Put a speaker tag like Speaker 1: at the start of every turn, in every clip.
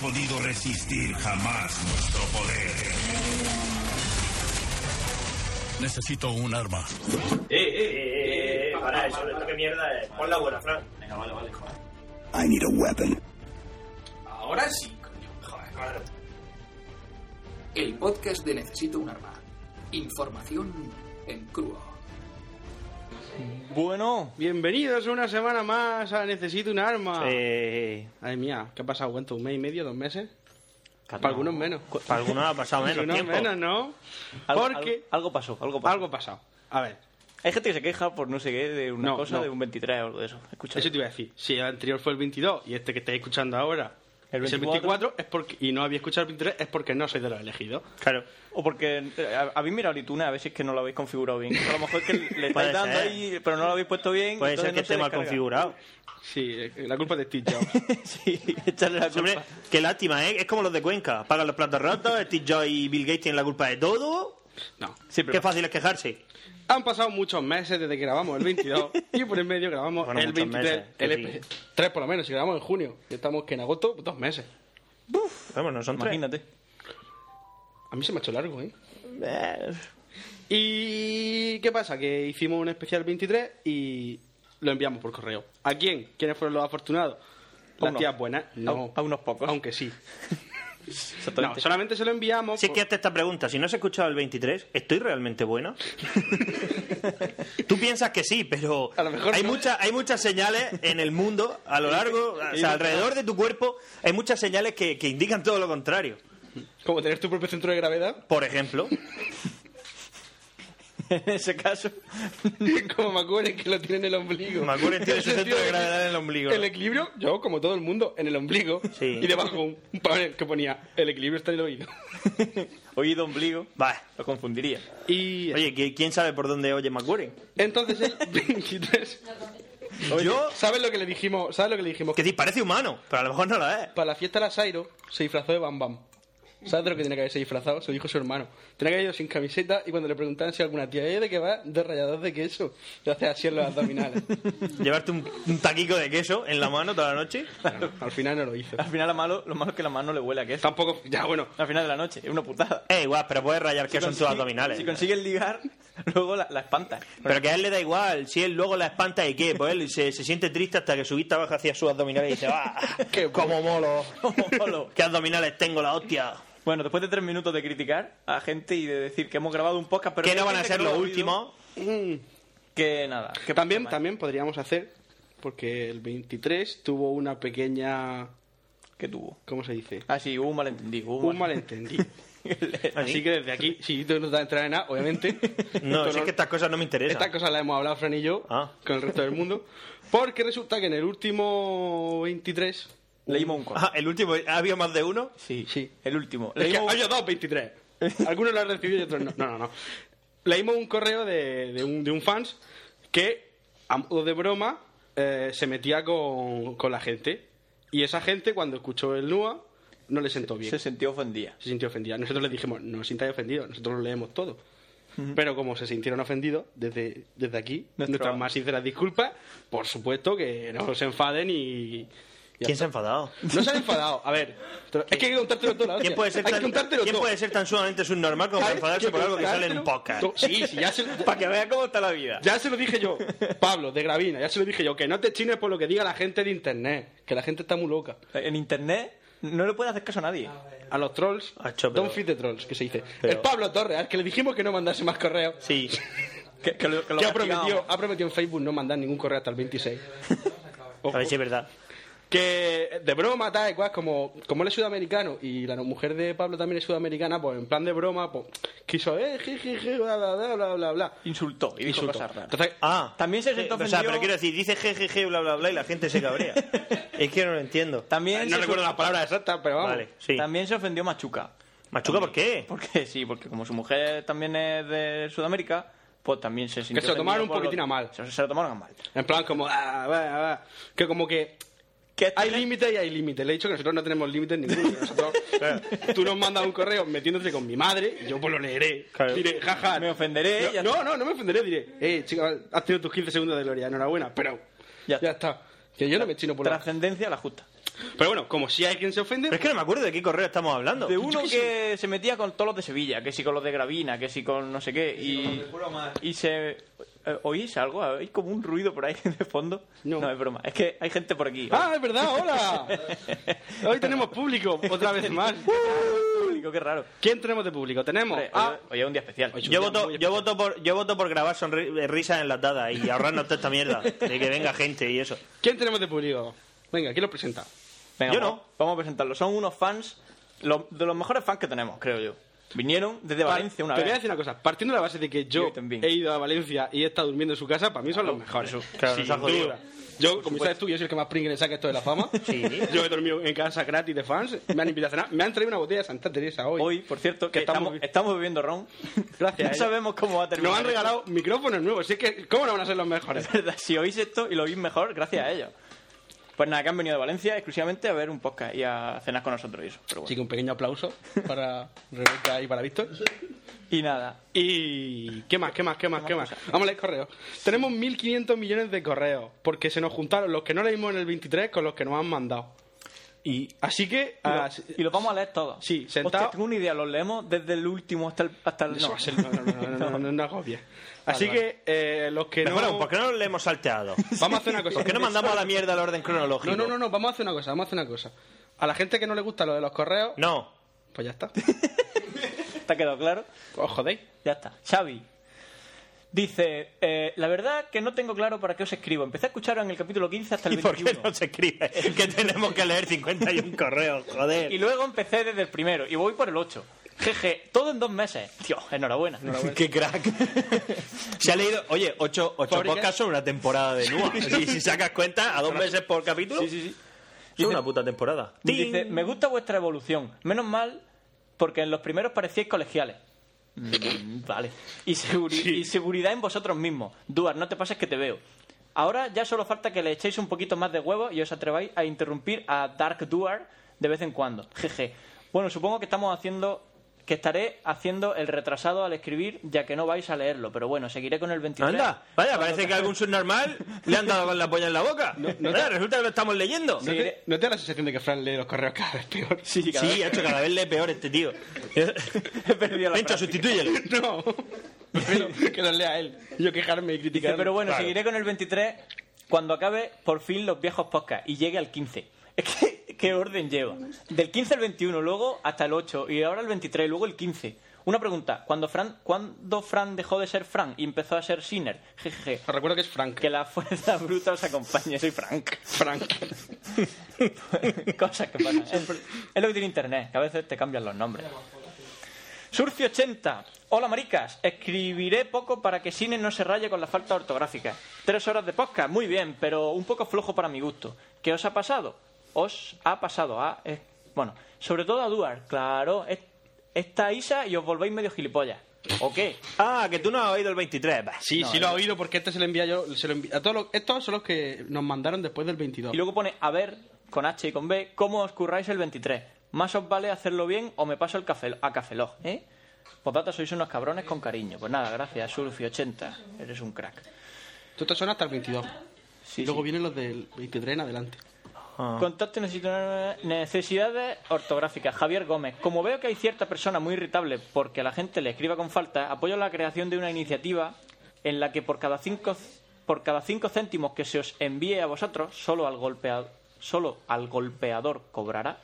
Speaker 1: podido resistir jamás nuestro poder.
Speaker 2: Necesito un arma.
Speaker 3: Eh, eh, eh, eh, para eso, esto qué mierda es. Pon la buena, Fran. Venga, vale, vale, joder.
Speaker 4: I need a weapon.
Speaker 5: Ahora sí, coño.
Speaker 3: Joder, claro.
Speaker 5: El podcast de Necesito un arma. Información en crudo.
Speaker 6: Bueno,
Speaker 7: Bienvenidos una semana más a Necesito un arma.
Speaker 6: eh,
Speaker 7: Ay mía, ¿qué ha pasado? ¿Cuánto? ¿Un mes y medio? ¿Dos meses?
Speaker 6: Para
Speaker 7: algunos menos.
Speaker 6: Ah, Para algunos ha pasado menos
Speaker 7: Unos
Speaker 6: tiempo.
Speaker 7: menos, ¿no?
Speaker 6: Algo-
Speaker 7: Porque
Speaker 6: algo, algo pasó, algo pasó.
Speaker 7: algo ha pasado. A ver,
Speaker 6: Hay gente que se queja por no sé qué, de una
Speaker 7: No,
Speaker 6: cosa,
Speaker 7: no.
Speaker 6: de un 23 o algo de eso. Escucha.
Speaker 7: eso te iba a decir. Si el anterior fue el 22 y este que estáis escuchando ahora
Speaker 6: El
Speaker 7: es el
Speaker 6: 24.
Speaker 7: 24 es porque, y no había escuchado el 23 es porque no soy de los elegidos.
Speaker 6: Claro. O porque eh, a- habéis mirado el iTunes, a veces que no lo habéis configurado bien. A lo mejor es que le
Speaker 2: Puede
Speaker 6: estáis dando
Speaker 2: ser.
Speaker 6: ahí, pero no lo habéis puesto bien.
Speaker 2: Puede ser
Speaker 6: entonces
Speaker 2: que esté
Speaker 6: no se
Speaker 2: mal
Speaker 6: descarga.
Speaker 2: configurado.
Speaker 7: Sí, eh, la culpa es de Steve Jobs.
Speaker 6: sí, echarle la
Speaker 2: Hombre,
Speaker 6: culpa.
Speaker 2: qué lástima, ¿eh? Es como los de Cuenca. Pagan los platos rotos, Steve Jobs y Bill Gates tienen la culpa de todo.
Speaker 7: No.
Speaker 6: Sí, pero-
Speaker 2: Qué fácil es quejarse.
Speaker 7: Han pasado muchos meses desde que grabamos el 22 y por el medio grabamos
Speaker 2: Bueno,
Speaker 7: el
Speaker 2: muchos
Speaker 7: 23.
Speaker 2: meses,
Speaker 7: el
Speaker 2: que
Speaker 7: EP, tres por lo menos, si grabamos en junio. Y estamos que en agosto, dos meses.
Speaker 2: Vamos, no son tres.
Speaker 6: Imagínate.
Speaker 7: A mí se me ha hecho largo, ¿eh?
Speaker 6: Eh,
Speaker 7: ¿Y qué pasa? Que hicimos un especial 23 y lo enviamos por correo. ¿A quién? ¿Quiénes fueron los afortunados? Las
Speaker 6: unos.
Speaker 7: tías buenas. No.
Speaker 6: A- a unos pocos.
Speaker 7: Aunque sí. No,
Speaker 6: exactamente.
Speaker 7: solamente se lo enviamos.
Speaker 2: Si es
Speaker 7: por-
Speaker 2: que hazte esta pregunta, si no has escuchado el 23, ¿estoy realmente bueno? Tú piensas que sí, pero
Speaker 7: A lo mejor
Speaker 2: hay,
Speaker 7: no.
Speaker 2: muchas hay muchas señales en el mundo, a lo largo, o
Speaker 7: Y no-
Speaker 2: sea, alrededor de tu cuerpo, hay muchas señales que, que indican todo lo contrario.
Speaker 7: Como tener tu propio centro de gravedad,
Speaker 2: Por ejemplo,
Speaker 6: en ese caso,
Speaker 7: como McGuire que lo tiene en el ombligo.
Speaker 2: McGuire tiene su centro
Speaker 7: El sentido
Speaker 2: de
Speaker 7: que-
Speaker 2: gravedad en el ombligo.
Speaker 7: El equilibrio, yo como todo el mundo, en el ombligo.
Speaker 2: Sí.
Speaker 7: Y debajo un un panel que ponía, el equilibrio está en el oído.
Speaker 6: oído ombligo,
Speaker 2: va.
Speaker 6: lo confundiría.
Speaker 7: Y
Speaker 2: Oye, ¿qui- ¿quién sabe por dónde oye McGuire?
Speaker 7: entonces el 23...
Speaker 2: Yo,
Speaker 7: ¿Sabes lo que le dijimos? ¿Sabes lo que le dijimos?
Speaker 2: que sí, parece humano, pero a lo mejor no lo es.
Speaker 7: Para la fiesta de la Sairo se disfrazó de Bam Bam. ¿Sabes de lo que tiene que haberse disfrazado? Se lo dijo su hermano. Tenía que haber ido sin camiseta y cuando le preguntaban si alguna tía ¿eh, de qué va, de rallador de queso. Le hace así en los abdominales.
Speaker 2: Llevarte un, un taquico de queso en la mano toda la noche.
Speaker 7: Bueno, al final no lo hizo.
Speaker 6: Al final, lo malo, lo malo es que la mano le huele a queso.
Speaker 7: Tampoco, ya bueno,
Speaker 6: Al final de la noche, es una putada.
Speaker 2: Es Eh, igual, pero puedes rayar queso en tus
Speaker 6: Consigue-
Speaker 2: abdominales.
Speaker 6: Si consigues ligar, luego la, la espantas.
Speaker 2: eh. Pero que a él le da igual, si él luego la espanta y qué, pues él se, se siente triste hasta que su vista baja hacia sus abdominales y dice, ¡ah!
Speaker 7: Qué
Speaker 2: ¡Cómo molo!
Speaker 6: Como molo.
Speaker 2: ¡Qué abdominales tengo, la hostia!
Speaker 6: Bueno, después de tres minutos de criticar a gente y de decir que hemos grabado un podcast, pero
Speaker 2: que no
Speaker 6: hay
Speaker 2: van a
Speaker 6: gente
Speaker 2: ser
Speaker 6: que lo
Speaker 2: los
Speaker 6: ha oído,
Speaker 2: últimos. Mm.
Speaker 6: Que nada. Que
Speaker 7: también,
Speaker 6: pasa más.
Speaker 7: también podríamos hacer, porque el 23 tuvo una pequeña...
Speaker 6: Que tuvo.
Speaker 7: ¿Cómo se dice?
Speaker 6: Ah, sí, hubo un malentendido. Hubo
Speaker 7: Un malentendido. Así que desde aquí, si tú no te entrar en nada, obviamente...
Speaker 2: No,
Speaker 7: esto
Speaker 2: si es que estas cosas no me interesan.
Speaker 7: Estas cosas las hemos hablado Fran y yo
Speaker 2: Ah.
Speaker 7: con el resto del mundo. Porque resulta que en el último 23.
Speaker 6: Leímos un correo.
Speaker 2: Ah, el último, ¿ha habido más de uno?
Speaker 6: Sí,
Speaker 7: sí.
Speaker 6: El último.
Speaker 7: Es que
Speaker 6: Leímos
Speaker 7: había dos 23. Algunos lo han recibido y otros no. No, no, no. Leímos un correo de, de un, de un fans que, a modo de broma, eh, se metía con, con la gente. Y esa gente, cuando escuchó el NUA, no le sentó bien.
Speaker 6: Se sintió ofendida.
Speaker 7: se sintió ofendida. Nosotros les dijimos, no os sintáis ofendidos, nosotros lo leemos todo. Pero como se sintieron ofendidos, desde, desde aquí,
Speaker 6: Nuestro-
Speaker 7: nuestras más sinceras disculpas, por supuesto que no se enfaden y... y
Speaker 2: ¿Quién se ha
Speaker 7: hasta-
Speaker 2: enfadado?
Speaker 7: No se han enfadado, a ver. Es que hay que contártelo todo, la hostia.
Speaker 2: ¿Quién puede ser
Speaker 7: Hay
Speaker 2: tan,
Speaker 7: que contártelo
Speaker 2: ¿quién
Speaker 7: todo.
Speaker 2: puede ser tan sumamente subnormal como para
Speaker 7: ¿Sabes?
Speaker 2: enfadarse
Speaker 7: Quiero
Speaker 2: por algo que sale en un
Speaker 7: contártelo
Speaker 2: podcast?
Speaker 7: todo. Sí, sí, ya se, lo-
Speaker 6: Para que veas cómo está la vida.
Speaker 7: ya se lo dije yo, Pablo, de Gravina, ya se lo dije yo, que no te chines por lo que diga la gente de internet, que la gente está muy loca.
Speaker 6: En internet no le puede hacer caso a nadie.
Speaker 7: A los trolls,
Speaker 2: Acho, pero-
Speaker 7: don't feed the trolls, que se dice.
Speaker 2: pero-
Speaker 7: El Pablo Torres, al que le dijimos que no mandase más correos.
Speaker 2: Sí.
Speaker 6: Que, que lo, que lo
Speaker 7: que ha
Speaker 6: castigamos.
Speaker 7: prometido, ha prometido en Facebook no mandar ningún correo hasta el 26.
Speaker 2: A ver si es verdad.
Speaker 7: Que de broma, tal, y cual, como, como él es sudamericano y la mujer de Pablo también es sudamericana, pues en plan de broma, pues quiso, eh, je, je, je, bla, bla, bla, bla, bla, bla.
Speaker 6: Insultó y dijo
Speaker 7: Insulto.
Speaker 6: cosas raras.
Speaker 7: Entonces,
Speaker 2: Ah,
Speaker 6: También se
Speaker 2: eh,
Speaker 6: sintió
Speaker 2: O sea,
Speaker 6: ofendido.
Speaker 2: pero quiero decir, dice jejeje, bla, bla, bla, y la gente se cabrea. es que no lo entiendo.
Speaker 6: También,
Speaker 7: eh, no
Speaker 6: se
Speaker 7: recuerdo las palabras exactas, pero vamos.
Speaker 2: Vale, sí.
Speaker 6: también se ofendió Machuca.
Speaker 2: ¿Machuca por qué?
Speaker 6: Porque sí, porque como su mujer también es de Sudamérica, pues también se sintió
Speaker 7: se lo
Speaker 6: ofendido
Speaker 7: tomaron un
Speaker 6: por lo-
Speaker 7: poquitín a mal.
Speaker 6: Se, se lo tomaron a mal.
Speaker 7: En plan, como, ah, va, va, que como que.
Speaker 6: Que
Speaker 7: Hay límite y hay límite. Le he dicho que nosotros no tenemos límites ninguno. Nosotros, tú nos mandas un correo metiéndote con mi madre y yo pues lo leeré.
Speaker 2: Claro.
Speaker 7: Diré, jaja.
Speaker 6: Me ofenderé y ya
Speaker 7: No,
Speaker 6: está.
Speaker 7: no, no me ofenderé. Diré, eh, chica, has tenido tus 15 segundos de gloria. Enhorabuena, pero
Speaker 6: Ya
Speaker 7: ya,
Speaker 6: está.
Speaker 7: está. Que yo no me chino por la...
Speaker 6: Trascendencia a la justa.
Speaker 7: Pero bueno, como si hay quien se ofende,
Speaker 2: Pero es que no me acuerdo de qué correo estamos hablando.
Speaker 6: De uno que se metía con todos los de Sevilla, que si con los de Gravina, que si con no sé qué. Y, y se. eh, ¿Oís algo? ¿Hay como un ruido por ahí de fondo?
Speaker 7: No.
Speaker 6: es broma. Es que hay gente por aquí.
Speaker 7: ¡Ah, es verdad! ¡Hola! Hoy tenemos público, otra vez más.
Speaker 6: Público, qué raro.
Speaker 7: ¿Quién tenemos de público? Tenemos
Speaker 6: Hombre,
Speaker 7: a...
Speaker 6: Hoy hoy es un día especial.
Speaker 7: Oye,
Speaker 2: Yo
Speaker 7: Muy
Speaker 2: voto, yo,
Speaker 7: especial.
Speaker 2: voto por, yo voto por grabar sonri- eh, risas enlatadas y ahorrarnos toda esta mierda de que venga gente y eso.
Speaker 7: ¿Quién tenemos de público? Venga, ¿quién lo presenta?
Speaker 6: Venga,
Speaker 2: yo
Speaker 6: vamos-
Speaker 2: no.
Speaker 6: Vamos a presentarlo. Son unos fans, lo- de los mejores fans que tenemos, creo yo. Vinieron desde Valencia una
Speaker 7: Te voy a
Speaker 6: vez.
Speaker 7: decir una cosa. Partiendo de la base de que yo,
Speaker 6: Yo también.
Speaker 7: he ido a Valencia y he estado durmiendo en su casa, para mí son los mejores.
Speaker 2: claro,
Speaker 7: Sin
Speaker 2: nos ha jodido.
Speaker 7: duda. Yo, como sabes tú, yo soy el que más pringue le saca esto de la fama.
Speaker 2: Sí.
Speaker 7: Yo he dormido en casa gratis de fans. Me han invitado a cenar. Me han traído una botella de Santa Teresa hoy.
Speaker 6: Hoy, por cierto, que
Speaker 7: Que
Speaker 6: estamos,
Speaker 7: estamos-
Speaker 6: estamos bebiendo ron.
Speaker 7: Gracias,
Speaker 6: No
Speaker 7: eh.
Speaker 6: sabemos cómo va a terminar.
Speaker 7: Nos han regalado micrófonos nuevos. Así que, ¿cómo no van a ser los mejores?
Speaker 6: Es verdad, si oís esto y lo oís mejor, gracias a ellos. Pues nada, que han venido de Valencia exclusivamente a ver un podcast y a cenar con nosotros y eso. Pero bueno.
Speaker 7: Así que un pequeño aplauso para Rebeca y para Víctor.
Speaker 6: Y nada,
Speaker 7: Y qué más, qué más, qué más, qué más. Vamos a leer correos. Tenemos 1.500 millones de correos porque se nos juntaron los que no leímos en el 23 con los que nos han mandado. Y así que
Speaker 6: Y lo-
Speaker 7: ah, sí,
Speaker 6: y los vamos a leer todos.
Speaker 7: Sí, sentado.
Speaker 6: Hostia, tengo una idea, los leemos desde el último hasta el. Hasta el
Speaker 7: eso
Speaker 6: no.
Speaker 7: va a ser- no, no, no, no, no, no, no agobies. Así que eh, los que
Speaker 2: Mejor
Speaker 7: no
Speaker 2: aún, ¿por qué no le hemos salteado?
Speaker 7: vamos a hacer una cosa.
Speaker 2: ¿Por qué no mandamos a la mierda el orden cronológico?
Speaker 7: No, no, no, no, vamos a hacer una cosa, vamos a hacer una cosa. A la gente que no le gusta lo de los correos,
Speaker 2: No.
Speaker 7: pues ya está.
Speaker 6: ¿Te ha quedado claro?
Speaker 7: Os jodéis.
Speaker 6: Ya está. Xavi dice: eh, La verdad que no tengo claro para qué os escribo. Empecé a escucharos en el capítulo 15 hasta el
Speaker 2: ¿Y por qué
Speaker 6: 21.
Speaker 2: no se escribe? Que tenemos que leer 51 correos, joder.
Speaker 6: Y luego empecé desde el primero y voy por el 8. Jeje, todo en dos meses. Tío, enhorabuena.
Speaker 2: Qué crack. Se ha leído, oye, ocho, ocho
Speaker 7: Fábrica.
Speaker 2: podcasts son una temporada de Nua. Si, si sacas cuenta, a dos meses por capítulo,
Speaker 6: Sí, sí, sí.
Speaker 2: es una puta temporada.
Speaker 6: Dice,
Speaker 2: ¡Ting!
Speaker 6: me gusta vuestra evolución. Menos mal, porque en los primeros parecíais colegiales. Mm, vale. Y, seguri- y seguridad en vosotros mismos. Duar, no te pases que te veo. Ahora ya solo falta que le echéis un poquito más de huevo y os atreváis a interrumpir a Dark Duar de vez en cuando. Jeje. Bueno, supongo que estamos haciendo... Que estaré haciendo el retrasado al escribir, ya que no vais a leerlo. Pero bueno, seguiré con el 23.
Speaker 2: Anda, vaya, parece que a algún subnormal le han dado con la polla en la boca. Vaya, resulta que lo estamos leyendo.
Speaker 7: ¿No te, no te da la sensación de que Fran lee los correos cada vez peor?
Speaker 2: Sí,
Speaker 6: cada vez-
Speaker 2: hecho cada vez lee peor este tío.
Speaker 6: He perdido la
Speaker 2: Venga,
Speaker 6: práctica.
Speaker 2: sustitúyelo.
Speaker 7: No. Prefiero que los lea él. Yo quejarme y
Speaker 6: Dice,
Speaker 7: criticar.
Speaker 6: pero bueno,
Speaker 2: Claro.
Speaker 6: seguiré con el 23 cuando acabe por fin los viejos podcasts y llegue al 15. Es que, ¿qué orden lleva? Del 15 al 21, luego hasta el 8 y ahora el 23 y luego el 15. Una pregunta, ¿cuándo Fran, ¿cuándo Fran dejó de ser Fran y empezó a ser Sinner? Jejeje.
Speaker 7: Os recuerdo que es Frank.
Speaker 6: Que la fuerza bruta os acompañe, soy Frank.
Speaker 7: Frank.
Speaker 6: Cosas que pasan. Es, es lo que tiene internet, que a veces te cambian los nombres. Surfi80. Hola, maricas. Escribiré poco para que Cine no se raye con la falta ortográfica. Tres horas de podcast, muy bien, pero un poco flojo para mi gusto. ¿Qué os ha pasado? Os ha pasado a... eh, bueno, sobre todo a Duar. Claro, es- está Isa y os volvéis medio gilipollas. ¿O qué?
Speaker 2: Ah, que tú no has oído el 23. Bah.
Speaker 7: Sí, sí
Speaker 6: eh.
Speaker 7: lo ha oído porque este se lo envía yo. Se lo envía- a todos los- estos son los que nos mandaron después del 22.
Speaker 6: Y luego pone, a ver, con H y con B, ¿cómo os curráis el 23? Más os vale hacerlo bien o me paso el café, a Cafelog, ¿eh? Potata, sois unos cabrones con cariño. Pues nada, gracias, Surfi80. Eres un crack.
Speaker 7: Tú te son hasta el 22.
Speaker 6: Sí,
Speaker 7: y luego
Speaker 6: sí.
Speaker 7: vienen los del 23 en adelante.
Speaker 6: Contacto y necesito- necesidades ortográficas. Javier Gómez. Como veo que hay cierta persona muy irritable porque la gente le escriba con falta, apoyo la creación de una iniciativa en la que por cada cinco, por cada cinco céntimos que se os envíe a vosotros, solo al, golpea- solo al golpeador cobrará,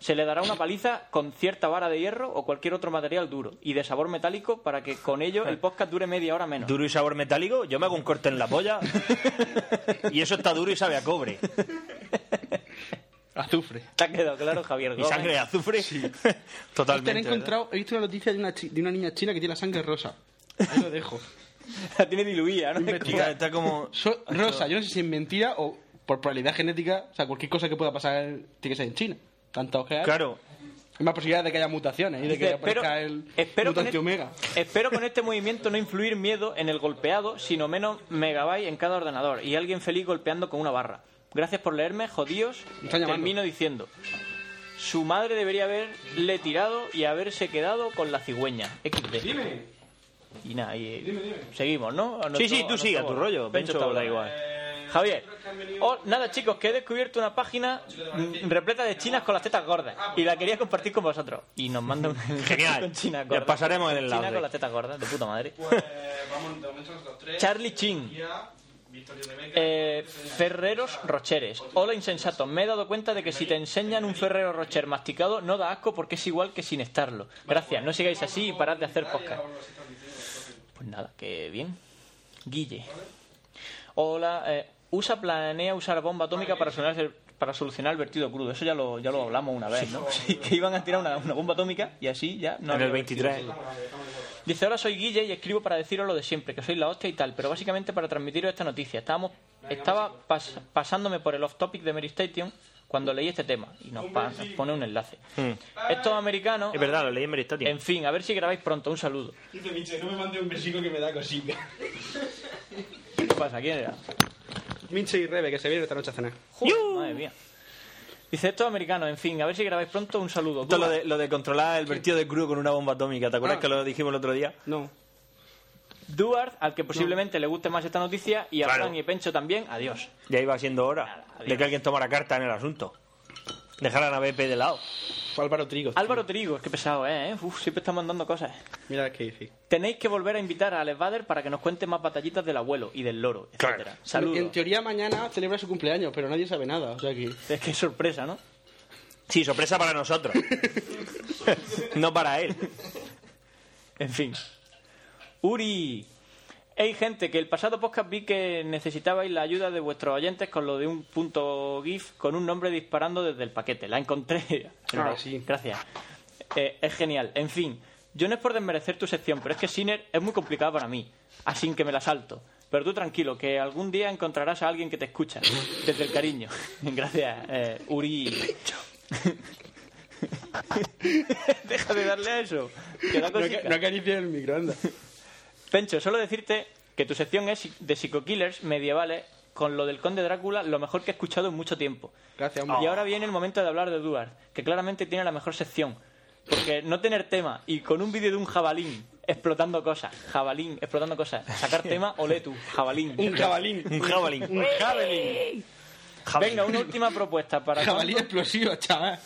Speaker 6: se le dará una paliza con cierta vara de hierro o cualquier otro material duro y de sabor metálico para que con ello el podcast dure media hora menos.
Speaker 2: Duro y sabor metálico, yo me hago un corte en la polla. Y eso está duro y sabe a cobre.
Speaker 7: Azufre.
Speaker 6: ¿Te ha quedado claro, Javier
Speaker 2: Y
Speaker 6: Gómez?
Speaker 2: sangre de azufre.
Speaker 7: Te Este he
Speaker 2: Totalmente. ¿verdad?
Speaker 7: encontrado, he visto una noticia de una, chi- de una niña china que tiene la sangre rosa. Ahí lo dejo.
Speaker 6: La tiene diluida, ¿no?
Speaker 2: Investiga, está como.
Speaker 7: So- rosa, yo no sé si es mentira o por probabilidad genética, o sea, cualquier cosa que pueda pasar tiene que ser en China. Tantas ojeas.
Speaker 2: Claro.
Speaker 7: Hay más posibilidades de que haya mutaciones y de que
Speaker 6: Dice,
Speaker 7: aparezca el
Speaker 6: espero con
Speaker 7: mutante
Speaker 6: este-
Speaker 7: omega.
Speaker 6: espero con este movimiento no influir miedo en el golpeado, sino menos megabyte en cada ordenador y alguien feliz golpeando con una barra. Gracias por leerme, jodíos.
Speaker 7: Me están llamando.
Speaker 6: Termino diciendo. Su madre debería haberle tirado y haberse quedado con la cigüeña. XD. Y nada, y, seguimos, ¿no? A nuestro-
Speaker 2: Sí, sí,
Speaker 6: a
Speaker 2: tú
Speaker 6: nuestro
Speaker 2: sigue a tu
Speaker 6: bol-
Speaker 2: rollo.
Speaker 6: Pencho
Speaker 2: Pencho,
Speaker 6: Taula.
Speaker 2: da igual.
Speaker 6: Javier, oh, nada chicos, que he descubierto una página mm, repleta de chinas con las tetas gordas
Speaker 7: Ah, pues
Speaker 6: y la quería compartir con vosotros. Y nos manda un
Speaker 2: Genial.
Speaker 6: con chinas
Speaker 2: Les
Speaker 6: gordas.
Speaker 2: pasaremos el enlace.
Speaker 6: China con las tetas gordas, de puta madre.
Speaker 7: Pues, vamos, de momento los tres.
Speaker 6: Charlie Chin. Eh, Ferreros Rocheres. Hola insensato, me he dado cuenta de que si te enseñan un Ferrero Rocher masticado no da asco porque es igual que sin estarlo.
Speaker 7: pues,
Speaker 6: Gracias, no sigáis así y parad de hacer podcast. Pues nada, que bien. Guille. Hola, eh, USA planea usar bomba atómica para solucionar el, para solucionar el vertido crudo. Eso ya lo, ya lo hablamos una vez, ¿no? Sí, que iban a tirar una, una bomba atómica y así ya no
Speaker 2: en el
Speaker 6: había
Speaker 2: 23.
Speaker 6: Dice, ahora soy Guille y escribo para deciros lo de siempre, que sois la hostia y tal, pero básicamente para transmitiros esta noticia. Estábamos, estaba pas- pasándome por el off-topic de Mary Station cuando leí este tema y nos, pa- nos pone un enlace. Estos americanos...
Speaker 2: Hmm. Es verdad, lo leí en Meristatio.
Speaker 6: En fin, a ver si grabáis pronto. Un saludo.
Speaker 7: Dice Miche, no me mande un versículo que me da cosilla.
Speaker 6: ¿Qué pasa? ¿Quién era?
Speaker 7: Minche y Rebe, que se vienen esta noche a cenar.
Speaker 6: Joder, madre mía. Dice, estos americanos, en fin, a ver si grabáis pronto. Un saludo.
Speaker 2: Esto es lo de, lo de controlar el vertido de crudo con una bomba atómica. ¿Te acuerdas
Speaker 7: Ah.
Speaker 2: que lo dijimos el otro día?
Speaker 7: No.
Speaker 6: Duarte, al que posiblemente le guste más esta noticia, y a
Speaker 2: Claro.
Speaker 6: Fran y Pencho también. Adiós.
Speaker 2: Ya iba siendo hora de que alguien tomara carta en el asunto. Dejar a la BP de lado.
Speaker 7: Fue Álvaro Trigo. tío.
Speaker 6: Álvaro Trigo, es que pesado, ¿eh? Uf, siempre está mandando cosas.
Speaker 7: Mira qué dice.
Speaker 6: Tenéis que volver a invitar a Alex Bader para que nos cuente más batallitas del abuelo y del loro, etcétera.
Speaker 7: En
Speaker 6: Saludos.
Speaker 7: teoría mañana celebra su cumpleaños, pero nadie sabe nada. O sea que...
Speaker 6: Es que es sorpresa, ¿no?
Speaker 2: Sí, sorpresa para nosotros. no para él.
Speaker 6: En fin. Uri. Hey, gente, que el pasado podcast vi que necesitabais la ayuda de vuestros oyentes con lo de un punto GIF con un nombre disparando desde el paquete. La encontré.
Speaker 7: Ah, sí.
Speaker 6: Gracias. Eh, es genial. En fin, yo no es por desmerecer tu sección, pero es que Sinner es muy complicada para mí, así que me la salto. Pero tú tranquilo, que algún día encontrarás a alguien que te escucha, desde el cariño. Gracias, eh, Uri. Deja de darle a eso. que da
Speaker 7: No,
Speaker 6: cosica.
Speaker 7: aca- no acaricia el microondas.
Speaker 6: Pencho, solo decirte que tu sección es de psico-killers medievales con lo del conde Drácula, lo mejor que he escuchado en mucho tiempo.
Speaker 7: Gracias, hombre.
Speaker 6: Y ahora viene el momento de hablar de Duarte, que claramente tiene la mejor sección. Porque no tener tema y con un vídeo de un jabalín explotando cosas, jabalín explotando cosas, sacar tema, olé tú, jabalín.
Speaker 7: Un jabalín.
Speaker 2: Un jabalín.
Speaker 7: Un jabalín.
Speaker 2: Jabalín.
Speaker 6: Venga, una última propuesta para...
Speaker 7: Jabalín
Speaker 6: cuando-
Speaker 7: explosivo, chaval.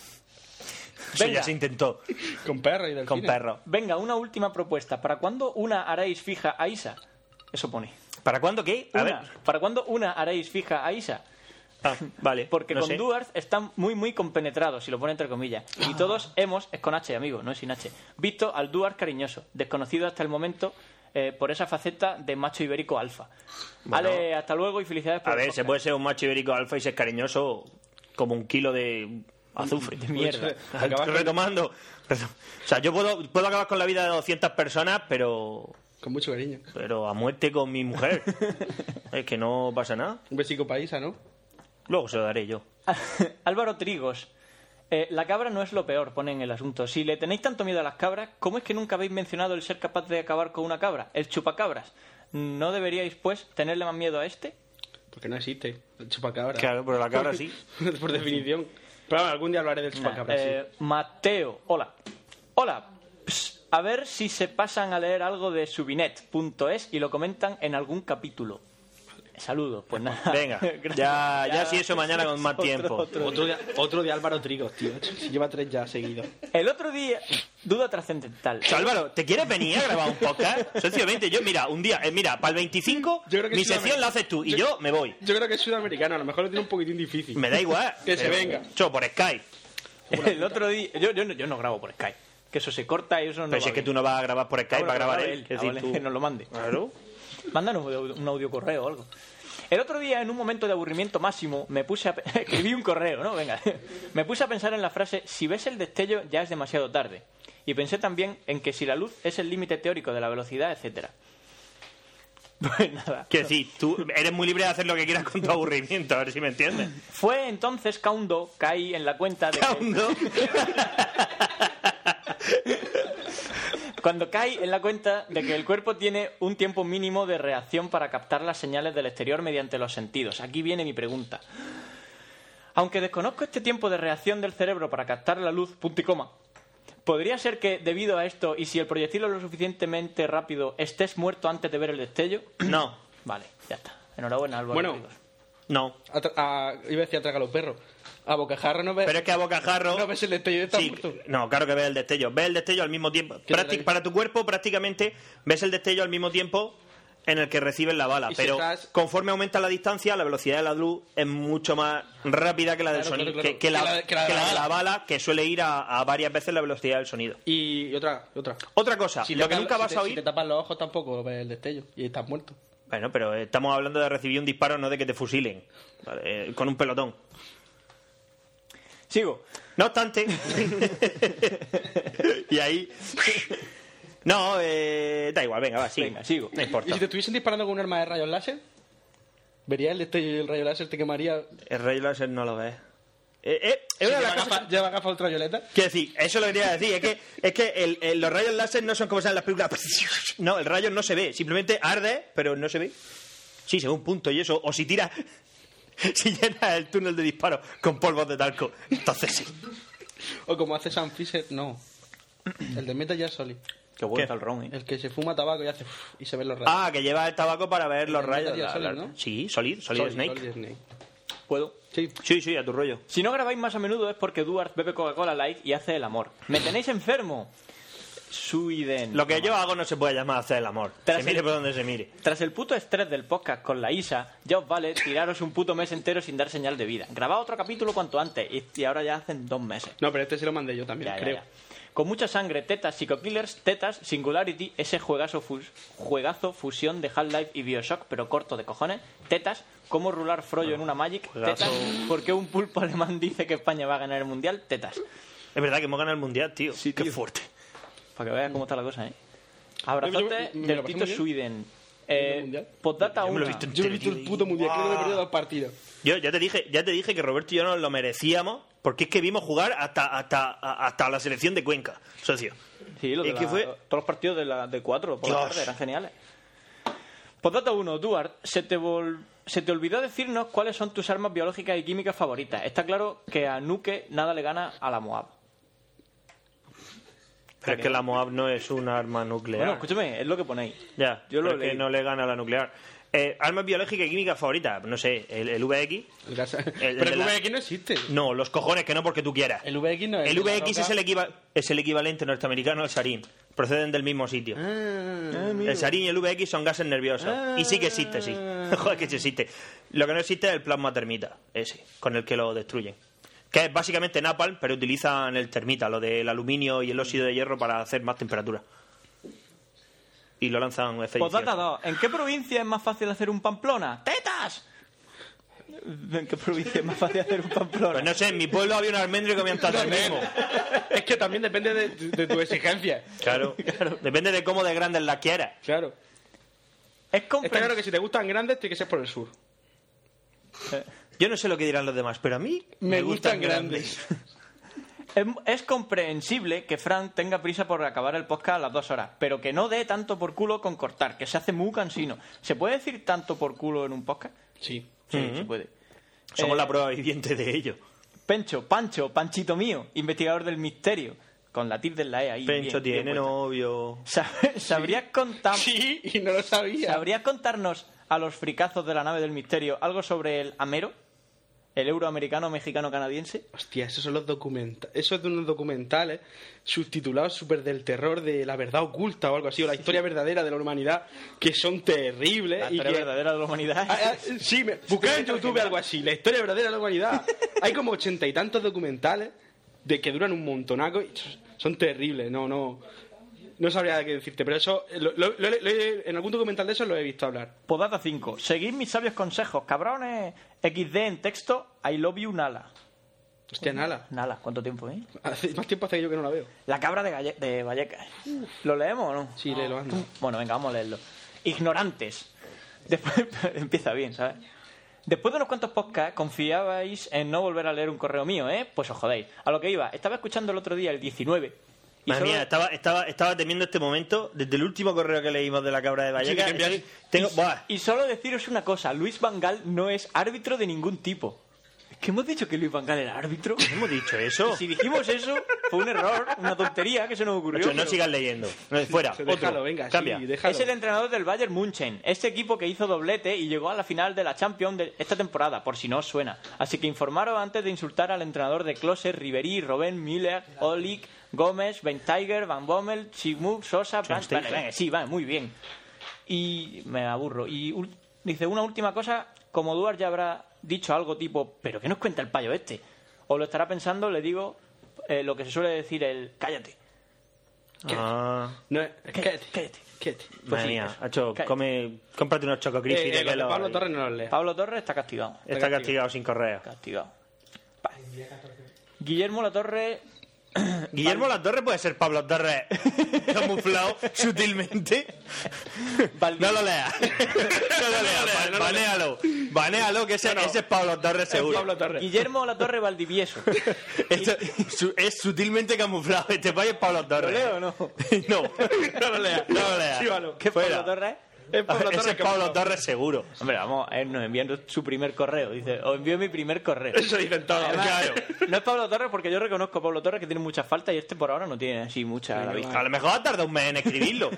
Speaker 2: Eso
Speaker 6: venga.
Speaker 2: ya se intentó
Speaker 7: Con perro y del
Speaker 2: con perro.
Speaker 6: Venga, una última propuesta. ¿Para cuándo una haréis fija a Isa? Eso pone.
Speaker 2: ¿Para cuándo qué? A
Speaker 6: Una.
Speaker 2: ver.
Speaker 6: ¿Para cuándo una haréis fija a Isa?
Speaker 2: Ah, vale.
Speaker 6: Porque
Speaker 2: no
Speaker 6: con
Speaker 2: sé. Ah.
Speaker 6: Duarte están muy, muy compenetrados, si lo pone entre comillas. Y todos hemos, es con H, amigo, no es sin H, visto al Duarte cariñoso, desconocido hasta el momento eh, por esa faceta de macho ibérico alfa.
Speaker 2: Bueno.
Speaker 6: Ale, hasta luego y felicidades por
Speaker 2: A
Speaker 6: el
Speaker 2: ver, se
Speaker 6: podcast.
Speaker 2: puede ser un macho ibérico alfa y ser cariñoso como un kilo de azufre.
Speaker 6: De mierda.
Speaker 7: Acabas con-
Speaker 2: Retomando. Retom- O sea, yo puedo, puedo acabar con la vida de 200 personas, pero,
Speaker 7: Con mucho cariño.
Speaker 2: pero a muerte con mi mujer. es que no pasa nada.
Speaker 7: Un besico paisa, ¿no?
Speaker 2: Luego se lo daré yo.
Speaker 6: Álvaro Trigos. eh, la cabra no es lo peor, pone en el asunto. Si le tenéis tanto miedo a las cabras, ¿cómo es que nunca habéis mencionado el ser capaz de acabar con una cabra? El chupacabras. ¿No deberíais, pues, tenerle más miedo a este?
Speaker 7: Porque no existe. El chupacabra.
Speaker 2: Claro, pero la cabra sí.
Speaker 7: Por definición. Pero bueno, algún día hablaré del chupacabra, sí.
Speaker 6: Eh, Mateo, hola. Hola. Ps, a ver si se pasan a leer algo de subinet.es y lo comentan en algún capítulo. Saludos, pues nada.
Speaker 2: Venga,
Speaker 6: Gracias.
Speaker 2: ya, ya si eso mañana con más
Speaker 6: Otro,
Speaker 2: tiempo.
Speaker 6: otro.
Speaker 7: Otro de, otro de Álvaro Trigos, tío. Si Lleva tres ya seguidos.
Speaker 6: El otro día, duda trascendental.
Speaker 2: O sea, Álvaro, ¿te quieres venir a grabar un podcast? Sencillamente, yo, mira, un día, eh, mira, para el 25,
Speaker 7: Yo creo que
Speaker 2: mi
Speaker 7: sí,
Speaker 2: sección
Speaker 7: hombre.
Speaker 2: la haces tú y yo me voy.
Speaker 7: Yo creo que es sudamericano, a lo mejor lo tiene un poquitín difícil.
Speaker 2: Me da igual.
Speaker 7: Que se
Speaker 2: Pero-
Speaker 7: venga.
Speaker 2: Yo, por Skype.
Speaker 6: El otro día, yo, yo no, yo no grabo por Skype. Que eso se corta y eso no.
Speaker 2: Pero
Speaker 6: va
Speaker 2: si es que
Speaker 6: bien.
Speaker 2: tú no vas a grabar por Skype,
Speaker 6: Ah,
Speaker 2: va a
Speaker 6: bueno,
Speaker 2: grabar
Speaker 6: graba
Speaker 2: él.
Speaker 6: Ah,
Speaker 2: Es decir,
Speaker 6: vale,
Speaker 2: tú...
Speaker 6: que nos lo mande.
Speaker 2: Claro.
Speaker 6: Mándanos un audio- un audio correo o algo. El otro día, en un momento de aburrimiento máximo, me puse a... pe- Escribí un correo, ¿no? Venga. Me puse a pensar en la frase, si ves el destello ya es demasiado tarde. Y pensé también en que si la luz es el límite teórico de la velocidad, etcétera. Pues nada.
Speaker 2: Quiero decir, tú eres muy libre de hacer lo que quieras con tu aburrimiento, a ver si me entiendes.
Speaker 6: Fue entonces Kaundo caí en la cuenta de que-
Speaker 2: Caundo.
Speaker 6: Cuando cae en la cuenta de que el cuerpo tiene un tiempo mínimo de reacción para captar las señales del exterior mediante los sentidos. Aquí viene mi pregunta. Aunque desconozco este tiempo de reacción del cerebro para captar la luz, punto y coma, ¿podría ser que debido a esto y si el proyectil es lo suficientemente rápido estés muerto antes de ver el destello?
Speaker 2: No.
Speaker 6: Vale, ya está. Enhorabuena, Álvaro.
Speaker 7: Bueno,
Speaker 6: Rodríguez.
Speaker 2: No.
Speaker 7: A tra- a- iba a decir a tragar los perros. A bocajarra no ves.
Speaker 2: Pero es que a bocajarro.
Speaker 7: No ves el destello de estar
Speaker 2: Sí,
Speaker 7: muerto.
Speaker 2: no, claro que ves el destello. Ves el destello al mismo tiempo.
Speaker 7: Qué
Speaker 2: Prácti-
Speaker 7: maravilla.
Speaker 2: para tu cuerpo, prácticamente, ves el destello al mismo tiempo en el que recibes la bala.
Speaker 7: Y si
Speaker 2: Pero
Speaker 7: estás-
Speaker 2: conforme aumenta la distancia, la velocidad de la luz es mucho más rápida que la del
Speaker 7: Claro,
Speaker 2: sonido.
Speaker 7: claro,
Speaker 2: Que,
Speaker 7: claro.
Speaker 2: que la,
Speaker 7: Que la de- que la de
Speaker 2: que la
Speaker 7: la
Speaker 2: de la bala, que suele ir a, a varias veces la velocidad del sonido.
Speaker 7: Y y otra, y otra.
Speaker 2: Otra cosa,
Speaker 7: Si
Speaker 2: Ah, lo que
Speaker 7: tapas-
Speaker 2: nunca
Speaker 7: si
Speaker 2: vas
Speaker 7: te-
Speaker 2: a
Speaker 7: Si
Speaker 2: oír.
Speaker 7: te tapas los ojos tampoco ves el destello y estás muerto.
Speaker 2: Bueno, pero estamos hablando de recibir un disparo, no de que te fusilen. Vale, eh, con un pelotón.
Speaker 6: Sigo.
Speaker 2: No obstante. y ahí. No, eh, da igual, venga, va, sí.
Speaker 6: Venga, sigo.
Speaker 2: No
Speaker 7: Y
Speaker 2: importa.
Speaker 7: si te estuviesen disparando con un arma de rayos láser, verías el destello y el rayo láser te quemaría.
Speaker 2: El Rey Láser no lo ves. Eh, eh, es
Speaker 7: Si
Speaker 2: una de
Speaker 7: lleva
Speaker 2: las cosas
Speaker 7: gafas- lleva gafas ultravioleta.
Speaker 2: Quiero decir, eso lo quería decir. Es que, es que el- el- los rayos láser no son como salen las películas. No, el rayo no se ve. Simplemente arde, pero no se ve. Sí, se ve un punto y eso. O si tiras. Si llenas el túnel de disparo con polvos de talco. Entonces sí.
Speaker 7: O como hace Sam Fisher, no. El de Metal Gear Solid.
Speaker 6: Qué bueno
Speaker 2: ¿Qué?
Speaker 6: está el ron, ¿eh?
Speaker 7: El que se fuma tabaco y hace. uff, y se ven los rayos.
Speaker 2: Ah, que lleva el tabaco para ver los
Speaker 7: El
Speaker 2: rayos.
Speaker 7: Metal Gear
Speaker 2: la-
Speaker 7: Solid,
Speaker 2: la-
Speaker 7: ¿no?
Speaker 2: Sí, Solid, Solid,
Speaker 7: Solid,
Speaker 2: Snake.
Speaker 7: Solid Snake.
Speaker 6: ¿Puedo?
Speaker 7: Sí.
Speaker 2: Sí, sí, a tu rollo.
Speaker 6: Si no grabáis más a menudo es porque Duarte bebe Coca-Cola Light y hace el amor. ¡Me tenéis enfermo! Suiden.
Speaker 2: Lo que yo hago no se puede llamar hacer el amor.
Speaker 6: Tras
Speaker 2: se mire
Speaker 6: el-
Speaker 2: por donde se mire.
Speaker 6: Tras el puto estrés del podcast con la Isa, ya os vale tiraros un puto mes entero sin dar señal de vida. Grabad otro capítulo cuanto antes y, y ahora ya hacen dos meses.
Speaker 7: No, pero este se lo mandé yo también,
Speaker 6: Ya, ya,
Speaker 7: creo.
Speaker 6: ya. Con mucha sangre, tetas, psicokillers, tetas, singularity, ese juegazo, fus- juegazo fusión de Half-Life y Bioshock, pero corto de cojones, tetas, cómo rular Frollo en una Magic,
Speaker 2: Juegazo.
Speaker 6: tetas, por qué un pulpo alemán dice que España va a ganar el mundial, tetas.
Speaker 2: Es verdad que hemos ganado el mundial, tío.
Speaker 6: Sí,
Speaker 2: Qué
Speaker 6: tío.
Speaker 2: fuerte.
Speaker 6: Para que veas cómo está la cosa, ¿eh?
Speaker 7: Yo- yo-
Speaker 6: Abrazote
Speaker 7: me lo
Speaker 6: del
Speaker 7: pasé
Speaker 6: Tito
Speaker 7: muy bien.
Speaker 6: Sweden.
Speaker 7: ¿En el
Speaker 6: Eh,
Speaker 7: mundial?
Speaker 6: postdata
Speaker 2: Yo me lo he
Speaker 6: 1.
Speaker 2: visto
Speaker 7: Yo he visto el puto mundial, creo que me he perdido dos partidos.
Speaker 2: Yo ya te dije, ya te dije que Roberto y yo nos lo merecíamos porque es que vimos jugar hasta hasta a- hasta la selección de Cuenca, socio.
Speaker 6: Sí, lo de
Speaker 2: Es que
Speaker 6: la-
Speaker 2: fue-
Speaker 6: todos los partidos de, la, de cuatro por la
Speaker 2: Dios.
Speaker 6: tarde eran geniales. Postdata 1, Duarte, se te, vol- se te olvidó decirnos cuáles son tus armas biológicas y químicas favoritas. Está claro que a Nuke nada le gana a la Moab.
Speaker 2: Pero es que la Moab no es un arma nuclear.
Speaker 6: Bueno, escúchame, es lo que ponéis.
Speaker 2: ya,
Speaker 6: yo
Speaker 2: yo
Speaker 6: lo
Speaker 2: lo que
Speaker 6: leí.
Speaker 2: no le gana a la nuclear. Eh, armas biológicas y químicas favoritas, no sé, el, el VX.
Speaker 7: El gas-
Speaker 2: el
Speaker 7: pero
Speaker 2: de
Speaker 7: el
Speaker 2: la-
Speaker 7: VX no existe.
Speaker 2: No, los cojones que no porque tú quieras.
Speaker 7: El VX no es.
Speaker 2: El
Speaker 7: de la
Speaker 2: VX
Speaker 7: roca.
Speaker 2: es el, equiva- es el equivalente norteamericano al sarín. Proceden del mismo sitio.
Speaker 7: Ah.
Speaker 2: el sarín y el VX son gases nerviosos. Y sí que existe, sí. Joder, que sí existe. Lo que no existe es el plasma termita, ese, con el que lo destruyen. Que es básicamente napalm, pero utilizan el termita, lo del aluminio y el óxido de hierro para hacer más temperatura. Y lo lanzan F-18.
Speaker 6: Postdata 2, Pues ¿en qué provincia es más fácil hacer un Pamplona? ¡Tetas! ¿En qué provincia es más fácil hacer un Pamplona?
Speaker 2: Pues no sé, en mi pueblo había un almendro y comían mismo.
Speaker 7: Es que también depende de, de tu exigencia.
Speaker 2: Claro. Depende de cómo de grandes la quieras.
Speaker 7: Claro.
Speaker 6: Es
Speaker 7: Está claro que
Speaker 6: comprensible.
Speaker 7: si te gustan grandes, tiene que ser por el sur.
Speaker 2: Yo no sé lo que dirán los demás, pero a mí me, gustan, grandes.
Speaker 6: Es, es comprensible que Frank tenga prisa por acabar el podcast a las dos horas, pero que no dé tanto por culo con cortar, que se hace muy cansino. ¿Se puede decir tanto por culo en un podcast?
Speaker 7: Sí.
Speaker 6: Sí, se puede.
Speaker 2: Somos
Speaker 6: Eh,
Speaker 2: la prueba viviente de ello.
Speaker 6: Pencho, Pancho, Panchito mío, investigador del misterio, con la tilde en la E ahí.
Speaker 2: Pencho
Speaker 6: bien, bien
Speaker 2: tiene
Speaker 6: puesta.
Speaker 2: novio.
Speaker 6: Sab- ¿Sabrías contar...
Speaker 7: Sí, y no lo sabía.
Speaker 6: ¿Sabrías contarnos a los fricazos de la nave del misterio algo sobre el Amero? ¿El euroamericano mexicano canadiense?
Speaker 7: Hostia, esos son los documentales. Eso es de unos documentales subtitulados Super del Terror de la Verdad Oculta o algo así, o la historia verdadera de la humanidad, que son terribles.
Speaker 6: La
Speaker 7: y
Speaker 6: historia
Speaker 7: que-
Speaker 6: verdadera de la humanidad.
Speaker 7: Ah, ah, sí, me... buscad en YouTube algo así, la historia verdadera de la humanidad. Hay como ochenta y tantos documentales de que duran un montonaco y son terribles, no, no. No sabría qué decirte, pero eso. eh, lo- lo- lo- lo- en algún documental de eso lo he visto hablar.
Speaker 6: Podata 5. Seguid mis sabios consejos, cabrones. XD en texto. I love you, Nala.
Speaker 7: Hostia, Nala.
Speaker 6: Nala, ¿cuánto tiempo, eh?
Speaker 7: Hace más tiempo hace que yo que no la veo.
Speaker 6: La cabra de, Galle- de Vallecas. ¿Lo leemos o no?
Speaker 7: Sí, léelo, anda.
Speaker 6: Bueno, venga, vamos a leerlo. Ignorantes. Después empieza bien, ¿sabes? Después de unos cuantos podcasts, confiabais en no volver a leer un correo mío, ¿eh? Pues os jodéis. A lo que iba, estaba escuchando el otro día, el 19. y
Speaker 2: Madre
Speaker 6: solo-
Speaker 2: mía, estaba, estaba, estaba teniendo este momento desde el último correo que leímos de la cabra de Vallecas.
Speaker 7: que te enviaron-
Speaker 2: Estoy- tengo, buah,
Speaker 6: Y solo deciros una cosa, Luis Vangal no es árbitro de ningún tipo. ¿Que hemos dicho que Luis Vangal era árbitro?
Speaker 2: ¿Hemos dicho eso?
Speaker 6: Si dijimos eso, fue un error, una tontería que se nos ocurrió.
Speaker 2: Nacho, no
Speaker 6: pero-
Speaker 2: sigas leyendo. No, fuera,
Speaker 7: Sí,
Speaker 2: Ah, otro.
Speaker 7: déjalo, venga, sí,
Speaker 2: Cambia.
Speaker 7: déjalo.
Speaker 6: Es el entrenador del Bayern München, este equipo que hizo doblete y llegó a la final de la Champions de esta temporada, por si no os suena. Así que informaros antes de insultar al entrenador de Klose, Ribery, Robben, Müller, Olic, Gómez, Ben Tiger, Van Bommel, Sigmund, Sosa, Brandt-
Speaker 2: Schweinsteiger.
Speaker 6: Vale, venga, sí, va, muy bien. Y me aburro. Y ul- dice una última cosa, como Duarte ya habrá dicho algo tipo, ¿pero qué nos cuenta el payo este? O lo estará pensando, le digo eh, lo que se suele decir el cállate.
Speaker 2: Ah,
Speaker 7: No, es-
Speaker 6: Cállate,
Speaker 7: cállate,
Speaker 6: cállate.
Speaker 7: cállate.
Speaker 2: madre mía, Nacho,
Speaker 6: Cállate.
Speaker 2: come, cómprate unos choco
Speaker 7: Pues Eh, eh,
Speaker 2: Crispy,
Speaker 7: lo de
Speaker 2: que lo-
Speaker 7: Pablo Torres no lo lee.
Speaker 6: Pablo Torres está castigado.
Speaker 2: Está castigado sin correo.
Speaker 6: Castigado. Pa. Guillermo Latorre.
Speaker 2: Guillermo Latorre puede ser Pablo Torres camuflado sutilmente.
Speaker 6: Valdivia.
Speaker 2: No lo leas. No lo leas. ba- Banéalo. Banéalo, que ese, ese es Pablo Torres seguro.
Speaker 7: Pablo Torres.
Speaker 6: Guillermo Latorre Valdivieso.
Speaker 2: Esto su- es sutilmente camuflado. Este país es Pablo Torres.
Speaker 6: ¿Lo leo o no?
Speaker 2: No. No lo leas. No lo leas.
Speaker 7: Sí, vale.
Speaker 6: ¿Qué es
Speaker 2: Fuera.
Speaker 6: Pablo Torres?
Speaker 7: Es Pablo Torres
Speaker 2: Ese es
Speaker 7: que
Speaker 2: Pablo
Speaker 7: manda.
Speaker 2: Torres seguro.
Speaker 6: Hombre, vamos, él nos envió su primer correo. Dice, os envío mi primer correo.
Speaker 7: Eso dicen todos.
Speaker 6: Además,
Speaker 2: claro.
Speaker 6: No es Pablo Torres porque yo reconozco a Pablo Torres que tiene muchas faltas y este por ahora no tiene así muchas a la vista.
Speaker 2: A lo mejor ha tardado un mes en escribirlo.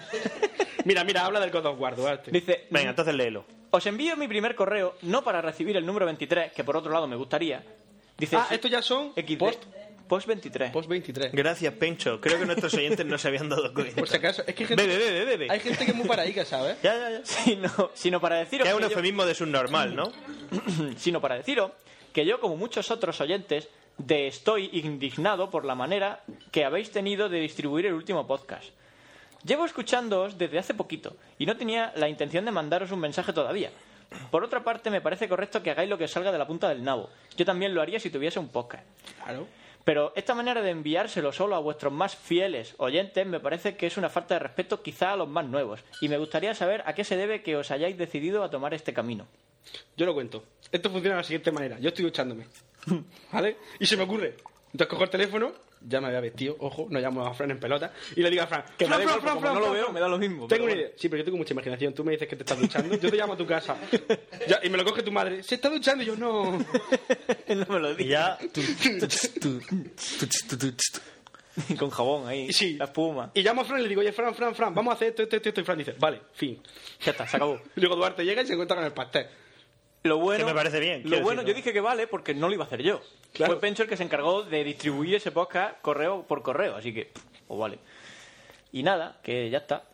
Speaker 7: Mira, mira, habla del God of War, Duarte.
Speaker 6: Dice,
Speaker 2: Venga, entonces léelo.
Speaker 6: os envío mi primer correo no para recibir el número 23, que por otro lado me gustaría. Dice,
Speaker 7: Ah, estos ya son
Speaker 6: XD.
Speaker 7: post-
Speaker 6: post 23.
Speaker 7: Post 23.
Speaker 2: Gracias, Pencho. Creo que nuestros oyentes no se habían dado cuenta.
Speaker 6: Pues
Speaker 7: Por si acaso, es que hay gente,
Speaker 2: Bebe, bebe, bebe.
Speaker 7: hay gente que es muy paraíca, ¿sabes?
Speaker 2: Ya, ya, ya.
Speaker 6: sino, sino para deciros
Speaker 2: Que es un
Speaker 6: que yo-
Speaker 2: eufemismo de subnormal, ¿no?
Speaker 6: sino para deciros que yo, como muchos otros oyentes, de estoy indignado por la manera que habéis tenido de distribuir el último podcast. Llevo escuchándoos desde hace poquito y no tenía la intención de mandaros un mensaje todavía. Por otra parte, me parece correcto que hagáis lo que os salga de la punta del nabo. Yo también lo haría si tuviese un podcast.
Speaker 7: Claro.
Speaker 6: Pero esta manera de enviárselo solo a vuestros más fieles oyentes me parece que es una falta de respeto quizá a los más nuevos. Y me gustaría saber a qué se debe que os hayáis decidido a tomar este camino.
Speaker 7: Yo lo cuento. Esto funciona de la siguiente manera. Yo estoy duchándome. ¿Vale? Y se me ocurre. Entonces cojo el teléfono, ya me había vestido, ojo, no llamo a Fran en pelota, y le digo a Fran,
Speaker 6: Que me da
Speaker 7: Fran, Fran,
Speaker 6: igual, porque
Speaker 7: Fran,
Speaker 6: como no lo
Speaker 7: Fran,
Speaker 6: veo,
Speaker 7: Fran".
Speaker 6: me da lo mismo, pero
Speaker 7: Tengo una
Speaker 6: bueno.
Speaker 7: idea. Sí, pero yo tengo mucha imaginación. Tú me dices que te estás duchando, yo te llamo a tu casa. Ya, y me lo coge tu madre. Se está duchando, y yo no.
Speaker 6: no me lo
Speaker 2: Y
Speaker 6: digas.
Speaker 2: ya.
Speaker 6: Con jabón ahí,
Speaker 7: Sí.
Speaker 6: la espuma.
Speaker 7: Y llamo a Fran y le digo, oye, Fran, Fran, Fran, vamos a hacer esto, esto, esto, esto. Y Fran dice, vale, fin.
Speaker 6: Ya está, se acabó.
Speaker 7: Y luego Duarte llega y se encuentra con el pastel.
Speaker 6: Lo bueno,
Speaker 2: Que me parece bien,
Speaker 6: Lo
Speaker 2: quiero
Speaker 6: bueno,
Speaker 2: decirlo.
Speaker 6: yo dije que vale porque no lo iba a hacer yo.
Speaker 7: Claro.
Speaker 6: Fue Pencho el que se encargó de distribuir ese podcast correo por correo, así que, pff, pues vale. Y nada, que ya está.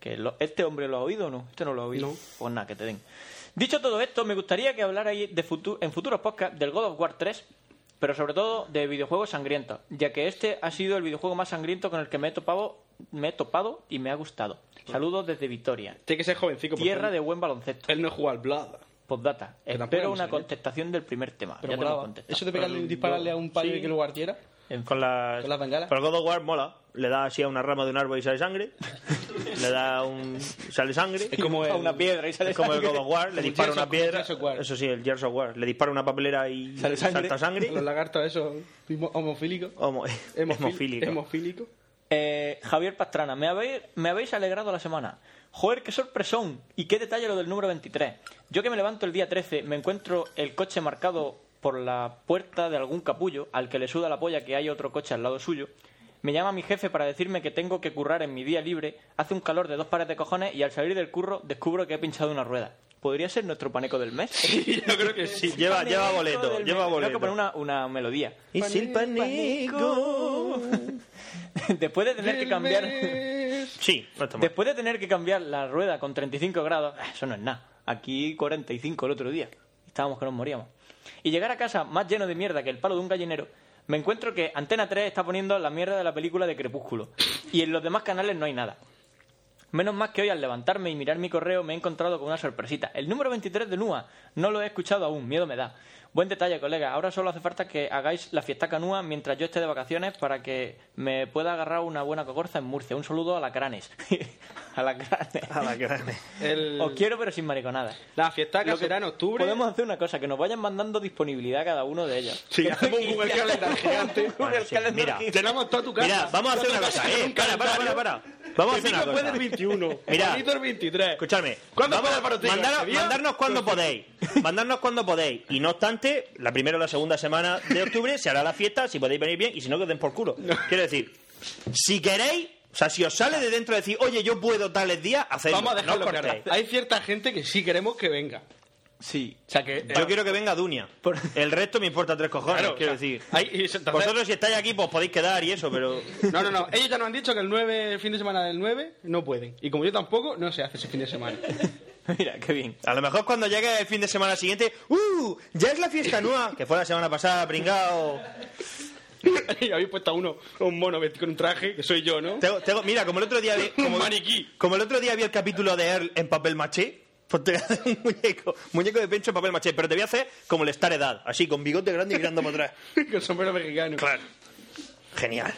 Speaker 6: Que lo- ¿Este hombre lo ha oído o no? Este no lo ha oído.
Speaker 7: No.
Speaker 6: Pues nada, que te den. Dicho todo esto, me gustaría que hablarais de futu- en futuros podcasts del God of War 3, pero sobre todo de videojuegos sangrientos, ya que este ha sido el videojuego más sangriento con el que me he topado, me he topado y me ha gustado. Saludos desde Vitoria,
Speaker 7: Tiene que ser jovencico. Pues porque
Speaker 6: tierra de buen baloncesto.
Speaker 7: Él no juega al Blood.
Speaker 6: Postdata.
Speaker 7: tampoco era
Speaker 6: Espero
Speaker 7: un
Speaker 6: una
Speaker 7: secreto.
Speaker 6: contestación del primer tema.
Speaker 7: Pero
Speaker 6: ya te lo he
Speaker 7: molaba.
Speaker 6: contestado.
Speaker 7: Eso de pegarle y dispararle a un palo y que lo guardiera.
Speaker 2: Con las.
Speaker 7: Con las bengalas.
Speaker 2: Pero God of War mola. Le da así a una rama de un árbol y sale sangre. Le da un. sale sangre.
Speaker 7: Es como
Speaker 6: a
Speaker 7: el-
Speaker 6: una piedra y sale
Speaker 2: Es como el
Speaker 6: sangre.
Speaker 2: God of War, le
Speaker 7: Como
Speaker 2: dispara
Speaker 7: Gears
Speaker 2: una
Speaker 7: of-
Speaker 2: piedra.
Speaker 7: Gears of War.
Speaker 2: Eso sí, el Gears of War. Le dispara una papelera y
Speaker 6: Sale sangre.
Speaker 2: salta sangre.
Speaker 7: Los lagartos esos homo- homofílicos.
Speaker 2: Homo-
Speaker 7: Hemofílico.
Speaker 2: Hemofílico.
Speaker 7: Hemofílico.
Speaker 6: Eh, Javier Pastrana, me habéis, me habéis alegrado la semana. Joder, qué sorpresón y qué detalle lo del número 23. Yo que me levanto el día 13, me encuentro el coche marcado por la puerta de algún capullo al que le suda la polla que hay otro coche al lado suyo. Me llama mi jefe para decirme que tengo que currar en mi día libre. Hace un calor de dos pares de cojones y al salir del curro descubro que he pinchado una rueda. ¿Podría ser nuestro paneco del mes?
Speaker 7: Yo creo que sí.
Speaker 2: Lleva, lleva
Speaker 6: Paneco
Speaker 2: boleto,
Speaker 6: del
Speaker 2: lleva
Speaker 6: mes. Tengo
Speaker 2: boleto.
Speaker 6: que poner una, una melodía.
Speaker 2: Y si el panico.
Speaker 6: Después de tener que cambiar...
Speaker 2: Sí, no está mal.
Speaker 6: Después de tener que cambiar la rueda con 35 grados, ah, eso no es nada. Aquí 45 el otro día. Estábamos que nos moríamos. Y llegar a casa más lleno de mierda que el palo de un gallinero, me encuentro que Antena 3 está poniendo la mierda de la película de Crepúsculo. Y en los demás canales no hay nada. Menos más que hoy al levantarme y mirar mi correo me he encontrado con una sorpresita. El número 23 de Nua. No lo he escuchado aún, miedo me da. Buen detalle, colega. Ahora solo hace falta que hagáis la fiesta canúa mientras yo esté de vacaciones para que me pueda agarrar una buena cogorza en Murcia. Un saludo a la cranes. a la cranes.
Speaker 2: A la grande.
Speaker 7: Ah, El-
Speaker 6: Os quiero pero sin mariconadas.
Speaker 7: La fiesta
Speaker 6: Lo
Speaker 7: que
Speaker 6: que
Speaker 7: será en octubre.
Speaker 6: Podemos hacer una cosa, que nos vayan mandando disponibilidad cada uno de ellos.
Speaker 7: Sí, hacemos un Google Calendar gigante.
Speaker 6: Google
Speaker 2: Bueno, sí,
Speaker 6: Calendar
Speaker 2: mira.
Speaker 6: gigante.
Speaker 7: Tenemos toda tu casa.
Speaker 2: Mira, vamos a hacer una cosa, eh. Para, para, para, para. Vamos a hacer
Speaker 7: Pepito
Speaker 2: una
Speaker 7: puede
Speaker 2: cosa.
Speaker 7: el 21.
Speaker 2: Mira.
Speaker 7: Juanito el 23.
Speaker 2: Escuchadme.
Speaker 7: ¿Cuándo
Speaker 2: Vamos
Speaker 7: puede
Speaker 2: a-
Speaker 7: el partido?
Speaker 2: mandar-
Speaker 7: ¿Sevilla?
Speaker 2: mandarnos cuando
Speaker 7: Pues
Speaker 2: podéis. Mandarnos cuando podéis. Y no obstante, la primera o la segunda semana de octubre se hará la fiesta, si podéis venir bien, y si no, que os den por culo. Quiero decir, si queréis, o sea, si os sale de dentro decir, oye, yo puedo tales días, hacedlo.
Speaker 7: Vamos a
Speaker 2: no os
Speaker 7: dejarlo
Speaker 2: cortéis.
Speaker 7: claro. Hay cierta gente que sí queremos que venga.
Speaker 6: Sí.
Speaker 7: O sea que.
Speaker 2: Yo quiero que venga Dunia. El resto me importa tres cojones,
Speaker 7: Claro,
Speaker 2: quiero
Speaker 7: o sea,
Speaker 2: decir.
Speaker 7: hay- y se- entonces-
Speaker 2: Vosotros si estáis aquí, pues podéis quedar y eso, pero...
Speaker 7: No, no, no. Ellos ya nos han dicho que el 9, el fin de semana del 9, no pueden. Y como yo tampoco, no se hace ese fin de semana.
Speaker 6: Mira, qué bien.
Speaker 2: A lo mejor cuando llegue el fin de semana siguiente, ¡uh! Ya es la fiesta nueva, que fue la semana pasada, pringao.
Speaker 7: y habéis puesto a uno, a un mono vestido con un traje, que soy yo, ¿no?
Speaker 2: Tengo- tengo- mira, como el otro día vi, como,
Speaker 7: Un maniquí.
Speaker 2: como el otro día vi el capítulo de Earl en papel maché, pues te voy a hacer un muñeco, muñeco de pencho en papel maché, pero te voy a hacer como el estar edad, así con bigote grande y mirando para atrás.
Speaker 7: con sombrero mexicano.
Speaker 2: Claro. Genial.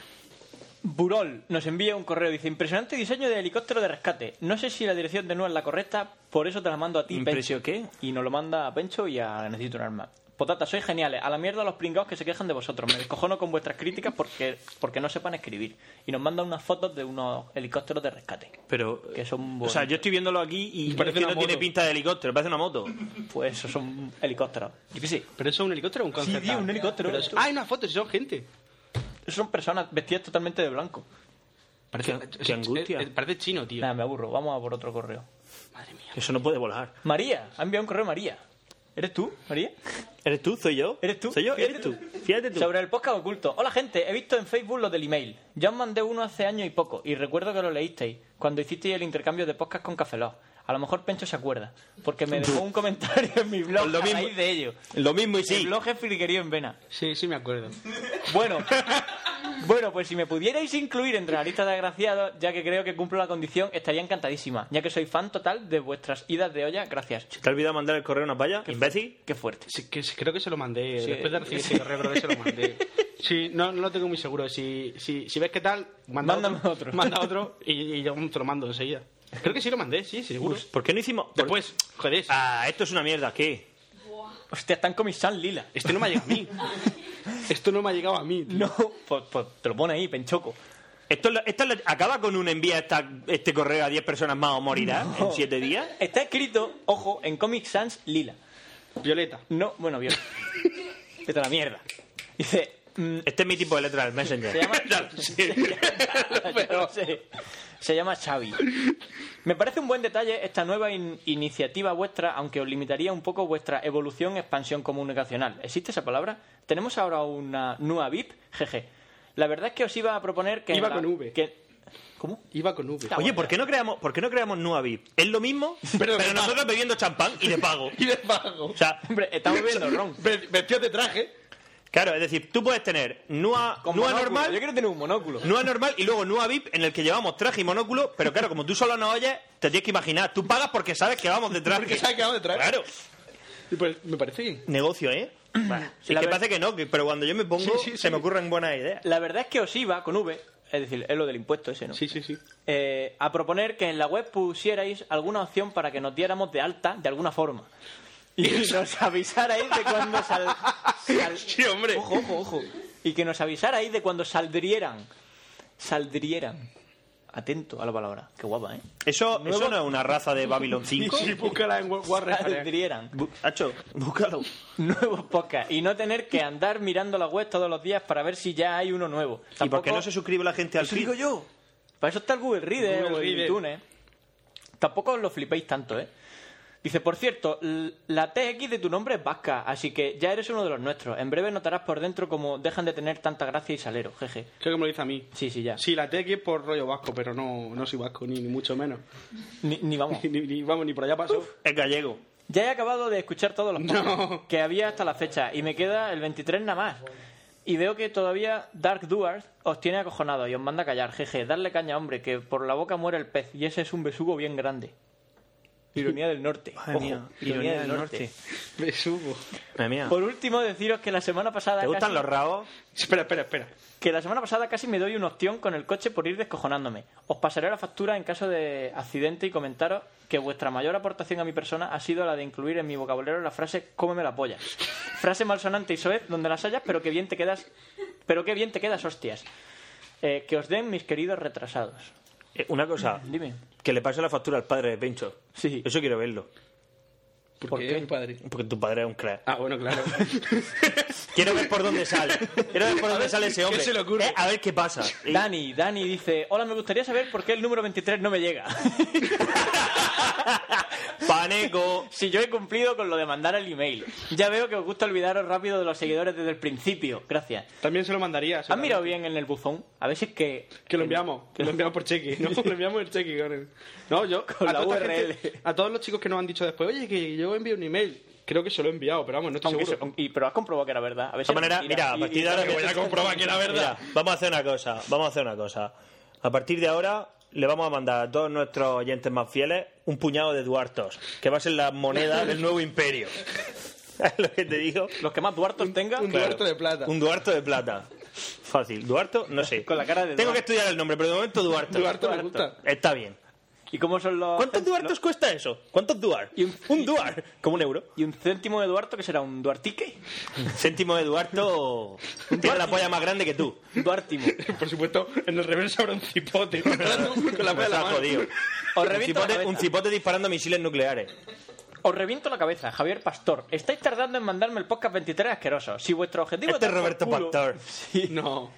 Speaker 6: Burol nos envía un correo. Dice, impresionante diseño de helicóptero de rescate. No sé si la dirección de no es la correcta, por eso te la mando a ti,
Speaker 2: ¿Impresio
Speaker 6: Pencho. Y nos lo manda a Pencho y a Necesito un arma. Potata, sois geniales. A la mierda los pringados que se quejan de vosotros. Me descojono con vuestras críticas porque, porque no sepan escribir. Y nos manda unas fotos de unos helicópteros de rescate.
Speaker 2: Pero...
Speaker 6: Que son
Speaker 2: O sea,
Speaker 6: bonitos.
Speaker 2: yo estoy viéndolo aquí y
Speaker 7: Parece
Speaker 2: es que
Speaker 7: una
Speaker 2: no tiene
Speaker 7: moto.
Speaker 2: pinta de helicóptero, parece una moto.
Speaker 6: Pues esos son helicópteros. Yo qué sé.
Speaker 7: ¿Pero eso es un helicóptero o un concept
Speaker 6: tío,
Speaker 7: art?
Speaker 6: un helicóptero.
Speaker 7: Pero eso- Ah, hay una foto, si son gente.
Speaker 6: Son personas vestidas totalmente de blanco.
Speaker 7: Parece,
Speaker 2: Qué- qué angustia.
Speaker 7: eh, eh, parece chino, tío.
Speaker 6: Nada, me aburro. Vamos a por otro correo.
Speaker 2: Eso no puede volar.
Speaker 6: María. Ha enviado un correo María. ¿Eres tú, María?
Speaker 2: ¿Eres tú? ¿Soy yo?
Speaker 6: ¿Eres tú?
Speaker 2: ¿Soy yo?
Speaker 6: Fíjate
Speaker 2: ¿Eres
Speaker 6: tú.
Speaker 2: tú? Fíjate tú.
Speaker 6: Sobre el podcast oculto. Hola gente, he visto en Facebook lo del email. Ya os mandé uno hace años y poco y recuerdo que lo leísteis cuando hicisteis el intercambio de podcast con Cafeló. A lo mejor Pencho se acuerda, porque me dejó un comentario en mi blog
Speaker 2: Pues lo
Speaker 6: a
Speaker 2: mismo.
Speaker 6: raíz de ello.
Speaker 2: Lo mismo y
Speaker 6: El
Speaker 2: sí.
Speaker 6: blog es Friquerío en Vena.
Speaker 7: Sí, sí me acuerdo.
Speaker 6: Bueno, bueno, pues si me pudierais incluir entre la lista de agraciados, ya que creo que cumplo la condición, estaría encantadísima, ya que soy fan total de vuestras idas de olla. Gracias.
Speaker 2: ¿Te has olvidado mandar el correo a una paya? ¿Imbécil?
Speaker 6: Qué fuerte.
Speaker 7: Sí, que, sí, creo que se lo mandé.
Speaker 6: Sí.
Speaker 7: Después de recibir ese correo, creo que se lo mandé. Sí, no, no lo tengo muy seguro. Si, si, si ves qué tal, manda
Speaker 6: Mándame
Speaker 7: otro.
Speaker 6: otro.
Speaker 7: Manda otro y, y yo te lo mando enseguida. Creo que sí lo mandé, sí, seguro.
Speaker 2: ¿Por qué no hicimos...? por-
Speaker 7: Después, joder,
Speaker 2: Ah, esto es una mierda, ¿qué?
Speaker 6: Hostia, están con mis San Lila.
Speaker 7: este no me ha llegado a mí. Esto no me ha llegado a mí. tío.
Speaker 6: No, pues, pues te lo pone ahí, penchoco.
Speaker 2: Esto, es la- esta es la- acaba con un envía esta- este correo a 10 personas más o morirá en 7 días.
Speaker 6: Está escrito, ojo, en Comic Sans lila.
Speaker 7: Violeta.
Speaker 6: No, bueno, bien. Vete a la mierda. Dice, mm,
Speaker 2: Este es mi tipo de letra del
Speaker 6: se
Speaker 2: Messenger.
Speaker 6: llama... Yo no sé. Se llama Xavi. Me parece un buen detalle esta nueva in- iniciativa vuestra, aunque os limitaría un poco vuestra evolución, expansión comunicacional. ¿Existe esa palabra? Tenemos ahora una nueva VIP, jeje. La verdad es que os iba a proponer que...
Speaker 7: Iba
Speaker 6: la-
Speaker 7: con V.
Speaker 6: que- ¿Cómo?
Speaker 7: Iba con V.
Speaker 2: Oye, ¿por qué no creamos, por qué no creamos Nueva VIP? Es lo mismo, pero,
Speaker 7: Pero de pago.
Speaker 2: nosotros bebiendo champán y de pago.
Speaker 7: Y de pago.
Speaker 2: O sea,
Speaker 6: Hombre, estamos viendo ron.
Speaker 7: Ve- Vestido de traje.
Speaker 2: claro, es decir, tú puedes tener Nua,
Speaker 6: Con
Speaker 2: Nua
Speaker 6: monóculo. Yo
Speaker 2: normal,
Speaker 6: quiero tener un monóculo.
Speaker 2: Nua normal y luego Nua VIP en el que llevamos traje y monóculo, pero claro, como tú solo no oyes, te tienes que imaginar. Tú pagas porque sabes que vamos de traje.
Speaker 7: Porque se ha quedado de traje.
Speaker 2: Claro.
Speaker 7: Y pues, me parece bien.
Speaker 2: Negocio, ¿eh? Sí,
Speaker 6: La
Speaker 2: que
Speaker 6: ver-
Speaker 2: parece que no, que- pero cuando yo me pongo
Speaker 7: Sí, sí, sí.
Speaker 2: se me ocurren buenas ideas.
Speaker 6: La verdad es que os iba con V, es decir, es lo del impuesto ese, ¿no?
Speaker 7: Sí, sí, sí.
Speaker 6: Eh, a proponer que en la web pusierais alguna opción para que nos diéramos de alta de alguna forma. Y nos avisarais de cuando sal, sal-
Speaker 7: Sí, hombre.
Speaker 6: Ojo, ojo, ojo. Y que nos avisarais de cuando saldrieran. Saldrieran. Atento a la palabra. Qué guapa, ¿eh?
Speaker 2: Eso, eso no es una raza de Babylon 5.
Speaker 7: Sí, búscala en War- Warren.
Speaker 6: Saldrieran.
Speaker 2: Bu- Hacho, búscalo.
Speaker 6: Nuevos podcasts. Y no tener que andar mirando la web todos los días para ver si ya hay uno
Speaker 2: ¿Y
Speaker 6: nuevo.
Speaker 2: por qué
Speaker 6: Tampoco-
Speaker 2: no se suscribe la gente al
Speaker 6: Eso
Speaker 2: feed?
Speaker 6: digo yo. Para eso está el Google Reader
Speaker 7: Google
Speaker 6: o el
Speaker 7: Reader.
Speaker 6: iTunes. Tampoco os lo flipéis tanto, ¿eh? Dice, por cierto, l- la TX de tu nombre es vasca, así que ya eres uno de los nuestros. En breve notarás por dentro como dejan de tener tanta gracia y salero, jeje.
Speaker 7: Creo que me lo dice a mí.
Speaker 6: Sí, sí, ya.
Speaker 7: Sí, la TX es por rollo vasco, pero no, no soy vasco, ni, ni mucho menos.
Speaker 6: Ni, ni vamos.
Speaker 7: Ni, ni- vamos, ni por allá pasó.
Speaker 2: Es gallego.
Speaker 6: Ya he acabado de escuchar todos los
Speaker 7: No.
Speaker 6: podcasts que había hasta la fecha y me queda el 23 nada más. Y veo que todavía Dark Duars os tiene acojonado y os manda a callar, jeje. Darle caña, hombre, que por la boca muere el pez y ese es un besugo bien grande. Ironía del norte.
Speaker 2: Madre
Speaker 6: Ojo,
Speaker 2: mía, ironía del norte.
Speaker 7: Me subo.
Speaker 2: Madre mía.
Speaker 6: Por último, deciros que la semana pasada
Speaker 2: ¿Te gustan
Speaker 6: casi,
Speaker 2: los rabos?
Speaker 7: Espera, espera, espera.
Speaker 6: que la semana pasada casi me doy un opción con el coche por ir descojonándome. Os pasaré la factura en caso de accidente y comentaros que vuestra mayor aportación a mi persona ha sido la de incluir en mi vocabulario la frase cómeme la polla. Frase malsonante y soez donde las hayas, pero que bien te quedas, pero que bien te quedas, hostias. Eh, que os den mis queridos retrasados.
Speaker 2: Eh, una cosa,
Speaker 6: Dime.
Speaker 2: que le pase la factura al padre de Pencho.
Speaker 6: Sí.
Speaker 2: Eso quiero verlo.
Speaker 7: ¿Por,
Speaker 6: ¿Por
Speaker 7: qué,
Speaker 6: qué?
Speaker 7: mi padre?
Speaker 2: Porque tu padre es un crack.
Speaker 7: Ah, bueno, claro.
Speaker 2: Quiero ver por dónde sale. Quiero ver por dónde sale ese hombre.
Speaker 7: se le ocurre?
Speaker 2: Eh, a ver qué pasa. Y-
Speaker 6: Dani, Dani dice, hola, me gustaría saber por qué el número 23 no me llega.
Speaker 2: Paneco.
Speaker 6: si yo he cumplido con lo de mandar el email. Ya veo que os gusta olvidaros rápido de los seguidores desde el principio. Gracias.
Speaker 7: También se lo mandaría.
Speaker 6: ¿Has
Speaker 7: seguramente.
Speaker 6: mirado bien en el buzón? A veces que...
Speaker 7: Que lo enviamos, que lo enviamos por cheque, ¿no? lo enviamos el cheque, cabrón. No, yo,
Speaker 6: Con
Speaker 7: a,
Speaker 6: la
Speaker 7: toda esta
Speaker 6: URL.
Speaker 7: gente- a todos los chicos que nos han dicho después, oye, que yo envío un email, creo que se lo he enviado, pero vamos, no estoy
Speaker 6: Aunque
Speaker 7: seguro.
Speaker 6: eso- y, pero has comprobado que era verdad. A
Speaker 2: De esta manera, mira, a partir de ahora.
Speaker 7: voy a comprobar que era verdad.
Speaker 2: Mira, vamos a hacer una cosa, vamos a hacer una cosa. A partir de ahora le vamos a mandar a todos nuestros oyentes más fieles un puñado de duartos, que va a ser la moneda del nuevo imperio. ¿Sabes lo que te digo?
Speaker 6: Los que más duartos tengan...
Speaker 7: un duarto de plata.
Speaker 2: Un duarto de plata. Fácil. Duarto, no sé.
Speaker 6: Con la cara de
Speaker 2: Tengo que
Speaker 6: Duarte.
Speaker 2: estudiar el nombre, pero de momento duarto.
Speaker 7: Duarte me gusta.
Speaker 2: Está bien.
Speaker 6: ¿Y cómo son los...?
Speaker 2: ¿Cuántos duartos cuesta eso? ¿Cuántos duar?
Speaker 6: Y un-
Speaker 2: Un duar. Como un euro.
Speaker 6: ¿Y un céntimo de Duarto que será un Duartique?
Speaker 2: Céntimo de duarto tiene la polla más grande que tú.
Speaker 6: Un Duartimo.
Speaker 7: Por supuesto, en el reverso habrá un cipote. con la
Speaker 2: Me
Speaker 7: pala
Speaker 2: está
Speaker 7: mano.
Speaker 2: jodido.
Speaker 6: Os
Speaker 2: Un
Speaker 6: reviento la
Speaker 2: cipote,
Speaker 6: cabeza.
Speaker 2: un cipote disparando misiles nucleares.
Speaker 6: Os reviento la cabeza, Javier Pastor. Estáis tardando en mandarme el podcast 23 asqueroso. Si vuestro objetivo
Speaker 2: Este es
Speaker 6: dar por
Speaker 2: Roberto
Speaker 6: culo-
Speaker 2: Pastor.
Speaker 6: Sí.
Speaker 7: No.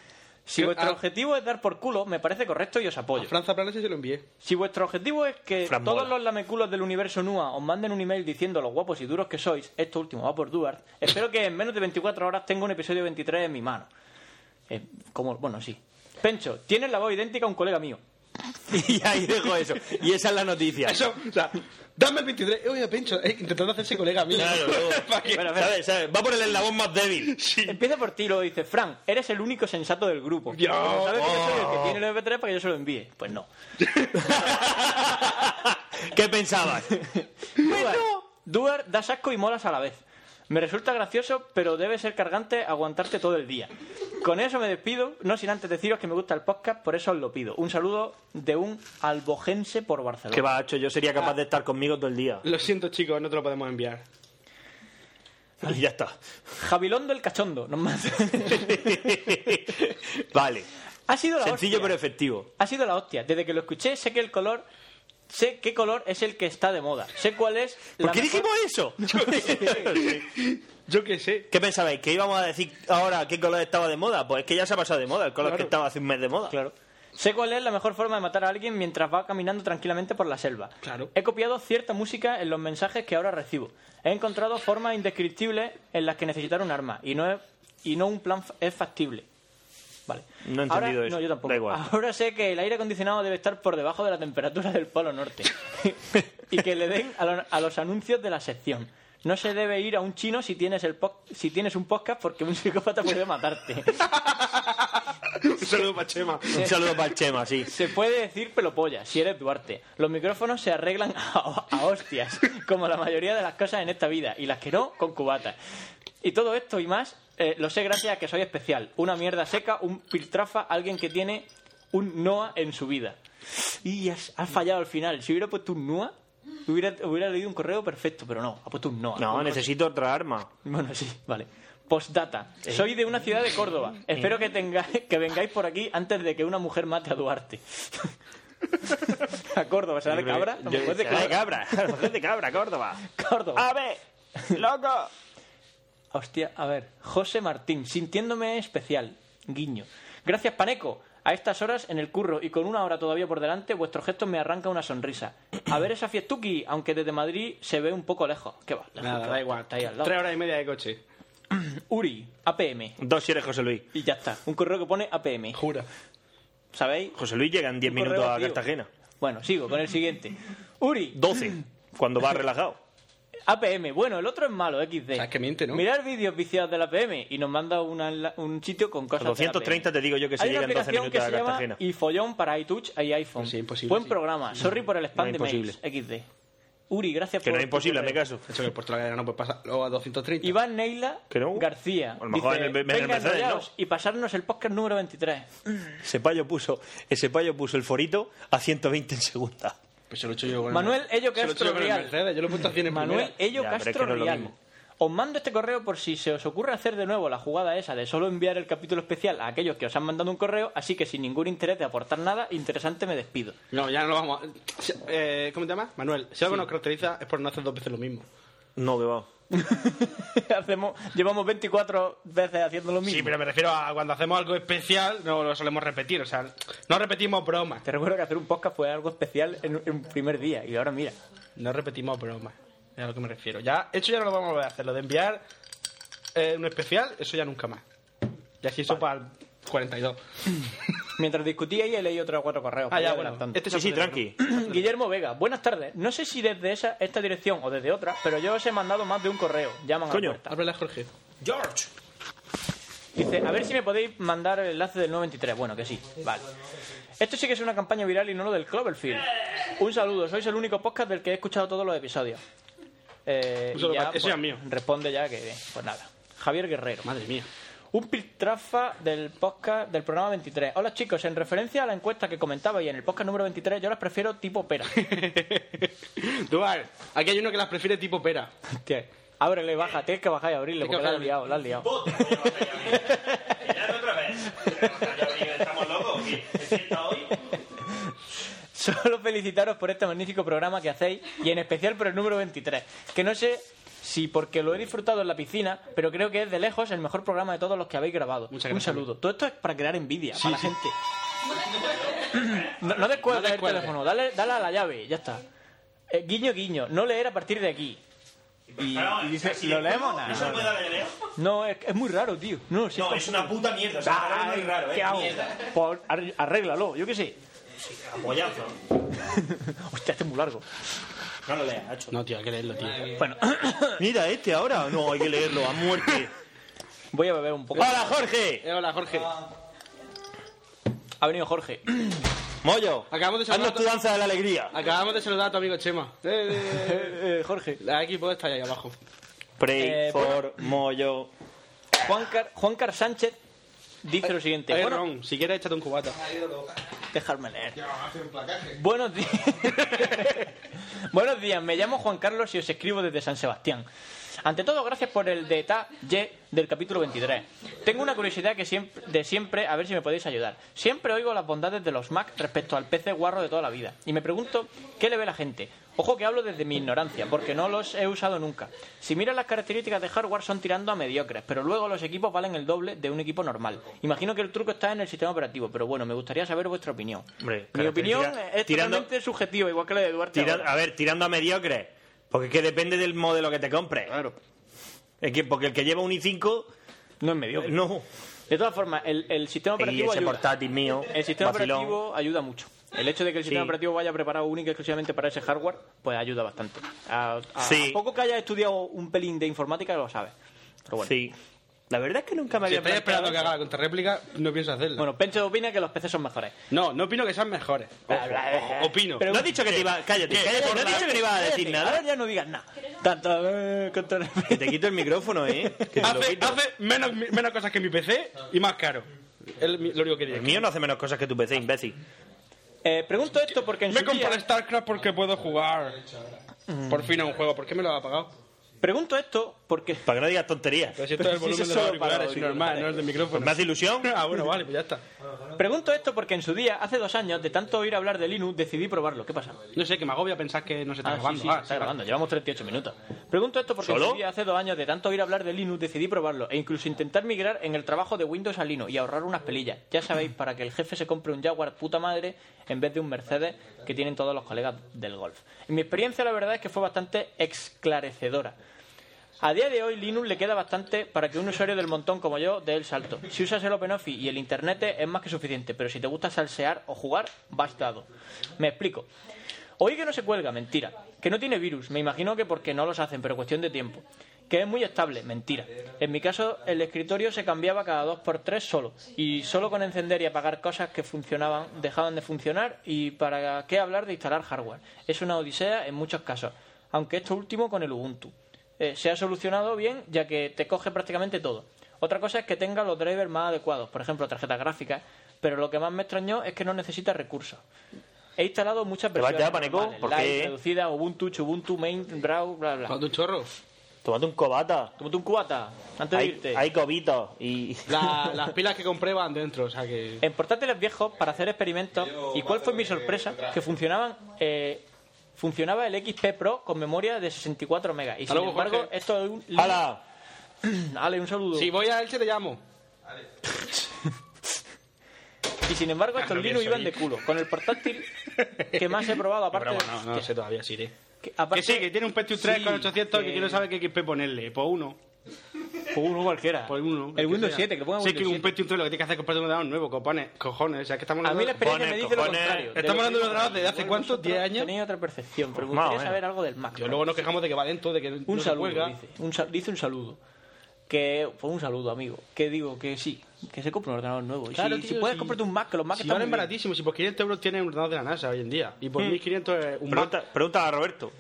Speaker 6: Si
Speaker 7: Yo-
Speaker 6: vuestro
Speaker 7: a-
Speaker 6: objetivo es dar por culo, me parece correcto y os
Speaker 7: A
Speaker 6: apoyo.
Speaker 7: Franza Planes se lo envié.
Speaker 6: Si vuestro objetivo es que
Speaker 2: Fran
Speaker 6: todos
Speaker 2: mola.
Speaker 6: los lameculos del universo NUA os manden un email diciendo los guapos y duros que sois, esto último va por Duarte, espero que en menos de 24 horas tenga un episodio 23 en mi mano. Eh, como, bueno, sí. Pencho, tienes la voz idéntica a un colega mío.
Speaker 2: Y ahí dejo eso. Y esa es la noticia.
Speaker 7: Eso, o sea, dame el 23. Eh, Oye, Pencho, eh, intentando hacerse colega mío.
Speaker 2: Claro, luego.
Speaker 7: ¿Para qué?
Speaker 6: Bueno, a ver.
Speaker 2: ¿Sabes? ¿Sabes? Va por el eslabón más débil.
Speaker 6: Empieza por ti y luego dice, Fran, eres el único sensato del grupo.
Speaker 7: Dios.
Speaker 6: ¿Sabes que yo soy el que tiene el MP3 para que yo se lo envíe? Pues no.
Speaker 2: ¿Qué pensabas?
Speaker 6: Duar, Duar das asco y molas a la vez. Me resulta gracioso, pero debe ser cargante aguantarte todo el día. Con eso me despido, no sin antes deciros que me gusta el podcast, por eso os lo pido. Un saludo de un albojense por Barcelona.
Speaker 2: ¿Qué va, Acho? Yo sería capaz de estar conmigo todo el día.
Speaker 7: Lo siento, chicos, no te lo podemos enviar.
Speaker 2: Y ya está.
Speaker 6: Jabilondo el cachondo, no más.
Speaker 2: vale.
Speaker 6: ha sido la
Speaker 2: Sencillo
Speaker 6: hostia.
Speaker 2: pero efectivo.
Speaker 6: Ha sido la hostia. Desde que lo escuché sé que el color... Sé qué color es el que está de moda. Sé cuál es
Speaker 2: ¿Por
Speaker 6: la
Speaker 2: qué
Speaker 6: mejor-
Speaker 2: dijimos eso?
Speaker 7: Yo qué sé.
Speaker 2: ¿Qué pensabais? ¿Que íbamos a decir ahora qué color estaba de moda? Pues es que ya se ha pasado de moda el color que estaba hace un mes de moda.
Speaker 6: Claro. Sé cuál es la mejor forma de matar a alguien mientras va caminando tranquilamente por la selva.
Speaker 7: Claro.
Speaker 6: He copiado cierta música en los mensajes que ahora recibo. He encontrado formas indescriptibles en las que necesitar un arma y no, es- y no un plan fa- es factible. Vale.
Speaker 2: No he
Speaker 6: Ahora-
Speaker 2: entendido eso.
Speaker 6: No, yo tampoco.
Speaker 2: Da igual.
Speaker 6: Ahora sé que el aire acondicionado debe estar por debajo de la temperatura del Polo Norte y que le den a, lo- a los anuncios de la sección. No se debe ir a un chino si tienes, el po- si tienes un podcast porque un psicópata puede matarte.
Speaker 7: Un saludo para Chema.
Speaker 2: Un saludo para el Chema, sí.
Speaker 6: Se puede decir pelopolla si eres Duarte. Los micrófonos se arreglan a, a hostias, como la mayoría de las cosas en esta vida, y las que no, con cubatas. Y todo esto y más eh, lo sé gracias a que soy especial. Una mierda seca, un piltrafa, alguien que tiene un Noah en su vida. Y has, has fallado al final. Si hubiera puesto un Noah, hubiera, hubiera leído un correo perfecto, pero no, ha puesto un Noah.
Speaker 2: No,
Speaker 6: Un-
Speaker 2: necesito otra arma.
Speaker 6: bueno, sí, vale. Postdata. Soy de una ciudad de Córdoba. Espero que, tengáis, que vengáis por aquí antes de que una mujer mate a Duarte. a Córdoba, ¿será de cabra? A lo
Speaker 2: Yo-
Speaker 6: mejor de
Speaker 2: será de
Speaker 6: cabra.
Speaker 2: cabra. A lo mejor de cabra, Córdoba.
Speaker 6: Córdoba.
Speaker 2: A ver, loco.
Speaker 6: Hostia, a ver. José Martín, sintiéndome especial. Guiño. Gracias, Paneco. A estas horas en el curro y con una hora todavía por delante, vuestro gesto me arranca una sonrisa. A ver esa fiestuki, aunque desde Madrid se ve un poco lejos. ¿Qué va? lejos,
Speaker 7: Nada,
Speaker 6: qué
Speaker 7: da
Speaker 6: va,
Speaker 7: igual.
Speaker 6: Está ahí al lado.
Speaker 7: Tres horas y media de coche.
Speaker 6: Uri, APM.
Speaker 2: Dos si eres José Luis.
Speaker 6: Y ya está. Un correo que pone APM.
Speaker 7: Jura.
Speaker 6: ¿Sabéis?
Speaker 2: José Luis llega en 10
Speaker 6: Un correo
Speaker 2: minutos a
Speaker 6: vacío.
Speaker 2: Cartagena.
Speaker 6: Bueno, sigo con el siguiente. Uri,
Speaker 2: 12, cuando va relajado.
Speaker 6: APM. Bueno, el otro es malo, XD.
Speaker 7: sea, que miente, ¿no?
Speaker 6: Mirar vídeos viciados del APM y nos manda una enla- un sitio con
Speaker 2: A
Speaker 6: cosas.
Speaker 2: 230 te digo yo que se llega en 12 minutos a Cartagena.
Speaker 6: Y follón para iTouch y iPhone.
Speaker 7: Pues sí, imposible,
Speaker 6: Buen
Speaker 7: sí.
Speaker 6: programa. Sorry por el spam
Speaker 2: No,
Speaker 6: de mails. XD. Uri, gracias
Speaker 2: Que
Speaker 6: por.
Speaker 2: no es imposible,
Speaker 6: tu
Speaker 2: me
Speaker 6: correo.
Speaker 2: caso.
Speaker 7: Eso que por toda la cadena no puede pasar. pues Luego a 230.
Speaker 6: Iván Neila
Speaker 2: Que no.
Speaker 6: García.
Speaker 2: A lo mejor
Speaker 6: dice,
Speaker 2: en el- en el
Speaker 6: "Venga,
Speaker 2: Mercedes, ¿no?"
Speaker 6: enrollaos Y pasarnos el podcast número 23.
Speaker 2: Ese payo puso, ese payo puso el forito a 120 en segunda.
Speaker 7: Pues se lo he hecho yo con el-
Speaker 6: Manuel Ello
Speaker 7: se lo he hecho
Speaker 6: Castro
Speaker 7: yo con el
Speaker 6: Real.
Speaker 7: Mercedes, Yo lo he puesto a 100 en
Speaker 6: Manuel
Speaker 7: primera.
Speaker 6: Ello
Speaker 2: Ya, pero es
Speaker 6: Castro
Speaker 2: que no es lo
Speaker 6: Real.
Speaker 2: mismo.
Speaker 6: Os mando este correo por si se os ocurre hacer de nuevo la jugada esa de solo enviar el capítulo especial a aquellos que os han mandado un correo, así que sin ningún interés de aportar nada interesante me despido.
Speaker 7: No, ya no lo vamos a... Eh, ¿Cómo te llamas? Manuel, si algo nos caracteriza es por no hacer dos veces lo mismo.
Speaker 2: No, que va.
Speaker 6: Hacemos, llevamos 24 veces haciendo lo mismo.
Speaker 7: Sí, pero me refiero a cuando hacemos algo especial, no lo solemos repetir, o sea, no repetimos bromas.
Speaker 6: Te recuerdo que hacer un podcast fue algo especial en en un primer día y ahora mira.
Speaker 7: No repetimos bromas, es a lo que me refiero. Ya, eso ya no lo vamos a volver a hacer, lo de enviar eh, un especial, eso ya nunca más. Y así eso para el 42.
Speaker 6: Mientras discutía y he leído otros cuatro correos.
Speaker 7: Ah,
Speaker 6: voy
Speaker 7: ya, bueno.
Speaker 6: adelantando.
Speaker 7: Este
Speaker 2: Sí, sí,
Speaker 7: el primero.
Speaker 2: tranqui.
Speaker 6: Guillermo Vega, buenas tardes. No sé si desde esa, esta dirección o desde otra, pero yo os he mandado más de un correo. Llaman
Speaker 2: Coño.
Speaker 6: a la puerta.
Speaker 7: Háblale a Jorge.
Speaker 3: George.
Speaker 6: Dice, a ver si me podéis mandar el enlace del 93. Bueno, que sí, vale. Esto sí que es una campaña viral y no lo del Cloverfield. Un saludo, sois el único podcast del que he escuchado todos los episodios. Eh,
Speaker 7: Un saludo
Speaker 6: y
Speaker 7: para- eso ya es mío.
Speaker 6: Responde ya que, pues nada. Javier Guerrero.
Speaker 7: Madre mía.
Speaker 6: Un piltrafa del podcast del programa 23. Hola chicos, en referencia a la encuesta que comentaba y en el podcast número 23, yo las prefiero tipo pera.
Speaker 7: Dual, aquí hay uno que las prefiere tipo pera.
Speaker 6: Hostia, ábrele, baja, tienes que bajar y abrirle,
Speaker 7: Tienes que
Speaker 6: porque la has liado,
Speaker 7: bajar.
Speaker 6: la has liado.
Speaker 3: Mirad otra vez. ¿Estamos locos? ¿Qué? ¿Se sienta hoy?
Speaker 6: Solo felicitaros por este magnífico programa que hacéis y en especial por el número 23, que no sé si porque lo he disfrutado en la piscina, pero creo que es de lejos el mejor programa de todos los que habéis grabado.
Speaker 7: Muchas
Speaker 6: Un
Speaker 7: gracias.
Speaker 6: saludo. Todo esto es para crear envidia para la
Speaker 7: sí.
Speaker 6: gente. No, no descuelgues
Speaker 7: No
Speaker 6: el
Speaker 7: descuelgues.
Speaker 6: teléfono, dale, dale a la llave, ya está. Eh, guiño, guiño, no leer a partir de aquí. Y, y dice, ¿lo leemos? o
Speaker 3: ¿Eso
Speaker 6: nada?
Speaker 3: puede haber leído?
Speaker 6: No, es, es muy raro, tío. No, sí,
Speaker 3: No, es una puta mierda. O sea, la palabra es muy raro,
Speaker 6: Ah, ¿Qué
Speaker 3: ¿eh?
Speaker 6: hago?
Speaker 3: Mierda.
Speaker 6: Pues ar- arréglalo, yo qué sé.
Speaker 3: Apoyazo.
Speaker 6: Hostia, este es muy largo.
Speaker 3: No lo leas, Nacho.
Speaker 7: No, tío, hay que leerlo, tío.
Speaker 6: Bueno,
Speaker 2: Mira, este ahora. No, hay que leerlo a muerte.
Speaker 6: voy a beber un poco.
Speaker 2: ¡Hola, Jorge!
Speaker 7: Eh, hola, Jorge.
Speaker 6: Ha venido Jorge.
Speaker 2: Mollo,
Speaker 7: Acabamos de saludar
Speaker 2: haznos tu danza de la alegría.
Speaker 7: Acabamos de saludar a tu amigo Chema. Eh, eh,
Speaker 6: Jorge.
Speaker 7: eh. La equipo está ahí abajo.
Speaker 2: Pray
Speaker 6: Eh,
Speaker 2: for Moyo.
Speaker 6: Juan Car, Juan Car Sánchez dice lo siguiente.
Speaker 7: Eh,
Speaker 6: Bueno,
Speaker 7: Ron, si quieres, échate un cubata.
Speaker 6: dejarme leer. Buenos días. Buenos días, me llamo Juan Carlos y os escribo desde San Sebastián. Ante todo, gracias por el detalle del capítulo 23. Tengo una curiosidad que siempre, de siempre, a ver si me podéis ayudar. Siempre oigo las bondades de los Mac respecto al PC guarro de toda la vida. Y me pregunto, ¿qué le ve la gente? Ojo que hablo desde mi ignorancia, porque no los he usado nunca. Si miras las características de hardware son tirando a mediocres, pero luego los equipos valen el doble de un equipo normal. Imagino que el truco está en el sistema operativo, pero bueno, me gustaría saber vuestra opinión.
Speaker 2: Hombre,
Speaker 6: mi
Speaker 2: característica-
Speaker 6: opinión es
Speaker 2: tirando-
Speaker 6: totalmente subjetiva, igual que la de Duarte.
Speaker 2: Tira-
Speaker 6: ahora.
Speaker 2: a ver, tirando a mediocre. Porque es que depende del modelo que te compres. Claro. Es que, porque el que lleva un i5,
Speaker 6: No es mediocre.
Speaker 2: no.
Speaker 6: De todas formas, el, el sistema
Speaker 2: Y
Speaker 6: operativo
Speaker 2: ese
Speaker 6: ayuda.
Speaker 2: portátil mío.
Speaker 6: El sistema
Speaker 2: vacilón.
Speaker 6: operativo ayuda mucho. El hecho de que el sistema
Speaker 2: Sí.
Speaker 6: operativo vaya preparado única y exclusivamente para ese hardware, pues ayuda bastante. A, a-
Speaker 2: Sí.
Speaker 6: a poco que hayas estudiado un pelín de informática, lo sabes. Pero bueno.
Speaker 2: Sí. La verdad es que nunca me
Speaker 7: Si
Speaker 2: había
Speaker 7: estáis
Speaker 2: planteado
Speaker 7: esperando que haga la contrarréplica, no pienso hacerla.
Speaker 6: Bueno, Pencho opina que los peces son mejores.
Speaker 7: No, no opino que sean mejores. Ojo, ojo, opino.
Speaker 2: No has dicho que te iba. Cállate, cállate, No has dicho que te iba a decir
Speaker 6: Cállate,
Speaker 2: nada.
Speaker 6: Ahora ya no digas nada. Tanto, eh, que te-
Speaker 2: Que te quito el micrófono, ¿eh? Que te lo
Speaker 7: hace,
Speaker 2: quito.
Speaker 7: hace menos, menos cosas que mi PC y más caro. Es lo único que
Speaker 2: El
Speaker 7: digo.
Speaker 2: mío no hace menos cosas que tu PC, imbécil.
Speaker 6: Eh, pregunto esto porque en
Speaker 7: Me
Speaker 6: su día-
Speaker 7: compré StarCraft porque puedo jugar. Por fin a un juego. ¿Por qué me lo ha pagado?
Speaker 6: Pregunto esto porque...
Speaker 2: Para que no digas tonterías. Pues
Speaker 7: Pero si esto es
Speaker 6: Pero
Speaker 7: el
Speaker 6: si
Speaker 7: volumen
Speaker 6: eso
Speaker 7: de los
Speaker 6: solo para los
Speaker 7: auriculares, es normal, no es del micrófono.
Speaker 2: ¿Me hace ilusión?
Speaker 7: Ah, bueno, vale, pues ya está.
Speaker 6: Pregunto esto porque en su día, hace dos años, de tanto oír hablar de Linux, decidí probarlo. ¿Qué pasa?
Speaker 7: No sé, que me agobia pensar que no se está
Speaker 6: Ah,
Speaker 7: grabando.
Speaker 6: sí, sí,
Speaker 7: Ah,
Speaker 6: se está
Speaker 7: sí,
Speaker 6: grabando. Llevamos 38 minutos. Pregunto esto porque
Speaker 2: ¿Solo?
Speaker 6: en su día, hace dos años de tanto oír hablar de Linux decidí probarlo e incluso intentar migrar en el trabajo de Windows a Linux y ahorrar unas pelillas. Ya sabéis, para que el jefe se compre un Jaguar puta madre en vez de un Mercedes que tienen todos los colegas del golf. En mi experiencia la verdad es que fue bastante esclarecedora. A día de hoy Linux le queda bastante para que un usuario del montón como yo dé el salto. Si usas el OpenOffice y el Internet es más que suficiente, pero si te gusta salsear o jugar, vas dado. Me explico. Oí que no se cuelga, mentira. Que no tiene virus, me imagino que porque no los hacen, pero cuestión de tiempo. Que es muy estable, mentira. En mi caso, el escritorio se cambiaba cada dos por tres solo. Y solo con encender y apagar cosas que funcionaban, dejaban de funcionar. Y para qué hablar de instalar hardware. Es una odisea en muchos casos. Aunque esto último con el Ubuntu. Eh, se ha solucionado bien, ya que te coge prácticamente todo. Otra cosa es que tenga los drivers más adecuados, por ejemplo, tarjetas gráficas. Pero lo que más me extrañó es que no necesita recursos. He instalado muchas
Speaker 2: vas
Speaker 6: versiones.
Speaker 2: ya, Paneco?
Speaker 6: normales,
Speaker 2: ¿Por
Speaker 6: Live,
Speaker 2: qué?
Speaker 6: reducida, Ubuntu, Chubuntu, Main, Brawl, bla, bla.
Speaker 7: ¿Cuánto un chorro?
Speaker 2: Tómate un cobata.
Speaker 6: Tómate un cubata antes de
Speaker 2: Hay,
Speaker 6: irte.
Speaker 2: hay cobitos y...
Speaker 7: La- las pilas que compré van dentro, o sea que.
Speaker 6: en portátiles viejos para hacer experimentos y cuál fue mi sorpresa que funcionaban eh, funcionaba el XP Pro con memoria de 64 megas y
Speaker 7: Hasta
Speaker 6: sin
Speaker 7: luego,
Speaker 6: embargo
Speaker 7: Jorge.
Speaker 6: esto es un
Speaker 2: ¡Hala!
Speaker 6: Ale, un saludo
Speaker 7: Si voy a Elche te llamo.
Speaker 6: y sin embargo estos
Speaker 7: Claro,
Speaker 6: Linux
Speaker 7: que
Speaker 6: iban
Speaker 7: soy.
Speaker 6: de culo con el portátil que más he probado aparte
Speaker 7: Pero bueno, no,
Speaker 6: que-
Speaker 7: sé todavía si iré.
Speaker 6: que,
Speaker 7: Que
Speaker 6: aparte-
Speaker 7: sí, que tiene un Pentium 3 con
Speaker 6: Sí,
Speaker 7: 800 que... quiero saber qué XP ponerle. Por uno,
Speaker 6: Por Pues uno cualquiera.
Speaker 7: por Pues uno.
Speaker 6: El Windows
Speaker 7: sea.
Speaker 6: 7, que le ponga
Speaker 7: Sí,
Speaker 6: Windows
Speaker 7: que un
Speaker 6: 7.
Speaker 7: Pentium 3 lo que tienes que hacer es comprarte un ordenador nuevo, cojones. Cojones, o sea que estamos
Speaker 6: A mí la experiencia
Speaker 2: Cojones,
Speaker 6: me dice lo
Speaker 2: cojones.
Speaker 6: contrario. De
Speaker 7: Estamos
Speaker 6: lo
Speaker 7: hablando
Speaker 6: que
Speaker 7: de ordenador desde hace
Speaker 6: vosotros
Speaker 7: cuánto, 10 años.
Speaker 6: Tenéis otra percepción, pero me
Speaker 2: Más o menos.
Speaker 6: gustaría saber algo del Mac.
Speaker 7: Yo luego nos quejamos de que va dentro, de que
Speaker 6: Un
Speaker 7: no se
Speaker 6: saludo,
Speaker 7: cuelga.
Speaker 6: dice. Un, sal- dice un saludo. Que fue un saludo, amigo. Que digo que sí, que se compra un ordenador nuevo. Y
Speaker 7: Claro,
Speaker 6: si, si
Speaker 7: tío,
Speaker 6: puedes
Speaker 7: si-
Speaker 6: comprarte un Mac, que los Mac
Speaker 7: Si
Speaker 6: están
Speaker 7: valen
Speaker 6: muy bien. Hmm.
Speaker 7: baratísimos, si por 500 euros tienen un ordenador de la NASA hoy en día. Y por 1500 es un Mac.
Speaker 2: Pregunta, pregunta a Roberto.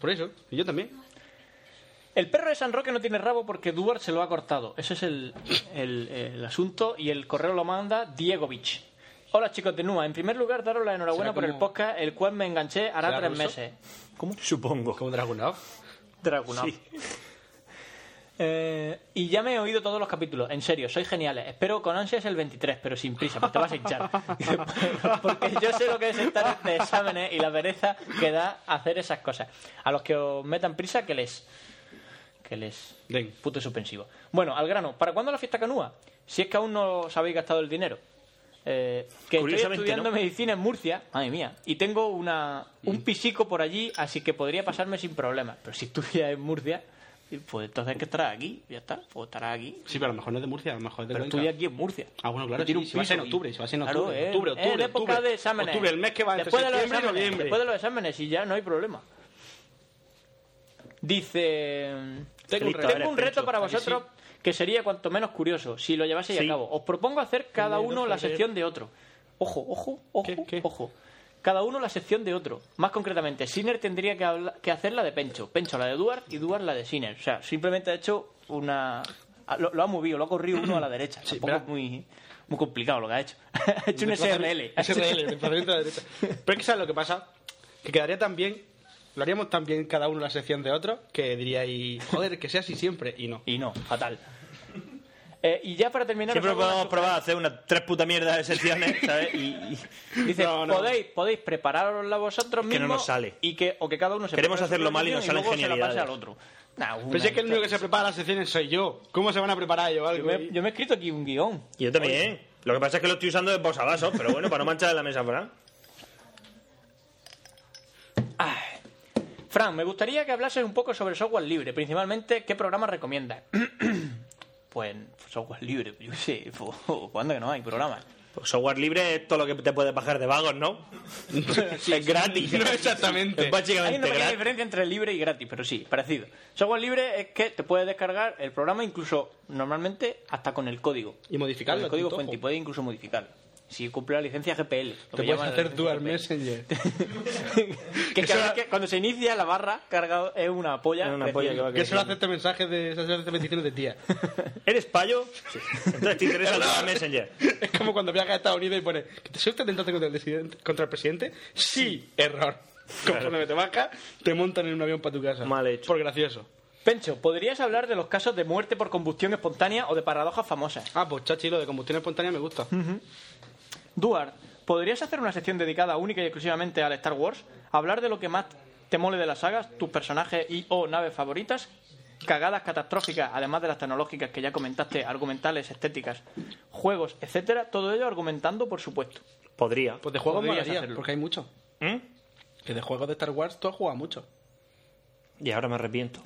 Speaker 7: Por eso, y yo también.
Speaker 6: El perro de San Roque no tiene rabo porque Duarte se lo ha cortado. Ese es el, el- el asunto y el correo lo manda Diegovich. Hola chicos de Numa. En primer lugar, daros la enhorabuena
Speaker 7: ¿Será
Speaker 6: por el
Speaker 7: como-
Speaker 6: podcast, el cual me enganché hará
Speaker 7: ¿Será
Speaker 6: tres
Speaker 7: ruso?
Speaker 6: meses.
Speaker 2: ¿Cómo? Supongo.
Speaker 7: Como Dragunov.
Speaker 6: Dragunov. Eh, y ya me he oído todos los capítulos. En serio, sois geniales. Espero con ansias el 23, pero sin prisa, pues te vas a hinchar. Porque yo sé lo que es estar de exámenes y la pereza que da hacer esas cosas. A los que os metan prisa, que les... Que les...
Speaker 7: Den.
Speaker 6: Puto suspensivo. Bueno, al grano. ¿Para cuándo la fiesta canúa? Si es que aún no os habéis gastado el dinero. Eh, que estoy
Speaker 2: Curiosamente,
Speaker 6: estudiando
Speaker 2: ¿no?
Speaker 6: medicina en Murcia, madre mía, y tengo una,
Speaker 7: Mm.
Speaker 6: un pisico por allí, así que podría pasarme sin problemas. Pero si estudias en Murcia, pues entonces que estarás aquí, ya está, pues estarás aquí.
Speaker 7: Sí, pero a lo mejor no es de Murcia, a lo mejor es de
Speaker 6: Pero
Speaker 7: Cuenca.
Speaker 6: estudia aquí en Murcia.
Speaker 7: Ah, bueno, claro,
Speaker 6: Y tiene
Speaker 7: sí,
Speaker 6: un
Speaker 7: si va a ser
Speaker 6: piso
Speaker 7: en
Speaker 6: y-
Speaker 7: octubre, si va a ser en
Speaker 6: claro,
Speaker 7: octubre,
Speaker 6: es-
Speaker 7: octubre,
Speaker 6: es
Speaker 7: octubre,
Speaker 6: época
Speaker 7: octubre.
Speaker 6: de exámenes.
Speaker 7: Octubre, el mes que va entre
Speaker 6: después de los
Speaker 7: septiembre y
Speaker 6: exámenes,
Speaker 7: noviembre.
Speaker 6: Después de los exámenes y ya no hay problema. Dice... Tengo,
Speaker 2: Felito,
Speaker 6: un,
Speaker 2: eres
Speaker 6: tengo un reto
Speaker 2: Felito,
Speaker 6: para
Speaker 7: ¿a que sí?
Speaker 6: vosotros que sería cuanto menos curioso si lo llevaseis
Speaker 2: Sí.
Speaker 6: a cabo. Os propongo hacer cada
Speaker 7: Primero,
Speaker 6: uno la
Speaker 7: febrero.
Speaker 6: sección de otro. Ojo, ojo, ojo,
Speaker 7: ¿Qué, qué?
Speaker 6: ojo. Cada uno la sección de otro. Más concretamente, Sinner tendría que, habla- que hacer la de Pencho. Pencho la de Duarte y Duarte la de Sinner. O sea, simplemente ha hecho una... a- Lo, lo ha movido, lo ha corrido uno a la derecha.
Speaker 7: Sí,
Speaker 6: Tampoco
Speaker 7: ¿verdad?
Speaker 6: es muy, muy complicado lo que ha hecho. ha hecho un SRL.
Speaker 7: SRL, desplazamiento a la derecha. Pero es que sabes lo que pasa, que quedaría tan bien, lo haríamos tan bien cada uno la sección de otro, que diríais, joder, que sea así siempre, y no.
Speaker 6: Y no, fatal. Eh, y ya para terminar...
Speaker 2: Siempre
Speaker 6: os hago una
Speaker 2: podemos probar a hacer unas tres puta mierdas de secciones, ¿sabes? Y, y-
Speaker 6: Dice,
Speaker 7: No, no.
Speaker 6: podéis, podéis prepararosla vosotros
Speaker 2: Que
Speaker 6: mismos.
Speaker 2: no nos sale.
Speaker 6: Y que, o que cada uno se
Speaker 2: Queremos
Speaker 6: prepare su
Speaker 2: hacerlo mal y
Speaker 6: propia
Speaker 2: nos
Speaker 6: opinión
Speaker 2: salen
Speaker 6: luego se la pase al
Speaker 2: genialidades.
Speaker 6: otro. Nah, una
Speaker 7: Pero si es que el único que se
Speaker 6: historia.
Speaker 7: prepara las secciones soy yo. ¿Cómo se van a preparar yo algo?
Speaker 6: Yo me, yo me he escrito aquí un guión.
Speaker 2: y yo también. Lo que pasa es que lo estoy usando de posavasos, pero bueno, para no manchar la mesa, ¿verdad?
Speaker 6: Fran, me gustaría que hablases un poco sobre software libre, principalmente qué programas recomiendas. pues software libre, yo qué sé, po- ¿cuándo que no hay programas?
Speaker 2: Pues software libre es todo lo que te puedes bajar de vagos, ¿no? es gratis.
Speaker 7: No exactamente.
Speaker 2: Es
Speaker 6: Hay una
Speaker 2: básicamente
Speaker 6: pequeña
Speaker 2: gratis.
Speaker 6: diferencia entre libre y gratis, pero sí, parecido. Software libre es que te puedes descargar el programa incluso normalmente hasta con el código.
Speaker 7: Y modificarlo,
Speaker 6: Con El código
Speaker 7: tú,
Speaker 6: fuente y
Speaker 7: ojo.
Speaker 6: puedes incluso modificarlo. Si cumple la licencia GPL. lo que
Speaker 7: Te puedes
Speaker 6: llaman la
Speaker 7: hacer
Speaker 6: licencia
Speaker 7: dual
Speaker 6: GPL.
Speaker 7: messenger.
Speaker 6: que, cada vez que cuando se inicia la barra cargado es una polla.
Speaker 2: Es una
Speaker 6: decía
Speaker 2: polla que
Speaker 6: yo.
Speaker 2: va
Speaker 7: Que solo acepta mensajes de esas peticiones de tía.
Speaker 2: ¿Eres payo? Entonces te interesa el tema Messenger.
Speaker 7: es como cuando viajas a Estados Unidos y pones ¿que ¿Te soy atentante contra el, presidente, contra el presidente? Sí, error. Conforme te bajas, te montan en un avión para tu casa.
Speaker 2: Mal hecho.
Speaker 7: Por gracioso.
Speaker 6: Pencho, ¿podrías hablar de los casos de muerte por combustión espontánea o de paradojas famosas?
Speaker 7: Ah, pues chachi, lo de combustión espontánea me gusta.
Speaker 6: Duarte, ¿podrías hacer una sección dedicada única y exclusivamente al Star Wars? Hablar de lo que más te mole de las sagas, tus personajes y o naves favoritas, cagadas catastróficas, además de las tecnológicas que ya comentaste, argumentales, estéticas, juegos, etcétera, todo ello argumentando, por supuesto.
Speaker 2: Podría.
Speaker 7: Pues de juegos
Speaker 6: Podrías
Speaker 7: molaría,
Speaker 6: hacerlo.
Speaker 7: porque hay mucho.
Speaker 2: ¿Mm?
Speaker 7: Que de juegos de Star Wars tú has jugado mucho.
Speaker 2: Y ahora me arrepiento.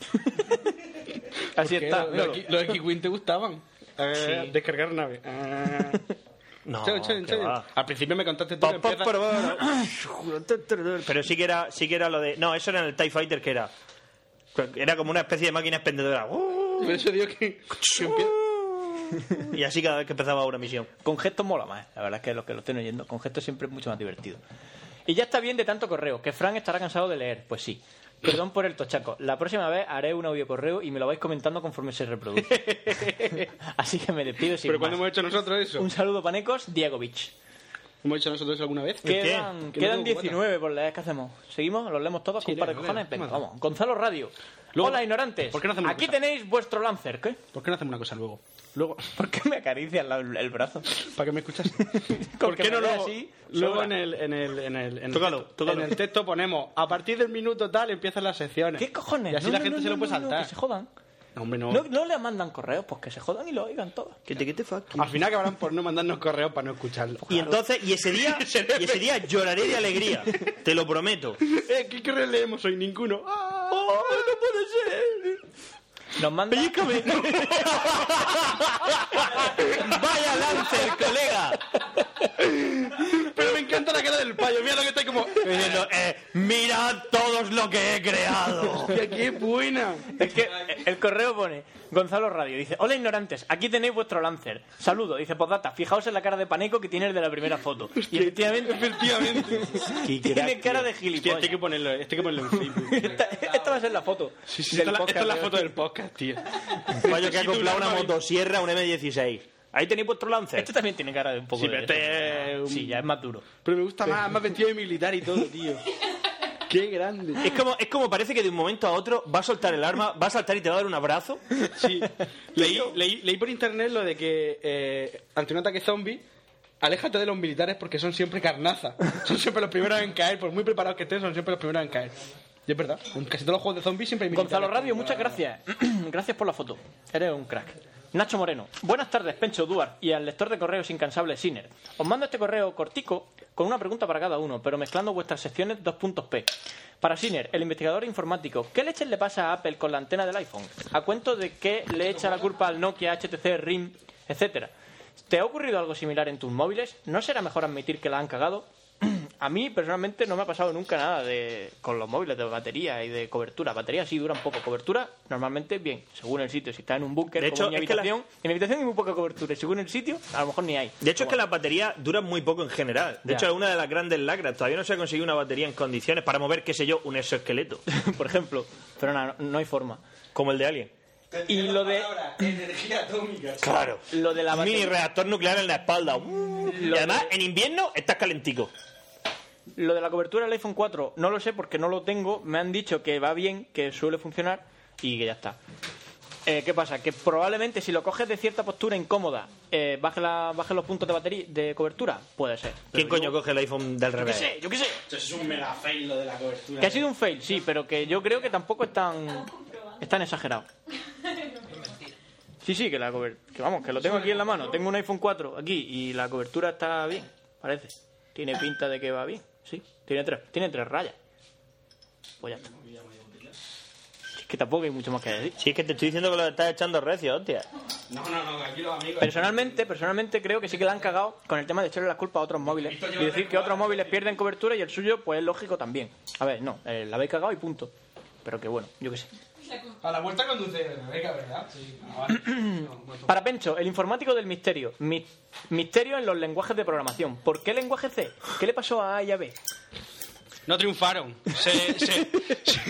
Speaker 6: Así
Speaker 7: Que
Speaker 6: está.
Speaker 7: los-
Speaker 6: míralo.
Speaker 7: Los, los X-Wing te gustaban. Eh,
Speaker 6: Sí.
Speaker 7: Descargar nave. Eh,
Speaker 2: No,
Speaker 7: chon, chon,
Speaker 2: qué
Speaker 7: chon.
Speaker 2: va.
Speaker 7: Al principio me contaste tú que
Speaker 2: Pa, pa,
Speaker 7: empiezas-
Speaker 2: pa, pa, pa. Pero sí que era, sí que era lo de. No, eso era en el TIE Fighter que era. Era como una especie de máquina expendedora. ¡Uh!
Speaker 7: Por eso digo que, que empieza-
Speaker 2: Y así cada vez que empezaba una misión.
Speaker 6: Con gestos mola más. La verdad es que los que lo estén oyendo, con gestos siempre es mucho más divertido. Y ya está bien de tanto correo, que Fran estará cansado de leer. Pues sí. Perdón por el tochaco. La próxima vez haré un audio correo y me lo vais comentando conforme se reproduce. Así que me despido sin
Speaker 7: Pero cuando
Speaker 6: más.
Speaker 7: hemos hecho nosotros eso.
Speaker 6: Un saludo, panecos, Diegovich.
Speaker 7: hemos hecho nosotros alguna vez.
Speaker 2: ¿Qué?
Speaker 6: Quedan,
Speaker 7: Que no
Speaker 6: quedan
Speaker 7: tengo cubata.
Speaker 6: 19 por leer. ¿Qué hacemos? ¿Seguimos? ¿Los leemos todos?
Speaker 7: Sí,
Speaker 6: ¿Con par de
Speaker 7: léelo,
Speaker 6: cojones?
Speaker 7: léelo.
Speaker 6: Venga,
Speaker 7: Vamos.
Speaker 6: vamos. Gonzalo Radio.
Speaker 7: Luego-
Speaker 6: Hola, ignorantes.
Speaker 7: ¿Por qué no hacemos
Speaker 6: Aquí
Speaker 7: una cosa?
Speaker 6: tenéis vuestro Lancer. ¿Qué?
Speaker 7: ¿Por qué no hacemos una cosa luego? Luego,
Speaker 6: ¿Por qué me acaricias la- el brazo?
Speaker 7: para que me escuchas.
Speaker 6: Con
Speaker 7: ¿Por
Speaker 6: que
Speaker 7: qué no
Speaker 6: me veas
Speaker 7: luego?
Speaker 6: así,
Speaker 7: luego
Speaker 6: sobra.
Speaker 7: en el, en el, en el, en el
Speaker 2: Tócalo,
Speaker 7: texto,
Speaker 2: tócalo.
Speaker 7: en el texto ponemos a partir del minuto tal empiezan las secciones.
Speaker 6: ¿Qué cojones?
Speaker 7: Y así
Speaker 6: No,
Speaker 7: la
Speaker 6: no,
Speaker 7: gente
Speaker 6: no,
Speaker 7: se lo
Speaker 6: no,
Speaker 7: puede
Speaker 6: no, no,
Speaker 7: saltar.
Speaker 6: que se jodan.
Speaker 7: No, hombre, no.
Speaker 6: No, no le mandan correos, pues que se jodan y lo oigan todos.
Speaker 2: Que te, que te fuck.
Speaker 7: Al final acabarán por no mandarnos correos para no escucharlo.
Speaker 2: Y entonces, y ese día, y ese día lloraré de alegría, te lo prometo.
Speaker 7: Eh, ¿Qué correo leemos hoy? Ninguno. ¡Ah!
Speaker 6: ¡Oh, ¡No puede ser! Nos manda...
Speaker 2: Vaya Lancer, colega.
Speaker 7: Pero me encanta la cara del payo. Mira lo que está ahí como.
Speaker 2: Diciendo, eh, mira todos lo que he creado.
Speaker 7: ¡Hostia, qué buena!
Speaker 6: Es que el correo pone Gonzalo Radio, dice, hola ignorantes, aquí tenéis vuestro Lancer. Saludo, dice postdata, fijaos en la cara de Paneco que tiene el de la primera foto. Y efectivamente
Speaker 7: Efectivamente.
Speaker 6: tiene cara de
Speaker 7: Hostia,
Speaker 6: gilipollas.
Speaker 7: este hay que ponerlo, este hay que ponerlo en Facebook. tío.
Speaker 6: Esta, esta va a ser la foto.
Speaker 7: Sí, sí,
Speaker 6: del
Speaker 7: esta, es la- esta es la
Speaker 6: podcast de
Speaker 7: foto
Speaker 6: hoy.
Speaker 7: del Este podcast, tío.
Speaker 2: Vaya que ha comprado una motosierra, un M16. Ahí tenéis vuestro Lancer.
Speaker 6: Este también tiene cara de un poco
Speaker 7: Sí,
Speaker 6: de...
Speaker 7: pero este es un-
Speaker 6: Sí, ya es más duro.
Speaker 7: Pero me gusta más, más vestido de militar y todo, tío. ¡Qué grande!
Speaker 2: Es como, es como parece que de un momento a otro va a soltar el arma, va a saltar y te va a dar un abrazo.
Speaker 7: Sí. Leí, leí, leí por internet lo de que eh, ante un ataque zombie, aléjate de los militares porque son siempre carnaza. Son siempre los primeros en caer. Por muy preparados que estén, son siempre los primeros en caer. Y es verdad. En casi todos los juegos de zombies siempre hay militares.
Speaker 6: Gonzalo Radio, muchas gracias. gracias por la foto. Eres un crack. Nacho Moreno. Buenas tardes, Pencho Duar y al lector de correos incansable Siner. Os mando este correo cortico con una pregunta para cada uno, pero mezclando vuestras secciones dos puntos P. Para Siner, el investigador informático, ¿qué leches le pasa a Apple con la antena del iPhone? ¿A cuento de que le echa la culpa al Nokia, HTC, RIM, etcétera? ¿Te ha ocurrido algo similar en tus móviles? ¿No será mejor admitir que la han cagado? A mí personalmente no me ha pasado nunca nada de con los móviles de batería y de cobertura. Batería sí duran poco, cobertura normalmente bien, según el sitio. Si está en un búnker,
Speaker 2: De
Speaker 6: como
Speaker 2: hecho,
Speaker 6: en mi
Speaker 2: es que la-
Speaker 6: habitación, en mi habitación hay muy poca cobertura. Y según el sitio, a lo mejor ni hay.
Speaker 2: De hecho, es que las baterías duran muy poco en general. De
Speaker 6: Ya.
Speaker 2: hecho, es una de las grandes lacras. Todavía no se ha conseguido una batería en condiciones para mover, qué sé yo, un exoesqueleto.
Speaker 6: por ejemplo, pero nada, no, no hay forma.
Speaker 2: Como el de alguien.
Speaker 6: Y lo de
Speaker 2: Claro.
Speaker 6: lo de la
Speaker 2: Mini
Speaker 6: batería,
Speaker 2: reactor nuclear en la espalda. Y además, en invierno estás calentico.
Speaker 6: lo de la cobertura del iPhone 4, no lo sé porque no lo tengo. Me han dicho que va bien, que suele funcionar y que ya está. Eh, ¿Qué pasa? Que probablemente si lo coges de cierta postura incómoda, eh, baje, la, baje los puntos de batería de cobertura, puede ser.
Speaker 2: ¿Quién
Speaker 6: Pero yo-
Speaker 2: coño coge el iPhone del
Speaker 6: Yo qué
Speaker 2: revés?
Speaker 6: sé, yo qué sé.
Speaker 7: Esto es un mega fail lo de la cobertura.
Speaker 6: Que ha sido un fail, sí, pero que yo creo que tampoco es tan, es tan exagerado. Sí, sí, que la cobertura... Vamos, que lo tengo aquí en la mano. Tengo un iPhone 4 aquí y la cobertura está bien, parece. Tiene pinta de que va bien, sí. Tiene tres, tiene tres rayas. Pues ya está. Es que tampoco hay mucho más que decir.
Speaker 2: Si es que te estoy diciendo que lo estás echando recio, hostia.
Speaker 7: No, no, no, aquí los amigos.
Speaker 6: Personalmente, personalmente creo que sí que la han cagado con el tema de echarle la culpa a otros móviles. Y decir que otros móviles pierden cobertura y el suyo, pues es lógico también. A ver, no, eh, la habéis cagado y punto. Pero que bueno, yo qué sé.
Speaker 7: A la vuelta conduce la beca, ¿verdad? Sí. Ah,
Speaker 6: Para Pencho, el informático del misterio. Mi- misterio en los lenguajes de programación. ¿Por qué lenguaje C? ¿Qué le pasó a A y a B?
Speaker 7: No triunfaron. Se, se-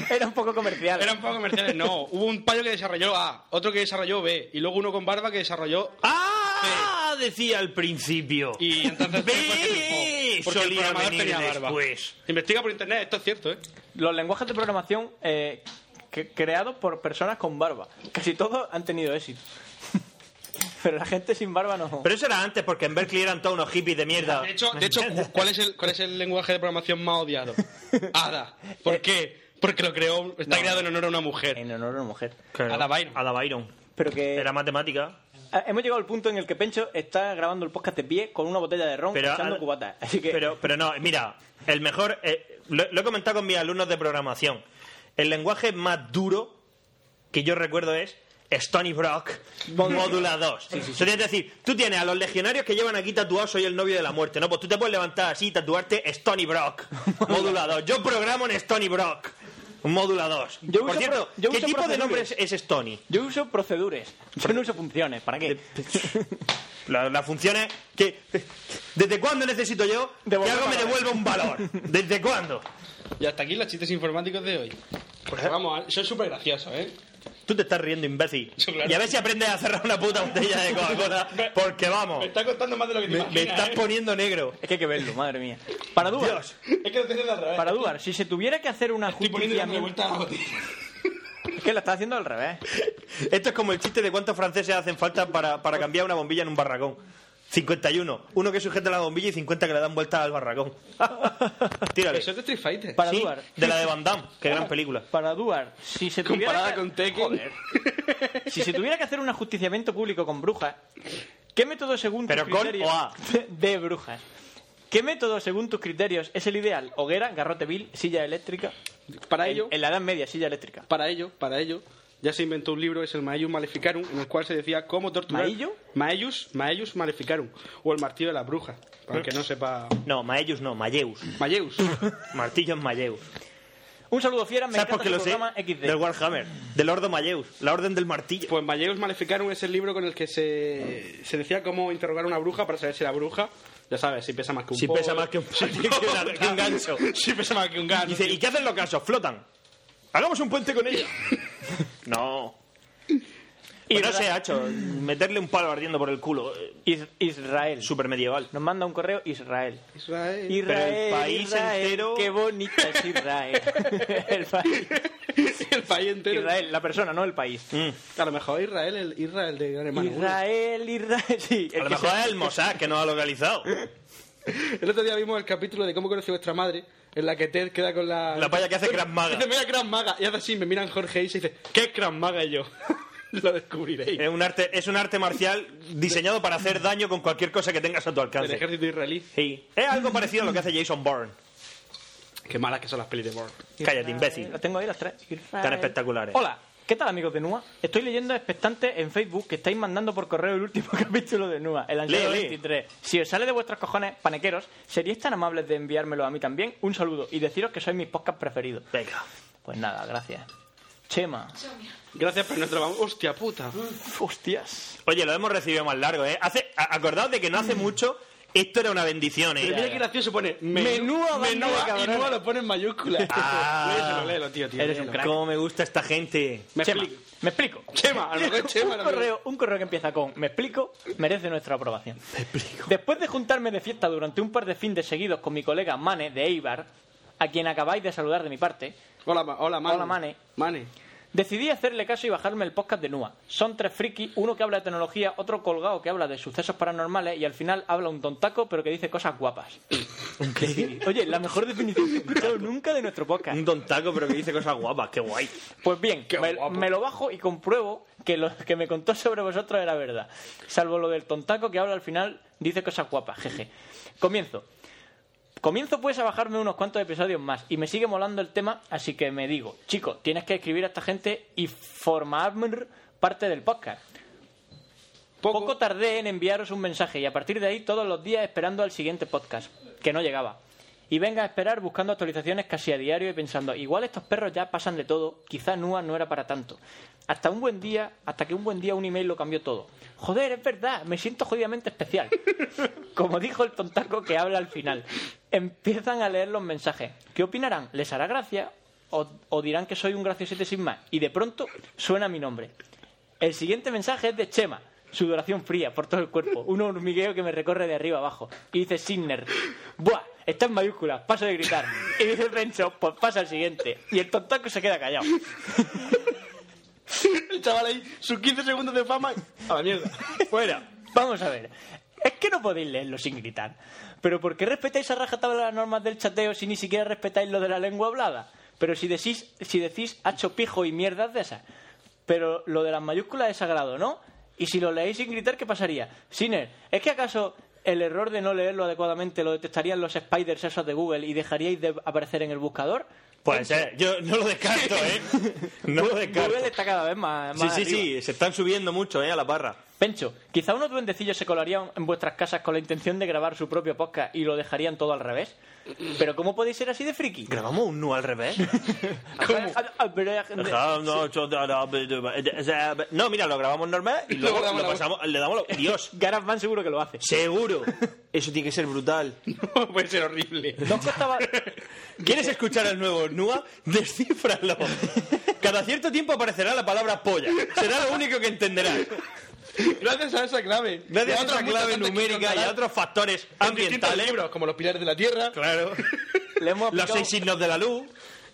Speaker 6: Era un poco comercial.
Speaker 7: eran poco comerciales, no. Hubo un payo que desarrolló A, otro que desarrolló B, y luego uno con barba que desarrolló A.
Speaker 2: ¡Ah! Decía al principio.
Speaker 7: Y entonces
Speaker 2: Ve,
Speaker 7: fue porque triunfó, porque el
Speaker 2: solía
Speaker 7: programador
Speaker 2: venir
Speaker 7: tenía barba.
Speaker 2: después.
Speaker 7: Investiga por internet, esto es cierto, ¿eh?
Speaker 6: Los lenguajes de programación eh, que- creados por personas con barba. Casi todos han tenido éxito. Pero la gente sin barba no.
Speaker 2: Pero eso era antes, porque en Berkeley eran todos unos hippies de mierda.
Speaker 7: De hecho, de hecho cu- ¿cuál, es el, ¿cuál es el lenguaje de programación más odiado? Ada. ¿Por qué? Porque lo creó, está
Speaker 6: No.
Speaker 7: creado en honor a una mujer.
Speaker 6: En honor a una mujer.
Speaker 2: Claro.
Speaker 7: Ada Byron.
Speaker 2: Ada Byron.
Speaker 6: Pero que.
Speaker 2: Era matemática.
Speaker 6: Ah, Hemos llegado al punto en el que Pencho está grabando el podcast de pie con una botella de ron
Speaker 2: Pero,
Speaker 6: echando
Speaker 2: Ada-
Speaker 6: cubatas. Así que
Speaker 2: pero, pero no, mira, el mejor. eh, lo, lo he comentado con mis alumnos de programación. El lenguaje más duro que yo recuerdo es. Stony Brock, módula 2. Eso tiene que decir, tú tienes a los legionarios que llevan aquí tatuados soy el novio de la muerte. No, pues tú te puedes levantar así y tatuarte Stony Brock, módula 2. Yo programo en Stony Brock, módula 2.
Speaker 6: Yo
Speaker 2: Por
Speaker 6: uso
Speaker 2: cierto,
Speaker 6: pro- yo
Speaker 2: ¿qué
Speaker 6: uso
Speaker 2: tipo de
Speaker 6: procedures.
Speaker 2: nombre es, es Stony?
Speaker 6: yo uso procedures. Yo no uso funciones. ¿Para qué?
Speaker 2: La, la función es que. ¿Desde cuándo necesito yo que
Speaker 6: Devolver
Speaker 2: algo me
Speaker 6: valores.
Speaker 2: devuelva un valor? ¿Desde cuándo?
Speaker 7: Y hasta aquí los chistes informáticos de hoy. Porque vamos, a- son súper graciosos, ¿eh?
Speaker 2: Tú te estás riendo, imbécil.
Speaker 7: Yo, claro.
Speaker 2: Y a ver si aprendes a cerrar una puta botella de Coca-Cola. Porque
Speaker 6: Oh.
Speaker 2: vamos,
Speaker 7: Me está costando más de lo que te
Speaker 2: me, me
Speaker 7: imaginas,
Speaker 2: estás
Speaker 7: ¿eh?
Speaker 2: poniendo negro.
Speaker 6: Es que hay que verlo, madre mía. Para Duar,
Speaker 2: Dios.
Speaker 7: ¿eh? Es que lo estoy haciendo al revés.
Speaker 6: para Duar, si se tuviera que hacer una
Speaker 7: Estoy poniendo
Speaker 6: justicia...
Speaker 7: dándole vuelta a la botella.
Speaker 6: Es que la está haciendo al revés.
Speaker 2: Esto es como el chiste de cuántos franceses hacen falta para, para cambiar una bombilla en un barracón. 51. Uno que sujeta la bombilla y 50 que le dan vueltas al barracón. Tírale.
Speaker 7: Eso es de Street Fighter.
Speaker 6: Para
Speaker 2: Sí,
Speaker 6: Duar,
Speaker 2: de la de Van Damme. Qué gran película.
Speaker 6: para Duar, si se tuviera
Speaker 7: Comparada
Speaker 6: que-
Speaker 7: con Tekken.
Speaker 6: Joder. Si se tuviera que hacer un ajusticiamiento público con brujas, ¿qué método según
Speaker 2: Pero
Speaker 6: tus
Speaker 2: con
Speaker 6: criterios
Speaker 2: o a.
Speaker 6: de brujas? ¿Qué método según tus criterios es el ideal? Hoguera, garrote vil, silla eléctrica.
Speaker 7: Para
Speaker 6: En,
Speaker 7: ello,
Speaker 6: en la Edad Media, silla eléctrica.
Speaker 7: para ello, para ello, ya se inventó un libro, es el Maellus Maleficarum, en el cual se decía cómo torturar.
Speaker 6: ¿Maello?
Speaker 7: Maellus, Maellus Maleficarum, o el martillo de las brujas, para el que no sepa.
Speaker 2: No, Maellus no, Malleus.
Speaker 7: Mayeus.
Speaker 2: Martillo en Malleus.
Speaker 6: Un saludo fiera, me
Speaker 2: ¿Sabes
Speaker 6: encanta
Speaker 2: por qué
Speaker 6: tu
Speaker 2: lo sé?
Speaker 6: programa XD.
Speaker 2: Del Warhammer. Del Ordo Malleus. La Orden del Martillo.
Speaker 7: Pues Mayeus Maleficarum es el libro con el que se, se decía cómo interrogar a una bruja para saber si la bruja, ya sabes, si pesa más que un
Speaker 2: Si
Speaker 7: pollo,
Speaker 2: pesa más que un- que una- que un gancho.
Speaker 7: Si pesa más que un gancho.
Speaker 2: Dice, ¿y qué hacen los casos? Flotan. Hagamos un puente con ella. no. Y no
Speaker 6: Verdad.
Speaker 2: sé, Hacho, meterle un palo ardiendo por el culo. eh,
Speaker 6: Is- Israel.
Speaker 2: Super medieval.
Speaker 6: Nos manda un correo Israel.
Speaker 7: Israel.
Speaker 6: Israel,
Speaker 2: el país
Speaker 6: Israel,
Speaker 2: entero-
Speaker 6: Qué bonito es Israel. el país.
Speaker 7: el país entero.
Speaker 6: Israel, la persona, no el país.
Speaker 2: Mm.
Speaker 7: A lo mejor Israel, el Israel de Gran Hermano.
Speaker 6: Israel, Israel. Sí, el
Speaker 2: A lo
Speaker 6: que
Speaker 2: mejor
Speaker 6: se-
Speaker 2: es el Mossad que nos ha localizado.
Speaker 7: El otro día vimos el capítulo de cómo conocí a vuestra madre, en la que Ted queda con la.
Speaker 2: La paya que hace Krav Maga.
Speaker 7: Dice, mira, Gran Maga. Y hace así, me miran Jorge y se dice, ¿qué es Gran Maga? Y yo, lo descubriréis.
Speaker 2: Es un arte, es un arte marcial diseñado para hacer daño con cualquier cosa que tengas a tu
Speaker 7: El
Speaker 2: alcance.
Speaker 7: ejército israelí.
Speaker 2: Sí. Es algo parecido a lo que hace Jason Bourne.
Speaker 7: Qué malas que son las pelis de Bourne.
Speaker 2: Cállate,
Speaker 6: Eh,
Speaker 2: imbécil.
Speaker 6: Las tengo ahí las tres.
Speaker 2: Tan espectaculares.
Speaker 6: Hola, ¿qué tal amigos de NUA? Estoy leyendo expectante en Facebook que estáis mandando por correo el último capítulo de NUA, el Ansiado
Speaker 2: Lee, lee.
Speaker 6: 23. Si os sale de vuestros cojones, panequeros, ¿seríais tan amables de enviármelo a mí también? Un saludo y deciros que sois mis podcast preferidos.
Speaker 2: Venga.
Speaker 6: Pues nada, gracias. Chema.
Speaker 7: Gracias por nuestro trabajo. Hostia puta.
Speaker 6: Hostias.
Speaker 2: Oye, lo hemos recibido más largo, ¿eh? Hace, a- acordaos de que no hace mucho esto era una bendición,
Speaker 7: Pero mira
Speaker 2: ¿eh?
Speaker 7: qué gracioso pone
Speaker 6: Menúa banda de
Speaker 7: menúa y
Speaker 6: cabrones.
Speaker 7: Nua lo pone en mayúscula.
Speaker 2: Ah.
Speaker 7: léelo, léelo, tío, tío.
Speaker 6: Eres un
Speaker 7: léelo.
Speaker 6: crack.
Speaker 2: ¿Cómo me gusta esta gente?
Speaker 7: Me
Speaker 6: Chema.
Speaker 7: explico.
Speaker 6: Me explico.
Speaker 7: Chema, a lo mejor es Chema.
Speaker 6: un,
Speaker 7: no me-
Speaker 6: correo, un correo que empieza con Me explico, merece nuestra aprobación. Después de juntarme de fiesta durante un par de fines seguidos con mi colega Mane de Eibar, a quien acabáis de saludar de mi parte,
Speaker 7: Hola, ma- hola, Mane.
Speaker 6: Hola, Mane.
Speaker 7: Mane.
Speaker 6: decidí hacerle caso y bajarme el podcast de Nua. Son tres frikis, uno que habla de tecnología, otro colgado que habla de sucesos paranormales y al final habla un tontaco pero que dice cosas guapas. Decidí- Oye, la mejor definición que he escuchado nunca de nuestro podcast.
Speaker 2: Un don taco, pero que dice cosas guapas, qué guay.
Speaker 6: Pues bien, me,
Speaker 7: guapo.
Speaker 6: me lo bajo y compruebo que lo que me contó sobre vosotros era verdad. Salvo lo del tontaco que ahora al final dice cosas guapas, jeje. Comienzo. Comienzo pues a bajarme unos cuantos episodios más y me sigue molando el tema, así que me digo, chicos, tienes que escribir a esta gente y formar parte del podcast.
Speaker 7: Poco.
Speaker 6: Poco, tardé en enviaros un mensaje y a partir de ahí todos los días esperando al siguiente podcast, que no llegaba. Y venga a esperar buscando actualizaciones casi a diario y pensando, igual estos perros ya pasan de todo, quizá Nua no era para tanto. Hasta un buen día, hasta que un buen día un email lo cambió todo. Joder, es verdad, me siento jodidamente especial. Como dijo el tontaco que habla al final. Empiezan a leer los mensajes. ¿Qué opinarán? ¿Les hará gracia? O, o dirán que soy un graciosete sin más. Y de pronto suena mi nombre. El siguiente mensaje es de Chema. Sudoración fría por todo el cuerpo. Un hormigueo que me recorre de arriba abajo. Y dice Signer. Buah, está en mayúsculas. Paso de gritar. Y dice Pencho, pues pasa al siguiente. Y el tontaco se queda callado.
Speaker 7: El chaval ahí, sus 15 segundos de fama. A la mierda.
Speaker 2: Fuera.
Speaker 6: Vamos a ver. Es que no podéis leerlo sin gritar. Pero ¿por qué respetáis a rajatabla las normas del chateo si ni siquiera respetáis lo de la lengua hablada? Pero si decís, si decís hacho pijo y mierdas de esas. Pero lo de las mayúsculas es sagrado, ¿no? Y si lo leéis sin gritar, ¿qué pasaría? Siner, ¿es que acaso el error de no leerlo adecuadamente lo detectarían los spiders esos de Google y dejaríais de aparecer en el buscador?
Speaker 2: Puede ser. Pues, eh, Yo no lo descarto, ¿eh? No lo
Speaker 6: Google
Speaker 2: descarto.
Speaker 6: está cada vez más,
Speaker 2: Sí,
Speaker 6: más
Speaker 2: sí,
Speaker 6: arriba.
Speaker 2: sí. Se están subiendo mucho, ¿eh? A la barra.
Speaker 6: Pencho, quizá unos duendecillos se colarían en vuestras casas con la intención de grabar su propio podcast y lo dejarían todo al revés. Pero ¿cómo podéis ser así de friki?
Speaker 2: ¿Grabamos un nu al revés? No, mira, lo grabamos normal y luego
Speaker 7: Luego
Speaker 2: lo
Speaker 7: damos la
Speaker 2: pasamos, le damos lo- Dios,
Speaker 6: Gareth Van seguro que lo hace.
Speaker 2: seguro. Eso tiene que ser brutal.
Speaker 7: No, puede ser horrible.
Speaker 6: No os costaba-
Speaker 2: ¿Quieres escuchar el nuevo NUA? Descífralo. Cada cierto tiempo aparecerá la palabra polla. Será lo único que entenderás.
Speaker 7: Gracias a esa clave.
Speaker 2: Gracias a
Speaker 7: otras
Speaker 2: otra
Speaker 7: muchas
Speaker 2: clave
Speaker 7: tantas que
Speaker 2: numérica y
Speaker 7: encontrarás
Speaker 2: a otros factores
Speaker 7: en distintos
Speaker 2: ambientales.
Speaker 7: libros, como los pilares de la tierra.
Speaker 2: Claro.
Speaker 6: Le hemos
Speaker 2: Los
Speaker 6: aplicado-
Speaker 2: seis signos de la luz.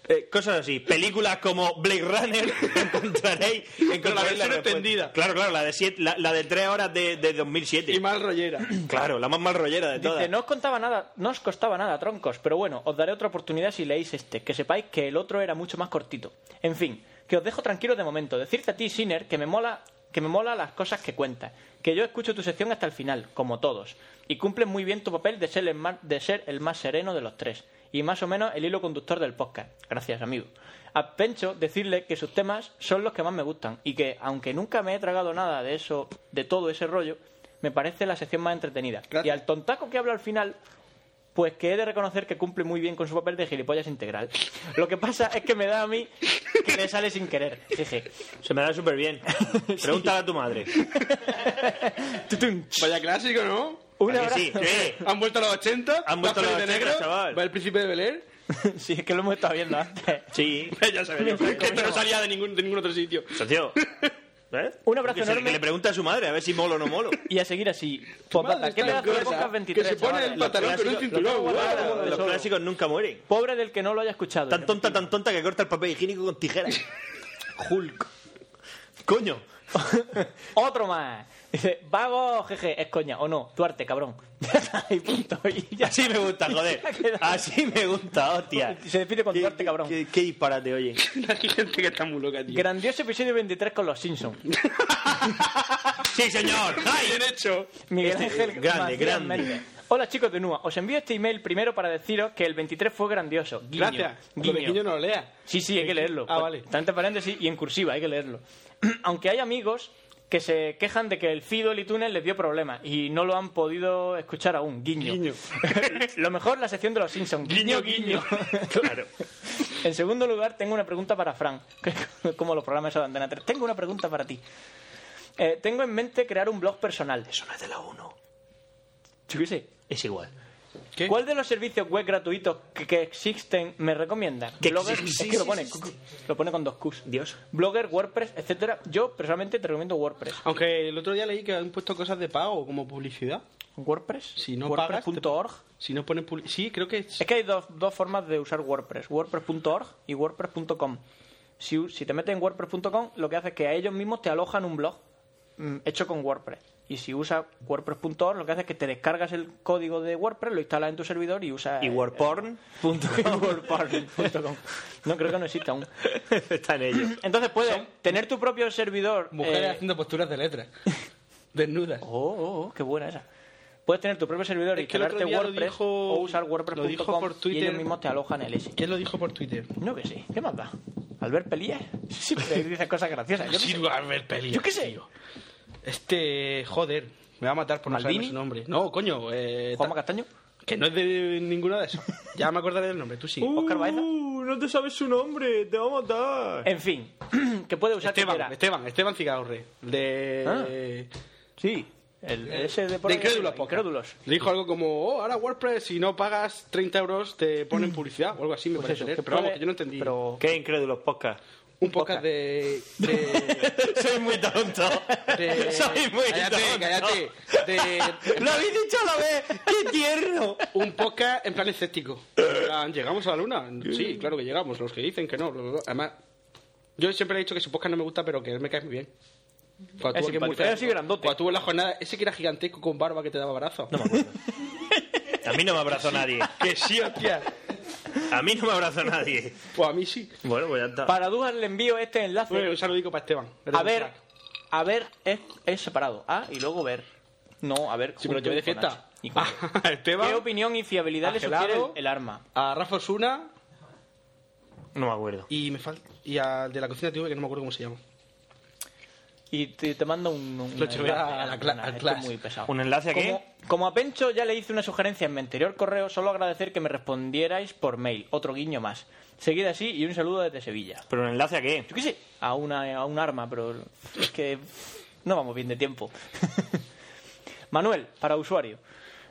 Speaker 2: eh, cosas así, películas como Blade Runner encontraréis, encontraréis
Speaker 7: versión
Speaker 2: respuesta.
Speaker 7: extendida.
Speaker 2: Claro, claro, la de siete, la, la de tres horas de, de 2007.
Speaker 7: Y mal rollera.
Speaker 2: Claro, la más mal rollera de todas.
Speaker 6: Dice, no os contaba nada, no os costaba nada, troncos, pero bueno, os daré otra oportunidad si leéis este, que sepáis que el otro era mucho más cortito. En fin, que os dejo tranquilos de momento. Decirte a ti, Sinner, que me mola, que me mola las cosas que cuentas, que yo escucho tu sección hasta el final, como todos, y cumples muy bien tu papel de ser el más, de ser el más sereno de los tres, y más o menos el hilo conductor del podcast. Gracias, amigo. A Pencho decirle que sus temas son los que más me gustan y que, aunque nunca me he tragado nada de eso, de todo ese rollo, me parece la sección más entretenida.
Speaker 7: Gracias.
Speaker 6: Y al tontaco que habla al final, pues que he de reconocer que cumple muy bien con su papel de gilipollas integral. Lo que pasa es que me da a mí que le sale sin querer. Jeje.
Speaker 2: Se me da súper bien. Pregúntale a tu madre.
Speaker 6: Tutum.
Speaker 7: Vaya clásico, ¿no?
Speaker 6: Un
Speaker 2: ¿A que
Speaker 6: abrazo.
Speaker 2: sí? ¿Qué?
Speaker 7: Han vuelto a los 80.
Speaker 2: Han vuelto
Speaker 7: las
Speaker 2: a los
Speaker 7: pelis de
Speaker 2: 80,
Speaker 7: negro,
Speaker 2: chaval.
Speaker 7: Va el príncipe de Bel Air.
Speaker 2: ¿eh?
Speaker 6: Sí, es que lo hemos estado viendo antes.
Speaker 2: Sí.
Speaker 7: ya sabía. yo, que esto no salía de ningún, de ningún otro sitio.
Speaker 2: Socio. ¿Eh?
Speaker 6: Un abrazo
Speaker 2: que se-
Speaker 6: enorme.
Speaker 2: Que le pregunta a su madre a ver si molo o no molo.
Speaker 6: Y a seguir así. Postdata,
Speaker 7: madre
Speaker 6: ¿Qué
Speaker 7: está
Speaker 6: pedazo de
Speaker 7: gruesa,
Speaker 6: podcast
Speaker 7: que
Speaker 6: 23,
Speaker 7: se pone
Speaker 6: chavales?
Speaker 7: el pantalón con un
Speaker 2: Los
Speaker 7: cinturón,
Speaker 2: clásicos-
Speaker 7: guau.
Speaker 2: los clásicos- Los
Speaker 6: Solo.
Speaker 2: clásicos nunca mueren.
Speaker 6: Pobre del que no lo haya escuchado.
Speaker 2: Tan tonta, tan tonta que corta el papel higiénico con tijeras. Hulk. Coño.
Speaker 6: Otro más. Dice, vago, jeje, es coña. O no, tu arte, cabrón. y punto. Y ya.
Speaker 2: Así me gusta, joder. Así me gusta, hostia.
Speaker 6: Se despide con tu
Speaker 2: Qué-
Speaker 6: arte, cabrón.
Speaker 2: Qué, qué disparate, oye.
Speaker 7: La gente que está muy loca, tío.
Speaker 6: Grandioso episodio 23 con los Simpsons.
Speaker 2: Sí, señor. ¡Ay!
Speaker 7: Bien hecho.
Speaker 6: Miguel
Speaker 2: Este,
Speaker 7: eh,
Speaker 6: Ángel
Speaker 2: grande,
Speaker 6: Macías
Speaker 2: grande.
Speaker 6: Méndez. Hola chicos de NUA, os envío este email primero para deciros que el 23 fue grandioso. Guiño,
Speaker 7: Gracias. Lo
Speaker 6: guiño.
Speaker 7: de Guiño no lo lea.
Speaker 6: Sí, sí, hay que leerlo.
Speaker 7: Ah, vale.
Speaker 6: Está entre paréntesis y en cursiva, hay que leerlo. Aunque hay amigos que se quejan de que el Fido y Túnel les dio problemas y no lo han podido escuchar aún. Guiño.
Speaker 7: Guiño.
Speaker 6: lo mejor, la sección de los Simpsons.
Speaker 7: Guiño, guiño.
Speaker 2: Claro.
Speaker 6: En segundo lugar, tengo una pregunta para Fran, que- como los programas esos de Antena 3. Tengo una pregunta para ti. Eh, tengo en mente crear un blog personal. Eso no es de la 1. Yo qué sé.
Speaker 2: Es igual.
Speaker 7: ¿Qué?
Speaker 6: ¿Cuál de los servicios web gratuitos que, que existen me recomiendas?
Speaker 2: Que
Speaker 6: Blogger,
Speaker 2: existen.
Speaker 6: es que lo pone, lo pone con dos Qs.
Speaker 2: Dios.
Speaker 6: Blogger, WordPress, etcétera. Yo personalmente te recomiendo WordPress.
Speaker 7: Aunque el otro día leí que han puesto cosas de pago como publicidad.
Speaker 6: WordPress,
Speaker 7: Si no pagas, te-
Speaker 6: WordPress.org.
Speaker 7: Si no ponen publicidad. Sí, creo que.
Speaker 6: Es que hay dos, dos formas de usar WordPress, WordPress.org y WordPress.com. Si, si te metes en WordPress.com, lo que hace es que a ellos mismos te alojan un blog mm, hecho con WordPress. Y si usas WordPress.org, lo que hace es que te descargas el código de WordPress, lo instalas en tu servidor y usas...
Speaker 2: Y wordporn.com.
Speaker 6: wordporn.com. No creo que no exista aún.
Speaker 2: Está en ello.
Speaker 6: Entonces puedes tener tu propio servidor...
Speaker 7: Mujeres
Speaker 6: eh,
Speaker 7: haciendo posturas de letras. Desnudas.
Speaker 6: Oh, oh, oh, qué buena esa. Puedes tener tu propio servidor,
Speaker 7: Es que el otro
Speaker 6: instalarte
Speaker 7: día lo
Speaker 6: WordPress
Speaker 7: dijo-
Speaker 6: o usar
Speaker 7: lo dijo
Speaker 6: WordPress.com
Speaker 7: por
Speaker 6: y ellos
Speaker 7: Twitter.
Speaker 6: mismos te alojan el S.
Speaker 7: ¿Quién lo dijo por Twitter?
Speaker 6: No que sí. ¿Qué más da? ¿Albert Pelías? Siempre dice cosas graciosas. Yo qué sé.
Speaker 7: a ver peli.
Speaker 6: Yo qué sé.
Speaker 7: Este. Joder. Me va a matar por no saber
Speaker 6: ¿Maldini?
Speaker 7: su nombre. No, coño. Eh,
Speaker 6: ¿Juanma
Speaker 7: ta-
Speaker 6: Castaño?
Speaker 7: que no es de ninguna de esas. ya me acordaré del nombre, tú sí.
Speaker 6: ¿Oscar Baeza?
Speaker 2: Uh, no te sabes su nombre. Te va a matar.
Speaker 6: En fin, que puede usar
Speaker 7: Esteban,
Speaker 6: cualquiera.
Speaker 7: Esteban, Esteban Cigarre. De.
Speaker 6: Sí. El ese de
Speaker 7: Eh, de Incrédulos, poca.
Speaker 6: Incrédulos.
Speaker 7: Le dijo algo como, oh, ahora WordPress, si no pagas 30 euros te ponen publicidad o algo así, me
Speaker 6: Pues
Speaker 7: parece.
Speaker 6: eso,
Speaker 7: leer.
Speaker 6: que
Speaker 7: pero vamos,
Speaker 6: puede-
Speaker 7: que yo no entendí.
Speaker 6: Pero...
Speaker 2: Qué incrédulos podcast.
Speaker 7: Un podcast de... de...
Speaker 2: Soy muy tonto.
Speaker 7: de-
Speaker 2: Soy muy
Speaker 7: cállate,
Speaker 2: tonto.
Speaker 7: cállate. De-
Speaker 2: Lo habéis dicho a la vez. Qué tierno.
Speaker 7: un podcast en plan escéptico. En plan, ¿Llegamos a la luna? Sí, claro que llegamos. Los que dicen que no. bla, bla, bla. Además, yo siempre he dicho que su podcast no me gusta, pero que él me cae muy bien. Cuando
Speaker 6: Es
Speaker 7: tuvo aquí en
Speaker 6: simpático.
Speaker 7: Murcia-
Speaker 6: Era así grandote.
Speaker 7: Cuando tuvo la jornada, ese que era gigantesco con barba que te daba brazos.
Speaker 2: A mí no me abrazó nadie.
Speaker 7: que sí, hostia.
Speaker 2: A mí no me abrazó nadie.
Speaker 7: Pues a mí sí.
Speaker 2: Bueno, pues ya está.
Speaker 6: Para dudas le envío este enlace.
Speaker 7: Bueno, un saludico para Esteban. Eres
Speaker 6: a
Speaker 7: un
Speaker 6: ver,
Speaker 7: crack.
Speaker 6: a ver es, es separado. A y luego ver. No, a ver.
Speaker 7: Si me lo llevé de
Speaker 6: junto con
Speaker 7: fiesta.
Speaker 6: H. Y con B.
Speaker 7: Ah, Esteban.
Speaker 6: ¿Qué opinión y fiabilidad le
Speaker 7: Agelado.
Speaker 6: sugiere el, el arma?
Speaker 7: a Rafa Osuna
Speaker 2: No me acuerdo.
Speaker 7: y me falta y al de la cocina TV que no me acuerdo cómo se llama.
Speaker 6: Y te, te manda un... un
Speaker 7: Lo llevé
Speaker 6: enlace.
Speaker 7: a la cla-
Speaker 6: Nah,
Speaker 7: al
Speaker 6: esto es
Speaker 7: class.
Speaker 6: muy pesado.
Speaker 2: ¿Un enlace a qué?
Speaker 6: Como, como a Pencho ya le hice una sugerencia en mi anterior correo, solo agradecer que me respondierais por mail. Otro guiño más. Seguid así y un saludo desde Sevilla.
Speaker 2: ¿Pero un enlace a qué?
Speaker 6: Yo qué sé, a, una, a un arma, pero es que no vamos bien de tiempo. Manuel, para usuario.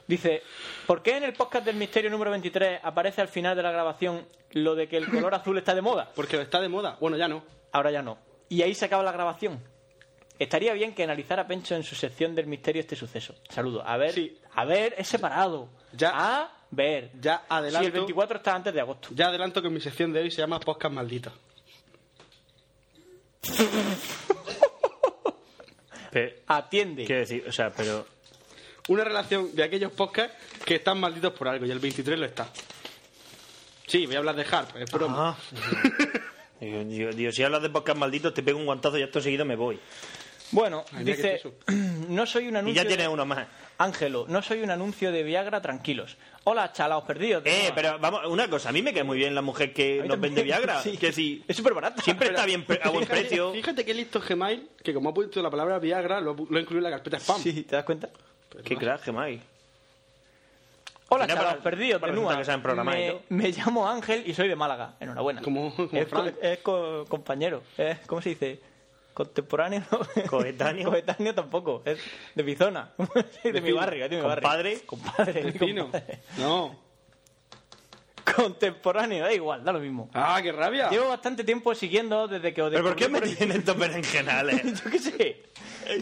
Speaker 6: Dice, ¿por qué en el podcast del misterio número 23 aparece al final de la grabación lo de que el color azul está de moda?
Speaker 7: Porque está de moda. Bueno, ya no.
Speaker 6: ahora ya no. Y ahí se acaba la grabación. Estaría bien que analizara Pencho en su sección del misterio este suceso. Saludo. A ver,
Speaker 7: Sí.
Speaker 6: a ver, es separado.
Speaker 7: Ya.
Speaker 6: A ver.
Speaker 7: Ya adelanto.
Speaker 6: Si el 24 está antes de agosto.
Speaker 7: Ya adelanto que mi sección de hoy se llama Podcast Maldito.
Speaker 2: Pero,
Speaker 6: Atiende.
Speaker 2: quiero decir, o sea, pero.
Speaker 7: Una relación de aquellos podcasts que están malditos por algo y el 23 lo está. Sí, voy a hablar de Harp, es
Speaker 2: Ah.
Speaker 7: broma.
Speaker 2: Digo, Dios, Dios, si hablas de podcast malditos, te pego un guantazo y esto seguido me voy.
Speaker 6: Bueno,
Speaker 7: Ay, mira
Speaker 6: dice, no soy un
Speaker 2: Y
Speaker 6: anuncio...
Speaker 2: ya tienes
Speaker 6: de-
Speaker 2: uno más.
Speaker 6: Ángelo, no soy un anuncio de Viagra, tranquilos. Hola, chalaos perdidos. de
Speaker 2: Eh,
Speaker 6: nada.
Speaker 2: pero vamos, una cosa, a mí me cae muy bien la mujer
Speaker 6: A
Speaker 2: que
Speaker 6: mí
Speaker 2: nos
Speaker 6: también,
Speaker 2: vende Viagra.
Speaker 6: sí.
Speaker 2: Que si
Speaker 6: Es súper barato.
Speaker 2: siempre está bien pre- a buen
Speaker 7: Fíjate-
Speaker 2: precio.
Speaker 7: Fíjate que listo Gmail, que como ha puesto la palabra Viagra, lo, ha pu- lo ha incluido en la carpeta spam.
Speaker 6: Sí, ¿te das cuenta?
Speaker 2: Qué craje, Mike.
Speaker 6: Hola,
Speaker 2: Tenía
Speaker 6: chalaos
Speaker 2: para-
Speaker 6: perdidos,
Speaker 2: para
Speaker 6: de
Speaker 2: resultar
Speaker 6: Nua.
Speaker 2: que saben programar y
Speaker 6: me,
Speaker 2: todo.
Speaker 6: me llamo Ángel y soy de Málaga. Enhorabuena.
Speaker 7: Como- como
Speaker 6: es, co-
Speaker 7: Frank.
Speaker 6: es co- compañero. Es, ¿Cómo se dice? Contemporáneo.
Speaker 2: Coetáneo.
Speaker 6: Coetáneo tampoco. Es de mi zona. de, mi
Speaker 7: Vecino.
Speaker 6: barrio. es de mi
Speaker 2: Compadre.
Speaker 6: barrio. Compadre. mi
Speaker 7: Vecino.
Speaker 6: compadre.
Speaker 7: No.
Speaker 6: Contemporáneo, da igual, da lo mismo.
Speaker 7: Ah, qué rabia.
Speaker 6: Llevo bastante tiempo siguiendo desde que os
Speaker 2: ¿Pero por qué me
Speaker 6: descubrí
Speaker 2: tienen estos berenjenales?
Speaker 6: Yo qué sé.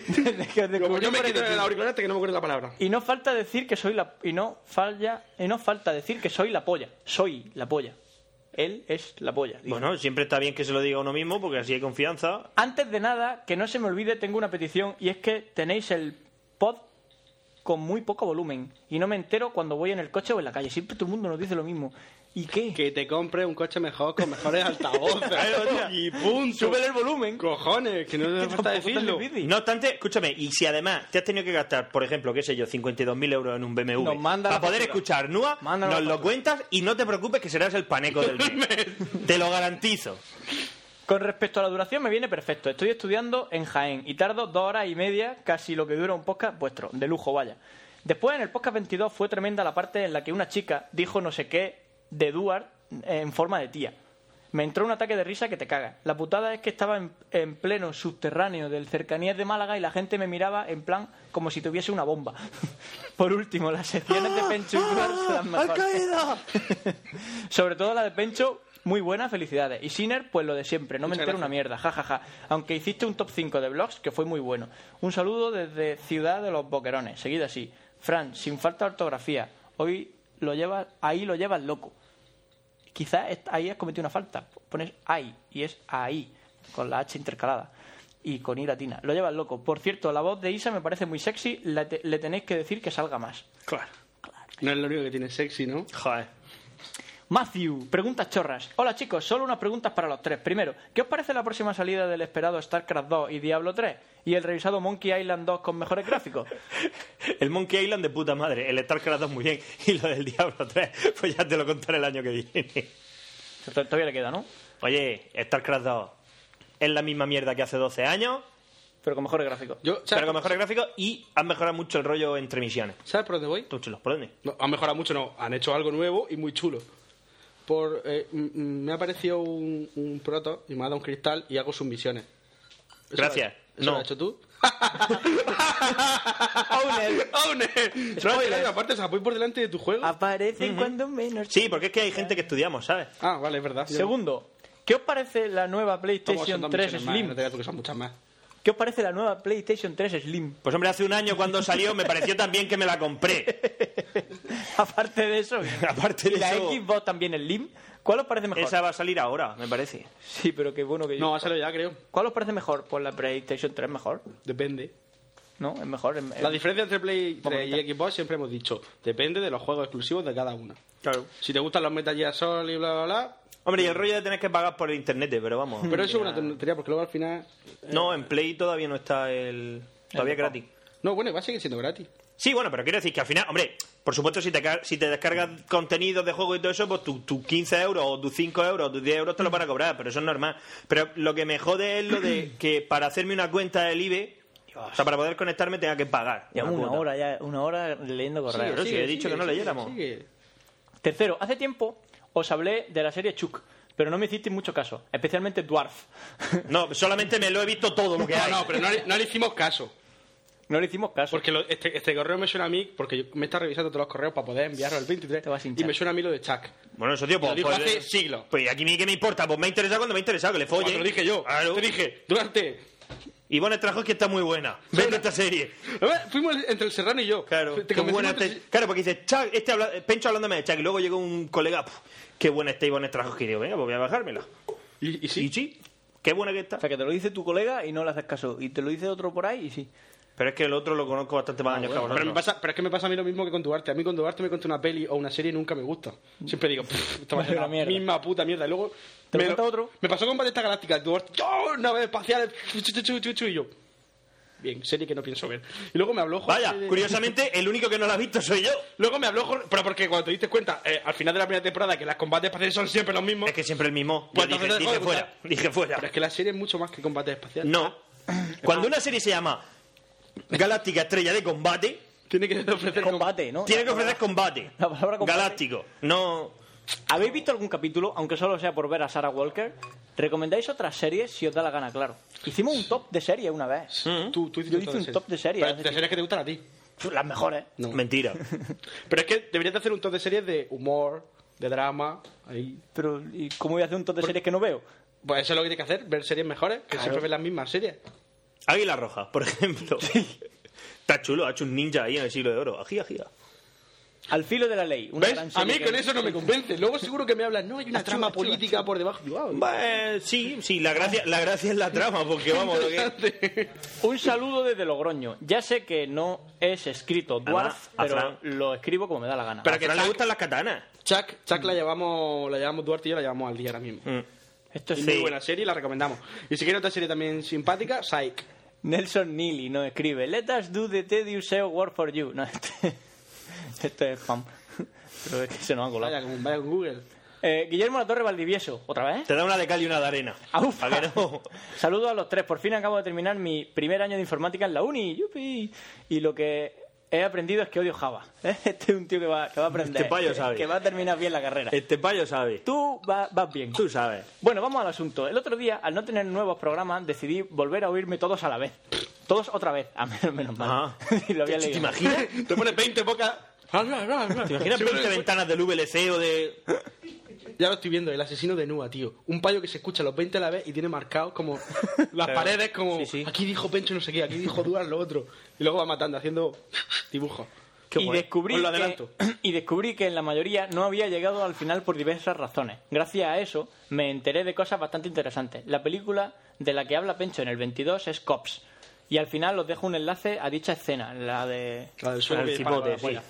Speaker 6: Desde que os
Speaker 7: Como
Speaker 6: descubrí
Speaker 7: yo me
Speaker 6: por
Speaker 7: quito
Speaker 6: el
Speaker 7: el
Speaker 6: YouTube.
Speaker 7: auricular hasta que no me acuerdo la palabra.
Speaker 6: Y no falta decir que soy la y no falla y no falta decir que soy la polla. Soy la polla. Él es la polla. dice.
Speaker 2: Bueno, siempre está bien que se lo diga a uno mismo porque así hay confianza.
Speaker 6: Antes de nada, que no se me olvide, tengo una petición y es que tenéis el pod con muy poco volumen y no me entero cuando voy en el coche o en la calle. Siempre todo el mundo nos dice lo mismo. ¿Y qué?
Speaker 7: Que te compre un coche mejor con mejores altavoces.
Speaker 2: Claro, tía.
Speaker 7: y punto.
Speaker 6: Súbele el volumen.
Speaker 7: Cojones, que no te
Speaker 6: Que
Speaker 7: hace falta
Speaker 6: tampoco es tan
Speaker 7: decirlo.
Speaker 6: difícil.
Speaker 2: No obstante, escúchame, y si además te has tenido que gastar, por ejemplo, qué sé yo, 52.000 euros en un BMW
Speaker 6: Nos manda
Speaker 2: para
Speaker 6: la
Speaker 2: poder
Speaker 6: factura.
Speaker 2: escuchar NUA,
Speaker 6: Manda la
Speaker 2: nos lo
Speaker 6: factura.
Speaker 2: cuentas y no te preocupes que serás el paneco del mes. te lo garantizo.
Speaker 6: Con respecto a la duración me viene perfecto. Estoy estudiando en Jaén y tardo dos horas y media, casi lo que dura un podcast vuestro. De lujo, vaya. Después, en el podcast 22 fue tremenda la parte en la que una chica dijo no sé qué de Duarte en forma de tía. Me entró un ataque de risa que te cagas. La putada es que estaba en, en pleno subterráneo del cercanías de Málaga y la gente me miraba en plan como si tuviese una bomba. Por último, las secciones de Pencho y Duarte son las mejores. Sobre todo la de Pencho, muy buena, felicidades. Y Sinner, pues lo de siempre, no me
Speaker 7: Muchas
Speaker 6: entero
Speaker 7: gracias.
Speaker 6: una mierda, jajaja. Aunque hiciste un top 5 de blogs que fue muy bueno. Un saludo desde Ciudad de los Boquerones, seguido así. Fran, sin falta de ortografía, hoy lo llevas, ahí lo llevas loco. Quizás est- ahí has cometido una falta. Pones ahí y es ahí, con la H intercalada y con I latina. Lo llevas loco. Por cierto, la voz de Isa me parece muy sexy, la te- le tenéis que decir que salga más.
Speaker 7: Claro. No es lo único que tiene sexy, ¿no?
Speaker 2: Joder.
Speaker 6: Matthew, preguntas chorras. Hola chicos, solo unas preguntas para los tres. Primero, ¿qué os parece la próxima salida del esperado StarCraft 2 y Diablo 3? Y el revisado Monkey Island 2 con mejores gráficos.
Speaker 2: El Monkey Island de puta madre, el StarCraft 2 muy bien y lo del Diablo 3, pues ya te lo contaré el año que viene.
Speaker 6: Esto Todavía le queda, ¿no?
Speaker 2: Oye, StarCraft 2 es la misma mierda que hace 12 años,
Speaker 6: Pero con mejores gráficos.
Speaker 7: Yo, ¿sabes,
Speaker 2: pero con mejores gráficos y han mejorado mucho el rollo entre misiones.
Speaker 7: ¿sabes por dónde voy?
Speaker 2: Tú chulos, ¿por dónde?
Speaker 7: No, han mejorado mucho, no. Han hecho algo nuevo y muy chulo. Por, eh, m- m- me ha aparecido un, un proto y me ha dado un cristal y hago sus misiones. ¿Eso
Speaker 2: Gracias.
Speaker 7: lo- ¿Eso
Speaker 2: No.
Speaker 7: lo has hecho tú?
Speaker 6: Ah, Owner.
Speaker 7: ¡Owner! ¿Sabes que
Speaker 6: Spoiler.
Speaker 7: aparte se voy por delante de tu juego?
Speaker 6: ah. Aparecen cuando menos.
Speaker 2: Sí, porque es que hay gente que estudiamos, ¿sabes?
Speaker 7: Ah, vale, es verdad. Yo-
Speaker 6: Segundo, ¿qué os parece la nueva
Speaker 7: Toma, son
Speaker 6: PlayStation
Speaker 7: dos
Speaker 6: 3
Speaker 7: misiones más,
Speaker 6: Slim?
Speaker 7: no te creas tú que son muchas más.
Speaker 6: ¿Qué os parece la nueva PlayStation 3 Slim?
Speaker 2: Pues hombre, hace un año cuando salió me pareció también que me la compré.
Speaker 6: Aparte de eso.
Speaker 2: Aparte de
Speaker 6: ¿y la
Speaker 2: eso-
Speaker 6: Xbox también Slim? ¿Cuál os parece mejor?
Speaker 2: Esa va a salir ahora, me parece.
Speaker 6: Sí, pero qué bueno que yo.
Speaker 7: No, ha salido ya, creo.
Speaker 6: ¿Cuál os parece mejor? Pues la PlayStation 3 mejor.
Speaker 7: Depende.
Speaker 6: ¿No? Es mejor. es- es-
Speaker 7: Eh, La diferencia entre Play 3
Speaker 6: Momentá-
Speaker 7: y Xbox siempre hemos dicho, depende de los juegos exclusivos de cada una.
Speaker 2: Claro.
Speaker 7: Si te gustan los Metal Gear Solid y bla, bla, bla,
Speaker 2: Hombre, y el rollo de tener que pagar por el internet, pero vamos.
Speaker 7: pero eso es una tontería porque luego al final...
Speaker 2: No, en Play todavía no está el. Todavía es gratis.
Speaker 7: No, bueno, va a seguir siendo gratis.
Speaker 2: Sí, bueno, pero quiero decir que al final, hombre, por supuesto, si te, ca- si te descargas contenidos de juego y todo eso, pues tus tu 15 euros o tus 5 euros o tus 10 euros te lo van a cobrar, pero eso es normal. Pero lo que me jode es lo de que para hacerme una cuenta del IBE, o sea, para poder conectarme tenga que pagar.
Speaker 6: Ya una
Speaker 2: cuota.
Speaker 6: hora, ya una hora leyendo correos.
Speaker 2: Claro, sí, he dicho que no leyéramos.
Speaker 7: sigue.
Speaker 6: Tercero, hace tiempo os hablé de la serie Chuck, pero no me hicisteis mucho caso, especialmente Dwarf.
Speaker 2: No, solamente me lo he visto todo lo que
Speaker 7: No,
Speaker 2: hay.
Speaker 7: no, pero no le, no le hicimos caso.
Speaker 6: No le hicimos caso.
Speaker 7: Porque lo- este, este correo me suena a mí, porque yo- me está revisando todos los correos para poder enviarlo el 23.
Speaker 6: Te vas a
Speaker 7: y
Speaker 6: hinchar.
Speaker 7: me suena a mí lo de Chuck.
Speaker 2: Bueno, eso, tío, pues.
Speaker 7: Lo dijo
Speaker 2: pues,
Speaker 7: hace
Speaker 2: eh,
Speaker 7: siglos.
Speaker 2: Pues aquí a mí qué me importa, pues me ha interesado cuando me ha interesado, que le
Speaker 7: Oye,
Speaker 2: folle.
Speaker 7: lo dije yo.
Speaker 2: Claro.
Speaker 7: Te dije, durante.
Speaker 2: Y bueno, el trabajo es que está muy buena. Vete esta serie.
Speaker 7: Además, Fuimos entre el Serrano y yo.
Speaker 2: Claro,
Speaker 7: Te
Speaker 2: qué
Speaker 7: convencimos
Speaker 2: buena
Speaker 7: entre-
Speaker 2: este- claro, porque dice, Chuck, este habla- Pencho hablándome de Chuck, y luego llegó un colega, "Puf, qué buena está Iván Estrajos, que digo, venga, pues voy a bajármela.
Speaker 7: Y, y sí.
Speaker 2: Y sí, qué buena que está.
Speaker 6: O sea, que te lo dice tu colega y no le haces caso. Y te lo dice otro por ahí y sí.
Speaker 2: Pero es que el otro lo conozco bastante más años que a
Speaker 7: Ah, pero, me
Speaker 2: vosotros.
Speaker 7: pasa, pero es que me pasa a mí lo mismo que con Duarte. A mí con Duarte me cuenta una peli o una serie y nunca me gusta. Siempre digo, "Pff, esto va a ser
Speaker 6: Vale, la
Speaker 7: la
Speaker 6: mierda".
Speaker 7: misma puta mierda. Y luego
Speaker 6: ¿Te lo
Speaker 7: me,
Speaker 6: cuenta otro?
Speaker 7: me pasó con Batista Galáctica. Duarte, ¡Oh, naves espaciales! chu, chu, chu, chu, chu, chu", Y yo, bien, serie que no pienso ver. Y luego me habló Jorge
Speaker 2: Vaya,
Speaker 7: de-
Speaker 2: curiosamente, el único que no la ha visto soy yo.
Speaker 7: Luego me habló Jorge, pero porque cuando te diste cuenta, eh, al final de la primera temporada, que las combates espaciales son siempre los mismos.
Speaker 2: Es que siempre el mismo.
Speaker 7: Pues
Speaker 2: Yo dije,
Speaker 7: entonces dejó de
Speaker 2: dije fuera,
Speaker 7: gustar.
Speaker 2: dije fuera.
Speaker 7: Pero es que la serie es mucho más que combates espaciales.
Speaker 2: No. Cuando una serie se llama Galáctica Estrella de Combate,
Speaker 7: Tiene que ofrecer
Speaker 6: Combate, ¿no?
Speaker 2: tiene que ofrecer combate.
Speaker 6: La palabra combate.
Speaker 2: Galáctico. No.
Speaker 6: ¿Habéis visto algún capítulo, aunque solo sea por ver a Sarah Walker? ¿Recomendáis otras series si os da la gana, claro? Hicimos un top de series una vez.
Speaker 7: Tú, tú hiciste
Speaker 6: ¿Mm? Yo
Speaker 7: un
Speaker 6: hice
Speaker 7: top de
Speaker 6: un top de series,
Speaker 7: series. Pero
Speaker 6: es
Speaker 7: De
Speaker 6: decir-
Speaker 7: series que te gustan a ti.
Speaker 6: Las mejores.
Speaker 7: No.
Speaker 2: Mentira.
Speaker 7: Pero es que deberías de hacer un top de series de humor, de drama. Ahí.
Speaker 6: Pero, ¿y cómo voy a hacer un top de series que no veo?
Speaker 7: Pues eso es lo que tienes que hacer, ver series mejores, que siempre ves las mismas series.
Speaker 2: Águila Roja, por ejemplo. Está chulo, ha hecho un ninja ahí en el siglo de oro. Ají, ají.
Speaker 6: Al filo de la ley. una
Speaker 7: ¿Ves?
Speaker 6: gran
Speaker 7: A
Speaker 6: serie
Speaker 7: mí
Speaker 6: que-
Speaker 7: con eso no me convence. Luego seguro que me hablas, no, hay una trama política por debajo. Digo, ah,
Speaker 2: Bah, sí, sí, la gracia, la gracia es la trama, porque vamos, lo que-
Speaker 7: interesante.
Speaker 6: Un saludo desde Logroño. Ya sé que no es escrito
Speaker 2: Además,
Speaker 6: Dwarf,
Speaker 2: a
Speaker 6: pero
Speaker 2: Fran-
Speaker 6: lo escribo como me da la gana.
Speaker 2: Pero
Speaker 7: que
Speaker 2: que no le
Speaker 7: Zack-
Speaker 2: gustan las katanas.
Speaker 7: Chuck, Chuck la llevamos, la llevamos Duarte y yo la llevamos al día ahora mismo.
Speaker 2: Mm.
Speaker 6: Esto
Speaker 7: Es
Speaker 6: es
Speaker 7: muy
Speaker 6: fake.
Speaker 7: buena serie y la recomendamos. Y si quieres otra serie también simpática, Psych.
Speaker 6: Nelson Neely nos escribe Let us do the tedious work for you. No, este, este es spam. Pero es que se nos ha colado.
Speaker 7: Vaya con, vaya con Google.
Speaker 6: Eh, Guillermo La Torre Valdivieso, ¿otra vez?
Speaker 2: Te da una de cal y una de arena.
Speaker 6: Aufa.
Speaker 2: ¿A que no?
Speaker 6: Saludos Ah, a los tres. Por fin acabo de terminar mi primer año de informática en la uni. ¡Yupi! Y lo que he aprendido es que odio Java. Este es un tío que va, que va a aprender.
Speaker 2: Este payo sabe.
Speaker 6: Que va a terminar bien la carrera.
Speaker 2: Este payo sabe.
Speaker 6: Tú va- vas bien.
Speaker 2: Tú sabes.
Speaker 6: Bueno, vamos al asunto. El otro día, al no tener nuevos programas, decidí volver a oírme todos a la vez. Todos otra vez. A menos, menos mal.
Speaker 2: Ajá.
Speaker 6: lo había
Speaker 2: ¿Te
Speaker 6: leído.
Speaker 2: imaginas?
Speaker 7: Te pones 20 pocas.
Speaker 2: ¿Te imaginas 20 ventanas del VLC o de...?
Speaker 7: Ya lo estoy viendo, el asesino de Nua, tío. Un payo que se escucha los 20 a la vez y tiene marcados como las
Speaker 6: Claro.
Speaker 7: paredes, como
Speaker 6: Sí, sí.
Speaker 7: aquí dijo Pencho no sé qué, aquí dijo Duar lo otro. Y luego va matando, haciendo dibujos.
Speaker 6: y descubrí,
Speaker 7: Os lo
Speaker 6: que,
Speaker 7: adelanto.
Speaker 6: y descubrí que en la mayoría no había llegado al final por diversas razones. Gracias a eso me enteré de cosas bastante interesantes. La película de la que habla Pencho en el 22 es Cops. Y al final os dejo un enlace a dicha escena, la de...
Speaker 7: La del suelo
Speaker 6: la
Speaker 7: que dispara
Speaker 6: cipote,
Speaker 7: la polla.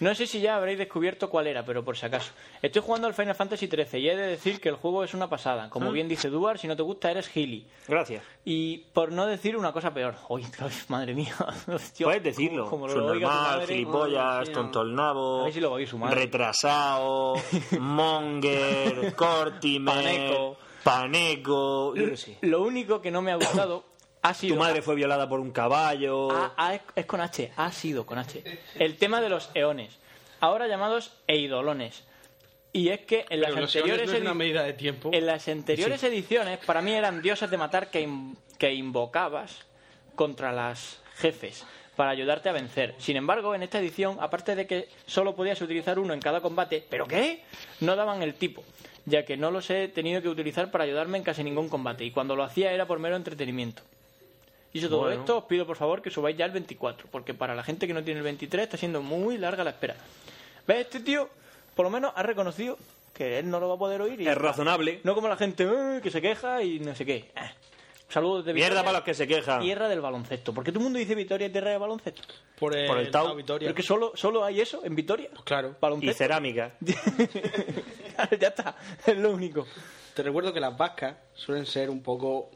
Speaker 6: No sé si ya habréis descubierto cuál era, pero por si acaso. Estoy jugando al Final Fantasy XIII y he de decir que el juego es una pasada.
Speaker 7: Ah.
Speaker 6: Como bien dice Duar, si no te gusta eres gili.
Speaker 2: Gracias.
Speaker 6: Y por no decir una cosa peor. Oye, madre mía. Hostia,
Speaker 2: Puedes decirlo.
Speaker 6: como- como lo oiga tu
Speaker 2: Subnormal,
Speaker 6: madre.
Speaker 2: gilipollas,
Speaker 6: A
Speaker 2: tontolnabo,
Speaker 6: ver si lo va a oír su madre.
Speaker 2: retrasado, monger, cortimer,
Speaker 6: Paneco.
Speaker 2: paneco, yo qué sé.
Speaker 6: Lo único que no me ha gustado ha sido.
Speaker 2: Tu madre fue violada por un caballo.
Speaker 6: Ah, ah, es- es con H, ha sido con H. El tema de los eones, ahora llamados eidolones. Y es que en las
Speaker 7: Pero los
Speaker 6: anteriores
Speaker 7: eones no es una
Speaker 6: edi-
Speaker 7: medida de tiempo.
Speaker 6: En las anteriores ediciones, para mí eran diosas de matar que, in- que invocabas contra las jefes para ayudarte a vencer. Sin embargo, en esta edición, aparte de que solo podías utilizar uno en cada combate, ¿pero qué? No daban el tipo, ya que no los he tenido que utilizar para ayudarme en casi ningún combate, y cuando lo hacía era por mero entretenimiento. Y todo
Speaker 2: Bueno.
Speaker 6: esto, os pido por favor que subáis ya el 24, porque para la gente que no tiene el 23 está siendo muy larga la espera. ¿Ves? Este tío, por lo menos, ha reconocido que él no lo va a poder oír. Y
Speaker 2: es razonable.
Speaker 6: No como la gente "Eh, que se queja y no sé qué. Eh. Saludos de
Speaker 2: Mierda
Speaker 6: Vitoria,
Speaker 2: para los que se quejan.
Speaker 6: Tierra del baloncesto. ¿Por qué todo el mundo dice Vitoria y tierra del baloncesto?
Speaker 7: Por el,
Speaker 2: por el Tau.
Speaker 7: Tau Vitoria.
Speaker 6: Pero que solo, solo hay eso en Vitoria.
Speaker 7: claro.
Speaker 2: Y
Speaker 6: Baloncesto.
Speaker 2: cerámica.
Speaker 6: ya está, es lo único.
Speaker 7: Te recuerdo que las vascas suelen ser un poco.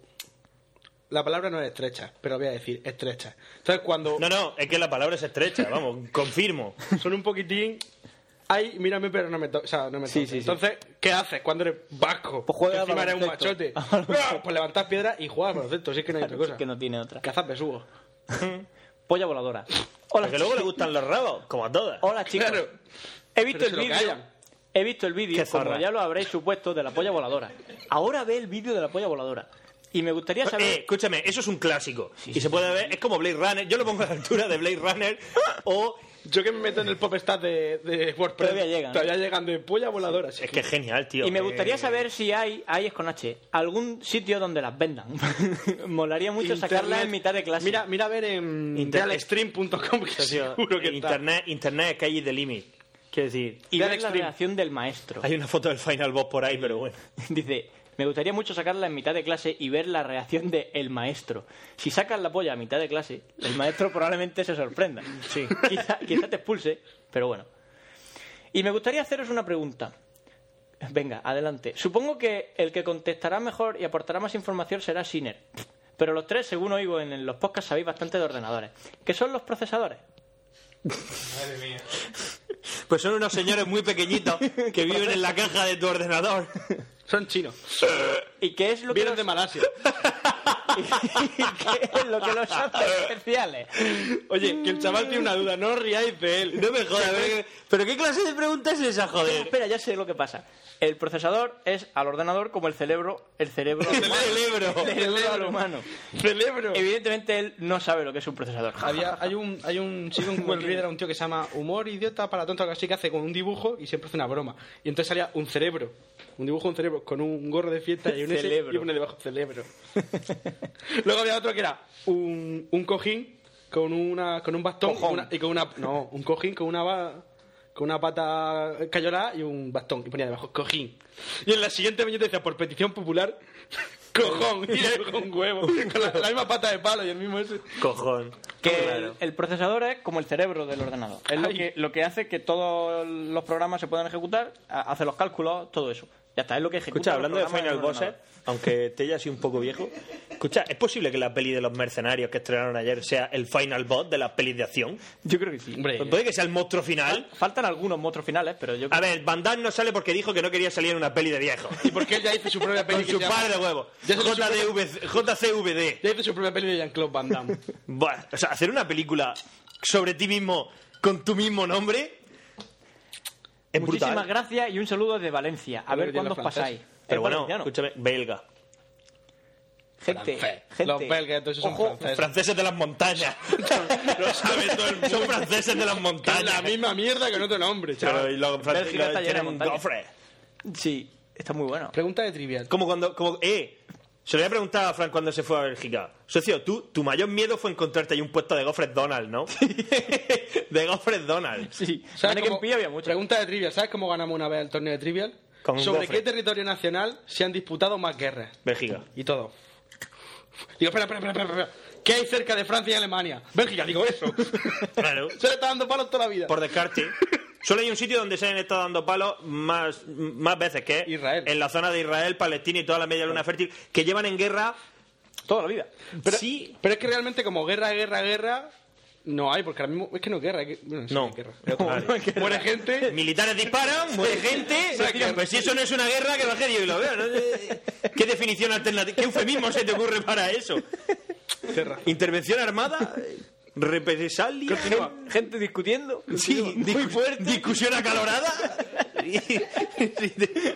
Speaker 7: La palabra no es estrecha, pero voy a decir estrecha. Entonces, cuando
Speaker 2: No, no, es que la palabra es estrecha, vamos, confirmo.
Speaker 7: son un poquitín. Ay, mírame, pero no me toques. O sea, no me
Speaker 6: Sí,
Speaker 7: toques.
Speaker 6: sí, sí.
Speaker 7: Entonces, ¿qué haces cuando eres vasco?
Speaker 6: Pues juega
Speaker 7: Que
Speaker 6: al
Speaker 7: Encima eres un machote.
Speaker 6: baloncesto.
Speaker 7: ¡Ah! pues levantas piedras y juegas al baloncesto, si es que no hay otra cosa.
Speaker 6: Es que no tiene otra.
Speaker 7: Cazas besugos.
Speaker 6: Polla voladora. Hola,
Speaker 2: Porque luego le
Speaker 6: chicos.
Speaker 2: gustan los rabos, como a todas.
Speaker 6: Hola Ah, chicos.
Speaker 7: Claro.
Speaker 6: He visto
Speaker 7: Pero
Speaker 6: el
Speaker 7: se lo
Speaker 6: vídeo.
Speaker 7: callan.
Speaker 6: He visto el vídeo,
Speaker 2: Qué
Speaker 6: como
Speaker 2: zorra.
Speaker 6: ya lo habréis supuesto, de la polla voladora. Ahora ve el vídeo de la polla voladora. Y me gustaría saber...
Speaker 2: Eh, escúchame, eso es un clásico. y se puede ver, es como Blade Runner. Yo lo pongo a la altura de Blade Runner o.
Speaker 7: Yo que me meto en el pop stat de, de WordPress.
Speaker 6: Todavía llegan.
Speaker 7: Todavía llegan de polla voladora. así
Speaker 2: Es que es genial, tío.
Speaker 6: Y me
Speaker 2: Eh,
Speaker 6: gustaría saber si hay, ahí es con H, algún sitio donde las vendan. Molaría mucho sacarlas
Speaker 7: Internet-
Speaker 6: en mitad de clase.
Speaker 7: Mira, mira a ver en
Speaker 2: Internet-
Speaker 7: realstream.com que
Speaker 2: socio,
Speaker 7: seguro que está.
Speaker 2: internet, internet es calle de límite. Quiero decir,
Speaker 6: y ver
Speaker 7: Real
Speaker 6: la
Speaker 7: Extreme.
Speaker 6: reacción del maestro.
Speaker 2: hay una foto del Final Boss por ahí, pero bueno.
Speaker 6: Dice, me gustaría mucho sacarla en mitad de clase y ver la reacción del el maestro. Si sacas la polla a mitad de clase, el maestro probablemente se sorprenda. Sí. Quizá, quizá te expulse, pero bueno. Y me gustaría haceros una pregunta. Venga, adelante. Supongo que el que contestará mejor y aportará más información será Siner. Pero los tres, según oigo en los podcasts, sabéis bastante de ordenadores. ¿Qué son los procesadores?
Speaker 2: Pues son unos señores muy pequeñitos que viven en la caja de tu ordenador.
Speaker 7: Son chinos.
Speaker 6: ¿Y qué es lo que
Speaker 7: Vienen
Speaker 6: los,
Speaker 7: de Malasia.
Speaker 6: y qué es lo que los hace especiales?
Speaker 7: Oye, que el chaval tiene una duda. No os riáis de él.
Speaker 2: No me jodas, pero, pero ¿qué clase de pregunta es esa, joder?
Speaker 6: eh. Espera, ya sé lo que pasa. El procesador es al ordenador como el cerebro, el cerebro, al
Speaker 2: El
Speaker 6: humano.
Speaker 2: cerebro.
Speaker 6: El cerebro al humano.
Speaker 7: Celebro.
Speaker 6: Evidentemente él no sabe lo que es un procesador.
Speaker 7: Había, hay un hay un sigo en Google Reader a un tío que se llama humor idiota para tonto algo así que hace con un dibujo y siempre hace una broma y entonces salía un cerebro un dibujo de un cerebro con un gorro de fiesta y un S
Speaker 6: Cerebro.
Speaker 7: y pone debajo cerebro luego había otro que era un, un cojín con una con un bastón y, una- y con una no un cojín con una va- con una pata cayolada y un bastón y ponía debajo cojín y en la siguiente viñeta decía por petición popular cojón y era con huevo con la, la misma pata de palo y el mismo ese
Speaker 2: Cojón.
Speaker 6: Que el-
Speaker 2: Claro.
Speaker 6: el procesador es como el cerebro del ordenador. Es lo
Speaker 7: Ay.
Speaker 6: que, lo que hace que todos los programas se puedan ejecutar, ha- hace los cálculos, todo eso. Ya está, es lo que
Speaker 2: Escucha,
Speaker 6: ejecuta. los
Speaker 2: hablando de
Speaker 6: programas
Speaker 2: Final
Speaker 6: del
Speaker 2: Boss,
Speaker 6: ordenador.
Speaker 2: aunque te haya sido un poco viejo, escucha, ¿es posible que la peli de los mercenarios que estrenaron ayer sea el Final Boss de las pelis de acción?
Speaker 6: Yo creo que sí.
Speaker 7: Hombre.
Speaker 2: Pues puede que sea el monstruo final.
Speaker 6: Faltan algunos monstruos finales, pero yo
Speaker 2: A ver, Van Damme no sale porque dijo que no quería salir en una peli de viejo.
Speaker 7: ¿Y por qué él ya hizo su propia peli?
Speaker 2: Con
Speaker 7: que
Speaker 2: su
Speaker 7: se llama-
Speaker 2: par de huevos.
Speaker 7: Ya se le supo-
Speaker 2: JDV JCVD.
Speaker 7: Ya hizo su propia peli de Jean-Claude Van Damme.
Speaker 2: Buah, o sea, hacer una película sobre ti mismo con tu mismo nombre es
Speaker 6: Muchísimas
Speaker 2: brutal.
Speaker 6: gracias y un saludo desde Valencia. A
Speaker 7: Creo
Speaker 6: ver
Speaker 7: que tiene
Speaker 6: cuándo os
Speaker 7: los franceses.
Speaker 6: pasáis.
Speaker 2: Pero
Speaker 6: Es
Speaker 2: bueno,
Speaker 6: valenciano.
Speaker 2: escúchame, belga.
Speaker 6: gente,
Speaker 7: Francés.
Speaker 6: gente.
Speaker 7: Los belgas, todos esos son
Speaker 6: Ojo,
Speaker 7: franceses.
Speaker 2: Franceses de las montañas. Lo sabe todo el mundo. Son franceses de las
Speaker 7: Es la
Speaker 2: montañas.
Speaker 7: misma mierda que en otro nombre,
Speaker 2: Pero
Speaker 7: chaval.
Speaker 2: y los franceses
Speaker 6: Bélgica está llena de
Speaker 2: tienen un
Speaker 6: montañas.
Speaker 2: gofre.
Speaker 6: Sí, está muy bueno.
Speaker 7: Pregunta de trivial.
Speaker 2: Como cuando... Como, eh, se lo había preguntado a Frank cuando se fue a Bélgica. Socio, tú, tu mayor miedo fue encontrarte ahí un puesto de gofres Donald, ¿no? de gofres Donald.
Speaker 6: Sí,
Speaker 7: ¿Sabes
Speaker 6: Mannequin
Speaker 7: cómo-
Speaker 6: Pie había mucho.
Speaker 7: Pregunta de trivial. ¿Sabes cómo ganamos una vez el torneo de trivial?
Speaker 2: Con un
Speaker 7: ¿Sobre
Speaker 2: gofre.
Speaker 7: qué territorio nacional se han disputado más guerras?
Speaker 2: Bélgica.
Speaker 7: Y todo. Digo, espera, espera, espera, espera. espera. ¿Qué hay cerca de Francia y Alemania? Bélgica, digo eso.
Speaker 2: Claro.
Speaker 7: Se le está dando palos toda la vida.
Speaker 2: por descarte. Solo hay un sitio donde se han estado dando palos más, más veces que es
Speaker 7: Israel.
Speaker 2: en la zona de Israel, Palestina y toda la media luna fértil, que llevan en guerra.
Speaker 6: Toda la vida.
Speaker 7: Pero,
Speaker 2: sí.
Speaker 7: pero es que realmente como guerra, guerra, guerra... No hay, porque ahora mismo... Es que no es guerra. es que- bueno, sí,
Speaker 2: No.
Speaker 7: es guerra.
Speaker 2: Vale.
Speaker 7: Muere gente,
Speaker 2: Militares disparan, muere gente. se tiran. Pues si eso no es una guerra, que baje Dios y lo veo. ¿no? Eh, ¿Qué definición alternativa? ¿Qué eufemismo se te ocurre para eso?
Speaker 7: guerra.
Speaker 2: ¿Intervención armada? ¿Represalia?
Speaker 6: Gente- Gente discutiendo.
Speaker 2: Sí, muy fuerte. ¿Discusión acalorada? Y- si-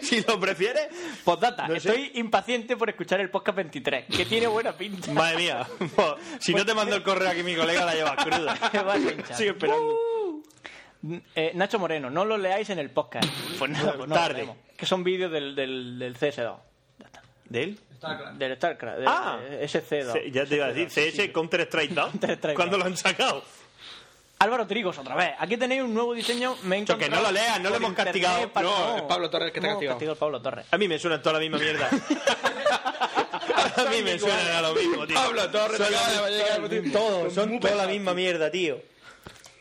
Speaker 2: si lo prefieres.
Speaker 6: Postdata,
Speaker 2: No sé.
Speaker 6: estoy impaciente por escuchar el podcast 23, que tiene buena pinta.
Speaker 2: Madre mía, po, si no te mando el correo aquí, mi colega la llevas cruda.
Speaker 6: Pues- Te vas a Uh. hinchar.
Speaker 2: Sigue esperando.
Speaker 6: Eh, Nacho Moreno, no lo leáis en el podcast. Pues nada, pues no lo
Speaker 2: Tarde.
Speaker 6: leemos. Que son vídeos del, del, del CS2. Ya está.
Speaker 2: ¿De él?
Speaker 6: Del StarCraft. Del,
Speaker 2: Ah.
Speaker 6: eh, SC2.
Speaker 2: C- ya te iba a decir,
Speaker 6: Sí, sí.
Speaker 2: CS Counter Strike 2.
Speaker 6: Strike
Speaker 2: ¿Cuándo
Speaker 6: dos.
Speaker 2: lo han sacado?
Speaker 6: Álvaro Trigos, otra vez. Aquí tenéis un nuevo diseño. Me he
Speaker 2: Yo, que
Speaker 6: encontrado
Speaker 2: no lo leas, no lo
Speaker 6: por
Speaker 2: hemos
Speaker 6: internet
Speaker 2: castigado.
Speaker 6: para-
Speaker 7: No, es Pablo Torres que te ha
Speaker 6: hemos
Speaker 7: castigado.
Speaker 6: el Pablo Torres.
Speaker 2: A mí me suena toda la misma mierda. a mí me suena a lo mismo, tío.
Speaker 7: Pablo Torres,
Speaker 2: Son
Speaker 7: acaba de llegar,
Speaker 2: la-
Speaker 7: tío.
Speaker 2: son todos, son
Speaker 7: Muy
Speaker 2: toda la
Speaker 7: pesado.
Speaker 2: misma mierda, tío.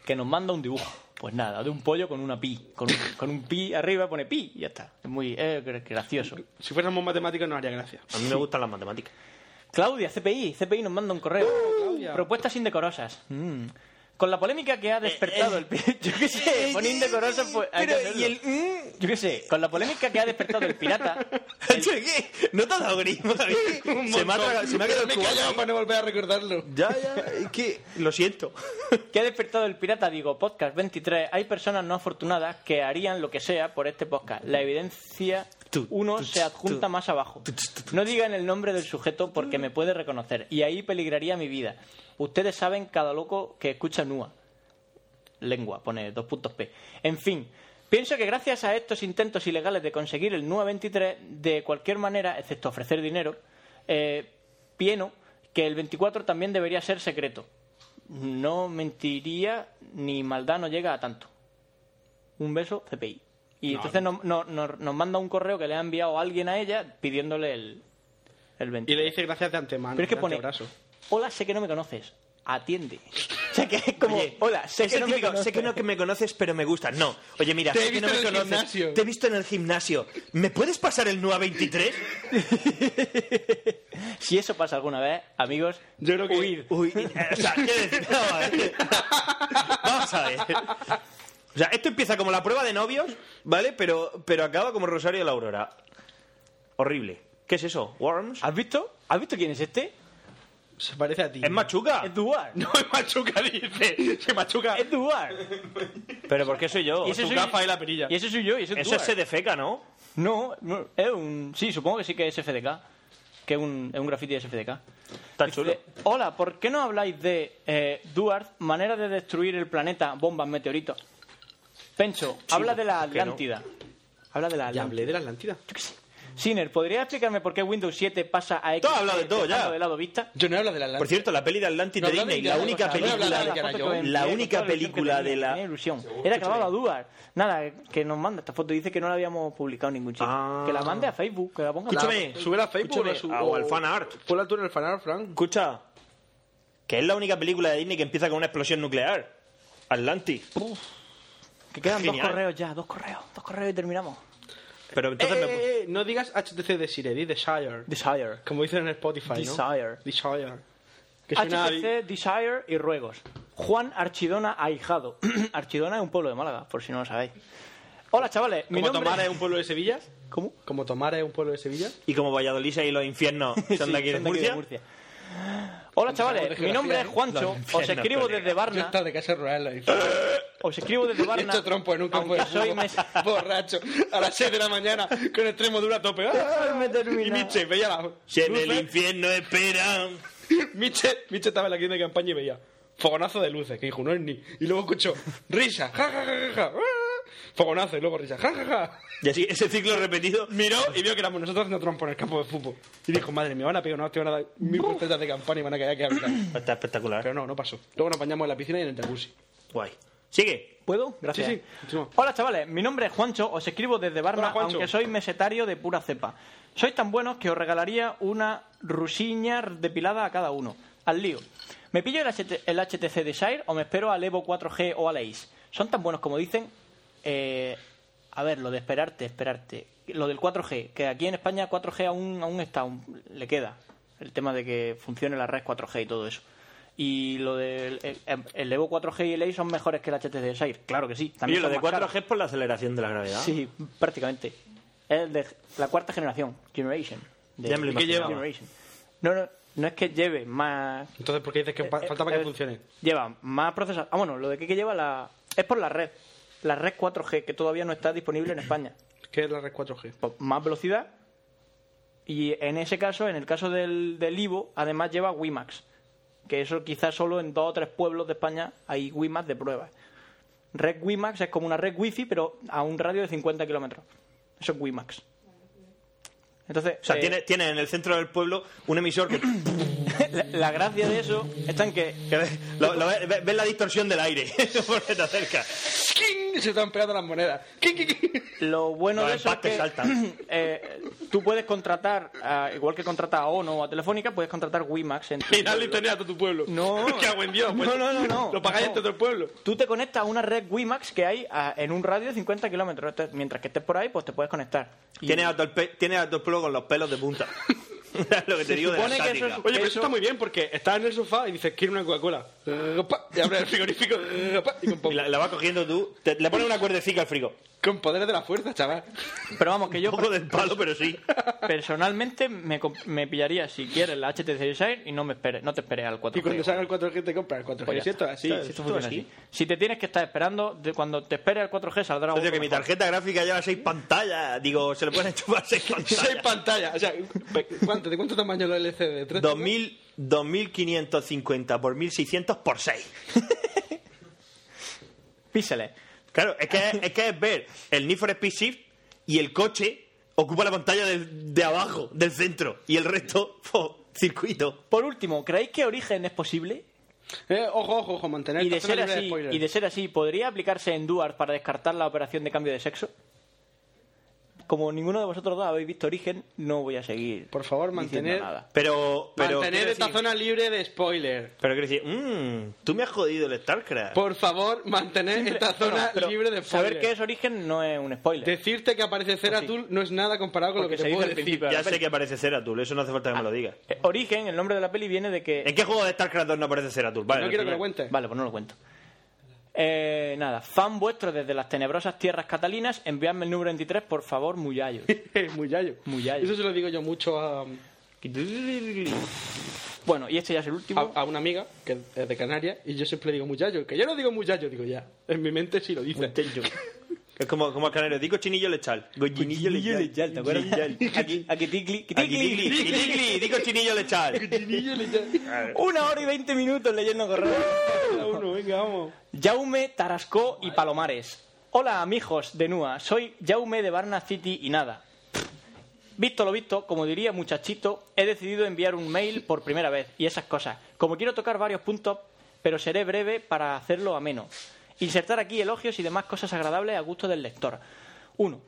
Speaker 6: que nos manda un dibujo. Pues nada, de un pollo con una pi. Con un, con un pi arriba pone pi y ya está. Es muy eh, gra- gracioso.
Speaker 7: Si fuéramos matemáticos no haría gracia.
Speaker 2: A mí me gustan las matemáticas.
Speaker 6: Claudia, CPI. CPI nos manda un correo.
Speaker 7: Claudia.
Speaker 6: Propuestas indecorosas. Mm. Con la polémica que ha despertado el pirata... Yo qué
Speaker 2: eh,
Speaker 6: sé, pone indecorosas pues... hay que hacerlo.
Speaker 7: mm.
Speaker 6: Yo qué sé, con la polémica que ha despertado el pirata...
Speaker 2: Yo, ¿qué? ¿No te has dado grima?
Speaker 7: Un
Speaker 2: se, me ha
Speaker 7: montón.
Speaker 2: tragado- se me ha quedado
Speaker 7: Me he
Speaker 2: el cubo.
Speaker 7: callado para no volver a recordarlo.
Speaker 2: Ya, ya, es que lo siento.
Speaker 6: que ha despertado el pirata, digo, podcast 23, hay personas no afortunadas que harían lo que sea por este podcast. La evidencia Uno se adjunta más abajo. No digan el nombre del sujeto porque me puede reconocer y ahí peligraría mi vida. Ustedes saben cada loco que escucha NUA. Lengua, pone dos puntos P. En fin, pienso que gracias a estos intentos ilegales de conseguir el NUA 23, de cualquier manera, excepto ofrecer dinero, eh, pieno que el 24 también debería ser secreto. No mentiría ni maldad no llega a tanto. Un beso, CPI. Y entonces no- no- no- nos manda un correo que le ha enviado alguien a ella pidiéndole el, el 23.
Speaker 7: Y le dice gracias de antemano.
Speaker 6: Pero es que
Speaker 7: de
Speaker 6: pone,
Speaker 7: antebrazo.
Speaker 6: hola, sé que no me conoces, atiende. O sea, que es como,
Speaker 2: Oye,
Speaker 6: hola, sé
Speaker 2: es
Speaker 6: que
Speaker 2: el
Speaker 6: no me
Speaker 2: típico,
Speaker 6: conoces.
Speaker 2: sé que no que me conoces, pero me gusta. No. Oye, mira,
Speaker 7: Te he
Speaker 2: sé que
Speaker 7: visto
Speaker 2: no me
Speaker 7: en el
Speaker 2: conoces.
Speaker 7: gimnasio.
Speaker 2: Te he visto en el gimnasio. ¿Me puedes pasar el NUA 23?
Speaker 6: Si eso pasa alguna vez, amigos,
Speaker 7: Yo creo que.
Speaker 6: huid.
Speaker 2: Uy, eh, o sea, ¿qué decir? Vamos a ver. Vamos a ver. O sea, esto empieza como la prueba de novios, ¿vale? Pero, pero acaba como Rosario de la Aurora. Horrible. ¿Qué es eso? ¿Worms?
Speaker 6: ¿Has visto? ¿Has visto quién es este?
Speaker 7: Se parece a ti.
Speaker 2: ¿Es machuca?
Speaker 6: Es Duar.
Speaker 7: No, es machuca, dice. Se machuca.
Speaker 6: Es Duar.
Speaker 2: ¿Pero por qué soy yo?
Speaker 6: Y ese
Speaker 7: tu
Speaker 6: soy-
Speaker 7: gafa y la perilla.
Speaker 6: Y ese soy eh. yo, y ese es
Speaker 2: Eso
Speaker 6: Duar.
Speaker 2: es SDFK, ¿no?
Speaker 6: No, no, es un... Sí, supongo que sí que es FDK. Que es un, es un graffiti de SFDK.
Speaker 2: Está
Speaker 6: Dice,
Speaker 2: chulo.
Speaker 6: Hola, ¿por qué no habláis de eh, Duarte, manera de destruir el planeta, bombas, meteoritos? Pencho, habla de la
Speaker 2: ¿por qué no?
Speaker 6: Atlántida. Habla de la
Speaker 7: Ya
Speaker 6: Atlántida.
Speaker 7: hablé de la Atlántida.
Speaker 6: Siner, ¿podría explicarme por qué Windows 7 pasa a X
Speaker 2: has hablado de todo, ya.
Speaker 6: de lado vista?
Speaker 7: Yo no he hablado de la
Speaker 2: Por
Speaker 7: Atlántida.
Speaker 2: cierto, la peli de Atlantis
Speaker 7: No,
Speaker 2: de
Speaker 7: hablame
Speaker 2: Disney,
Speaker 7: ya
Speaker 2: la
Speaker 7: de
Speaker 2: única
Speaker 7: cosas, no
Speaker 2: película...
Speaker 7: hablame ya.
Speaker 2: La única película de la-
Speaker 6: ilusión. Era que hablaba Duarte. Nada, que nos manda esta foto. Dice que no la habíamos publicado en ningún sitio.
Speaker 2: Ah.
Speaker 6: Que la mande a Facebook, que la ponga
Speaker 2: Escúchame.
Speaker 7: Sube a Facebook
Speaker 6: Escúchame,
Speaker 7: o, su-
Speaker 2: ah, o al fan art.
Speaker 7: Ponla tú en el fanart, Frank.
Speaker 2: Escucha, que es la única película de Disney que empieza con una explosión nuclear. Atlantis.
Speaker 6: Que quedan
Speaker 2: Genial.
Speaker 6: dos correos ya, dos correos, dos correos y terminamos.
Speaker 2: Pero entonces
Speaker 7: Eh,
Speaker 2: me...
Speaker 7: eh, eh, no digas HTC Desire, di Desire.
Speaker 6: Desire.
Speaker 7: Como dicen en Spotify,
Speaker 6: Desire.
Speaker 7: ¿no? Desire. Que suena a-
Speaker 6: HTC, Desire y Ruegos. Juan Archidona Ahijado. Archidona es un pueblo de Málaga, por si no lo sabéis. Hola, chavales. Mi
Speaker 7: ¿Como
Speaker 6: nombre...
Speaker 7: Tomara es un pueblo de Sevilla?
Speaker 6: ¿Cómo?
Speaker 7: ¿Como Tomara es un pueblo de Sevilla?
Speaker 2: Y como Valladolid y los infiernos son
Speaker 6: Sí,
Speaker 2: de aquí de Murcia.
Speaker 6: Hola,
Speaker 7: sabemos
Speaker 6: chavales.
Speaker 7: de
Speaker 6: Mi nombre es
Speaker 7: geografía,
Speaker 6: Juancho.
Speaker 2: Los infiernos,
Speaker 6: Os escribo
Speaker 2: colega.
Speaker 6: desde Barna.
Speaker 7: de casa rural.
Speaker 6: Os escribo desde Barna.
Speaker 7: Esto trompo en un campo de
Speaker 6: aunque soy
Speaker 7: fútbol,
Speaker 6: mes-
Speaker 7: borracho a las 6 de la mañana con extremo duro a tope. ¡Ah!
Speaker 6: Déjame terminar.
Speaker 7: y Miche veía la
Speaker 2: Si en el
Speaker 7: luces.
Speaker 2: infierno esperan...
Speaker 7: Miche, Miche estaba en la tienda de campaña y veía fogonazo de luces, que dijo, no es ni. Y luego escuchó risa, ja, ja, ja, ja, ja, ah, fogonazo, y luego risa, ja, ja, ja.
Speaker 2: Y así, ese ciclo repetido...
Speaker 7: Miró y vio que éramos nosotros haciendo trompo en el campo de fútbol. Y dijo, madre mía, van a pegar una hostia, van a dar mil vueltas de campaña y van a caer aquí a mitad.
Speaker 2: Está espectacular.
Speaker 7: Pero no, no pasó. Luego nos bañamos en la piscina y en el jacuzzi.
Speaker 2: Guay. Sigue.
Speaker 6: ¿Puedo? Gracias.
Speaker 7: Sí, sí, continúa.
Speaker 6: Hola chavales, mi nombre es Juancho, os escribo desde Barna,
Speaker 7: Hola, Juancho.
Speaker 6: aunque soy mesetario de pura cepa. Sois tan buenos que os regalaría una rusiña depilada a cada uno. Al lío. ¿Me pillo el, HT el HTC Desire o me espero al Evo 4G o al Ace? Son tan buenos como dicen. Eh, a ver, lo de esperarte, esperarte. Lo del 4G, que aquí en España 4G aún, aún está, aún le queda. El tema de que funcione la red 4G y todo eso. Y lo del el, el Evo 4G y el Ace son mejores que el HTC Desire. Claro que sí.
Speaker 2: Oye,
Speaker 6: También
Speaker 2: lo
Speaker 6: son
Speaker 2: de
Speaker 6: más
Speaker 2: 4G
Speaker 6: caros.
Speaker 2: es por la aceleración de la gravedad.
Speaker 6: Sí, prácticamente. Es de la cuarta generación, Generation. de-
Speaker 2: Ya me lo
Speaker 6: ¿Y qué
Speaker 2: imaginaba.
Speaker 6: lleva? Generation. No, no, no es que lleve más...
Speaker 7: Entonces, ¿por qué dices que pa-
Speaker 6: eh,
Speaker 7: faltaba que
Speaker 6: eh,
Speaker 7: funcione?
Speaker 6: Lleva más procesadores. Ah, bueno, lo de que, que lleva la... Es por la red. La red 4G, que todavía no está disponible en España.
Speaker 7: ¿Qué es la red 4G?
Speaker 6: Pues más velocidad. Y en ese caso, en el caso del, del Ivo, además lleva WiMAX. Que eso quizás solo en dos o tres pueblos de España hay WiMAX de pruebas. Red WiMAX es como una red wifi, pero a un radio de 50 kilómetros. Eso es WiMAX. Entonces,
Speaker 2: O sea,
Speaker 6: eh,
Speaker 2: tiene, tiene en el centro del pueblo un emisor que...
Speaker 6: la, la gracia de eso está en que
Speaker 2: que ve- lo- lo ve- ve- ves la distorsión del aire. Porque te acerca.
Speaker 7: ¡King! Se están pegando las monedas. ¡King, king, king!
Speaker 6: Lo bueno
Speaker 2: Los
Speaker 6: de eso es
Speaker 2: empates
Speaker 6: que
Speaker 2: saltan.
Speaker 6: eh, tú puedes contratar, a- igual que contratas a ONO o a Telefónica, puedes contratar WiMAX. En tu
Speaker 7: Y dale
Speaker 6: pueblo.
Speaker 7: internet a todo tu pueblo.
Speaker 6: No.
Speaker 7: ¿Qué hago en Dios? pues.
Speaker 6: No, no, no, no.
Speaker 7: Lo pagáis
Speaker 6: No.
Speaker 7: entre todo el pueblo.
Speaker 6: Tú te conectas a una red WiMAX que hay a- en un radio de 50 kilómetros. Entonces, Mientras que estés por ahí, pues te puedes conectar. Y
Speaker 2: Tienes a todo el pe- tienes a todo el pueblo con los pelos de punta. lo que te digo de la
Speaker 6: supone que eso
Speaker 2: sática.
Speaker 6: es-
Speaker 7: Oye, pero eso está muy bien porque estás en el sofá y dices, quiero una Coca-Cola. Y abres el frigorífico. Y con
Speaker 2: Y la, la vas cogiendo tú, te- le pones una cuerdecica al frigo.
Speaker 7: Con poderes de la fuerza, chaval.
Speaker 6: Pero vamos, que yo
Speaker 2: Un poco del palo, pero sí.
Speaker 6: personalmente me, comp- me pillaría, si quieres, la HTC Desire y no, me esperes, no te esperes al 4G.
Speaker 7: Y cuando salga el 4G te compra el 4G.
Speaker 6: Pues ya
Speaker 7: Si esto es
Speaker 6: está. Sí,
Speaker 7: así, si
Speaker 6: esto
Speaker 7: esto
Speaker 6: funciona
Speaker 7: así.
Speaker 6: así. Si te tienes que estar esperando, de- cuando te esperes al 4G saldrá
Speaker 2: Socio,
Speaker 6: otro
Speaker 2: que mi
Speaker 6: mejor.
Speaker 2: tarjeta gráfica lleva seis pantallas. Digo, se le pueden enchufar seis
Speaker 7: Seis
Speaker 2: pantallas.
Speaker 7: pantallas. O sea, ¿cuánto, ¿de cuánto tamaño los LCD? ¿Tres?
Speaker 2: 2000, 2550 por 1600 por 6.
Speaker 6: Píxeles.
Speaker 2: Claro, es que es, es que es ver el Need for Speed Shift y el coche ocupa la pantalla del- de abajo, del centro, y el resto, po, circuito.
Speaker 6: Por último, ¿creéis que Origen es posible?
Speaker 7: Eh, ojo, ojo, ojo, mantener
Speaker 6: Y de,
Speaker 7: esta
Speaker 6: ser
Speaker 7: zona libre de
Speaker 6: así,
Speaker 7: spoilers.
Speaker 6: y de ser así, ¿podría aplicarse en Duar para descartar la operación de cambio de sexo? Como ninguno de vosotros dos habéis visto Origen, no voy a seguir.
Speaker 7: Por favor,
Speaker 6: diciendo
Speaker 7: mantener-
Speaker 6: nada.
Speaker 2: Pero, pero
Speaker 7: Mantener
Speaker 2: quiero
Speaker 7: esta
Speaker 2: decir-
Speaker 7: zona libre de spoiler.
Speaker 2: Pero quiero decir, mmm, tú me has jodido el StarCraft.
Speaker 7: Por favor, mantener esta
Speaker 6: No,
Speaker 7: zona
Speaker 6: pero
Speaker 7: libre de spoiler.
Speaker 6: Saber qué es Origen no es un spoiler.
Speaker 7: Decirte que aparece Ceratul no es nada comparado con
Speaker 6: Porque
Speaker 7: lo que
Speaker 6: se
Speaker 7: te
Speaker 6: dice
Speaker 7: puedo
Speaker 6: al
Speaker 7: decir.
Speaker 6: principio.
Speaker 2: ya sé que aparece Zeratul, eso no hace falta que me lo digas.
Speaker 6: Eh, Origen, el nombre de la peli viene de que
Speaker 2: ¿En qué juego de StarCraft 2 no aparece Zeratul? Vale,
Speaker 7: No
Speaker 2: el
Speaker 7: quiero que lo
Speaker 2: primero.
Speaker 7: cuentes.
Speaker 6: Vale, pues no lo cuento. Eh, nada, fan vuestro desde las tenebrosas tierras catalinas, enviadme el número 23, por favor, Muyayo.
Speaker 7: Muy yayo.
Speaker 6: Muy yayo.
Speaker 7: Eso se lo digo yo mucho a, a,
Speaker 6: Bueno, y este ya es el último.
Speaker 7: a una amiga que es de Canarias y yo siempre le digo muy yayo. Que yo no digo muy yayo, digo ya. En mi mente sí lo dice.
Speaker 2: Es como, como el canario, digo chinillo lechal. Digo chinillo
Speaker 6: Muyayo de
Speaker 2: lechal,
Speaker 6: Yalta, Pues ¿te acuerdas? Aquí, aquí tigli, que
Speaker 2: Aquí,
Speaker 6: tigli.
Speaker 2: digli, digli, digo chinillo lechal.
Speaker 6: Una hora y veinte minutos leyendo correo.
Speaker 7: Uno, venga, vamos.
Speaker 6: Jaume, Tarascó y Palomares. Hola, amigos de Nua. Soy Jaume de Barna City y nada. Visto lo visto, como diría muchachito, he decidido enviar un mail por primera vez y esas cosas. Como quiero tocar varios puntos, pero seré breve para hacerlo ameno. Insertar aquí elogios y demás cosas agradables a gusto del lector. 1.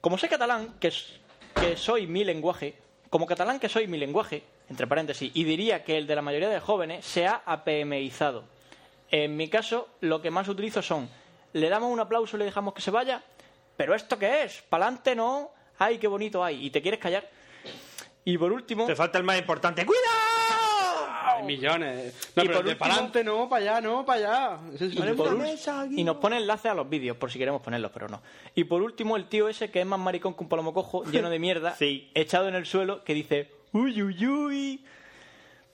Speaker 6: Como soy catalán, que, s- que soy mi lenguaje, como catalán que soy mi lenguaje, entre paréntesis, y diría que el de la mayoría de jóvenes se ha apmizado. En mi caso, lo que más utilizo son, le damos un aplauso y le dejamos que se vaya, pero ¿esto qué es? ¿Pa'lante no? ¡Ay, qué bonito hay! ¿Y te quieres callar? Y por último...
Speaker 2: Te falta el más importante. ¡Cuidado!
Speaker 7: Hay millones. No,
Speaker 6: Y
Speaker 7: pero
Speaker 6: por
Speaker 7: de
Speaker 6: último-
Speaker 7: para adelante no, para allá no, para allá. Eso es
Speaker 6: Y,
Speaker 7: lo
Speaker 6: por
Speaker 7: que-
Speaker 6: ul- y nos pone enlaces a los vídeos, por si queremos ponerlos, pero no. Y por último, el tío ese que es más maricón que un palomo cojo, lleno de mierda,
Speaker 2: Sí.
Speaker 6: echado en el suelo, que dice: Uy, uy, uy.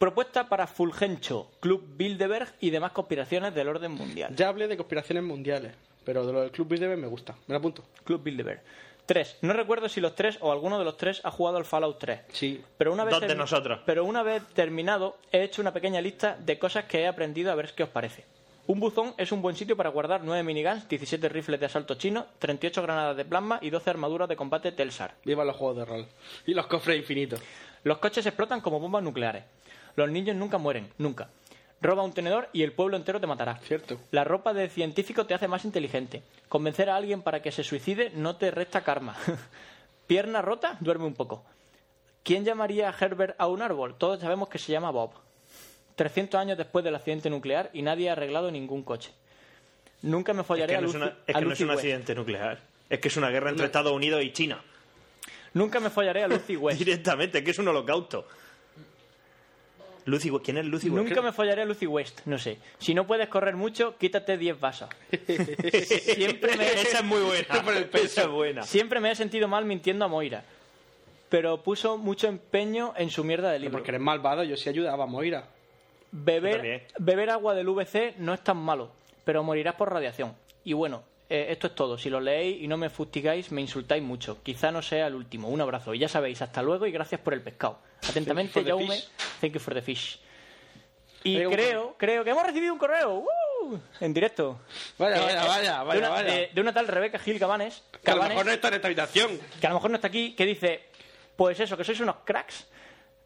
Speaker 6: Propuesta para Fulgencio, Club Bilderberg y demás conspiraciones del orden mundial.
Speaker 7: Ya hablé de conspiraciones mundiales, pero de lo del Club Bilderberg me gusta. Me lo apunto.
Speaker 6: Club Bilderberg. Tres. No recuerdo si los tres o alguno de los tres ha jugado al Fallout 3.
Speaker 7: Sí.
Speaker 6: Pero una vez
Speaker 2: Dos de
Speaker 6: termi-
Speaker 2: nosotros.
Speaker 6: Pero una vez terminado, he hecho una pequeña lista de cosas que he aprendido a ver qué os parece. Un buzón es un buen sitio para guardar 9 miniguns, 17 rifles de asalto chino, 38 granadas de plasma y 12 armaduras de combate Telsar.
Speaker 7: Viva los juegos de rol. Y los cofres infinitos.
Speaker 6: Los coches explotan como bombas nucleares. Los niños nunca mueren, nunca. Roba un tenedor y el pueblo entero te matará.
Speaker 7: Cierto.
Speaker 6: La ropa de científico te hace más inteligente. Convencer a alguien para que se suicide no te resta karma. Pierna rota, duerme un poco. ¿Quién llamaría a Herbert a un árbol? Todos sabemos que se llama Bob. 300 años después del accidente nuclear y nadie ha arreglado ningún coche. Nunca me
Speaker 2: Es
Speaker 6: follaré
Speaker 2: que no
Speaker 6: a
Speaker 2: es,
Speaker 6: Lucy-
Speaker 2: una- es
Speaker 6: a
Speaker 2: que no es
Speaker 6: Lucy
Speaker 2: un
Speaker 6: West.
Speaker 2: accidente nuclear. Es que es una guerra entre Estados Unidos y China.
Speaker 6: Nunca me follaré a Lucy West.
Speaker 2: Directamente, es que es un holocausto. Lucy, West- ¿quién es Lucy? West?
Speaker 6: Nunca me follaré a Lucy West, no sé. Si no puedes correr mucho, quítate 10 vasas. Siempre me,
Speaker 2: Esa es muy buena.
Speaker 7: Por el peso.
Speaker 2: Esa es buena.
Speaker 6: siempre me he sentido mal mintiendo a Moira. Pero puso mucho empeño en su mierda de
Speaker 7: Pero
Speaker 6: libro.
Speaker 7: porque eres malvado, yo sí ayudaba a Moira.
Speaker 2: Yo también.
Speaker 6: Beber, beber agua del VC no es tan malo, pero morirás por radiación. Y bueno, eh, esto es todo. Si lo leéis y no me fustigáis, me insultáis mucho. Quizá no sea el último. Un abrazo. Y ya sabéis, hasta luego y gracias por el pescado.
Speaker 7: Thank
Speaker 6: Atentamente,
Speaker 7: you for the
Speaker 6: Jaume.
Speaker 7: fish.
Speaker 6: Thank you for the fish. Y
Speaker 7: Oiga, un
Speaker 6: creo, creo que hemos recibido un correo. ¡Uh! En directo.
Speaker 7: Vaya,
Speaker 6: Eh,
Speaker 7: vaya,
Speaker 6: eh,
Speaker 7: vaya,
Speaker 6: de
Speaker 7: vaya,
Speaker 6: una,
Speaker 7: vaya.
Speaker 6: De, de una tal Rebeca Gil Cabanes,
Speaker 7: Que a lo
Speaker 6: Cabanes,
Speaker 7: mejor no está en esta habitación.
Speaker 6: que a lo mejor no está aquí, que dice, pues eso, que sois unos cracks,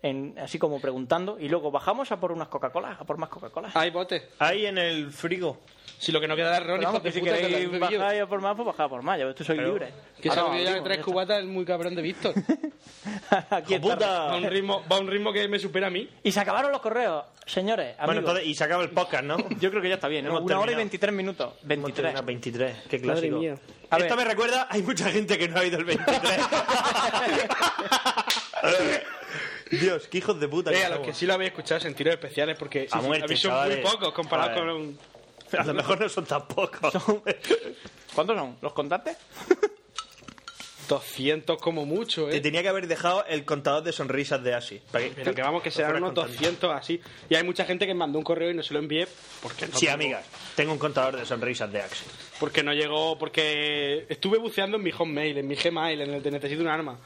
Speaker 6: en- así como preguntando, y luego bajamos a por unas Coca-Cola, a por más Coca-Cola.
Speaker 7: Hay bote.
Speaker 2: Ahí en el frigo.
Speaker 7: Si lo que no queda de error,
Speaker 6: Pero
Speaker 7: hijo
Speaker 6: vamos,
Speaker 7: de
Speaker 6: que si
Speaker 7: puta, que lo he
Speaker 6: queréis
Speaker 7: bebido.
Speaker 6: bajar a por más, pues bajad a por más, yo esto soy
Speaker 2: Claro.
Speaker 6: libre.
Speaker 7: Que se
Speaker 6: Ahora
Speaker 7: me olvidó
Speaker 6: abrimos,
Speaker 7: que tres
Speaker 6: Ah, ya
Speaker 7: cubatas el muy cabrón de Víctor.
Speaker 6: está. Aquí está.
Speaker 2: ¡Joputa!
Speaker 7: Va a un ritmo, va a un ritmo que me supera a mí.
Speaker 6: Y se acabaron los correos, señores,
Speaker 2: Bueno,
Speaker 6: amigos.
Speaker 2: entonces, y se acaba el podcast, ¿no?
Speaker 6: Yo creo que ya está bien, ¿no?
Speaker 2: Hemos
Speaker 6: Una hora
Speaker 2: terminado.
Speaker 6: y 23 minutos. 23.
Speaker 2: Una 23, qué
Speaker 7: Madre
Speaker 2: clásico.
Speaker 7: mía.
Speaker 6: A
Speaker 2: Esto me
Speaker 6: ver.
Speaker 2: recuerda, hay mucha gente que no ha oído el 23. Dios, qué hijos de puta.
Speaker 7: Eh,
Speaker 2: que
Speaker 7: a los
Speaker 2: somos.
Speaker 7: que sí lo habéis escuchado, sentiros especiales, porque
Speaker 2: A
Speaker 7: sí, sí,
Speaker 2: muerte,
Speaker 7: habéis son
Speaker 2: chavales.
Speaker 7: muy pocos comparados
Speaker 2: Joder.
Speaker 7: con un...
Speaker 2: A lo mejor no son tan pocos.
Speaker 6: ¿Cuántos son? ¿Los contaste?
Speaker 7: 200 como mucho,
Speaker 2: Te
Speaker 7: ¿eh?
Speaker 2: tenía que haber dejado el contador de sonrisas de Asi. para
Speaker 7: Pero que vamos, que
Speaker 2: lo
Speaker 7: serán
Speaker 2: fueras
Speaker 7: unos
Speaker 2: contando.
Speaker 7: 200 así. Y hay mucha gente que me mandó un correo y no se lo envié porque no
Speaker 2: Sí,
Speaker 7: tengo-
Speaker 2: amigas, tengo un contador de sonrisas de Axi.
Speaker 7: Porque no llegó, porque estuve buceando en mi hotmail, en mi gmail, en el de necesito un arma.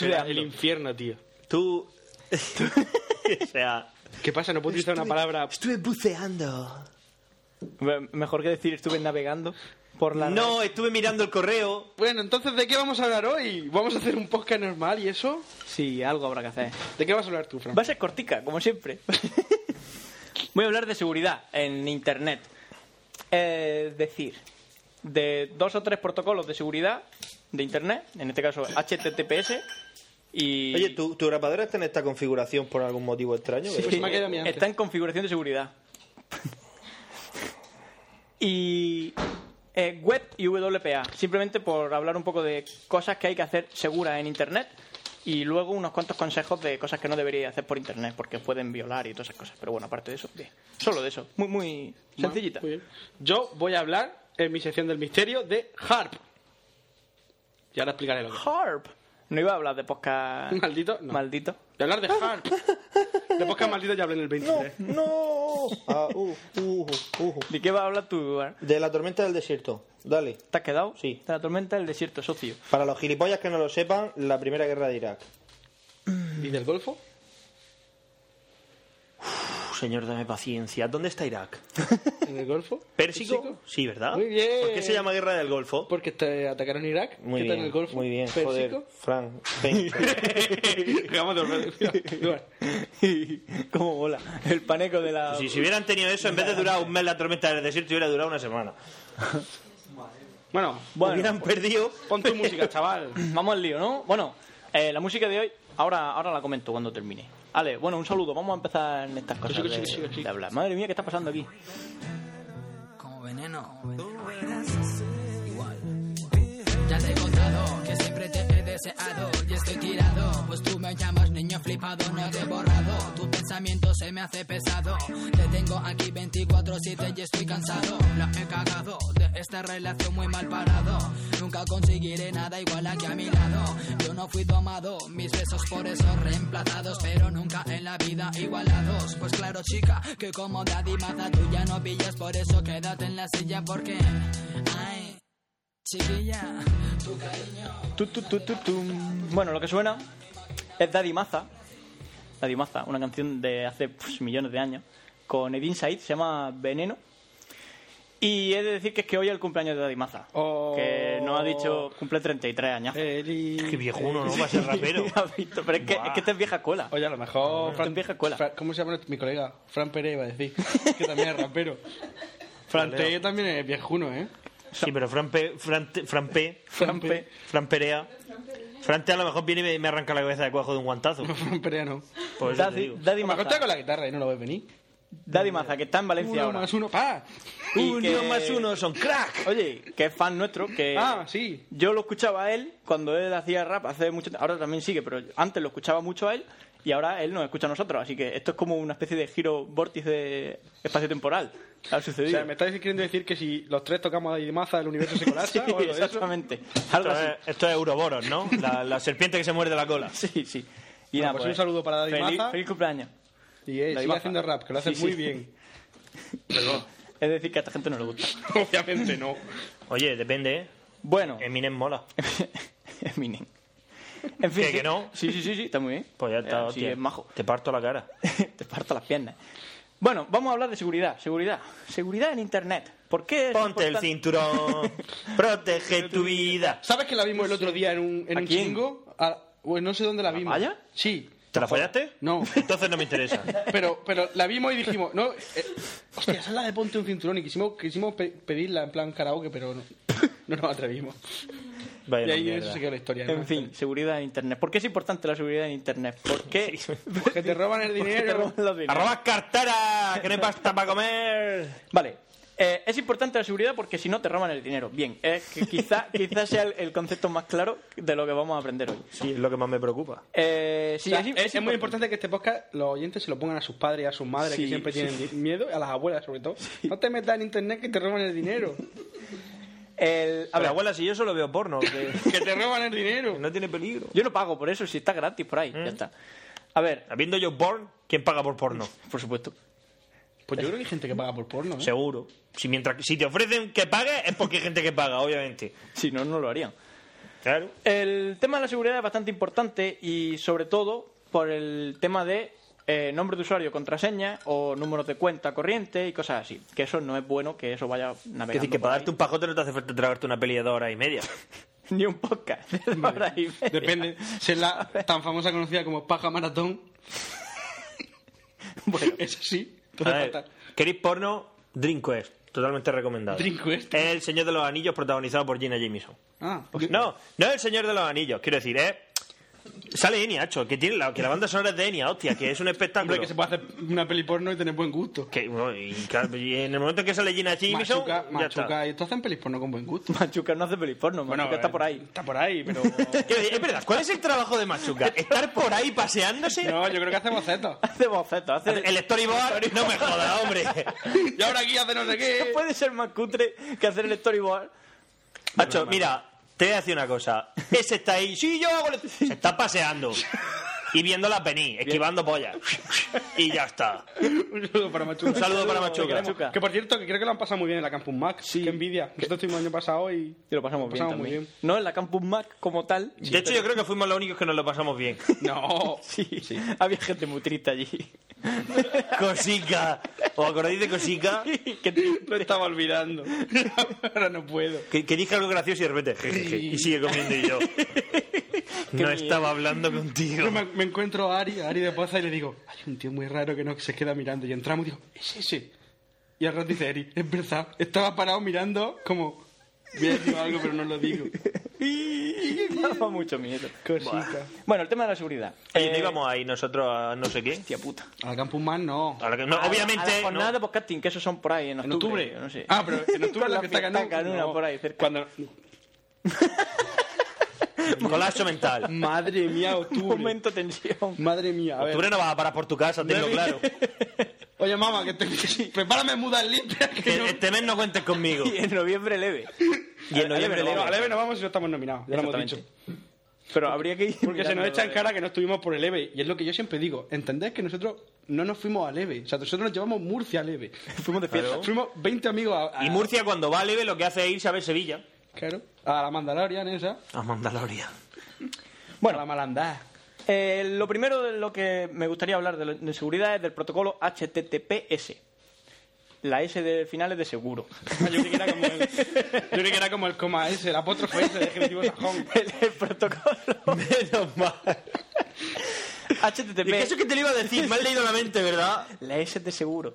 Speaker 7: Era el infierno, tío.
Speaker 2: Tú. o sea.
Speaker 7: ¿Qué pasa? No puedo utilizar una palabra.
Speaker 2: Estuve buceando.
Speaker 6: Me- Mejor que decir estuve navegando por la red.
Speaker 2: No, estuve mirando el correo.
Speaker 7: Bueno, entonces, ¿de qué vamos a hablar hoy? ¿Vamos a hacer un podcast normal y eso?
Speaker 6: Sí, algo habrá que hacer.
Speaker 7: ¿De qué vas a hablar tú, Fran?
Speaker 6: Va a ser cortica, como siempre. Voy a hablar de seguridad en Internet. Eh, Es decir, de dos o tres protocolos de seguridad de Internet, en este caso HTTPS, y...
Speaker 2: Oye, ¿tu, tu grapadora está en esta configuración por algún motivo extraño?
Speaker 7: Sí. Pues me ha quedado a mí antes.
Speaker 6: está en configuración de seguridad. y eh, web y WPA, simplemente por hablar un poco de cosas que hay que hacer seguras en Internet y luego unos cuantos consejos de cosas que no debería hacer por Internet porque pueden violar y todas esas cosas. Pero bueno, aparte de eso, bien. solo de eso, muy muy sencillita.
Speaker 7: Muy bien. Yo voy a hablar en mi sección del misterio de HARP. Y ahora explicaré lo que es.
Speaker 6: Harp. No iba a hablar de podcast
Speaker 7: Maldito, no.
Speaker 6: maldito.
Speaker 7: Y hablar de HARP. De podcast maldito ya hablé en el 23.
Speaker 2: No. Ah, uh, uh, uh.
Speaker 6: ¿De qué va a hablar tú? Bar?
Speaker 2: De la tormenta del desierto. Dale.
Speaker 6: ¿Te has quedado?
Speaker 2: Sí.
Speaker 6: De la tormenta del desierto, socio.
Speaker 2: Para los gilipollas que no lo sepan, la primera guerra de Irak.
Speaker 7: ¿Y del Golfo?
Speaker 2: señor, dame paciencia. ¿Dónde está Irak?
Speaker 7: ¿En el Golfo?
Speaker 2: ¿Pérsico?
Speaker 7: ¿Pérsico?
Speaker 2: Sí, ¿verdad?
Speaker 7: Muy bien.
Speaker 2: ¿Por qué se llama guerra del Golfo?
Speaker 7: Porque te atacaron Irak.
Speaker 2: Muy
Speaker 7: ¿Qué
Speaker 2: bien,
Speaker 7: tal el Golfo?
Speaker 2: muy bien.
Speaker 7: ¿Pérsico?
Speaker 2: Joder, Frank, ven.
Speaker 7: Acabamos de volver. Mira,
Speaker 6: ¿Cómo mola? El paneco de la...
Speaker 2: si, si hubieran tenido eso, en vez de durar un mes la tormenta del desierto, hubiera durado una semana.
Speaker 7: Bueno,
Speaker 6: Bueno,
Speaker 2: hubieran perdido...
Speaker 7: pon tu música, chaval.
Speaker 6: Vamos al lío, ¿no? Bueno, eh, la música de hoy, ahora, ahora la comento cuando termine. Ale, bueno, un saludo. Vamos a empezar en estas cosas
Speaker 7: Sí, sí,
Speaker 6: de,
Speaker 7: sí, sí, sí.
Speaker 6: de hablar. Madre mía, ¿qué está pasando aquí?
Speaker 8: como veneno. Igual. Ya te he contado que siempre te he deseado y estoy tirado. Pues tú me llamas niño flipado, no te he borrado. Tu pensamiento se me hace pesado. Te tengo aquí 24-7 y estoy cansado. La he cagado de esta relación muy mal parado. Nunca conseguiré nada igual aquí a mi lado. Yo no fui tomado, mis besos por eso reemplazados. Pero nunca en la vida igualados. Pues claro, chica, que como dadimaza tú ya no pillas. Por eso quédate en la silla porque. Ay. Chiquilla, tu cariño.
Speaker 6: Tu, tu, tu, tu, tum. Bueno, lo que suena es Daddy Maza. Daddy Maza, una canción de hace pues, millones de años. Con Edin Said, se llama Veneno. Y he de decir que es que hoy es el cumpleaños de Daddy Maza.
Speaker 7: Oh. Eh,
Speaker 6: Que nos ha dicho, cumple 33 años.
Speaker 2: Qué viejuno, ¿no? Para ser rapero.
Speaker 6: ¿Has visto? Pero es que, este es que esta es vieja escuela.
Speaker 7: Oye, a lo mejor.
Speaker 6: Está en vieja escuela.
Speaker 7: Fran- ¿Cómo se llama mi colega? Fran Pérez iba a decir. Que también es rapero. Fran T también es viejuno, ¿eh?
Speaker 2: Sí, pero Fran P... Fran, T- Fran P...
Speaker 7: Fran P.
Speaker 2: Fran Perea... Fran T a lo mejor viene y me- me arranca la cabeza de cuajo de un guantazo.
Speaker 7: Fran Perea no.
Speaker 2: Por eso te
Speaker 6: Daddy,
Speaker 2: digo.
Speaker 7: A
Speaker 6: Daddy
Speaker 7: lo mejor está
Speaker 6: Maza,
Speaker 7: con la guitarra y no lo ves venir.
Speaker 6: Daddy Maza, que está en Valencia
Speaker 7: Uno
Speaker 6: ahora.
Speaker 7: más uno, ¡Ah! pa.
Speaker 6: Y
Speaker 2: Uno
Speaker 6: que-
Speaker 2: más uno son crack.
Speaker 6: Oye, que es fan nuestro, que
Speaker 7: Ah, sí.
Speaker 6: yo lo escuchaba a él cuando él hacía rap hace mucho tiempo. Ahora también sigue, pero antes lo escuchaba mucho a él y ahora él nos escucha a nosotros. Así que esto es como una especie de giro vórtice espacio-temporal. Ha
Speaker 7: O
Speaker 6: sucedido.
Speaker 7: sea, me estáis queriendo decir que si los tres tocamos a Maza, el universo se
Speaker 6: Sí,
Speaker 7: colapsa o algo de eso.
Speaker 6: exactamente. Algo
Speaker 2: Esto
Speaker 6: así.
Speaker 2: es, esto es Ouroboros, ¿no? La, la serpiente que se muerde la cola.
Speaker 6: Sí, sí. Y
Speaker 7: Bueno,
Speaker 6: nada,
Speaker 7: pues un saludo para Daddy
Speaker 6: feliz,
Speaker 7: Maza.
Speaker 6: Feliz cumpleaños.
Speaker 7: Y eh,
Speaker 6: Daddy
Speaker 7: sigue
Speaker 6: Maza.
Speaker 7: haciendo rap, que lo hace
Speaker 6: Sí,
Speaker 7: muy
Speaker 6: sí.
Speaker 7: bien.
Speaker 6: Es decir, que a esta gente no le gusta.
Speaker 7: Obviamente no.
Speaker 2: Oye, depende, ¿eh?
Speaker 6: Bueno,
Speaker 2: Eminem mola.
Speaker 6: Eminem. En fin,
Speaker 2: ¿Que-
Speaker 6: sí.
Speaker 2: que no?
Speaker 6: Sí, sí, sí, sí, está muy bien.
Speaker 2: Pues ya está,
Speaker 6: Eh, sí,
Speaker 2: hostia.
Speaker 6: es majo.
Speaker 2: Te parto la cara.
Speaker 6: te parto las piernas. Bueno, vamos a hablar de seguridad, seguridad, seguridad en Internet. ¿Por qué? es
Speaker 2: Ponte el
Speaker 6: importante?
Speaker 2: cinturón, protege tu vida.
Speaker 7: ¿Sabes que la vimos el otro día en un, en
Speaker 6: ¿A
Speaker 7: un
Speaker 6: quién?
Speaker 7: chingo? A- pues no sé dónde la vimos.
Speaker 6: valla?
Speaker 7: Sí.
Speaker 2: ¿Te la fallaste?
Speaker 7: No.
Speaker 2: Entonces no me interesa.
Speaker 7: Pero, pero la vimos y dijimos, no, eh, hostia, esa es la de Ponte un cinturón y quisimos, quisimos pe- pedirla en plan karaoke, pero no, no nos atrevimos.
Speaker 2: Vaya
Speaker 7: y ahí
Speaker 2: mierda.
Speaker 7: eso se quedó la historia. ¿no?
Speaker 6: En fin, seguridad en Internet. ¿Por qué es importante la seguridad en Internet? ¿Por qué?
Speaker 7: Que te roban el
Speaker 6: Porque te
Speaker 7: dinero.
Speaker 6: roban los dineros.
Speaker 2: Arroba cartera, que no hay pasta para comer.
Speaker 6: Vale. eh, es importante la seguridad porque si no te roban el dinero. Bien, es que quizá, quizá sea el, el concepto más claro de lo que vamos a aprender hoy.
Speaker 2: Sí, es lo que más me preocupa.
Speaker 6: Eh,
Speaker 7: O
Speaker 6: sí,
Speaker 7: sea,
Speaker 6: es,
Speaker 7: es, es muy importante que este podcast los oyentes se lo pongan a sus padres y a sus madres
Speaker 6: Sí,
Speaker 7: que siempre
Speaker 6: sí.
Speaker 7: tienen di- miedo, a las abuelas sobre todo. No te metas en internet que te roban el dinero.
Speaker 6: El, a
Speaker 2: Pero
Speaker 6: ver,
Speaker 2: abuela, si yo solo veo porno, que
Speaker 7: Que te roban el dinero.
Speaker 2: no tiene peligro.
Speaker 6: yo no pago por eso, si está gratis por ahí,
Speaker 7: Mm.
Speaker 6: ya está. A ver,
Speaker 2: Habiendo yo porn, ¿quién paga por porno?
Speaker 6: por supuesto.
Speaker 7: Pues yo creo que hay gente que paga por porno. ¿eh?
Speaker 2: Seguro. Si, mientras, si te ofrecen que pague, es porque hay gente que paga, obviamente.
Speaker 6: Si no, no lo harían.
Speaker 2: Claro.
Speaker 6: El tema de la seguridad es bastante importante y sobre todo por el tema de eh, nombre de usuario, contraseña o números de cuenta corriente y cosas así. Que eso no es bueno que eso vaya navegando.
Speaker 2: Es decir, que
Speaker 6: por
Speaker 2: para
Speaker 6: ahí.
Speaker 2: darte un pajote no te hace falta tragarte una peli de dos horas y media.
Speaker 6: Ni un podcast. de dos horas y media.
Speaker 7: Depende. Si es la tan famosa conocida como paja maratón. bueno, eso sí. te hace
Speaker 2: A ver,
Speaker 7: falta.
Speaker 2: ¿Queréis porno? Dream Quest. Totalmente recomendado.
Speaker 7: Dream Quest.
Speaker 2: Es El Señor de los Anillos protagonizado por Gina Jameson.
Speaker 7: Ah,
Speaker 2: Pues No, no es El Señor de los Anillos. Quiero decir, ¿eh? Sale Enya, Hacho, que, tiene la, que la banda sonora es de Enya, hostia, que es un espectáculo.
Speaker 7: Hombre, que se puede hacer una peli porno y tener buen gusto.
Speaker 2: Que, bueno, y, claro, y en el momento en que sale Gina Jameson,
Speaker 7: Machuca,
Speaker 2: ya está.
Speaker 7: machuca. Y esto hacen pelis porno con buen gusto.
Speaker 6: Machuca no hace pelis porno, Machuca
Speaker 7: Bueno,
Speaker 6: está
Speaker 7: eh,
Speaker 6: por ahí.
Speaker 7: Está por ahí, pero.
Speaker 2: Quiero decir, Es verdad, ¿cuál es el trabajo de Machuca? ¿Estar por ahí paseándose?
Speaker 7: No, yo creo que hace bocetos.
Speaker 6: Hace bocetos, hace...
Speaker 2: El storyboard, no me jodas, hombre.
Speaker 7: Y ahora aquí hace no sé qué.
Speaker 6: Puede ser más cutre que hacer el storyboard.
Speaker 2: Macho, mira, te voy a decir una cosa. Ese está ahí, sí, yo hago... el- Se está paseando. Y viéndola venir, esquivando pollas. Y ya está.
Speaker 7: Un saludo para Machuca.
Speaker 2: Un saludo para Machuca.
Speaker 6: Machuca.
Speaker 7: Que por cierto, que creo que lo han pasado muy bien en la Campus Max. Sí. Qué envidia. Nosotros estuvimos el año pasado y.
Speaker 6: Y lo pasamos, bien,
Speaker 7: pasamos muy
Speaker 6: también. No en la Campus Mac como tal.
Speaker 2: De hecho, yo creo que fuimos los únicos que nos lo pasamos bien.
Speaker 7: No.
Speaker 6: Sí, había gente muy triste allí.
Speaker 2: Cosica. ¿Os acordáis de Cosica?
Speaker 6: Que-
Speaker 7: Lo estaba olvidando. Ahora no puedo.
Speaker 2: Que, que dije algo gracioso y de repente... jejeje, Y sigue comiendo y yo... No estaba hablando contigo.
Speaker 7: Yo me, me encuentro a Ari, a Ari de Poza, y le digo, hay un tío muy raro que no se queda mirando. Y entramos y digo, es ese. Y al rato dice Ari, es verdad, estaba parado mirando como, voy a decir algo pero no lo digo.
Speaker 6: Daba mucho miedo.
Speaker 7: Cosita.
Speaker 6: Bueno, el tema de la seguridad.
Speaker 2: Oye,
Speaker 6: Eh,
Speaker 2: no íbamos ahí nosotros a no sé qué.
Speaker 6: Hostia puta.
Speaker 7: Al Campus Mac no.
Speaker 2: A la que- no,
Speaker 6: A la-
Speaker 2: obviamente.
Speaker 6: A la
Speaker 2: no.
Speaker 6: jornada de podcasting, que esos son por ahí en
Speaker 7: En
Speaker 6: octubre.
Speaker 7: octubre.
Speaker 6: No sé.
Speaker 7: Ah, pero en octubre
Speaker 6: Con
Speaker 7: la
Speaker 6: la
Speaker 7: fiesta
Speaker 6: fiesta
Speaker 7: canú-
Speaker 6: canuna
Speaker 7: no.
Speaker 6: por ahí cerca.
Speaker 7: Cuando...
Speaker 2: Colapso mental.
Speaker 7: Madre mía,
Speaker 6: Un
Speaker 7: octubre.
Speaker 6: momento de tensión.
Speaker 7: Madre mía, a ver.
Speaker 2: Octubre no vas a parar por tu casa, tenlo claro.
Speaker 7: Oye, mamá, que te... prepárame mudas limpias. Que no...
Speaker 2: Que este mes no cuentes conmigo.
Speaker 6: Y en noviembre leve.
Speaker 2: Y
Speaker 6: eh,
Speaker 2: en noviembre le
Speaker 7: Pero no,
Speaker 2: vamos.
Speaker 7: a la EVE no vamos si no estamos nominados, ya lo hemos
Speaker 6: Exactamente.
Speaker 7: dicho.
Speaker 6: Pero habría que ir.
Speaker 7: Porque se
Speaker 6: mirando
Speaker 7: nos
Speaker 6: eh.
Speaker 7: echa en
Speaker 6: la-
Speaker 7: cara que no estuvimos por el EVE. Y es lo que yo siempre digo. ¿Entendés que nosotros no nos fuimos al EVE? O sea, nosotros nos llevamos Murcia al EVE.
Speaker 6: Fuimos de fiesta.
Speaker 7: Fuimos 20 amigos a, a-
Speaker 2: Y Murcia, cuando va a leve, lo que hace es irse a ver Sevilla.
Speaker 7: Claro, a la Mandalorian esa.
Speaker 2: A Mandaloria.
Speaker 7: Bueno, a la malandá.
Speaker 6: Eh, lo primero de lo que me gustaría hablar de, lo- de seguridad es del protocolo HTTPS. La S del final es de seguro.
Speaker 7: Ah, Yo creí que era como el, yo creí que era como el coma ese, el apóstrofe ese de ejecutivo sajón.
Speaker 6: El, el protocolo
Speaker 2: Menos mal.
Speaker 6: HTTP.
Speaker 2: Es que eso que te lo iba a decir, me has leído la mente, ¿verdad?
Speaker 6: La S de seguro.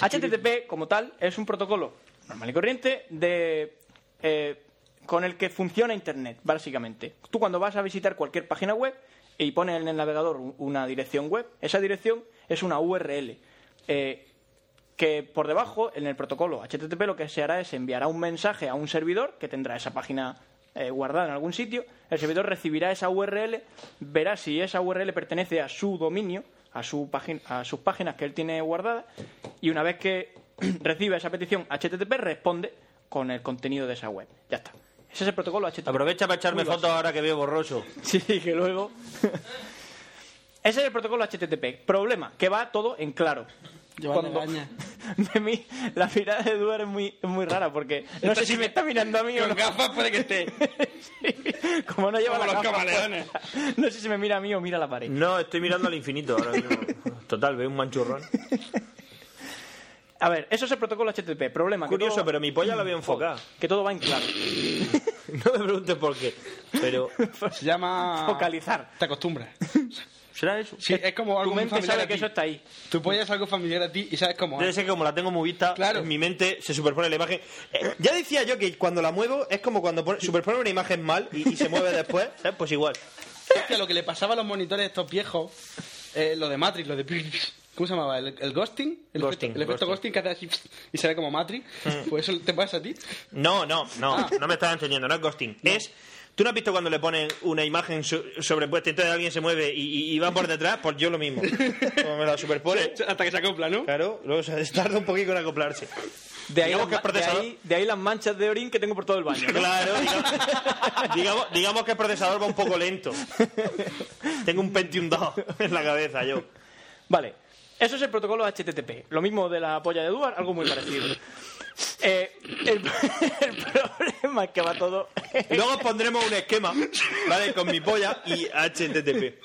Speaker 6: HTTP, como tal, es un protocolo normal y corriente de, eh, con el que funciona Internet, básicamente. Tú cuando vas a visitar cualquier página web y pones en el navegador u- una dirección web, esa dirección es una URL. eh, que por debajo, en el protocolo HTTP, lo que se hará es enviará un mensaje a un servidor que tendrá esa página eh, guardada en algún sitio. El servidor recibirá esa URL, verá si esa URL pertenece a su dominio, a, su págin- a sus páginas que él tiene guardadas, y una vez que reciba esa petición HTTP, responde con el contenido de esa web. Ya está. Ese es el protocolo HTTP.
Speaker 2: Aprovecha para echarme
Speaker 6: Muy
Speaker 2: fotos ahora que veo borroso.
Speaker 6: Sí, que luego. Ese es el protocolo HTTP. Problema, que va todo en claro.
Speaker 7: Llevando caña.
Speaker 6: De mí, la mirada de Eduard es muy, es muy rara porque no sé si me está mirando a mí o
Speaker 7: Con
Speaker 6: no.
Speaker 7: gafas puede que esté.
Speaker 6: Sí, Como no lleva
Speaker 7: Como
Speaker 6: la
Speaker 7: los
Speaker 6: gafa,
Speaker 7: camaleones.
Speaker 6: pues, No sé si me mira a mí o mira a la pared.
Speaker 2: No, estoy mirando al infinito ahora mismo. Total, veo un manchurrón.
Speaker 6: A ver, eso es el protocolo HTTP. Problema, que
Speaker 2: Curioso,
Speaker 6: todo-
Speaker 2: pero mi polla la veo enfocada.
Speaker 6: que todo va en claro.
Speaker 2: No me preguntes por qué. Pero,
Speaker 7: Se llama...
Speaker 6: Focalizar.
Speaker 7: Te acostumbras.
Speaker 2: ¿será eso?
Speaker 7: Ah. Sí, es como
Speaker 6: Tu
Speaker 7: algo muy
Speaker 6: mente
Speaker 7: familiar
Speaker 6: sabe
Speaker 7: a
Speaker 6: que
Speaker 7: ti.
Speaker 6: eso está ahí.
Speaker 7: Tú puedes algo familiar a ti y sabes cómo
Speaker 2: Debe
Speaker 7: es.
Speaker 2: ser que como la tengo muy vista,
Speaker 7: Claro.
Speaker 2: en mi mente se superpone la imagen. Eh, ya decía yo que cuando la muevo es como cuando pone- superpone una imagen mal y, y se mueve después, ¿sabes? Pues igual.
Speaker 7: Hostia, lo que le pasaba a los monitores de estos viejos, eh, lo de Matrix, lo de... ¿Cómo se llamaba? ¿El, el ghosting? El
Speaker 2: Ghosting,
Speaker 7: efecto, el efecto
Speaker 2: ghosting.
Speaker 7: ghosting. que hace así y se ve como Matrix. Pues eso te pasa a ti.
Speaker 2: No, no, no, no me estás entendiendo, no es ghosting. Es ¿Tú no has visto cuando le ponen una imagen so- sobrepuesta y entonces alguien se mueve y, y- y va por detrás? Pues yo lo mismo. Como me la superpone.
Speaker 7: Hasta que se acopla, ¿no?
Speaker 2: Claro, luego se tarda un poquito en acoplarse.
Speaker 6: De ahí,
Speaker 2: Digamos
Speaker 6: las
Speaker 2: que el
Speaker 6: ma- de
Speaker 2: procesador-
Speaker 6: ahí- de ahí las manchas de orín que tengo por todo el baño. ¿no?
Speaker 2: Claro, digamos, digamos, digamos que el procesador va un poco lento. Tengo un Pentium 2 en la cabeza yo.
Speaker 6: Vale, eso es el protocolo HTTP. Lo mismo de la polla de Duar, algo muy parecido. Eh, el, el problema es que va todo.
Speaker 2: Luego pondremos un esquema, ¿vale? Con mi polla y HTTP,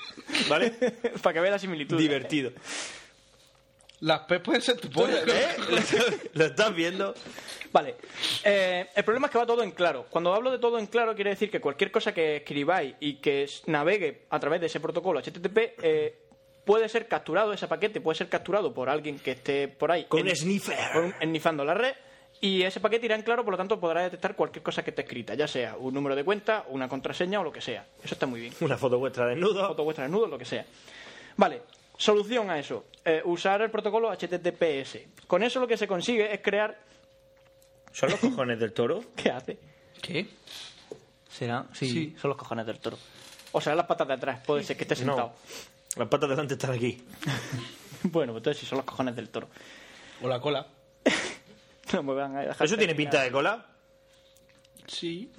Speaker 2: ¿vale?
Speaker 6: para que vea la similitud. ¿eh?
Speaker 2: Divertido.
Speaker 7: Las P pueden ser tu polla.
Speaker 2: ¿Eh? ¿Lo estás viendo?
Speaker 6: Vale, eh, el problema es que va todo en claro. Cuando hablo de todo en claro, quiere decir que cualquier cosa que escribáis y que s- navegue a través de ese protocolo HTTP eh, puede ser capturado, ese paquete puede ser capturado por alguien que esté por ahí.
Speaker 2: Con
Speaker 6: en-
Speaker 2: un sniffer.
Speaker 6: con un- ennifando la red. Y ese paquete irá en claro, por lo tanto podrá detectar cualquier cosa que esté escrita, ya sea un número de cuenta, una contraseña o lo que sea. Eso está muy bien.
Speaker 2: Una foto vuestra desnudo.
Speaker 6: foto vuestra desnudo, lo que sea. Vale, solución a eso. Eh, usar el protocolo HTTPS. Con eso lo que se consigue es crear...
Speaker 2: ¿Son los cojones del toro?
Speaker 6: ¿Qué hace?
Speaker 7: ¿Qué?
Speaker 6: ¿Será? Sí, son los cojones del toro. O sea, las patas de atrás, puede ser que esté sentado.
Speaker 2: No. Las patas de delante están aquí.
Speaker 6: Bueno, pues entonces sí son los cojones del toro.
Speaker 7: O la cola.
Speaker 6: No me van a dejar
Speaker 2: ¿Eso tiene pinta
Speaker 6: terminar.
Speaker 2: de cola?
Speaker 7: Sí.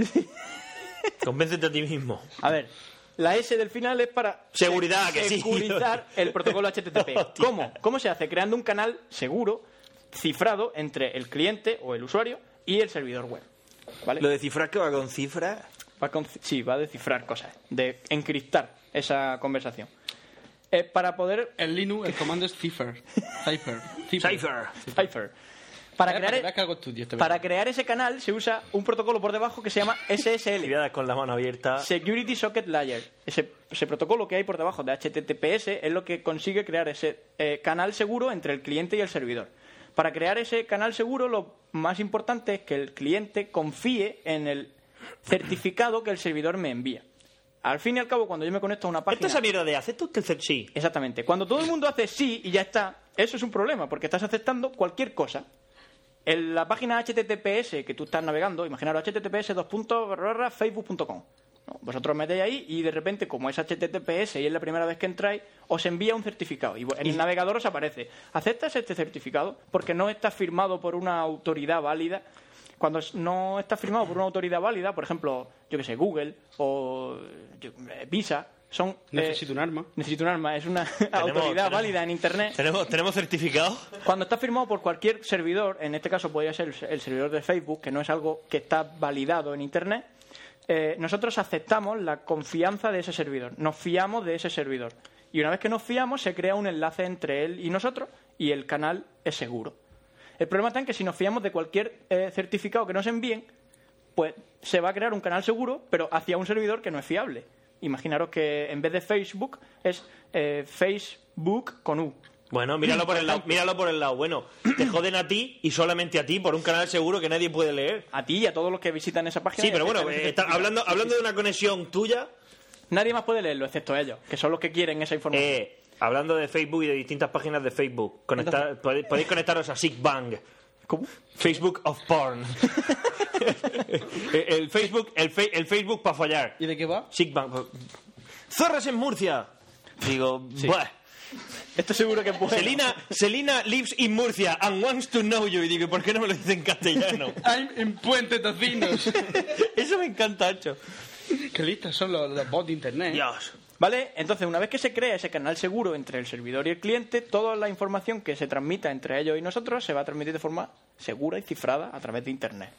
Speaker 2: Convéncete a ti mismo.
Speaker 6: A ver, la S del final es para
Speaker 2: Seguridad, que sí.
Speaker 6: securizar el protocolo HTTP.
Speaker 2: Hostia.
Speaker 6: ¿Cómo? ¿Cómo se hace? Creando un canal seguro, cifrado entre el cliente o el usuario y el servidor web. ¿Vale?
Speaker 2: ¿Lo de cifrar que va con cifras?
Speaker 6: Va con- sí, va a descifrar cosas, de encriptar esa conversación. Eh, para poder...
Speaker 7: En Linux el comando es cipher. Cipher.
Speaker 2: Cipher.
Speaker 6: Cipher. Para
Speaker 7: Eh, Para
Speaker 6: crear, e,
Speaker 7: crear... que hago estudio este
Speaker 6: para crear ese canal se usa un protocolo por debajo que se llama SSL.
Speaker 2: Tiradas con la mano abierta.
Speaker 6: Security Socket Layer. Ese, ese protocolo que hay por debajo de HTTPS es lo que consigue crear ese eh, canal seguro entre el cliente y el servidor. Para crear ese canal seguro, lo más importante es que el cliente confíe en el certificado que el servidor me envía. Al fin y al cabo, cuando yo me conecto a una
Speaker 2: Esta
Speaker 6: página...
Speaker 2: es la mierda de acepta usted el cer- sí.
Speaker 6: Exactamente. Cuando todo el mundo hace sí y ya está, eso es un problema, porque estás aceptando cualquier cosa. En la página HTTPS que tú estás navegando, imaginaros https dos puntos, barra, barra, facebook.com. ¿no? Vosotros metéis ahí y de repente, como es HTTPS y es la primera vez que entráis, os envía un certificado. Y en el navegador os aparece, ¿aceptas este certificado? Porque no está firmado por una autoridad válida. Cuando es- no está firmado por una autoridad válida, por ejemplo, yo que sé, Google o yo- eh, Visa, son... eh,
Speaker 7: Necesito un arma.
Speaker 6: Necesito un arma, es una autoridad
Speaker 2: tenemos-
Speaker 6: válida en Internet.
Speaker 2: ¿Tenemos, ¿Tenemos certificado?
Speaker 6: Cuando está firmado por cualquier servidor, en este caso podría ser el servidor de Facebook, que no es algo que está validado en Internet, eh, nosotros aceptamos la confianza de ese servidor, nos fiamos de ese servidor. Y una vez que nos fiamos, se crea un enlace entre él y nosotros y el canal es seguro. El problema está en que si nos fiamos de cualquier eh, certificado que nos envíen, pues se va a crear un canal seguro, pero hacia un servidor que no es fiable. Imaginaros que en vez de Facebook es eh, Facebook con U.
Speaker 2: Bueno, míralo por, el lado, míralo por el lado. Bueno, te joden a ti y solamente a ti por un canal seguro que nadie puede leer.
Speaker 6: a ti y a todos los que visitan esa página.
Speaker 2: Sí,
Speaker 6: y
Speaker 2: pero bueno,
Speaker 6: aceptan ese
Speaker 2: eh, está-
Speaker 6: certificado.
Speaker 2: hablando,
Speaker 6: Sí, sí,
Speaker 2: hablando
Speaker 6: sí.
Speaker 2: de una conexión tuya,
Speaker 6: Nadie más puede leerlo, excepto ellos, que son los que quieren esa información.
Speaker 2: eh, hablando de Facebook y de distintas páginas de Facebook, conectar- podéis, podéis conectaros a Bang
Speaker 6: ¿Cómo?
Speaker 2: Facebook of Porn. el, el Facebook, el, fe- el Facebook para fallar.
Speaker 7: ¿Y de qué va?
Speaker 2: Bang Zorras en Murcia. Digo, "Buah".
Speaker 6: Esto seguro que es bueno.
Speaker 2: Selina, Selina lives in Murcia and wants to know you. Y digo, ¿por qué no me lo dice en castellano?
Speaker 7: I'm en Puente Tocinos.
Speaker 2: Eso me encanta, Ancho.
Speaker 7: qué listas son los, los bots de internet.
Speaker 2: Dios.
Speaker 6: ¿Vale? Entonces, una vez que se crea ese canal seguro entre el servidor y el cliente, toda la información que se transmita entre ellos y nosotros se va a transmitir de forma segura y cifrada a través de Internet.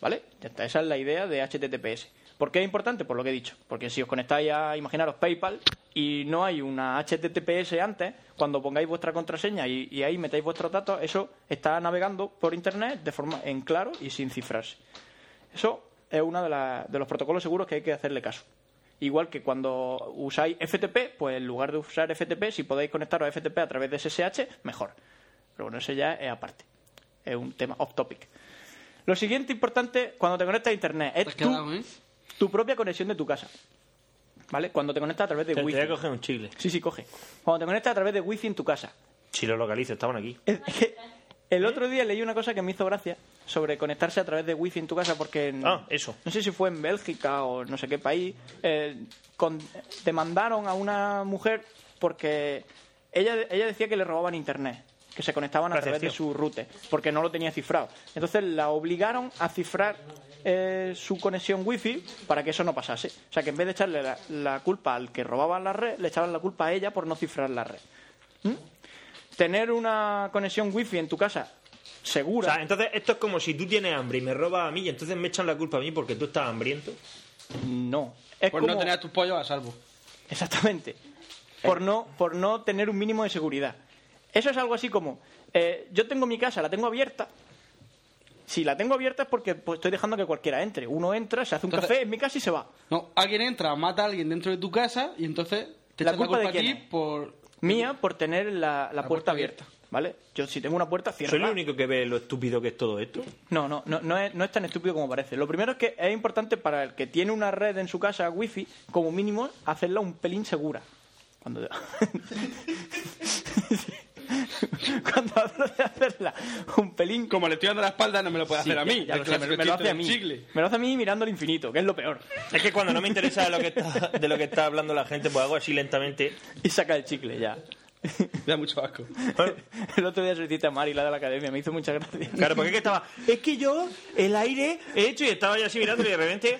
Speaker 6: ¿Vale? Ya está, esa es la idea de HTTPS. ¿Por qué es importante? Por lo que he dicho. Porque si os conectáis a, imaginaros, PayPal y no hay una HTTPS antes, cuando pongáis vuestra contraseña y, y ahí metáis vuestros datos, eso está navegando por Internet de forma en claro y sin cifrarse. Eso es uno de, la- de los protocolos seguros que hay que hacerle caso. Igual que cuando usáis FTP, pues en lugar de usar FTP, si podéis conectaros a FTP a través de SSH, mejor. Pero bueno, eso ya es aparte. Es un tema off topic. Lo siguiente importante cuando te conectas a Internet
Speaker 7: Te
Speaker 6: es
Speaker 7: has
Speaker 6: tu,
Speaker 7: quedado, ¿eh?
Speaker 6: tu propia conexión de tu casa. ¿Vale? Cuando te conectas a través de
Speaker 2: Te, te voy
Speaker 6: Wi-Fi.
Speaker 2: a coger un chicle.
Speaker 6: Sí, sí, coge. Cuando te conectas a través de Wi-Fi en tu casa.
Speaker 2: Si lo localizo, estaban aquí.
Speaker 6: Es que El otro día leí una cosa que me hizo gracia sobre conectarse a través de wifi en tu casa porque en-
Speaker 2: Ah, eso.
Speaker 6: no sé si fue en Bélgica o no sé qué país eh, con- demandaron a una mujer porque ella, ella decía que le robaban internet que se conectaban a través de
Speaker 2: Recepción.
Speaker 6: su route porque no lo tenía cifrado entonces la obligaron a cifrar eh, su conexión wifi para que eso no pasase o sea que en vez de echarle la, la culpa al que robaba la red le echaban la culpa a ella por no cifrar la red ¿Mm? tener una conexión wifi en tu casa
Speaker 2: O
Speaker 6: segura
Speaker 2: sea, entonces esto es como si tú tienes hambre y me robas a mí y entonces me echan la culpa a mí porque tú estás hambriento.
Speaker 6: No. Es
Speaker 7: Por no
Speaker 6: como-
Speaker 7: tener a Eh. tus pollos a salvo.
Speaker 6: Exactamente. Por no, por no tener un mínimo de seguridad. Eso es algo así como, eh, yo tengo mi casa, la tengo abierta. Si la tengo abierta es porque pues, estoy dejando que cualquiera entre. Uno entra, se hace un
Speaker 7: Entonces-
Speaker 6: café en mi casa y se va.
Speaker 7: No, alguien entra, mata a alguien dentro de tu casa y entonces te
Speaker 6: ¿La
Speaker 7: echas
Speaker 6: culpa
Speaker 7: la
Speaker 6: de
Speaker 7: culpa a ti
Speaker 6: quién es?
Speaker 7: por.
Speaker 6: Mía por tener la, la puerta,
Speaker 7: puerta
Speaker 6: abierta.
Speaker 7: abierta.
Speaker 6: ¿Vale? Yo si tengo una puerta, cierro.
Speaker 2: ¿Soy el único que ve lo estúpido que es todo esto?
Speaker 6: No, no, no, no es, no es tan estúpido como parece. Lo primero es que es importante para el que tiene una red en su casa wifi, como mínimo, hacerla un pelín segura. Cuando, Cuando hablo de hacerla un pelín...
Speaker 7: Como le estoy dando la espalda, no me lo puede
Speaker 6: Sí,
Speaker 7: hacer a
Speaker 6: ya-
Speaker 7: mí.
Speaker 6: ya lo
Speaker 7: El
Speaker 6: sé, me,
Speaker 7: clásico
Speaker 6: me lo
Speaker 7: chiste
Speaker 6: hace a
Speaker 7: del
Speaker 6: mí.
Speaker 7: chicle.
Speaker 6: Me lo hace a mí mirando al infinito, que es lo peor.
Speaker 2: Es que cuando no me interesa de lo que está, de lo que está hablando la gente, pues hago así lentamente.
Speaker 6: Y saca el chicle ya.
Speaker 7: Da mucho asco.
Speaker 6: el otro día solicita a Mari, la de la academia, me hizo mucha gracia.
Speaker 2: Claro, porque es que estaba. Es que yo, el aire, he hecho y estaba yo así mirando y de repente.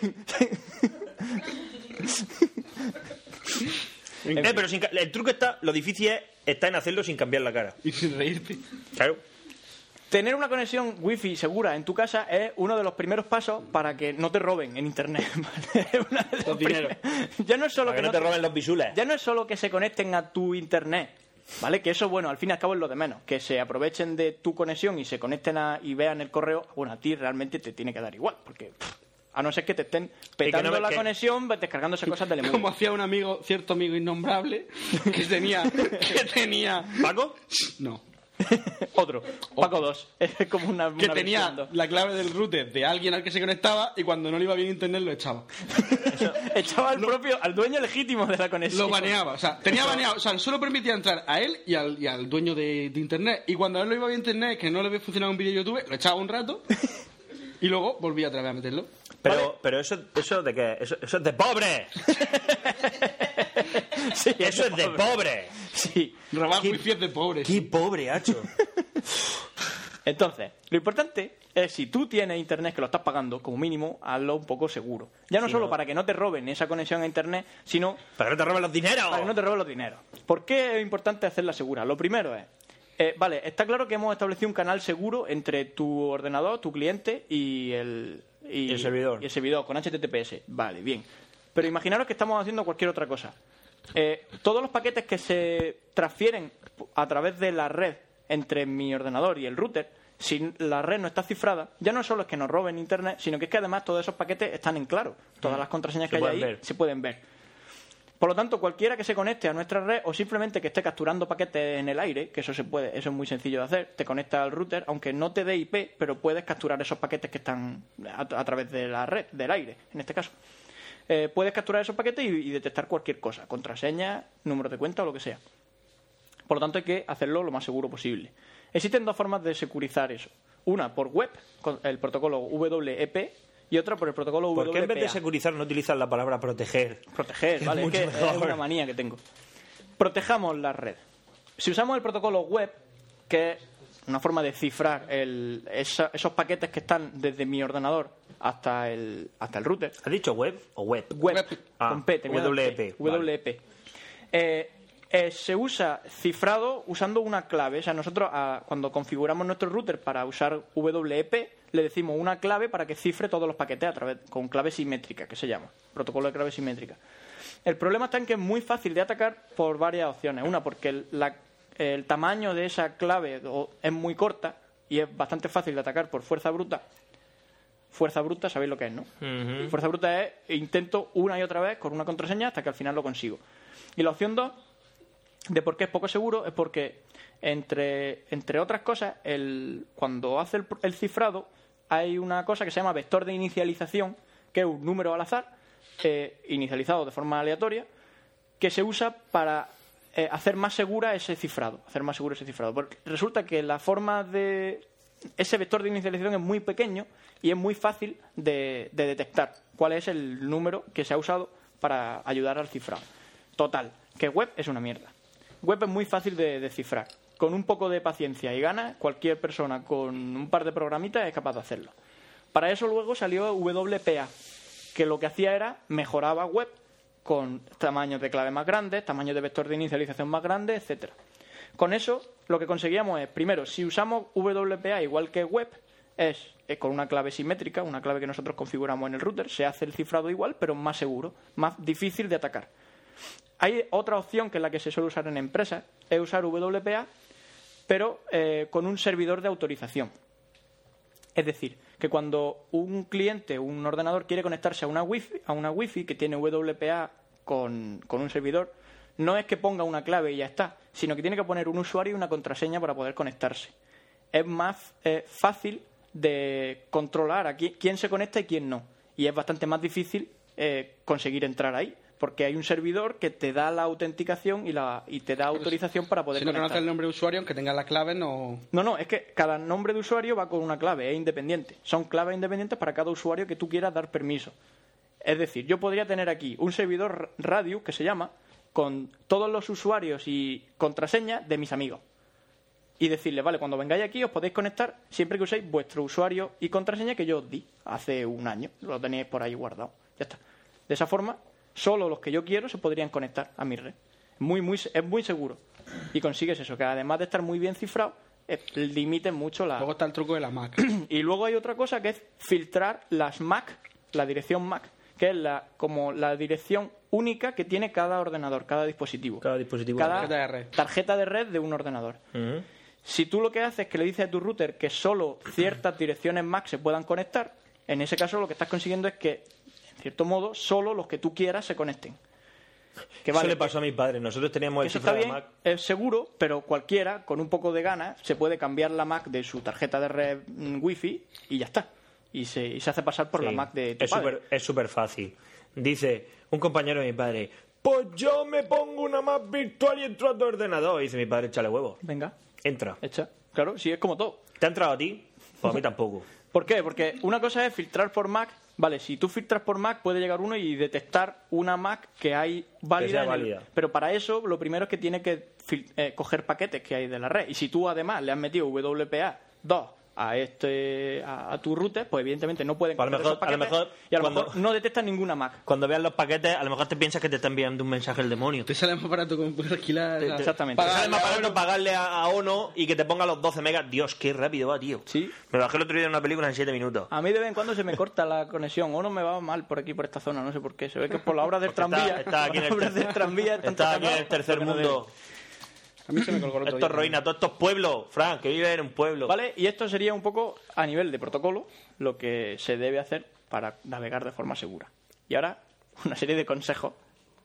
Speaker 2: Eh, pero sin ca- el truco está. Lo difícil es, está en hacerlo sin cambiar la cara.
Speaker 7: Y sin reírte.
Speaker 2: Claro.
Speaker 6: Tener una conexión wifi segura en tu casa es uno de los primeros pasos para que no te roben en internet. ¿vale? Es una de
Speaker 7: Los dineros.
Speaker 6: primeras- Ya no es solo
Speaker 2: Para
Speaker 6: que
Speaker 2: que no
Speaker 6: no
Speaker 2: te
Speaker 6: te-
Speaker 2: roben los visules.
Speaker 6: ya no es solo que se conecten a tu internet, ¿vale? Que eso bueno, al fin y al cabo es lo de menos, que se aprovechen de tu conexión y se conecten a y vean el correo, bueno, a ti realmente te tiene que dar igual, porque pff, a no ser que te estén petando
Speaker 2: ves
Speaker 6: la
Speaker 2: que-
Speaker 6: conexión, pues, descargándose cosas del
Speaker 7: Como
Speaker 6: mundo.
Speaker 7: hacía un amigo, cierto amigo innombrable, que tenía. que tenía.
Speaker 2: ¿Paco?
Speaker 7: No.
Speaker 6: Otro, Paco 2, es como una,
Speaker 7: Que
Speaker 6: una
Speaker 7: tenía
Speaker 6: versión dos.
Speaker 7: la clave del router de alguien al que se conectaba y cuando no le iba bien internet lo echaba.
Speaker 6: echaba al propio al dueño legítimo de la conexión.
Speaker 7: Lo baneaba, o sea, tenía baneado, o sea, solo permitía entrar a él y al, y al dueño de, de internet. Y cuando a él lo iba bien internet, que no le había funcionado un vídeo de YouTube, lo echaba un rato y luego volvía otra vez a meterlo.
Speaker 2: Pero, pero eso, eso de qué? Eso, eso es de pobre.
Speaker 6: Sí,
Speaker 2: Eso es de pobre.
Speaker 6: Sí.
Speaker 7: Robar
Speaker 2: ¿Qué-
Speaker 7: wifi es de pobres.
Speaker 2: Qué pobre, hacho.
Speaker 6: Entonces, lo importante es si tú tienes internet que lo estás pagando, como mínimo, hazlo un poco seguro. Ya no
Speaker 2: Sí,
Speaker 6: solo
Speaker 2: no.
Speaker 6: para que no te roben esa conexión a internet, sino
Speaker 2: Para que no te roben los dineros.
Speaker 6: para que no te roben los dineros. ¿Por qué es importante hacerla segura? Lo primero es, eh, vale, está claro que hemos establecido un canal seguro entre tu ordenador, tu cliente y el, y-
Speaker 2: Y el servidor.
Speaker 6: y el servidor con HTTPS. Vale, bien. Pero imaginaros que estamos haciendo cualquier otra cosa. Eh, todos los paquetes que se transfieren a través de la red entre mi ordenador y el router, si la red no está cifrada, ya no solo es que nos roben internet, sino que es que además todos esos paquetes están en claro.
Speaker 2: Mm.
Speaker 6: Todas las contraseñas
Speaker 2: Se
Speaker 6: que hay ahí
Speaker 2: pueden ver.
Speaker 6: se pueden ver. Por lo tanto, cualquiera que se conecte a nuestra red o simplemente que esté capturando paquetes en el aire, que eso se puede, eso es muy sencillo de hacer, te conectas al router, aunque no te dé IP, pero puedes capturar esos paquetes que están a, a través de la red, del aire, en este caso. Eh, puedes capturar esos paquetes y, y detectar cualquier cosa, contraseña, número de cuenta o lo que sea. Por lo tanto, hay que hacerlo lo más seguro posible. Existen dos formas de securizar eso. Una por web, con el protocolo WEP, y otra por el protocolo
Speaker 2: ¿Por qué en vez de
Speaker 6: WPA.
Speaker 2: securizar no utilizan la palabra proteger?
Speaker 6: Proteger,
Speaker 2: Es
Speaker 6: vale, es,
Speaker 2: mucho
Speaker 6: que es
Speaker 2: mejor.
Speaker 6: una manía que tengo. Protejamos la red. Si usamos el protocolo web, que es una forma de cifrar el- esa- esos paquetes que están desde mi ordenador hasta el, hasta el router,
Speaker 2: ¿Has dicho web o web?
Speaker 6: web,
Speaker 2: Ah,
Speaker 6: con P, terminado en
Speaker 2: WP,
Speaker 6: P, WP. Eh, eh, se usa cifrado usando una clave. O sea, nosotros ah, cuando configuramos nuestro router para usar WP, le decimos una clave para que cifre todos los paquetes a través con clave simétrica, que se llama, protocolo de clave simétrica. El problema está en que es muy fácil de atacar por varias opciones. Una, porque el, la- el tamaño de esa clave o- es muy corta y es bastante fácil de atacar por fuerza bruta. Fuerza bruta, sabéis lo que es, ¿no? Fuerza bruta es intento una y otra vez con una contraseña hasta que al final lo consigo. Y la opción 2, de por qué es poco seguro, es porque, entre, entre otras cosas, el, cuando hace el, pr- el cifrado, hay una cosa que se llama vector de inicialización, que es un número al azar, eh, inicializado de forma aleatoria, que se usa para eh, hacer más segura ese cifrado. Hacer más seguro ese cifrado. Porque resulta que la forma de. Ese vector de inicialización es muy pequeño y es muy fácil de, de detectar cuál es el número que se ha usado para ayudar al cifrado. Total, que web es una mierda. Web es muy fácil de descifrar. Con un poco de paciencia y ganas, cualquier persona con un par de programitas es capaz de hacerlo. Para eso luego salió WPA, que lo que hacía era mejoraba web con tamaños de clave más grandes, tamaños de vector de inicialización más grandes, etcétera. Con eso lo que conseguíamos es, primero, si usamos WPA igual que web, es, es con una clave simétrica, una clave que nosotros configuramos en el router, se hace el cifrado igual, pero más seguro, más difícil de atacar. Hay otra opción que es la que se suele usar en empresas, es usar WPA, pero eh, con un servidor de autorización. Es decir, que cuando un cliente, un ordenador quiere conectarse a una wifi, a una wifi que tiene WPA con, con un servidor, no es que ponga una clave y ya está, sino que tiene que poner un usuario y una contraseña para poder conectarse. Es más eh, fácil de controlar a qui- quién se conecta y quién no. Y es bastante más difícil eh, conseguir entrar ahí, porque hay un servidor que te da la autenticación y, la, y te da autorización para poder
Speaker 7: Si no conoces
Speaker 6: conectar.
Speaker 7: el nombre de usuario, aunque tengas la clave, no.
Speaker 6: No, no, es que cada nombre de usuario va con una clave, es independiente. Son claves independientes para cada usuario que tú quieras dar permiso. Es decir, yo podría tener aquí un servidor radio que se llama con todos los usuarios y contraseñas de mis amigos. Y decirles, vale, cuando vengáis aquí os podéis conectar siempre que uséis vuestro usuario y contraseña que yo os di hace un año. Lo tenéis por ahí guardado. Ya está. De esa forma, solo los que yo quiero se podrían conectar a mi red. Muy, muy, es muy seguro. Y consigues eso, que además de estar muy bien cifrado, eh, limiten mucho
Speaker 2: Ah.
Speaker 6: la,
Speaker 7: Luego está el truco de la Mac.
Speaker 6: y luego hay otra cosa que es filtrar las MAC, la dirección MAC, que es la, como la dirección única que tiene cada ordenador, cada dispositivo.
Speaker 2: Cada dispositivo.
Speaker 6: Cada
Speaker 7: Tarjeta de red.
Speaker 6: tarjeta de red de un ordenador. Si tú lo que haces es que le dices a tu router que solo ciertas direcciones MAC se puedan conectar, en ese caso lo que estás consiguiendo es que, en cierto modo, solo los que tú quieras se conecten. Que
Speaker 2: Eso
Speaker 6: vale,
Speaker 2: le pasó a mis padres. Nosotros teníamos
Speaker 6: que
Speaker 2: el
Speaker 6: eso está
Speaker 2: cifrado de
Speaker 6: bien,
Speaker 2: Mac.
Speaker 6: es seguro, pero cualquiera, con un poco de ganas, se puede cambiar la Mac de su tarjeta de red mm, wifi y ya está. Y se, y se hace pasar por la
Speaker 2: Sí.
Speaker 6: Mac de tu
Speaker 2: es
Speaker 6: padre.
Speaker 2: súper es súper fácil dice un compañero de mi padre pues yo me pongo una más virtual y entro a tu ordenador y dice mi padre échale huevo
Speaker 6: Venga,
Speaker 2: entra
Speaker 6: hecha. Claro, sí, es como todo.
Speaker 2: te ha entrado a ti pues a mí tampoco
Speaker 6: ¿Por qué? Porque una cosa es filtrar por Mac. Vale, si tú filtras por Mac, puede llegar uno y detectar una Mac que hay válida.
Speaker 2: Que sea
Speaker 6: en el-
Speaker 2: válida.
Speaker 6: pero para eso, lo primero es que tiene que fil- eh, coger paquetes que hay de la red. Y si tú además le has metido WPA 2 a este a, a tu router, pues evidentemente no pueden
Speaker 2: A lo
Speaker 6: coger
Speaker 2: mejor-
Speaker 6: esos paquetes
Speaker 2: a lo mejor
Speaker 6: y a lo
Speaker 2: cuando-
Speaker 6: mejor no detectan ninguna Mac.
Speaker 2: cuando veas los paquetes a lo mejor te piensas que te está enviando un mensaje el demonio
Speaker 7: Te sale más barato como puedes alquilar.
Speaker 6: Te- te- exactamente.
Speaker 2: Te sale
Speaker 7: Pagarle
Speaker 2: más
Speaker 7: a
Speaker 2: barato pagarle a, a Ono y que te ponga los 12 megas. Dios, qué rápido va, tío.
Speaker 6: Sí.
Speaker 2: Me bajé el otro día una película en 7 minutos.
Speaker 6: A mí de vez en cuando se me corta la conexión o no me va mal por aquí, por esta zona, no sé por qué. Se ve que es por la obra del
Speaker 2: Porque está-
Speaker 6: tranvía.
Speaker 2: está aquí en el
Speaker 6: las obras
Speaker 2: ter-
Speaker 6: del tranvía. están
Speaker 2: Está aquí en
Speaker 6: tocando
Speaker 2: el tercer
Speaker 6: lo que no debe.
Speaker 2: mundo.
Speaker 7: A mí se me colgó el otro
Speaker 2: Estos
Speaker 7: día.
Speaker 2: ruinas, todos estos pueblos, Frank, que viven en un pueblo.
Speaker 6: ¿Vale? Y esto sería un poco a nivel de protocolo lo que se debe hacer para navegar de forma segura. Y ahora, una serie de consejos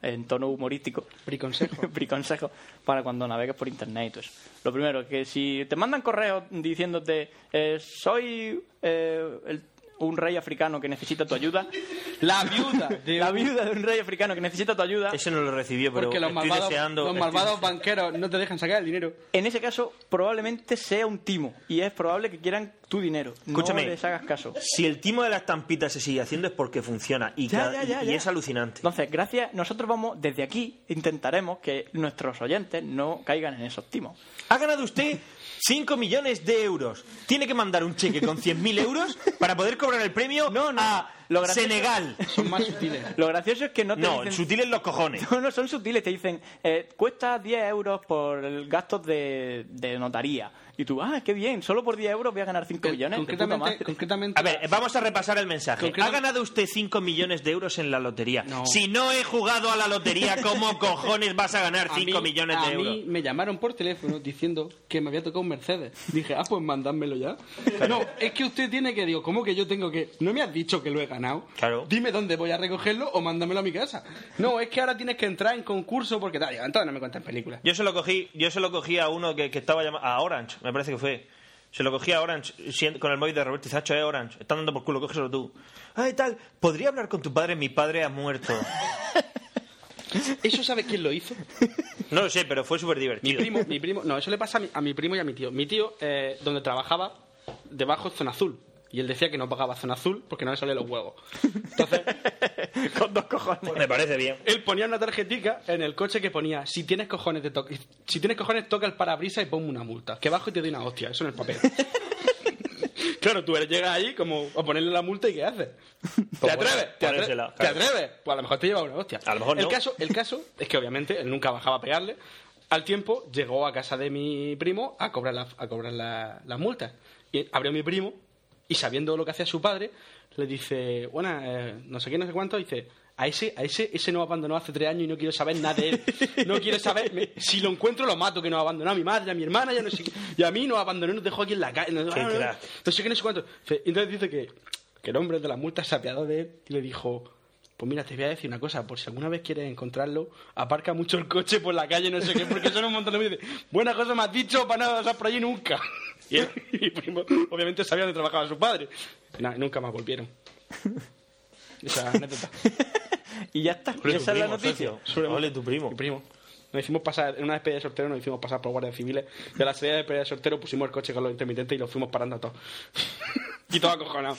Speaker 6: en tono humorístico.
Speaker 7: Priconsejo.
Speaker 6: Priconsejo para cuando navegues por internet y todo eso. Lo primero, que si te mandan correos diciéndote eh, soy eh, el- un rey africano que necesita tu ayuda.
Speaker 7: La viuda. de
Speaker 6: La
Speaker 7: un-
Speaker 6: viuda de un rey africano que necesita tu ayuda.
Speaker 2: Ese no lo recibió, pero
Speaker 7: Porque los
Speaker 2: estoy
Speaker 7: malvados,
Speaker 2: deseando.
Speaker 7: los
Speaker 2: estoy-
Speaker 7: malvados banqueros no te dejan sacar el dinero.
Speaker 6: En ese caso, probablemente sea un timo. Y es probable que quieran tu dinero.
Speaker 2: Escúchame.
Speaker 6: No les hagas caso.
Speaker 2: Si el timo de las tampitas se sigue haciendo es porque funciona y,
Speaker 6: Ya,
Speaker 2: ca-
Speaker 6: ya, ya,
Speaker 2: y- y
Speaker 6: ya.
Speaker 2: es alucinante.
Speaker 6: Entonces, gracias, nosotros vamos desde aquí, intentaremos que nuestros oyentes no caigan en esos timos.
Speaker 2: Ha ganado usted 5 millones de euros. Tiene que mandar un cheque con 100.000 euros para poder cobrar el premio
Speaker 6: No, no,
Speaker 2: a
Speaker 6: lo gracioso-
Speaker 2: Senegal.
Speaker 7: Son más sutiles.
Speaker 6: Lo gracioso es que no te
Speaker 2: No,
Speaker 6: dicen...
Speaker 2: sutiles los cojones.
Speaker 6: No, no son sutiles, te dicen, eh, cuesta 10 euros por el gastos de, de notaría. Y tú, ah, qué bien, solo por 10 euros voy a ganar 5 millones. de puta
Speaker 7: concretamente,
Speaker 6: madre.
Speaker 7: concretamente,
Speaker 2: A ver, vamos a repasar el mensaje.
Speaker 7: Concreto-
Speaker 2: ¿Ha ganado usted 5 millones de euros en la lotería?
Speaker 7: No.
Speaker 2: Si no he jugado a la lotería, ¿cómo cojones vas a ganar
Speaker 7: a
Speaker 2: 5
Speaker 7: mí-
Speaker 2: millones de
Speaker 7: A
Speaker 2: euros?
Speaker 7: mí me llamaron por teléfono diciendo que me había tocado un Mercedes. Dije, ah, pues mandádmelo ya. No, es que usted tiene que, digo, ¿cómo que yo tengo que...? No me has dicho que lo he ganado.
Speaker 2: Claro.
Speaker 7: Dime dónde voy a recogerlo o mándamelo a mi casa. No, es que ahora tienes que entrar en concurso porque tal. Ya, Entonces no me cuentas películas.
Speaker 2: Yo se lo cogí, yo se lo cogí a uno que, que estaba llamado a Orange, me parece que fue. Se lo cogí a Orange sien- con el móvil de Roberto Izacho, eh, Orange. Están dando por culo, cógeselo tú. Ay, tal, ¿podría hablar con tu padre? Mi padre ha muerto.
Speaker 7: ¿Eso sabe quién lo hizo?
Speaker 2: No lo sé, pero fue súper
Speaker 7: Mi
Speaker 2: divertido.
Speaker 7: primo, mi primo. No, eso le pasa a mi, a mi primo y a mi tío. Mi tío, eh, donde trabajaba, debajo es zona azul. Y él decía que no pagaba zona azul porque no le salían los huevos. Entonces,
Speaker 6: Con dos cojones.
Speaker 2: Me parece bien.
Speaker 7: él ponía una tarjetica en el coche que ponía: si tienes cojones, te to- si tienes cojones toca el parabrisas y ponme una multa. Que bajo y te doy una hostia. Eso en el papel. claro, tú llegas ahí como a ponerle la multa y ¿qué haces? ¿Te
Speaker 2: Pues
Speaker 7: atreves?
Speaker 2: bueno,
Speaker 7: ¿Te, atre-
Speaker 2: ponérsela,
Speaker 7: ¿Te
Speaker 2: claro.
Speaker 7: atreves? Pues a lo mejor te lleva una hostia.
Speaker 2: A lo mejor
Speaker 7: el
Speaker 2: no.
Speaker 7: Caso, el caso es que obviamente él nunca bajaba a pegarle. Al tiempo llegó a casa de mi primo a cobrar, la- a cobrar la- las multas. Y abrió mi primo y sabiendo lo que hacía su padre, le dice, bueno, eh, no sé qué, no sé cuánto, dice, a ese, a ese, ese no abandonó hace tres años y no quiero saber nada de él. No quiero saber, me- si lo encuentro lo mato, que no abandonó a mi madre, a mi hermana, ya no sé qué. Y a mí no abandonó, nos dejó aquí en la calle. No,
Speaker 2: Qué
Speaker 7: no, no,
Speaker 2: crack.
Speaker 7: no sé qué, no sé cuánto. Fe- Entonces dice que, que el hombre de las multas se apiadó de él y le dijo, pues mira, te voy a decir una cosa, por si alguna vez quieres encontrarlo, aparca mucho el coche por la calle, no sé qué, porque son un montón de veces. Buena cosa me has dicho, para nada vas por allí nunca. Y, él- y mi primo, obviamente sabía dónde trabajaba su padre. Y nada, nunca más volvieron. Esa anécdota.
Speaker 6: Y ya está.
Speaker 2: Ole tu
Speaker 6: Esa es la
Speaker 2: primo,
Speaker 6: noticia.
Speaker 2: socio. Ole tu primo.
Speaker 7: Mi primo. Nos hicimos pasar, en una despedida de sortero nos hicimos pasar por guardias civiles. De la salida de despedida de sortero pusimos el coche con los intermitentes y los fuimos parando a todos. y todos acojonados.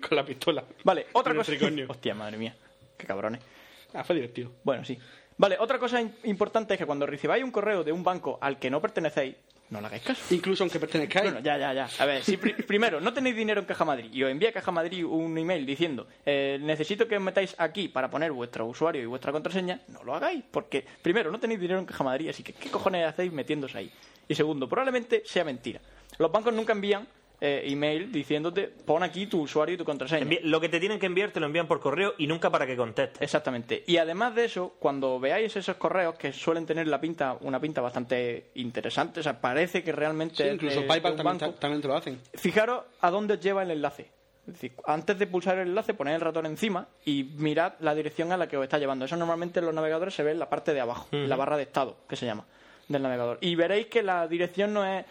Speaker 7: con la pistola.
Speaker 6: Vale, otra
Speaker 7: Con el
Speaker 6: cosa.
Speaker 7: tricornio.
Speaker 6: Hostia, madre mía. Qué cabrones.
Speaker 7: Ah, fue divertido.
Speaker 6: Bueno, sí. Vale, otra cosa im- importante es que cuando recibáis un correo de un banco al que no pertenecéis, no le hagáis caso.
Speaker 7: Incluso aunque pertenezcáis.
Speaker 6: Bueno, ya, ya, ya. A ver, si pri- primero no tenéis dinero en Caja Madrid y os envía Caja Madrid un email diciendo eh, necesito que os metáis aquí para poner vuestro usuario y vuestra contraseña, no lo hagáis, porque primero no tenéis dinero en Caja Madrid, así que ¿qué cojones hacéis metiéndose ahí? Y segundo, probablemente sea mentira. Los bancos nunca envían eh, email diciéndote pon aquí tu usuario y tu contraseña.
Speaker 2: Envi- Lo que te tienen que enviar te lo envían por correo y nunca para que contestes.
Speaker 6: Exactamente. Y además de eso, cuando veáis esos correos que suelen tener la pinta, una pinta bastante interesante, o sea, parece que realmente
Speaker 7: Sí,
Speaker 6: es de-
Speaker 7: incluso
Speaker 6: de
Speaker 7: PayPal
Speaker 6: un
Speaker 7: también,
Speaker 6: banco.
Speaker 7: también te lo hacen.
Speaker 6: Fijaros a dónde os lleva el enlace. Es decir, antes de pulsar el enlace, poned el ratón encima y mirad la dirección a la que os está llevando. Eso normalmente en los navegadores se ve en la parte de abajo, en la barra de estado, que se llama, del navegador. Y veréis que la dirección no es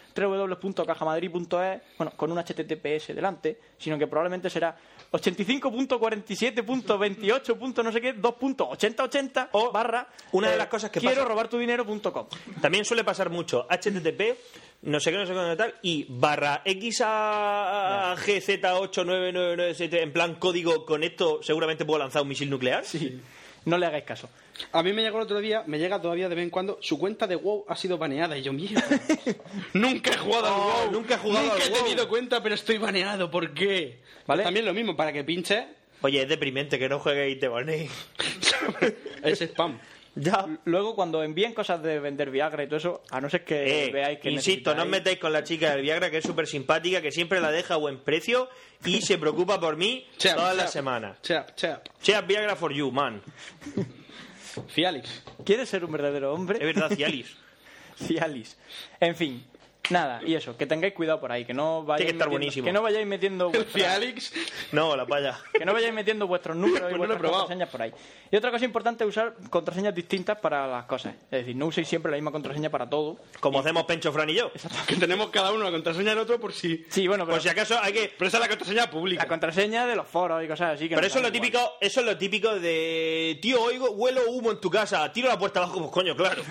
Speaker 6: www.cajamadrid.es, bueno, con un HTTPS delante, sino que probablemente será 85.47.28. no sé qué, 2.8080
Speaker 2: O
Speaker 6: barra eh,
Speaker 2: una de las cosas que
Speaker 6: quiero
Speaker 2: pasa-
Speaker 6: robar tu dinero.com.
Speaker 2: También suele pasar mucho HTTP, no sé qué, no sé qué, tal, y barra X a GZ89997, en plan código, con esto seguramente puedo lanzar un misil nuclear.
Speaker 6: Sí. No le hagáis caso.
Speaker 7: A mí me llegó el otro día, me llega todavía de vez en cuando, su cuenta de WoW ha sido baneada. Y yo, mierda. nunca he jugado
Speaker 2: Oh,
Speaker 7: al WoW.
Speaker 2: nunca he jugado
Speaker 7: Nunca
Speaker 2: al
Speaker 7: he
Speaker 2: WoW.
Speaker 7: tenido cuenta, pero estoy baneado. ¿Por qué?
Speaker 6: ¿Vale?
Speaker 7: También lo mismo, para que pinche,
Speaker 2: Oye, es deprimente que no juegues y te banees.
Speaker 7: es spam.
Speaker 6: Ya.
Speaker 2: Ah.
Speaker 6: Luego, cuando envíen cosas de vender Viagra y todo eso, a no ser que
Speaker 2: Eh,
Speaker 6: veáis que.
Speaker 2: insisto, no os
Speaker 6: necesitáis-
Speaker 2: metáis con la chica del Viagra, que es súper simpática, que siempre la deja a buen precio y se preocupa por mí
Speaker 7: Chap,
Speaker 2: todas
Speaker 7: chap,
Speaker 2: las semanas.
Speaker 7: Chap, chap.
Speaker 2: Cheas Viagra for you, man.
Speaker 7: Cialix.
Speaker 6: ¿Quieres ser un verdadero hombre?
Speaker 2: Es verdad, Cialis.
Speaker 6: Cialis. En fin, nada, y eso, que tengáis cuidado por ahí, que no vayáis.
Speaker 2: Tiene que estar
Speaker 6: metiendo-
Speaker 2: buenísimo.
Speaker 6: que no vayáis metiendo. vuestra-
Speaker 7: Cialix.
Speaker 2: No, la paya.
Speaker 6: Que no vayáis metiendo vuestros números
Speaker 7: Pues
Speaker 6: y
Speaker 7: no lo he
Speaker 6: vuestras
Speaker 7: probado.
Speaker 6: contraseñas por ahí. Y otra cosa importante es usar contraseñas distintas para las cosas. Es decir, no uséis siempre la misma contraseña para todo.
Speaker 2: Como hacemos Pencho, Fran y yo.
Speaker 7: Que tenemos cada uno la contraseña del otro por si.
Speaker 6: Sí, bueno, pero
Speaker 2: Por si acaso hay que
Speaker 7: Pero esa es la contraseña pública.
Speaker 6: la contraseña de los foros y cosas así. Que
Speaker 2: Pero
Speaker 6: nos
Speaker 2: eso es
Speaker 6: dan
Speaker 2: lo
Speaker 6: igual.
Speaker 2: típico, eso es lo típico de tío, oigo, huelo humo en tu casa, tiro la puerta abajo, pues coño, claro.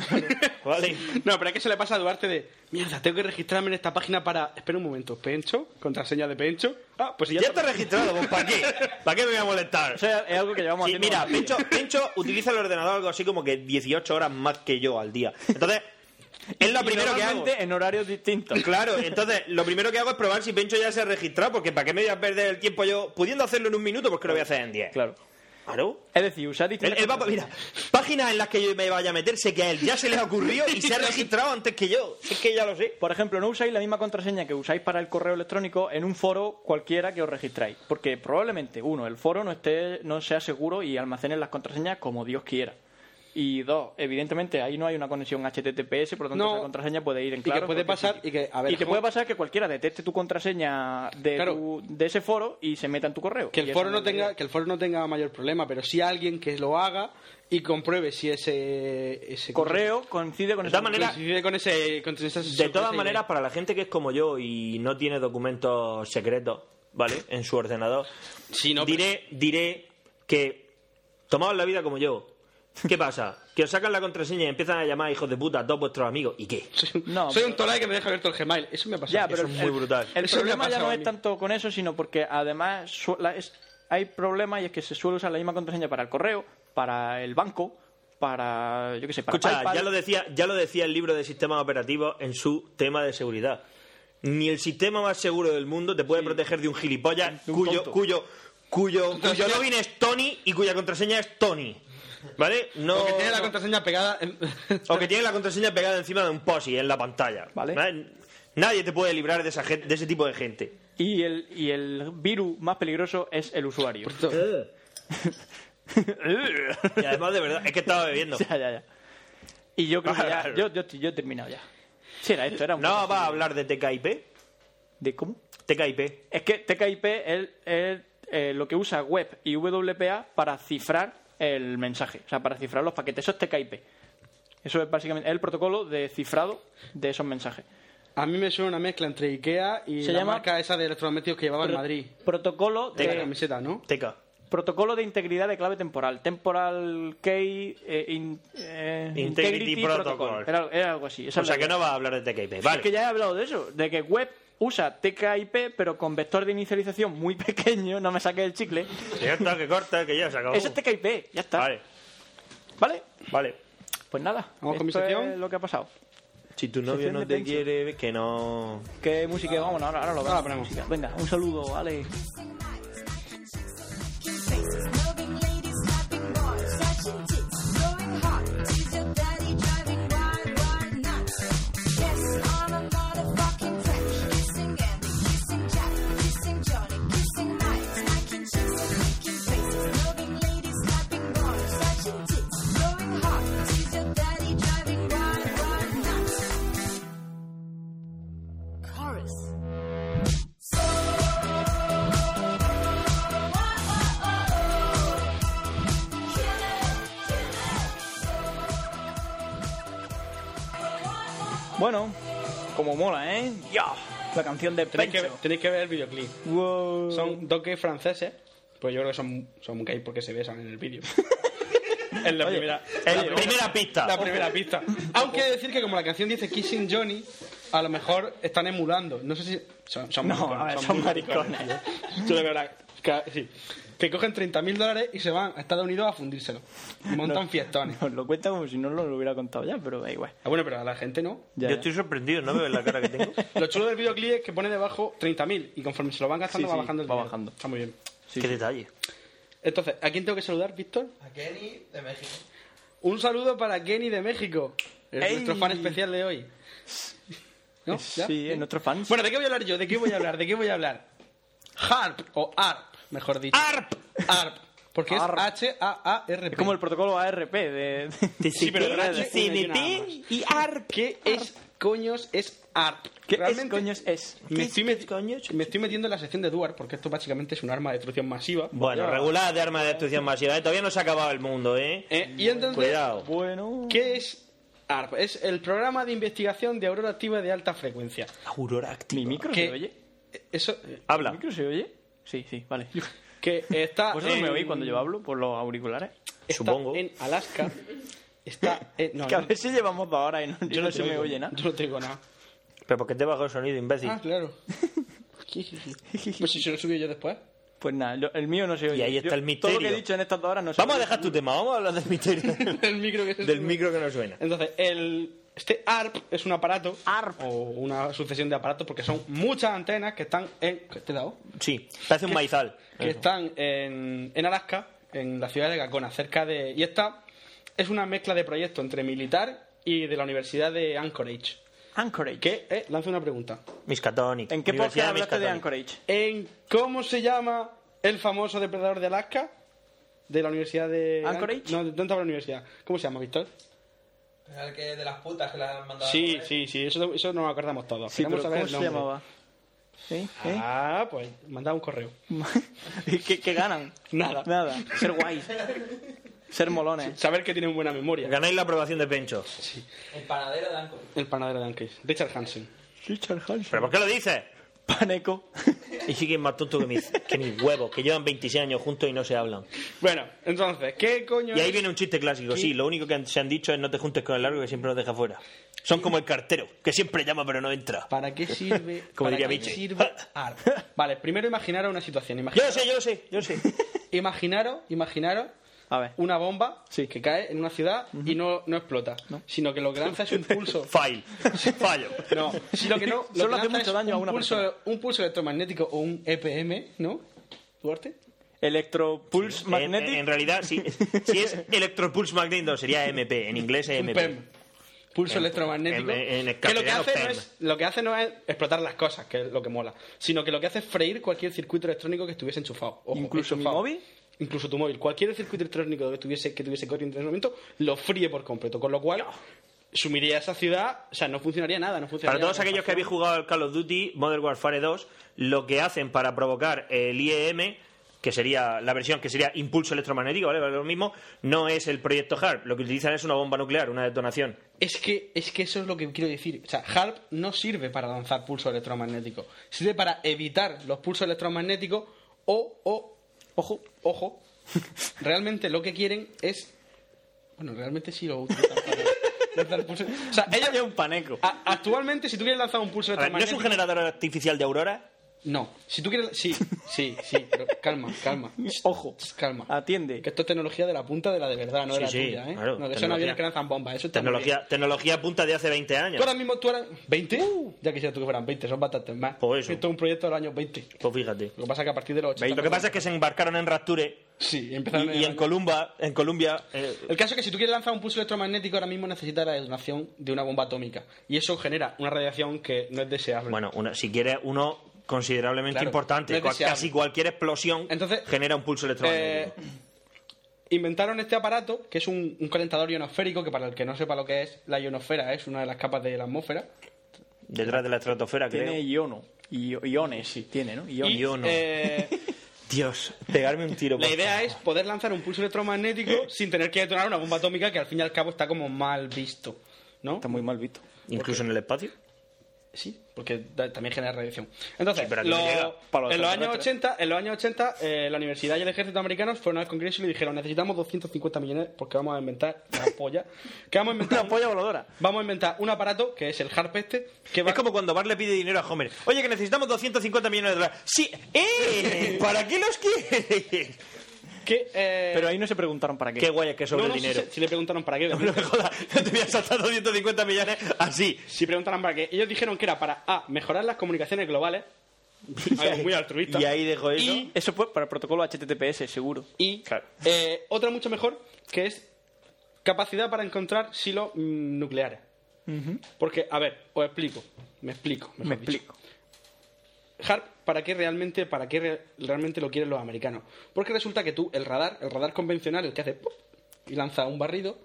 Speaker 2: vale.
Speaker 7: No, pero es que se le pasa a Duarte de mierda, tengo que registrarme en esta página para. Espera un momento, Pencho, contraseña de Pencho. Ah, pues si ya,
Speaker 2: Ya está registrado, pues ¿para qué? ¿Para qué me voy a molestar?
Speaker 6: Eso es es algo que llevamos
Speaker 2: Sí,
Speaker 6: haciendo
Speaker 2: mira,
Speaker 6: bastante.
Speaker 2: Pencho, Pencho utiliza el ordenador algo así como que 18 horas más que yo al día. Entonces, es lo
Speaker 6: Y
Speaker 2: primero que hago.
Speaker 6: normalmente en horarios distintos.
Speaker 2: Claro, entonces lo primero que hago es probar si Pencho ya se ha registrado, porque ¿para qué me voy a perder el tiempo yo pudiendo hacerlo en un minuto? Porque lo voy a hacer en 10.
Speaker 6: Claro.
Speaker 2: Claro.
Speaker 6: Es decir, usar
Speaker 2: Él,
Speaker 6: distintas
Speaker 2: él va, pa- mira, páginas en las que yo me vaya a meter, sé que a él ya se le ha ocurrido y se ha registrado antes que yo. Si es que ya lo sé.
Speaker 6: Por ejemplo, no usáis la misma contraseña que usáis para el correo electrónico en un foro cualquiera que os registráis, porque probablemente uno, el foro no esté no sea seguro y almacene las contraseñas como Dios quiera. Y dos, evidentemente ahí no hay una conexión HTTPS, por lo tanto
Speaker 7: No.
Speaker 6: esa contraseña puede ir en
Speaker 7: Y que
Speaker 6: claro.
Speaker 7: puede
Speaker 6: porque
Speaker 7: pasar y que, a ver,
Speaker 6: y que
Speaker 7: ¿cómo?
Speaker 6: puede pasar que cualquiera detecte tu contraseña de,
Speaker 7: Claro.
Speaker 6: tu- de ese foro y se meta en tu correo.
Speaker 7: Que
Speaker 6: Y
Speaker 7: el
Speaker 6: eso
Speaker 7: foro no
Speaker 6: debería.
Speaker 7: tenga, que el foro no tenga mayor problema, pero sí alguien que lo haga y compruebe si ese, ese
Speaker 6: correo coincide con
Speaker 2: De
Speaker 6: esa
Speaker 2: todas maneras,
Speaker 7: coincide con ese con esa-
Speaker 2: De todas
Speaker 7: esa-
Speaker 2: maneras, para la gente que es como yo y no tiene documentos secretos, ¿vale? En su ordenador,
Speaker 7: Sí, no, pues
Speaker 2: diré, diré que tomaos la vida como yo. ¿Qué pasa? Que os sacan la contraseña y empiezan a llamar hijos de puta a todos vuestros amigos. ¿Y qué?
Speaker 6: No,
Speaker 7: Soy
Speaker 6: pero-
Speaker 7: un tolai que me deja abierto el Gmail. Eso me ha pasado.
Speaker 6: Ya, pero
Speaker 2: Eso es muy brutal.
Speaker 6: El
Speaker 7: Eso me
Speaker 6: problema
Speaker 7: ha
Speaker 6: ya
Speaker 7: pasado
Speaker 6: no
Speaker 7: a
Speaker 6: es
Speaker 7: mí.
Speaker 6: tanto con eso, sino porque además su- la- es- hay problemas y es que se suele usar la misma contraseña para el correo, para el banco, para, yo qué sé, para
Speaker 2: Escucha,
Speaker 6: PayPal.
Speaker 2: ya lo, decía, ya lo decía el libro de sistemas operativos en su tema de seguridad. Ni el sistema más seguro del mundo te puede proteger de un gilipollas
Speaker 6: De un
Speaker 2: cuyo,
Speaker 6: tonto.
Speaker 2: cuyo, cuyo, cuyo
Speaker 7: Contraseña-
Speaker 2: login es Tony y cuya contraseña es Tony. ¿Vale? No,
Speaker 7: Porque tiene la
Speaker 2: no-
Speaker 7: contraseña pegada. en-
Speaker 2: o que tiene la contraseña pegada encima de un posi en la pantalla.
Speaker 6: Vale.
Speaker 2: Nadie te puede librar de, esa gen- de ese tipo de gente.
Speaker 6: Y el, y el virus más peligroso es el usuario.
Speaker 2: Y además, de verdad, es que estaba bebiendo.
Speaker 6: ya, ya, ya. Y yo creo que
Speaker 2: Claro,
Speaker 6: ya,
Speaker 2: claro.
Speaker 6: yo, yo, estoy- yo he terminado ya. Sí, era esto, era un...
Speaker 2: No va a hablar de TKIP.
Speaker 6: ¿De cómo?
Speaker 2: TKIP.
Speaker 6: Es que TKIP es, es, eh, lo que usa web y WPA para cifrar el mensaje, o sea, para cifrar los paquetes. Eso es TKIP. Eso es básicamente el protocolo de cifrado de esos mensajes.
Speaker 7: A mí me suena una mezcla entre Ikea y
Speaker 6: Se
Speaker 7: la
Speaker 6: llama-
Speaker 7: marca esa de electrodomésticos que llevaba en
Speaker 6: Pro-
Speaker 7: Madrid.
Speaker 6: Protocolo
Speaker 7: De la
Speaker 6: de,
Speaker 7: camiseta, ¿no?
Speaker 2: TK.
Speaker 6: protocolo de integridad de clave temporal. Temporal Key eh, in- eh,
Speaker 2: Integrity Protocol.
Speaker 6: Era, era algo así. esa
Speaker 2: O
Speaker 6: es
Speaker 2: sea
Speaker 6: la
Speaker 2: que
Speaker 6: idea.
Speaker 2: no va a hablar de TKIP. Vale.
Speaker 6: Es que ya he hablado de eso, de que web usa TKIP pero con vector de inicialización muy pequeño, no me saqué el chicle.
Speaker 2: Ya está, que corta, que ya se acabó.
Speaker 6: Eso es TKIP, ya está.
Speaker 2: Vale,
Speaker 6: ¿Vale?
Speaker 2: vale.
Speaker 6: Pues nada,
Speaker 7: Vamos con mi
Speaker 6: esto
Speaker 7: sección.
Speaker 6: es lo que ha pasado.
Speaker 2: Si tu novio
Speaker 6: novio no
Speaker 2: no
Speaker 6: te
Speaker 2: te quiere, que no.
Speaker 6: ¿Qué música? Vamos, ahora, ahora lo
Speaker 7: Ahora la
Speaker 6: vemos.
Speaker 7: ponemos.
Speaker 6: Música. Venga, un saludo, Ale.
Speaker 9: Chorus.
Speaker 6: Bueno, como mola, ¿eh? Ya, la canción de
Speaker 7: Tenéis que,
Speaker 6: Pencho.
Speaker 7: tenéis que ver el videoclip.
Speaker 6: Wow.
Speaker 7: Son dos gays franceses, pues yo creo que son, son gays porque se besan en el vídeo. es la primera,
Speaker 2: En
Speaker 7: la
Speaker 2: la
Speaker 7: primera-
Speaker 2: Eh, primera pista.
Speaker 7: la primera pista. Aunque he de decir que como la canción dice Kissing Johnny, a lo mejor están emulando. No sé si... Son, son
Speaker 6: No,
Speaker 7: maricones,
Speaker 6: a ver, son
Speaker 7: muy
Speaker 6: maricones.
Speaker 7: tío. Yo de verdad... Que, sí. Que cogen 30.000 dólares y se van a Estados Unidos a fundírselo. Y montan fiestones.
Speaker 6: Nos lo cuenta como si no nos lo hubiera contado ya, pero da igual.
Speaker 7: Ah, bueno, pero a la gente no.
Speaker 2: Yo
Speaker 6: Ya, ya.
Speaker 2: estoy sorprendido, ¿no me ves la cara que tengo?
Speaker 7: Lo chulo del videoclip es que pone debajo 30.000 y conforme se lo van gastando
Speaker 6: Sí, sí,
Speaker 7: va bajando el
Speaker 6: va
Speaker 7: dinero.
Speaker 6: bajando.
Speaker 7: Está muy bien.
Speaker 6: Sí,
Speaker 2: Qué
Speaker 6: sí.
Speaker 2: detalle.
Speaker 7: Entonces, ¿a quién tengo que saludar, Víctor?
Speaker 10: A Kenny de México.
Speaker 7: Un saludo para Kenny de México, es
Speaker 6: ¡Ey!
Speaker 7: nuestro fan especial de hoy. ¿No? ¿Ya?
Speaker 6: Sí, es nuestro fan.
Speaker 7: Bueno, ¿de qué voy a hablar yo? ¿De qué voy a hablar? ¿De qué voy a hablar? Harp o ARP, mejor dicho.
Speaker 2: ¡Arp!
Speaker 7: ARP, porque es
Speaker 6: Arp.
Speaker 7: H-A-A-R-P.
Speaker 6: es como el protocolo ARP de...
Speaker 7: Sí, pero
Speaker 2: TCP,
Speaker 7: gracias.
Speaker 2: CNP y ARP.
Speaker 7: ¿Qué es coños es ARP?
Speaker 6: ¿Qué es,
Speaker 7: Realmente
Speaker 6: coños, es?
Speaker 7: Me estoy,
Speaker 2: ¿Qué es
Speaker 7: meti-
Speaker 2: coños?
Speaker 7: me estoy metiendo en la sección de Duar, porque esto básicamente es un arma de destrucción masiva.
Speaker 2: Bueno, regular de armas de destrucción masiva. ¿eh? Todavía no se ha acabado el mundo, ¿eh?
Speaker 7: Eh, y entonces,
Speaker 2: Cuidado.
Speaker 6: Bueno...
Speaker 7: ¿qué es ARP? Es el programa de investigación de aurora activa de alta frecuencia.
Speaker 2: Aurora activa.
Speaker 6: ¿Mi micro
Speaker 7: ¿Qué?
Speaker 6: se oye?
Speaker 7: Eso,
Speaker 6: ¿Mi
Speaker 2: Habla.
Speaker 6: micro se oye? Sí, sí, vale.
Speaker 7: que está
Speaker 6: ¿Vosotros me
Speaker 7: en-
Speaker 6: oís cuando yo hablo por los auriculares?
Speaker 7: está
Speaker 2: Supongo.
Speaker 7: en Alaska está en, no,
Speaker 6: que a
Speaker 7: no,
Speaker 6: ver si llevamos dos horas y no, y no
Speaker 7: te
Speaker 6: se me
Speaker 7: oigo,
Speaker 6: oye nada.
Speaker 7: yo no te digo nada
Speaker 2: Pero porque te bajo el sonido, imbécil.
Speaker 7: ah claro pues si se lo subí yo después
Speaker 6: Pues nada, lo- el mío no se oye.
Speaker 2: ahí está
Speaker 6: Yo-
Speaker 2: el
Speaker 6: Todo lo que
Speaker 2: misterio.
Speaker 6: he dicho en estas dos horas no se
Speaker 2: Vamos a
Speaker 6: oye.
Speaker 2: dejar tu tema, vamos a hablar del misterio.
Speaker 7: el micro que se
Speaker 2: del
Speaker 7: sube.
Speaker 2: micro que no suena.
Speaker 7: entonces el este ARP es un aparato
Speaker 6: ARP.
Speaker 7: o una sucesión de aparatos porque son muchas antenas que están en ¿qué te he dado?
Speaker 2: Sí, parece un maizal.
Speaker 7: que están en, en Alaska, en la ciudad de Gacona, cerca de... Y esta es una mezcla de proyectos entre militar y de la Universidad de Anchorage.
Speaker 6: Anchorage.
Speaker 7: Que, eh, lanzo una pregunta.
Speaker 2: Miscatonic.
Speaker 6: ¿En qué podcast
Speaker 2: Universidad
Speaker 6: hablaste de
Speaker 2: Miskatonic.
Speaker 6: Anchorage?
Speaker 7: ¿En cómo se llama el famoso depredador de Alaska? De la Universidad de...
Speaker 6: ¿Anchorage?
Speaker 7: No, de dónde está la universidad. ¿Cómo se llama, Víctor?
Speaker 10: El que de las putas que la han mandado.
Speaker 7: Sí, sí, sí, eso, eso nos acordamos todos.
Speaker 6: Sí,
Speaker 7: Queremos
Speaker 6: pero
Speaker 7: saber
Speaker 6: ¿cómo
Speaker 7: el
Speaker 6: se
Speaker 7: nombre.
Speaker 6: llamaba? ¿Sí? ¿Eh?
Speaker 7: Ah, pues mandaba un correo.
Speaker 6: ¿Qué, qué ganan?
Speaker 7: Nada.
Speaker 6: Nada. Ser guays. Ser molones.
Speaker 7: Saber que tienen buena memoria.
Speaker 2: Ganáis la aprobación de Pencho.
Speaker 10: El panadero de Anco.
Speaker 7: El panadero de Anchorage. Richard Hansen.
Speaker 6: Richard Hansen.
Speaker 2: ¿Pero por qué lo dices?
Speaker 6: Paneco.
Speaker 2: Y siguen más tonto que mis, que mis huevos, que llevan 26 años juntos y no se hablan.
Speaker 7: Bueno, entonces, ¿qué coño
Speaker 2: Y ahí
Speaker 7: es?
Speaker 2: viene un chiste clásico, sí. Lo único que han- se han dicho es no te juntes con el largo que siempre nos deja fuera. Son como el cartero, que siempre llama pero no entra.
Speaker 7: ¿Para qué sirve?
Speaker 2: Como
Speaker 7: para
Speaker 2: diría
Speaker 7: qué
Speaker 2: Miche.
Speaker 7: sirve art? Vale, primero imaginaros una situación.
Speaker 2: Yo lo
Speaker 7: Imaginaros,
Speaker 2: sé, yo lo sé, yo lo sé.
Speaker 7: imaginaros, imaginaros
Speaker 6: A ver.
Speaker 7: una bomba
Speaker 6: Sí.
Speaker 7: que cae en una ciudad y no, no explota, sino que lo que lanza es un pulso.
Speaker 2: Fail. Fallo.
Speaker 7: No, sino que no. Lo
Speaker 6: Solo hace
Speaker 7: que lanza
Speaker 6: mucho
Speaker 7: es
Speaker 6: daño a
Speaker 7: un
Speaker 6: una
Speaker 7: pulso,
Speaker 6: persona.
Speaker 7: Un pulso electromagnético o un EPM, ¿no? ¿Fuerte?
Speaker 6: Electropulse
Speaker 2: En,
Speaker 6: Magnetic.
Speaker 2: en realidad, si, si es Electropulse Magnetic, no, sería MP. En inglés es
Speaker 7: Un
Speaker 2: MP.
Speaker 7: PEM. Pulso
Speaker 2: En-
Speaker 7: electromagnético.
Speaker 2: en- en el
Speaker 7: que lo que,
Speaker 2: castellano,
Speaker 7: hace no
Speaker 2: PEM.
Speaker 7: es, lo que hace no es explotar las cosas, que es lo que mola, sino que lo que hace es freír cualquier circuito electrónico que estuviese enchufado. Ojo,
Speaker 6: ¿Incluso mi
Speaker 7: enchufado.
Speaker 6: móvil?
Speaker 7: Incluso tu móvil. Cualquier circuito electrónico que tuviese, que tuviese corriente en ese momento, lo fríe por completo. Con lo cual, sumiría esa ciudad, o sea, no funcionaría nada. No funcionaría
Speaker 2: Para todos
Speaker 7: la
Speaker 2: aquellos que
Speaker 7: calefacción.
Speaker 2: habéis jugado al Call of Duty Modern Warfare 2, lo que hacen para provocar el IEM, que sería la versión que sería impulso electromagnético, ¿vale? Vale, Lo mismo, no es el proyecto HARP. Lo que utilizan es una bomba nuclear, una detonación.
Speaker 7: Es que, es que eso es lo que quiero decir. O sea, HALP no sirve para lanzar pulsos electromagnéticos. Sirve para evitar los pulsos electromagnéticos o, o, ojo, ojo. Realmente lo que quieren es... Bueno, realmente sí lo utilizan para lanzar pulsos. O sea, ellos...
Speaker 6: Ella es un paneco.
Speaker 7: a- actualmente, si tú quieres lanzar un pulso
Speaker 2: A ver, ¿no es
Speaker 7: electromagnético...
Speaker 2: un generador artificial de aurora?
Speaker 7: No, si tú quieres... Sí, sí, sí, pero calma, calma.
Speaker 6: Ojo.
Speaker 7: Calma.
Speaker 6: Atiende.
Speaker 7: Que esto es tecnología de la punta de la de verdad, no de
Speaker 2: Sí,
Speaker 7: la
Speaker 2: sí,
Speaker 7: tuya,
Speaker 2: claro,
Speaker 7: ¿eh? no, que son
Speaker 2: tecnología.
Speaker 7: aviones que lanzan bombas, eso es
Speaker 2: Tecnología, tecnología punta de hace 20 años.
Speaker 7: Tú ahora mismo, tú ahora... ¿20? ya quisiera tú que fueran 20, son bastantes más.
Speaker 2: Pues eso.
Speaker 7: Esto es un proyecto del año 20.
Speaker 2: Pues fíjate.
Speaker 7: Lo que pasa es que eh, a partir de los 80...
Speaker 2: Lo que pasa es que se embarcaron en Rapture
Speaker 7: Sí,
Speaker 2: y,
Speaker 7: empezaron
Speaker 2: y en Columbia, en Colombia eh,
Speaker 7: El caso es que si tú quieres lanzar un pulso electromagnético, ahora mismo necesitas la detonación de una bomba atómica. Y eso genera una radiación que no es deseable.
Speaker 2: Bueno, una- si quieres uno considerablemente
Speaker 7: Claro,
Speaker 2: importante,
Speaker 7: no es
Speaker 2: Cual-
Speaker 7: deseable.
Speaker 2: casi cualquier explosión
Speaker 7: Entonces,
Speaker 2: genera un pulso
Speaker 7: Eh,
Speaker 2: electromagnético.
Speaker 7: inventaron este aparato, que es un, un calentador ionosférico, que para el que no sepa lo que es, la ionosfera es una de las capas de la atmósfera.
Speaker 2: Detrás de la estratosfera,
Speaker 6: Tiene
Speaker 2: creo.
Speaker 6: iono. Io- iones, sí, tiene, ¿no? Iones.
Speaker 7: Y,
Speaker 2: Iono.
Speaker 7: eh,
Speaker 2: Dios, pegarme un tiro.
Speaker 7: La
Speaker 2: por
Speaker 7: idea
Speaker 2: favor.
Speaker 7: es poder lanzar un pulso electromagnético sin tener que detonar una bomba atómica que al fin y al cabo está como mal visto, ¿no?
Speaker 6: Está muy mal visto.
Speaker 2: Incluso en el espacio.
Speaker 7: Sí, porque da- también genera radiación. Entonces,
Speaker 2: Sí, pero aquí no
Speaker 7: lo-
Speaker 2: llega
Speaker 6: para los
Speaker 7: en, los años
Speaker 6: extraterrestres.
Speaker 7: 80, en los años 80, eh, la universidad y el ejército americanos fueron al Congreso y le dijeron, necesitamos 250 millones porque vamos a inventar una polla. Que vamos a inventar,
Speaker 6: Una polla voladora.
Speaker 7: Vamos a inventar un aparato que es el HARP este, que va...
Speaker 2: Es como cuando Bart le pide dinero a Homer. Oye, que necesitamos 250 millones de dólares. Sí, ¡eh! ¿Para qué los quieres?
Speaker 7: que, eh,
Speaker 6: Pero ahí no se preguntaron para qué.
Speaker 2: Qué guay es que es sobre
Speaker 7: no, no,
Speaker 2: el
Speaker 7: si
Speaker 2: dinero.
Speaker 7: se- si le preguntaron para qué.
Speaker 2: No me jodas, no te voy a saltar 250 millones así.
Speaker 7: Si preguntaran para qué. Ellos dijeron que era para A, mejorar las comunicaciones globales. Algo Ah, muy altruista.
Speaker 2: Y ahí dejo eso.
Speaker 7: Y,
Speaker 6: Eso fue para el protocolo HTTPS, seguro.
Speaker 7: y,
Speaker 2: Claro.
Speaker 7: eh, otra mucho mejor, que es capacidad para encontrar silos mm, nucleares. Porque, a ver, os explico. Me explico. mejor
Speaker 6: Me
Speaker 7: dicho.
Speaker 6: explico.
Speaker 7: HARP, ¿para qué realmente, para qué re- realmente lo quieren los americanos? Porque resulta que tú, el radar, el radar convencional, el que hace ¡pop! y lanza un barrido,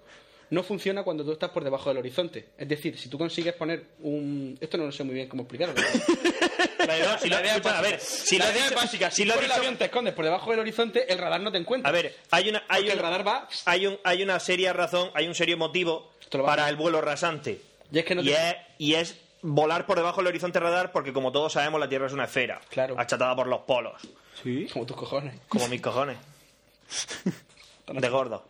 Speaker 7: no funciona cuando tú estás por debajo del horizonte. Es decir, si tú consigues poner un... Esto no lo sé muy bien cómo explicarlo.
Speaker 2: La idea- si lo-
Speaker 7: idea es
Speaker 2: escucha, a ver,
Speaker 7: básica.
Speaker 2: si lo
Speaker 7: La
Speaker 2: has
Speaker 7: idea
Speaker 2: dicho-
Speaker 7: es básica.
Speaker 2: si lo has
Speaker 7: por el
Speaker 2: dicho-
Speaker 7: avión te escondes por debajo del horizonte, el radar no te encuentra.
Speaker 2: A ver, hay una, hay
Speaker 7: Porque el
Speaker 2: una-
Speaker 7: radar va-
Speaker 2: hay un, hay una seria razón, hay un serio motivo
Speaker 7: Esto lo va a
Speaker 2: para
Speaker 7: hacer.
Speaker 2: el vuelo rasante.
Speaker 7: Y es que no
Speaker 2: y,
Speaker 7: te-
Speaker 2: es, y es volar por debajo del horizonte radar porque como todos sabemos la Tierra es una esfera,
Speaker 7: Claro.
Speaker 2: achatada por los polos,
Speaker 6: Sí.
Speaker 7: Como tus cojones.
Speaker 2: como mis cojones. De gordo.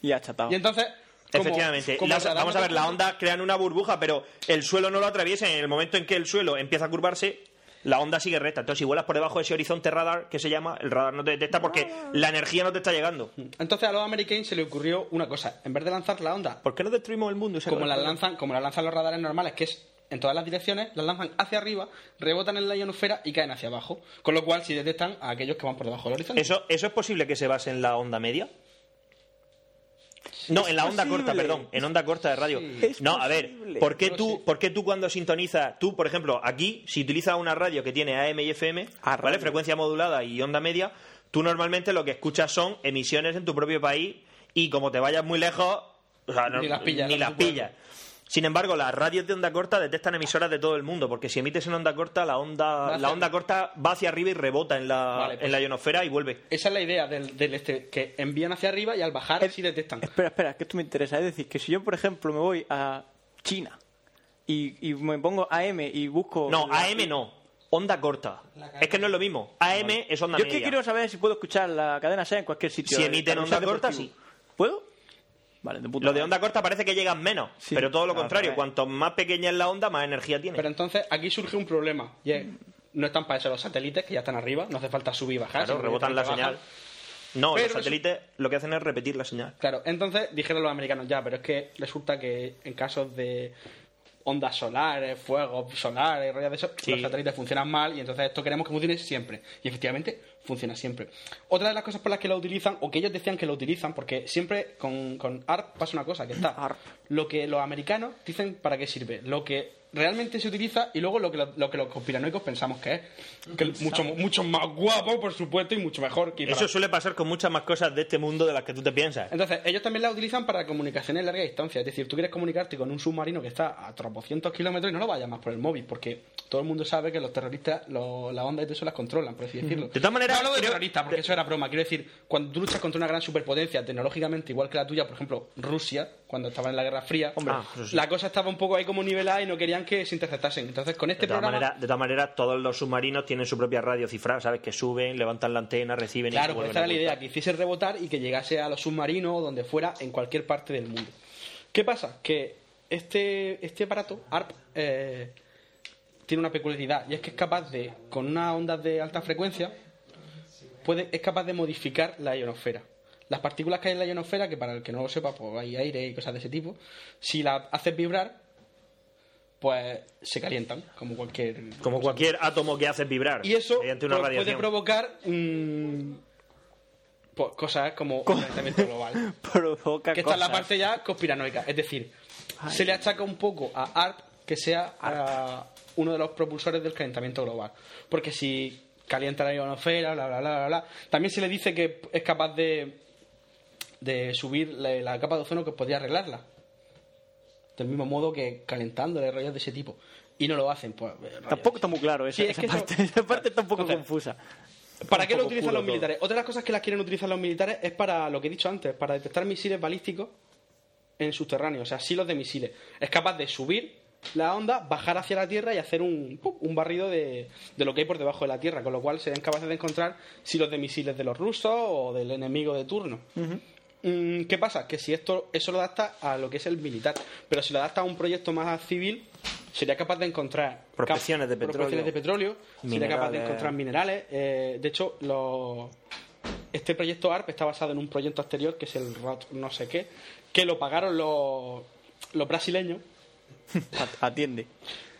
Speaker 6: Y achatado.
Speaker 7: Y entonces... como-
Speaker 2: Efectivamente.
Speaker 7: como
Speaker 2: Las-
Speaker 7: el radar
Speaker 2: vamos
Speaker 7: no
Speaker 2: a
Speaker 7: te
Speaker 2: ver, las
Speaker 7: encuentra-
Speaker 2: ondas crean una burbuja, pero el suelo no lo atraviesa. En el momento en que el suelo empieza a curvarse, la onda sigue recta. Entonces, si vuelas por debajo de ese horizonte radar, que se llama, el radar no te detecta porque
Speaker 7: Ah.
Speaker 2: la energía no te está llegando.
Speaker 7: Entonces a los americanos se le ocurrió una cosa. En vez de lanzar la onda,
Speaker 2: ¿Por qué no destruimos el mundo? y se
Speaker 7: como
Speaker 2: acaba
Speaker 7: la
Speaker 2: el mundo?
Speaker 7: lanzan, como la lanzan los radares normales, que es en todas las direcciones, las lanzan hacia arriba, rebotan en la ionosfera y caen hacia abajo. Con lo cual, si detectan a aquellos que van por debajo del horizonte.
Speaker 2: ¿Eso, ¿Eso es posible que se base en la onda media? No, en la onda
Speaker 6: posible.
Speaker 2: corta, perdón, en onda corta de radio.
Speaker 6: Es
Speaker 2: No, a ver,
Speaker 6: posible.
Speaker 2: ¿por qué,
Speaker 7: No
Speaker 2: tú,
Speaker 7: sé.
Speaker 2: ¿por qué tú cuando sintonizas, tú, por ejemplo, aquí, si utilizas una radio que tiene AM y FM,
Speaker 6: Ah,
Speaker 2: ¿vale?
Speaker 6: radio.
Speaker 2: Frecuencia modulada y onda media, tú normalmente lo que escuchas son emisiones en tu propio país y como te vayas muy lejos, o sea, no-
Speaker 7: Ni las pillas,
Speaker 2: ni
Speaker 7: no
Speaker 2: las
Speaker 7: se puede.
Speaker 2: pillas. Sin embargo, las radios de onda corta detectan emisoras de todo el mundo, porque si emites en onda corta, la onda,
Speaker 7: hacia
Speaker 2: la onda
Speaker 7: arriba.
Speaker 2: corta va hacia arriba y rebota en la,
Speaker 7: Vale, pues.
Speaker 2: en la ionosfera y vuelve.
Speaker 7: Esa es la idea del, del este, que envían hacia arriba y al bajar sí detectan.
Speaker 6: Espera, espera, que esto me interesa. Es decir, que si yo, por ejemplo, me voy a China y, y me pongo AM y busco.
Speaker 2: No,
Speaker 6: la-
Speaker 2: AM no. Onda corta.
Speaker 10: La
Speaker 2: Es que no es lo mismo. AM es onda
Speaker 6: Yo es
Speaker 2: media.
Speaker 6: que quiero saber si puedo escuchar la cadena SER en cualquier sitio.
Speaker 2: Si
Speaker 6: eh,
Speaker 2: emiten
Speaker 6: para no ser
Speaker 2: onda corta,
Speaker 6: deportivo. ¿Puedo? Vale, de puta
Speaker 2: Lo de
Speaker 6: madre.
Speaker 2: onda corta parece que llegan menos,
Speaker 6: Sí.
Speaker 2: pero todo lo
Speaker 6: Ah,
Speaker 2: contrario.
Speaker 6: vale.
Speaker 2: Cuanto más pequeña es la onda, más energía tiene.
Speaker 7: Pero entonces aquí surge un problema. y es, no están para eso los satélites, que ya están arriba, no hace falta subir y bajar.
Speaker 2: claro,
Speaker 7: sino
Speaker 2: rebotan la
Speaker 7: directamente
Speaker 2: señal.
Speaker 7: bajan.
Speaker 2: No,
Speaker 7: Pero
Speaker 2: los
Speaker 7: eso-
Speaker 2: satélites lo que hacen es repetir la señal.
Speaker 7: Claro, entonces dijeron los americanos, ya, pero es que resulta que en casos de ondas solares, fuego solar y rollos de eso,
Speaker 2: Sí.
Speaker 7: los satélites funcionan mal y entonces esto queremos que funcione siempre. Y efectivamente funciona siempre. Otra de las cosas por las que lo utilizan, o que ellos decían que lo utilizan, porque siempre con, con ARP pasa una cosa, que está
Speaker 6: ARP.
Speaker 7: lo que los americanos dicen para qué sirve, lo que realmente se utiliza y luego lo que, lo, lo que los conspiranoicos pensamos que es. Que mucho, mucho más guapo, por supuesto, y mucho mejor que...
Speaker 2: Eso
Speaker 7: para-
Speaker 2: suele pasar con muchas más cosas de este mundo de las que tú te piensas.
Speaker 7: entonces, ellos también la utilizan para comunicaciones a larga distancia. Es decir, tú quieres comunicarte con un submarino que está a tropocientos kilómetros y no lo vayas más por el móvil, porque todo el mundo sabe que los terroristas lo- la onda y todo eso las controlan, por así decirlo.
Speaker 2: De todas maneras,
Speaker 7: No hablo de
Speaker 2: creo-
Speaker 7: terroristas, porque eso era broma. Quiero decir, cuando tú luchas contra una gran superpotencia tecnológicamente igual que la tuya, por ejemplo, Rusia, cuando estaba en la Guerra Fría, hombre,
Speaker 2: Ah, eso sí.
Speaker 7: la cosa estaba un poco ahí como nivelada y no querían que se interceptasen. Entonces, con este
Speaker 2: De todas,
Speaker 7: programa...
Speaker 2: maneras, de todas maneras, todos los submarinos tienen su propia radio cifrada, ¿sabes? Que suben, levantan la antena, reciben y
Speaker 7: Claro,
Speaker 2: se
Speaker 7: pues
Speaker 2: vuelven
Speaker 7: esta
Speaker 2: a
Speaker 7: era la idea,
Speaker 2: ocultar.
Speaker 7: que hiciese rebotar y que llegase a los submarinos o donde fuera, en cualquier parte del mundo. ¿Qué pasa? Que este, este aparato, ARP, eh, tiene una peculiaridad y es que es capaz de, con unas ondas de alta frecuencia, puede, es capaz de modificar la ionosfera. Las partículas que hay en la ionosfera, que para el que no lo sepa, pues hay aire y cosas de ese tipo, si las haces vibrar, pues se calientan, como cualquier...
Speaker 2: Como
Speaker 7: cosa.
Speaker 2: cualquier átomo que hace vibrar.
Speaker 7: Y eso
Speaker 2: mediante una
Speaker 7: pues, puede
Speaker 2: radiación.
Speaker 7: provocar mm, pues, cosas como calentamiento global.
Speaker 6: Provoca
Speaker 7: que esta es la
Speaker 6: cosas.
Speaker 7: parte ya conspiranoica. Es decir, se le achaca un poco a ARP que sea ah, uno de los propulsores del calentamiento global. Porque si calienta la ionosfera, bla, bla, bla, bla, bla. También se le dice que es capaz de, de subir la, la capa de ozono que podría arreglarla. Del mismo modo que calentándole rollos de ese tipo. Y no lo hacen. Pues, rollos
Speaker 6: Tampoco está muy claro esa,
Speaker 7: Sí, es
Speaker 6: esa
Speaker 7: que eso-
Speaker 6: parte. Esa parte está un poco
Speaker 7: Entonces,
Speaker 6: confusa.
Speaker 7: ¿Para qué
Speaker 6: Un
Speaker 7: lo
Speaker 6: poco
Speaker 7: utilizan los
Speaker 6: oscuro todo.
Speaker 7: militares? Otra de las cosas que las quieren utilizar los militares es para lo que he dicho antes, para detectar misiles balísticos en subterráneo, o sea, silos de misiles. Es capaz de subir la onda, bajar hacia la Tierra y hacer un, ¡pum!, un barrido de, de lo que hay por debajo de la Tierra, con lo cual serían capaces de encontrar silos de misiles de los rusos o del enemigo de turno. Mm, ¿Qué pasa? Que si esto eso lo adapta a lo que es el militar, pero si lo adapta a un proyecto más civil, sería capaz de encontrar cap-
Speaker 2: Prospecciones de petróleo.
Speaker 7: prospecciones de petróleo, sería capaz de
Speaker 2: Minerales.
Speaker 7: encontrar minerales. eh, de hecho, los este proyecto ARP está basado en un proyecto anterior que es el ROT no sé qué, que lo pagaron los, los brasileños
Speaker 6: At- Atiende.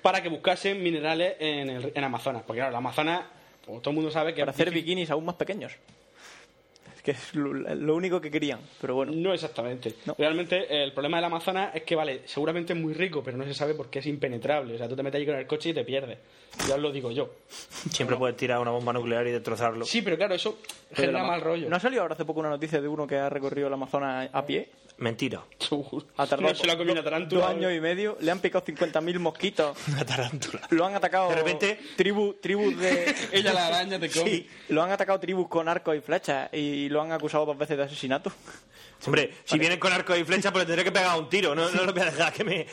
Speaker 7: para que buscasen minerales en, el- en Amazonas. Porque claro, el Amazonas, como todo el mundo sabe que...
Speaker 6: Para
Speaker 7: es
Speaker 6: hacer
Speaker 7: difícil-
Speaker 6: bikinis aún más pequeños. Es que es lo, lo único que querían. Pero bueno.
Speaker 7: No exactamente.
Speaker 6: No.
Speaker 7: Realmente eh, el problema del Amazonas es que, vale, seguramente es muy rico, pero no se sabe por qué es impenetrable. O sea, tú te metes ahí con el coche y te pierdes. Ya os lo digo yo.
Speaker 2: Siempre puedes tirar una bomba nuclear y destrozarlo.
Speaker 7: Sí, pero claro, eso
Speaker 6: Pero
Speaker 7: genera
Speaker 6: la-
Speaker 7: mal rollo.
Speaker 6: ¿No ha salido ahora hace poco una noticia de uno que ha recorrido el Amazonas a pie?
Speaker 2: Mentira.
Speaker 7: Seguro.
Speaker 6: Ha tardado
Speaker 7: No se lo ha comido
Speaker 6: do-
Speaker 7: la tarántula.
Speaker 6: dos años y medio, le han picado 50.000 mosquitos,
Speaker 2: Una tarántula.
Speaker 6: lo han atacado
Speaker 2: De repente-
Speaker 6: tribu- tribus de...
Speaker 7: Ella la araña te come.
Speaker 6: Sí, lo han atacado tribus con arcos y flechas y lo han acusado dos veces de asesinato.
Speaker 2: Hombre, si vienen con arco y flecha, pues le tendré que pegar un tiro. No, no lo voy a dejar que me.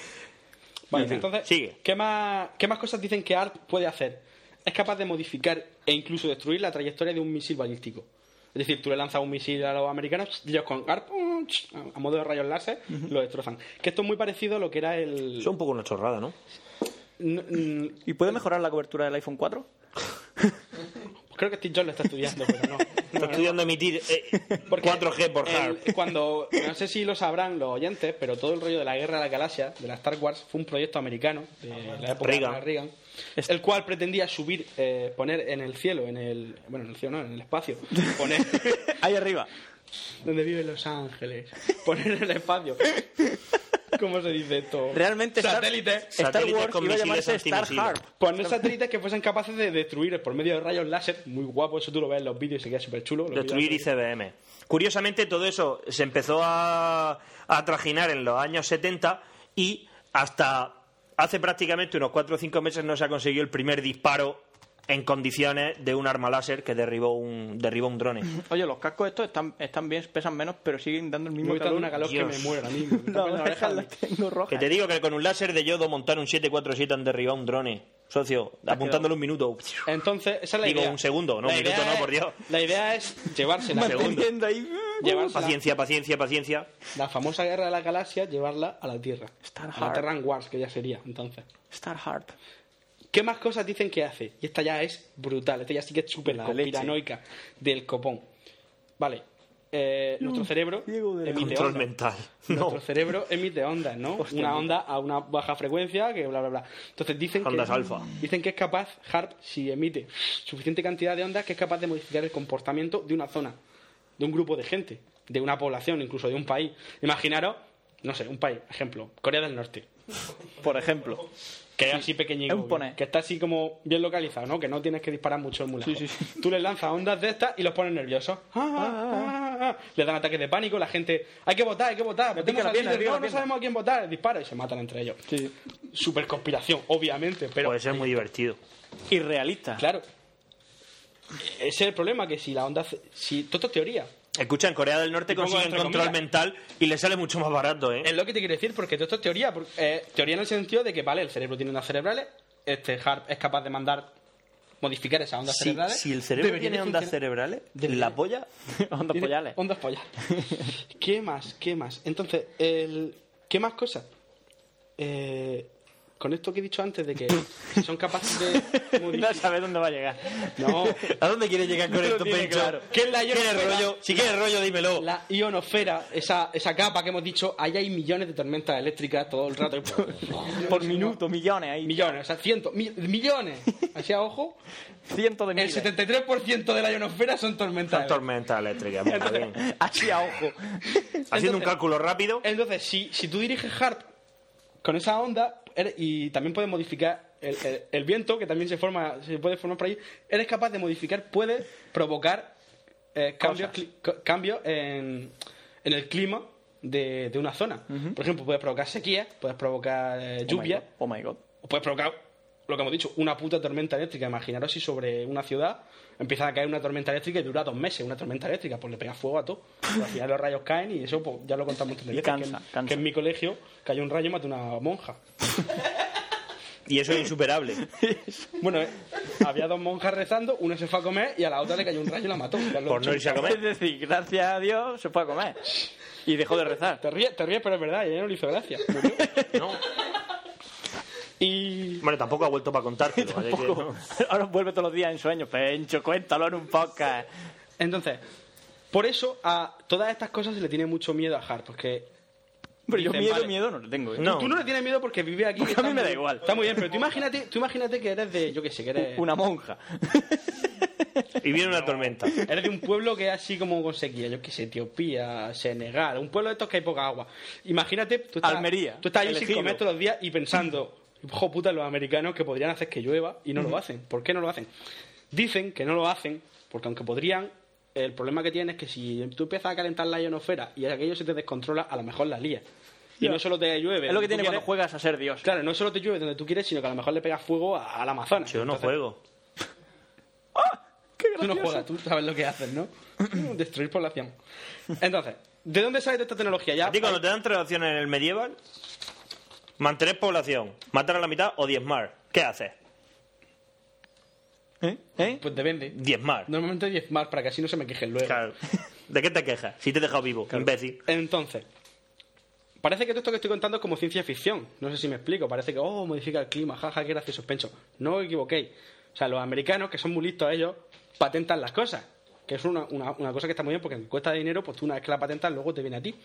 Speaker 7: Vale,
Speaker 2: En fin,
Speaker 7: entonces,
Speaker 2: sigue.
Speaker 7: ¿qué, más, ¿qué más cosas dicen que ARP puede hacer? Es capaz de modificar e incluso destruir la trayectoria de un misil balístico. Es decir, tú le lanzas un misil a los americanos, ellos con ARP, ¡pum! ch! a modo de rayos láser, lo destrozan. Que esto es muy parecido a lo que era el...
Speaker 2: Eso es un poco una chorrada, ¿no?
Speaker 7: N- n-
Speaker 6: ¿Y puede mejorar la cobertura del iPhone 4?
Speaker 7: Creo que Steve Jobs lo está estudiando, pero no.
Speaker 2: Está estudiando emitir eh,
Speaker 7: Porque
Speaker 2: 4G por
Speaker 7: el-
Speaker 2: hard.
Speaker 7: Cuando, no sé si lo sabrán los oyentes, pero todo el rollo de la guerra de la galaxia, de la Star Wars, fue un proyecto americano de la época de
Speaker 2: Ah, Reagan.
Speaker 7: Ronald Reagan, el cual pretendía subir, eh, poner en el cielo, en el. Bueno, en el cielo no, en el espacio. Poner.
Speaker 6: Ahí arriba.
Speaker 7: donde vive Los Ángeles. Poner en el espacio. ¿Cómo se dice esto?
Speaker 6: Realmente Star,
Speaker 7: Satélite. Pues
Speaker 6: Star
Speaker 2: Satélite
Speaker 6: Wars
Speaker 2: con
Speaker 6: iba a
Speaker 2: misiles
Speaker 6: llamarse Star
Speaker 2: antimisiles.
Speaker 6: Harp.
Speaker 7: Poner satélites que fuesen capaces de destruir por medio de rayos láser, muy guapo, eso tú lo ves en los vídeos y se queda súper chulo.
Speaker 2: Destruir ICBM. Curiosamente, todo eso se empezó a, a trajinar en los años 70 y hasta hace prácticamente unos 4 o 5 meses no se ha conseguido el primer disparo en condiciones de un arma láser que derribó un, derribó un drone.
Speaker 6: Oye, los cascos estos están, están bien, pesan menos, pero siguen dando el
Speaker 7: Me
Speaker 6: mismo
Speaker 7: está dando
Speaker 6: calor.
Speaker 7: una calor que me
Speaker 2: Dios.
Speaker 7: muero, amigo. Me está
Speaker 6: La
Speaker 7: poniendo la
Speaker 6: oreja
Speaker 7: oreja-
Speaker 6: la tengo roja.
Speaker 2: Que te digo que con un láser de yodo montar un 747 han derribado un drone. Socio, apuntándole un minuto.
Speaker 7: Entonces, esa es la
Speaker 2: Digo,
Speaker 7: idea.
Speaker 2: un segundo, no,
Speaker 7: La
Speaker 2: un
Speaker 7: idea
Speaker 2: minuto, no,
Speaker 7: es-
Speaker 2: por Dios.
Speaker 7: La idea es llevársela.
Speaker 2: Segundo.
Speaker 6: Teniendo ahí... uh,
Speaker 7: Llevársela.
Speaker 2: Paciencia, paciencia, paciencia.
Speaker 7: La famosa guerra de la galaxia, llevarla a la Tierra.
Speaker 6: Star
Speaker 7: a la
Speaker 6: Hard.
Speaker 7: Terran Wars, que ya sería, entonces.
Speaker 6: Star uh, Hard.
Speaker 7: ¿Qué más cosas dicen que hace? Y esta ya es brutal, esta ya sí que es súper
Speaker 6: La
Speaker 7: conspiranoica del copón. Vale, eh, nuestro cerebro
Speaker 6: Diego de la-
Speaker 7: emite
Speaker 2: Control
Speaker 7: ondas.
Speaker 2: mental.
Speaker 7: Nuestro
Speaker 2: No,
Speaker 7: cerebro emite ondas, ¿no? una onda a una baja frecuencia, que bla, bla, bla. Entonces dicen
Speaker 2: Ondas
Speaker 7: que...
Speaker 2: alfa.
Speaker 7: Dicen que es capaz, HARP, si emite suficiente cantidad de ondas, que es capaz de modificar el comportamiento de una zona, de un grupo de gente, de una población, incluso de un país. Imaginaros, no sé, un país, ejemplo, Corea del Norte,
Speaker 6: Por ejemplo.
Speaker 7: que es así pequeñito,
Speaker 6: Es un pone.
Speaker 7: que está así como bien localizado, ¿no? Que no tienes que disparar mucho el mulato.
Speaker 6: Sí, sí, sí.
Speaker 7: Tú les lanzas ondas de estas y los pones nerviosos. Ah, ah, ah, ah. Le dan ataques de pánico, la gente, hay que votar, hay que votar,
Speaker 6: Me pica
Speaker 7: votemos
Speaker 6: la
Speaker 7: al
Speaker 6: pierna, me
Speaker 7: líder".
Speaker 6: pica
Speaker 7: no,
Speaker 6: la
Speaker 7: no
Speaker 6: pierna.
Speaker 7: sabemos a quién votar, dispara y se matan entre ellos. Super conspiración, obviamente, pero
Speaker 2: puede ser muy divertido.
Speaker 6: Irrealista.
Speaker 7: Claro. Ese es el problema, que si la onda... hace- Si, todo esto es teoría.
Speaker 2: Escucha, en Corea del Norte
Speaker 7: Y pongo
Speaker 2: consiguen
Speaker 7: entre
Speaker 2: control
Speaker 7: comillas.
Speaker 2: mental y le sale mucho más barato, ¿eh?
Speaker 7: Es lo que te quiero decir, porque todo esto es teoría. porque, eh, teoría en el sentido de que, vale, el cerebro tiene ondas cerebrales, este HARP es capaz de mandar, modificar esas ondas
Speaker 2: Si,
Speaker 7: cerebrales.
Speaker 2: si el cerebro
Speaker 7: debería
Speaker 2: tiene
Speaker 7: de
Speaker 2: ondas
Speaker 7: funcionar.
Speaker 2: cerebrales,
Speaker 7: Debería.
Speaker 2: la polla
Speaker 6: Onda
Speaker 7: Tiene
Speaker 6: pollales.
Speaker 7: Ondas polla. ¿Qué más? ¿Qué más? Entonces, el... ¿qué más cosas? Eh, Con esto que he dicho antes de que si son capaces de
Speaker 6: No
Speaker 7: modificar...
Speaker 6: sabes dónde va a llegar.
Speaker 7: No,
Speaker 2: ¿A dónde quieres llegar con
Speaker 7: No lo
Speaker 2: esto,
Speaker 7: tiene
Speaker 2: Pencho?
Speaker 7: claro. ¿Qué es la
Speaker 2: ¿Quieres
Speaker 7: ionosfera?
Speaker 2: rollo? Si quieres rollo, dímelo.
Speaker 7: la ionosfera, esa, esa capa que hemos dicho, ahí hay millones de tormentas eléctricas todo el rato.
Speaker 6: Por minuto, millones ahí.
Speaker 7: Millones, o sea, cientos, mi- millones. Así a ojo,
Speaker 6: Cientos de
Speaker 7: el
Speaker 6: miles.
Speaker 7: 73% de la ionosfera son tormentas.
Speaker 2: Son tormentas eléctricas, muy bien.
Speaker 6: Así a ojo.
Speaker 2: Haciendo un
Speaker 7: Entonces-
Speaker 2: cálculo rápido,
Speaker 7: Entonces, si, si tú diriges HARP con esa onda, eres- y también puedes modificar el, el- el viento, que también se forma se puede formar por ahí, eres capaz de modificar, puedes provocar eh, cambios,
Speaker 6: Cosas.
Speaker 7: cli- co- cambios en, en el clima de, de una zona. Por ejemplo, puedes provocar sequía, puedes provocar eh, lluvia,
Speaker 6: Oh my god.
Speaker 7: o puedes provocar lo que hemos dicho, una puta tormenta eléctrica. Imaginaros si sobre una ciudad empieza a caer una tormenta eléctrica y dura dos meses una tormenta eléctrica, pues le pega fuego a todo. Pues al final los rayos caen y eso pues, ya lo contamos muchas veces.
Speaker 6: cansa,
Speaker 7: que, en-
Speaker 6: cansa.
Speaker 7: que en mi colegio cayó un rayo y mató una monja.
Speaker 2: y eso es insuperable.
Speaker 7: Bueno, eh, había dos monjas rezando, una se fue a comer y a la otra le cayó un rayo y la mató. Ya lo he
Speaker 2: Por no
Speaker 7: dicho.
Speaker 2: irse a
Speaker 6: Es
Speaker 2: comer.
Speaker 6: decir, gracias a Dios se fue a comer. Y dejó de rezar.
Speaker 7: Te ríes, te ríes, pero es verdad, y a ella no le hizo gracia. Murió. Y
Speaker 2: Bueno, tampoco ha vuelto para contártelo. así que
Speaker 6: Poco.
Speaker 2: no.
Speaker 6: Ahora vuelve todos los días en sueños. Pencho, cuéntalo en un podcast.
Speaker 7: entonces, por eso a todas estas cosas se le tiene mucho miedo a Hart, porque
Speaker 6: Pero yo
Speaker 7: Dicen,
Speaker 6: miedo,
Speaker 7: vale.
Speaker 6: miedo no lo tengo. ¿eh?
Speaker 2: No.
Speaker 7: Tú no le tienes miedo porque vive aquí.
Speaker 6: Porque
Speaker 7: está
Speaker 6: a mí me
Speaker 7: muy-
Speaker 6: da igual.
Speaker 7: Está muy bien, pero tú imagínate, tú imagínate que eres de, yo qué sé, que eres,
Speaker 6: Eh, Una monja.
Speaker 2: Y viene una tormenta.
Speaker 7: eres de un pueblo que es así como con sequía, yo qué sé, Etiopía, Senegal, un pueblo de estos que hay poca agua. Imagínate, tú estás,
Speaker 6: Almería,
Speaker 7: Tú estás ahí sin
Speaker 6: elegido.
Speaker 7: comer todos los días y pensando, hijo puta, los americanos que podrían hacer que llueva y no lo hacen. ¿Por qué no lo hacen? Dicen que no lo hacen porque aunque podrían, el problema que tienes es que si tú empiezas a calentar la ionosfera y aquello se te descontrola, a lo mejor la lías. Y
Speaker 6: Ya.
Speaker 7: no solo te llueve.
Speaker 6: es lo que
Speaker 7: tú
Speaker 6: tiene cuando
Speaker 7: quieres-
Speaker 6: juegas a ser Dios.
Speaker 7: Claro, no solo te llueve donde tú quieres, sino que a lo mejor le pegas fuego a- al Amazonas.
Speaker 2: Yo no
Speaker 7: Entonces,
Speaker 2: juego.
Speaker 7: Tú no juegas, tú sabes lo que haces, ¿no? Destruir población. Entonces, ¿de dónde sale toda esta tecnología? Ya,
Speaker 2: A ti cuando te dan tres opciones en el medieval, mantener población, matar a la mitad o diezmar. ¿Qué haces?
Speaker 6: ¿Eh? ¿Eh?
Speaker 7: pues depende.
Speaker 2: Diezmar.
Speaker 7: Normalmente 10 más para que así no se me quejen luego.
Speaker 2: Claro. ¿De qué te quejas? Si te he dejado vivo, imbécil.
Speaker 7: Entonces, parece que todo esto que estoy contando es como ciencia ficción. No sé si me explico. Parece que, oh, modifica el clima, jaja, qué gracioso pencho. No os equivoquéis. O sea, los americanos, que son muy listos ellos, patentan las cosas. Que es una, una- una cosa que está muy bien porque aunque cuesta dinero, pues tú una vez que la patentas, luego te viene a ti.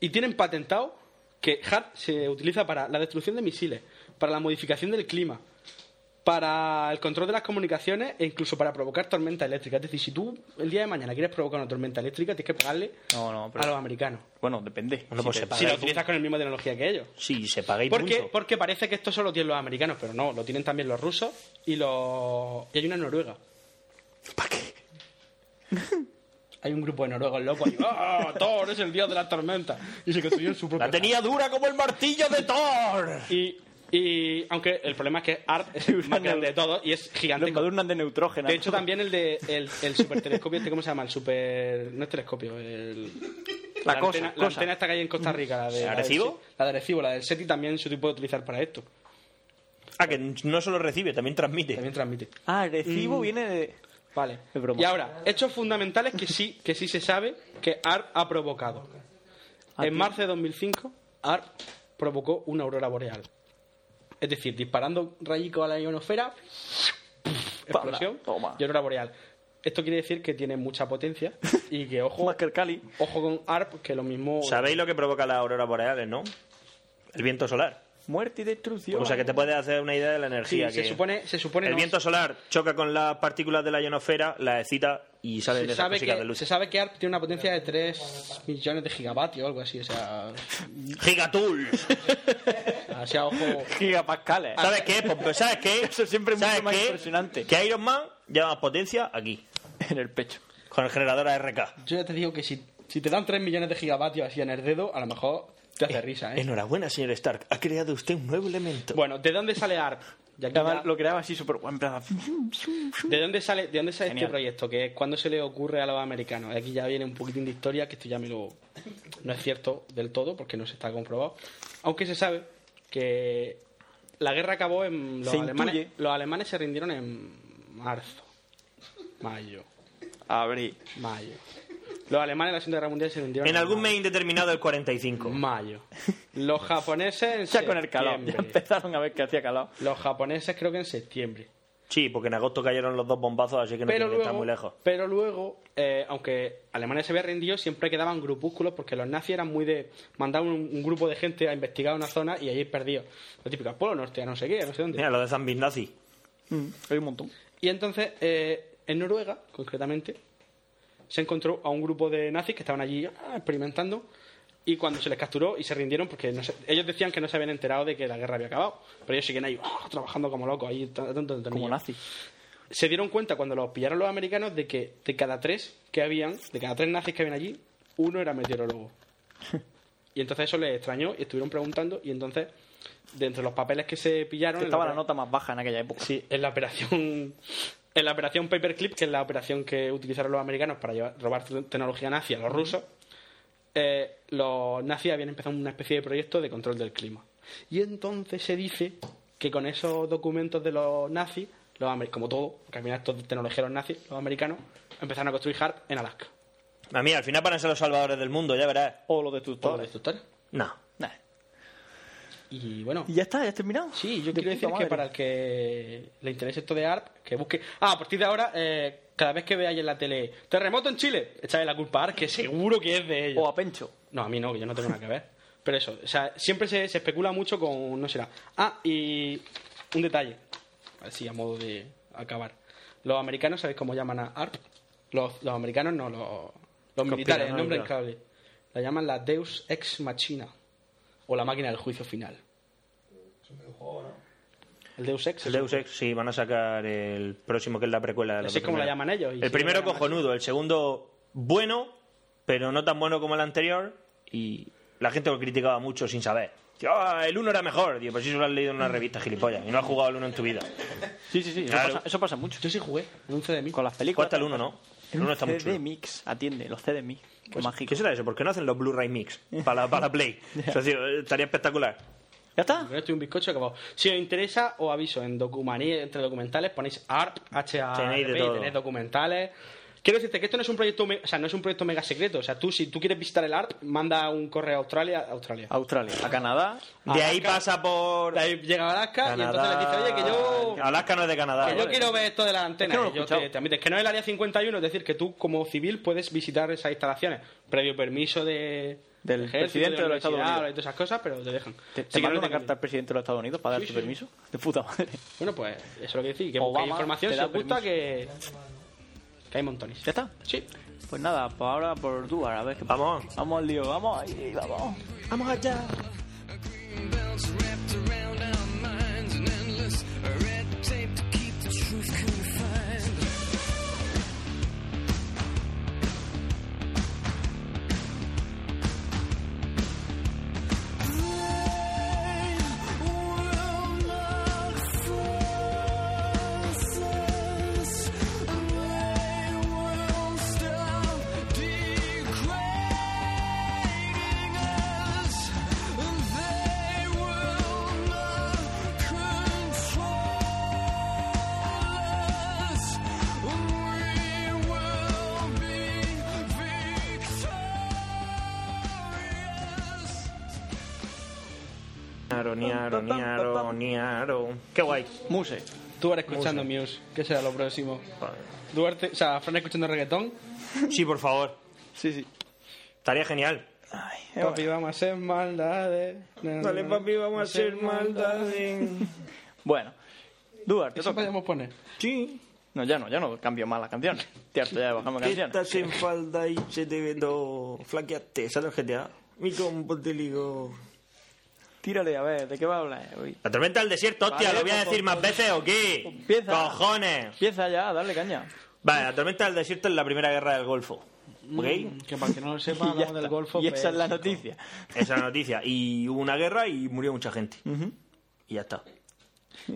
Speaker 7: Y tienen patentado que HARP se utiliza para la destrucción de misiles, para la modificación del clima, para el control de las comunicaciones e incluso para provocar tormenta eléctrica. Es decir, si tú el día de mañana quieres provocar una tormenta eléctrica, tienes que pagarle
Speaker 6: No, no, pero-
Speaker 7: a los americanos.
Speaker 6: Bueno, depende.
Speaker 2: Bueno, pues se paga.
Speaker 7: Si la
Speaker 2: y
Speaker 7: utilizas con la misma tecnología que ellos.
Speaker 2: punto. Sí, se paga y
Speaker 7: ¿Por qué?
Speaker 2: punto.
Speaker 7: Porque parece que esto solo tienen los americanos, pero no, lo tienen también los rusos y los. Y hay una en Noruega.
Speaker 2: ¿Para qué?
Speaker 7: Hay un grupo de noruegos locos. y, ¡Ah, Thor es el dios de las tormentas! Y se construyeron su propia.
Speaker 2: La tenía dura como el martillo de Thor.
Speaker 7: Y Y aunque el problema es que ARP es el más grande de todos y es
Speaker 6: Los
Speaker 7: gigante.
Speaker 6: madurnas de neutrógeno.
Speaker 7: De hecho, también el de el, el supertelescopio, este, ¿cómo se llama? El super. No es telescopio, el.
Speaker 6: La cosa,
Speaker 7: antena, La
Speaker 6: cosa.
Speaker 7: antena esta que hay en Costa Rica, la de.
Speaker 2: ¿La Arecibo?
Speaker 7: La de Arecibo, la del SETI también se puede utilizar para esto.
Speaker 2: Ah, que no solo recibe, también transmite.
Speaker 7: También transmite.
Speaker 6: Ah, el recibo viene de...
Speaker 7: Vale.
Speaker 6: Es broma.
Speaker 7: Y ahora, hechos fundamentales que sí, que sí se sabe que ARP ha provocado.
Speaker 6: Ah,
Speaker 7: En
Speaker 6: tío.
Speaker 7: marzo de 2005, ARP provocó una aurora boreal. Es decir, disparando rayicos a la ionosfera, explosión
Speaker 6: Toma.
Speaker 7: y aurora boreal. Esto quiere decir que tiene mucha potencia y que, ojo,
Speaker 6: Más que el Cali.
Speaker 7: ojo con ARP, que lo mismo...
Speaker 2: ¿Sabéis lo que provoca las auroras boreales, no? El viento solar.
Speaker 6: Muerte y destrucción.
Speaker 2: O sea, que te puedes hacer una idea de la
Speaker 7: Sí,
Speaker 2: energía.
Speaker 7: se
Speaker 2: que-
Speaker 7: supone... Se supone
Speaker 2: El
Speaker 7: no,
Speaker 2: viento solar choca con las partículas de la ionosfera, las excita y salen
Speaker 7: se
Speaker 2: esas
Speaker 7: sabe,
Speaker 2: cositas de
Speaker 7: que,
Speaker 2: luz.
Speaker 7: se sabe que ARP tiene una potencia de 3 millones de gigavatios o algo así, o sea...
Speaker 2: ¡Gigatul!
Speaker 7: o sea, ojo...
Speaker 6: Gigapascales.
Speaker 2: ¿Sabes qué? Pues, ¿Sabes qué?
Speaker 6: Eso siempre es
Speaker 2: ¿Sabes
Speaker 6: mucho más
Speaker 2: qué?
Speaker 6: impresionante.
Speaker 2: Que Iron Man lleva más potencia aquí,
Speaker 6: En el pecho.
Speaker 2: con el generador ARK.
Speaker 7: Yo ya te digo que si, si te dan 3 millones de gigavatios así en el dedo, a lo mejor te hace risa, ¿eh?
Speaker 2: Enhorabuena, señor Stark. Ha creado usted un nuevo elemento.
Speaker 7: Bueno, ¿de dónde sale ARP? Y aquí
Speaker 6: Además,
Speaker 7: ya-
Speaker 6: lo creaba así súper... En plan...
Speaker 7: ¿De dónde sale, de dónde sale este
Speaker 6: Genial.
Speaker 7: proyecto? Que es cuando se le ocurre a los americanos. Aquí ya viene un poquitín de historia, que esto ya me lo... No es cierto del todo, porque no se está comprobado. Aunque se sabe que la guerra acabó en... Los,
Speaker 6: Se
Speaker 7: alemanes,
Speaker 6: intuye.
Speaker 7: los alemanes se rindieron en marzo. Mayo.
Speaker 6: Abrí.
Speaker 7: Mayo. Los alemanes en la Segunda Guerra Mundial se rindieron
Speaker 2: En algún
Speaker 7: mayo.
Speaker 2: mes indeterminado del 45.
Speaker 7: Mayo. Los japoneses en
Speaker 6: Ya con el calor. Ya
Speaker 7: septiembre.
Speaker 6: empezaron a ver que hacía calor.
Speaker 7: Los japoneses creo que en septiembre.
Speaker 2: Sí, porque en agosto cayeron los dos bombazos, así que no
Speaker 7: Pero
Speaker 2: tiene que estar
Speaker 7: luego,
Speaker 2: muy lejos.
Speaker 7: pero luego, eh, aunque Alemania se había rendido, siempre quedaban grupúsculos porque los nazis eran muy de mandar un, un grupo de gente a investigar una zona y allí perdido. Lo típico, al Polo Norte, a no sé qué, a no sé dónde.
Speaker 2: Mira, lo de zombies nazis.
Speaker 6: Mm, Hay un montón.
Speaker 7: Y entonces, eh, en Noruega, concretamente, se encontró a un grupo de nazis que estaban allí ah, experimentando y cuando se les capturó y se rindieron, porque no se- ellos decían que no se habían enterado de que la guerra había acabado, pero ellos siguen ahí ah, trabajando como locos, ahí tan- tan- tan- tan-
Speaker 6: Como
Speaker 7: niños.
Speaker 6: nazi.
Speaker 7: Se dieron cuenta cuando los pillaron los americanos de que de cada tres que habían, de cada tres nazis que habían allí, uno era meteorólogo. Y entonces eso les extrañó y estuvieron preguntando y entonces, de entre los papeles que se pillaron...
Speaker 6: Que
Speaker 7: en la
Speaker 6: estaba la
Speaker 7: opera-
Speaker 6: nota más baja en aquella época.
Speaker 7: Sí, en la operación. En la operación Paperclip, que es la operación que utilizaron los americanos para llevar- robar te- tecnología nazi a los rusos, eh, los nazis habían empezado una especie de proyecto de control del clima. Y entonces se dice que con esos documentos de los nazis, los amer- como todo, porque al final esto es tecnología de los nazis, los americanos, empezaron a construir HARP en Alaska.
Speaker 2: A mí, al final van a ser los salvadores del mundo, ya verás.
Speaker 6: O los
Speaker 7: Todos
Speaker 6: destructores.
Speaker 7: los destructores.
Speaker 2: No.
Speaker 6: Nah.
Speaker 7: Y bueno.
Speaker 6: Y ya está, ya has terminado.
Speaker 7: Sí, yo
Speaker 6: De puta
Speaker 7: quiero decir
Speaker 6: madre.
Speaker 7: que para el que le interese esto de ARP, que busque. Ah, a partir de ahora, eh, cada vez que veáis en la tele terremoto en Chile, echáis la culpa a ARP, que seguro que es de ellos.
Speaker 6: O a Pencho.
Speaker 7: No, a mí no, que yo no tengo nada que ver. Pero eso, o sea, siempre se, se especula mucho con. No será. Ah, y un detalle, así a modo de acabar. Los americanos, ¿sabéis cómo llaman a ARP? Los, los americanos no, los, los militares, el nombre clave. La llaman la Deus Ex Machina, o la máquina del juicio final. El Deus Ex.
Speaker 2: El
Speaker 7: es un
Speaker 2: Deus Ex, sí, van a sacar el próximo, que es la precuela de la
Speaker 7: Así es como la
Speaker 2: primera.
Speaker 7: llaman ellos, y
Speaker 2: El
Speaker 7: sí,
Speaker 2: primero
Speaker 7: lo llaman
Speaker 2: cojonudo, el segundo bueno, pero no tan bueno como el anterior. Y la gente lo criticaba mucho sin saber. Dice, "Ah, el uno era mejor. Digo, pues si eso lo has leído en una revista, gilipollas. Y no has jugado al uno en tu vida.
Speaker 6: Sí, sí, sí. Eso,
Speaker 2: Claro.
Speaker 6: pasa, eso pasa mucho.
Speaker 7: Yo sí jugué, un CD mil.
Speaker 6: Con las películas.
Speaker 2: Cuesta el uno, ¿no? El uno está muy
Speaker 6: CD
Speaker 2: chulo.
Speaker 6: Mix, atiende, los CD Mix. Qué
Speaker 7: Pues,
Speaker 6: mágico.
Speaker 2: ¿Qué será eso? ¿Por qué no hacen los Blu-ray Mix para la, para la Play? O sea, tío, estaría espectacular.
Speaker 6: ¿Ya está?
Speaker 7: Yo estoy un bizcocho acabado. Si os interesa, os aviso, en documanía, entre documentales ponéis ARP, HA,
Speaker 2: Tenéis de todo.
Speaker 7: tenéis documentales. Quiero decirte que esto no es un proyecto, me- o sea, no es un proyecto mega secreto, o sea, tú si tú quieres visitar el ARP, manda un correo a Australia, a Australia.
Speaker 6: A Australia, a Canadá.
Speaker 2: De ahí
Speaker 7: Alaska.
Speaker 2: pasa por.
Speaker 7: De ahí llega a Alaska y entonces le dice, oye, que yo
Speaker 2: Alaska no es de Canadá.
Speaker 7: que yo
Speaker 2: vale.
Speaker 7: quiero ver esto de las antenas.
Speaker 6: Es que no lo he
Speaker 7: Y yo te,
Speaker 6: escuchado.
Speaker 7: te admites que no es el área 51, es decir, que tú como civil puedes visitar esas instalaciones previo permiso de
Speaker 6: Del
Speaker 7: ejército,
Speaker 6: presidente de
Speaker 7: la
Speaker 6: los Estados
Speaker 7: universidad
Speaker 6: Unidos.
Speaker 7: y todas esas cosas, pero te dejan.
Speaker 6: Te, te
Speaker 7: Sí que
Speaker 6: mando
Speaker 7: no
Speaker 6: una
Speaker 7: tengo-
Speaker 6: carta al presidente de los Estados Unidos para
Speaker 7: Sí,
Speaker 6: darte
Speaker 7: sí.
Speaker 6: permiso. De puta madre.
Speaker 7: Bueno, pues eso es lo que decir, que
Speaker 6: Obama
Speaker 7: busquéis información,
Speaker 6: te
Speaker 7: si
Speaker 6: da
Speaker 7: os gusta, que, que hay montones.
Speaker 6: ¿Ya está?
Speaker 7: Sí.
Speaker 6: Pues nada, pues ahora por Duar, a ver qué pasa.
Speaker 2: Vamos.
Speaker 6: Vamos al lío, vamos ahí, vamos. Vamos allá.
Speaker 9: World
Speaker 2: Niaro, niaro, niaro, niaro. Qué guay.
Speaker 6: Muse.
Speaker 7: Tú ahora escuchando Muse, ¿qué será lo próximo?
Speaker 2: Vale.
Speaker 7: Duarte, o sea, Fran escuchando reggaetón.
Speaker 2: Sí, por favor.
Speaker 7: Sí, sí.
Speaker 2: Estaría genial.
Speaker 7: Papi, vamos a hacer maldades. Na, na, na.
Speaker 6: Bueno. Duarte,
Speaker 7: Eso
Speaker 6: toca.
Speaker 7: podemos poner.
Speaker 2: Sí.
Speaker 6: No, ya no, ya no cambio más las canciones. Cierto, ya bajamos canciones.
Speaker 2: en falda y se te vendo flaqueaste. ¿Sabes el GTA? ¿ah? Mi combo te ligo.
Speaker 6: Tírale, a ver, ¿de qué va a hablar hoy?
Speaker 2: La tormenta del desierto, hostia,
Speaker 6: Vale,
Speaker 2: ¿lo voy a
Speaker 6: pues,
Speaker 2: decir más veces o qué?
Speaker 6: Empieza.
Speaker 2: ¡Cojones!
Speaker 6: Empieza ya, dale caña.
Speaker 2: Vale, la tormenta del desierto es la primera guerra del Golfo.
Speaker 7: Mm.
Speaker 2: ¿Ok?
Speaker 7: Que para que no lo
Speaker 6: Y
Speaker 7: sepa,
Speaker 6: ya
Speaker 7: hablamos del
Speaker 6: está.
Speaker 7: Golfo.
Speaker 6: y esa es la
Speaker 7: Pérsico.
Speaker 6: noticia.
Speaker 2: Esa es la noticia. Y hubo una guerra y murió mucha gente. Y ya está.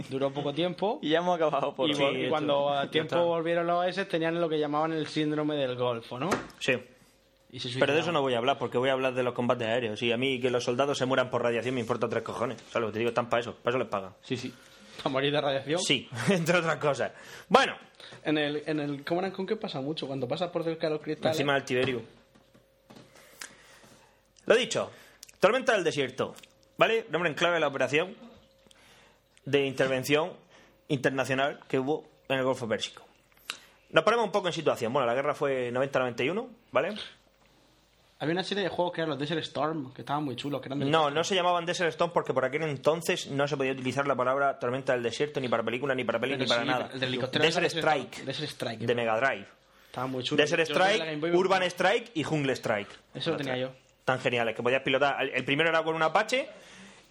Speaker 7: Duró poco tiempo.
Speaker 6: Y ya hemos acabado por
Speaker 7: Y,
Speaker 2: Sí,
Speaker 7: vol- y
Speaker 2: esto-
Speaker 7: cuando
Speaker 2: ya
Speaker 7: a tiempo
Speaker 2: está.
Speaker 7: volvieron los S, tenían lo que llamaban el síndrome del Golfo, ¿no?
Speaker 2: Sí.
Speaker 7: Y se
Speaker 2: Pero de
Speaker 7: suicidaron.
Speaker 2: eso no voy a hablar, porque voy a hablar de los combates aéreos. Y a mí que los soldados se mueran por radiación me importa tres cojones. ¿Sabes lo que te digo? Están para eso. Para eso les pagan.
Speaker 6: Sí, sí.
Speaker 7: A morir de radiación.
Speaker 2: Sí, entre otras cosas. Bueno,
Speaker 7: En el, en el Command and Conquer pasa mucho. Cuando pasas por cerca de los cristales.
Speaker 2: encima del Tiberio. Lo dicho, tormenta del desierto. ¿Vale? Nombre en clave de la operación de intervención internacional que hubo en el Golfo Pérsico. Nos ponemos un poco en situación. Bueno, la guerra fue 90-91, ¿vale?
Speaker 7: Había una serie de juegos que eran los Desert Storm, que estaban muy chulos. Que eran de-
Speaker 2: No, no se llamaban Desert Storm porque por aquel entonces no se podía utilizar la palabra tormenta del desierto ni para películas, ni para peli,
Speaker 7: Pero
Speaker 2: ni para
Speaker 7: sí,
Speaker 2: nada.
Speaker 7: el del helicóptero
Speaker 2: Desert
Speaker 7: era Desert
Speaker 2: Strike.
Speaker 7: Storm, Desert Strike.
Speaker 2: De Mega Drive.
Speaker 7: Estaba muy chulo.
Speaker 2: Desert
Speaker 7: Yo tenía la Game Boy,
Speaker 2: Strike,
Speaker 7: me-
Speaker 2: Urban Strike y Jungle Strike.
Speaker 7: Eso lo tenía yo.
Speaker 2: Tan geniales que podías pilotar. El el primero era con un Apache,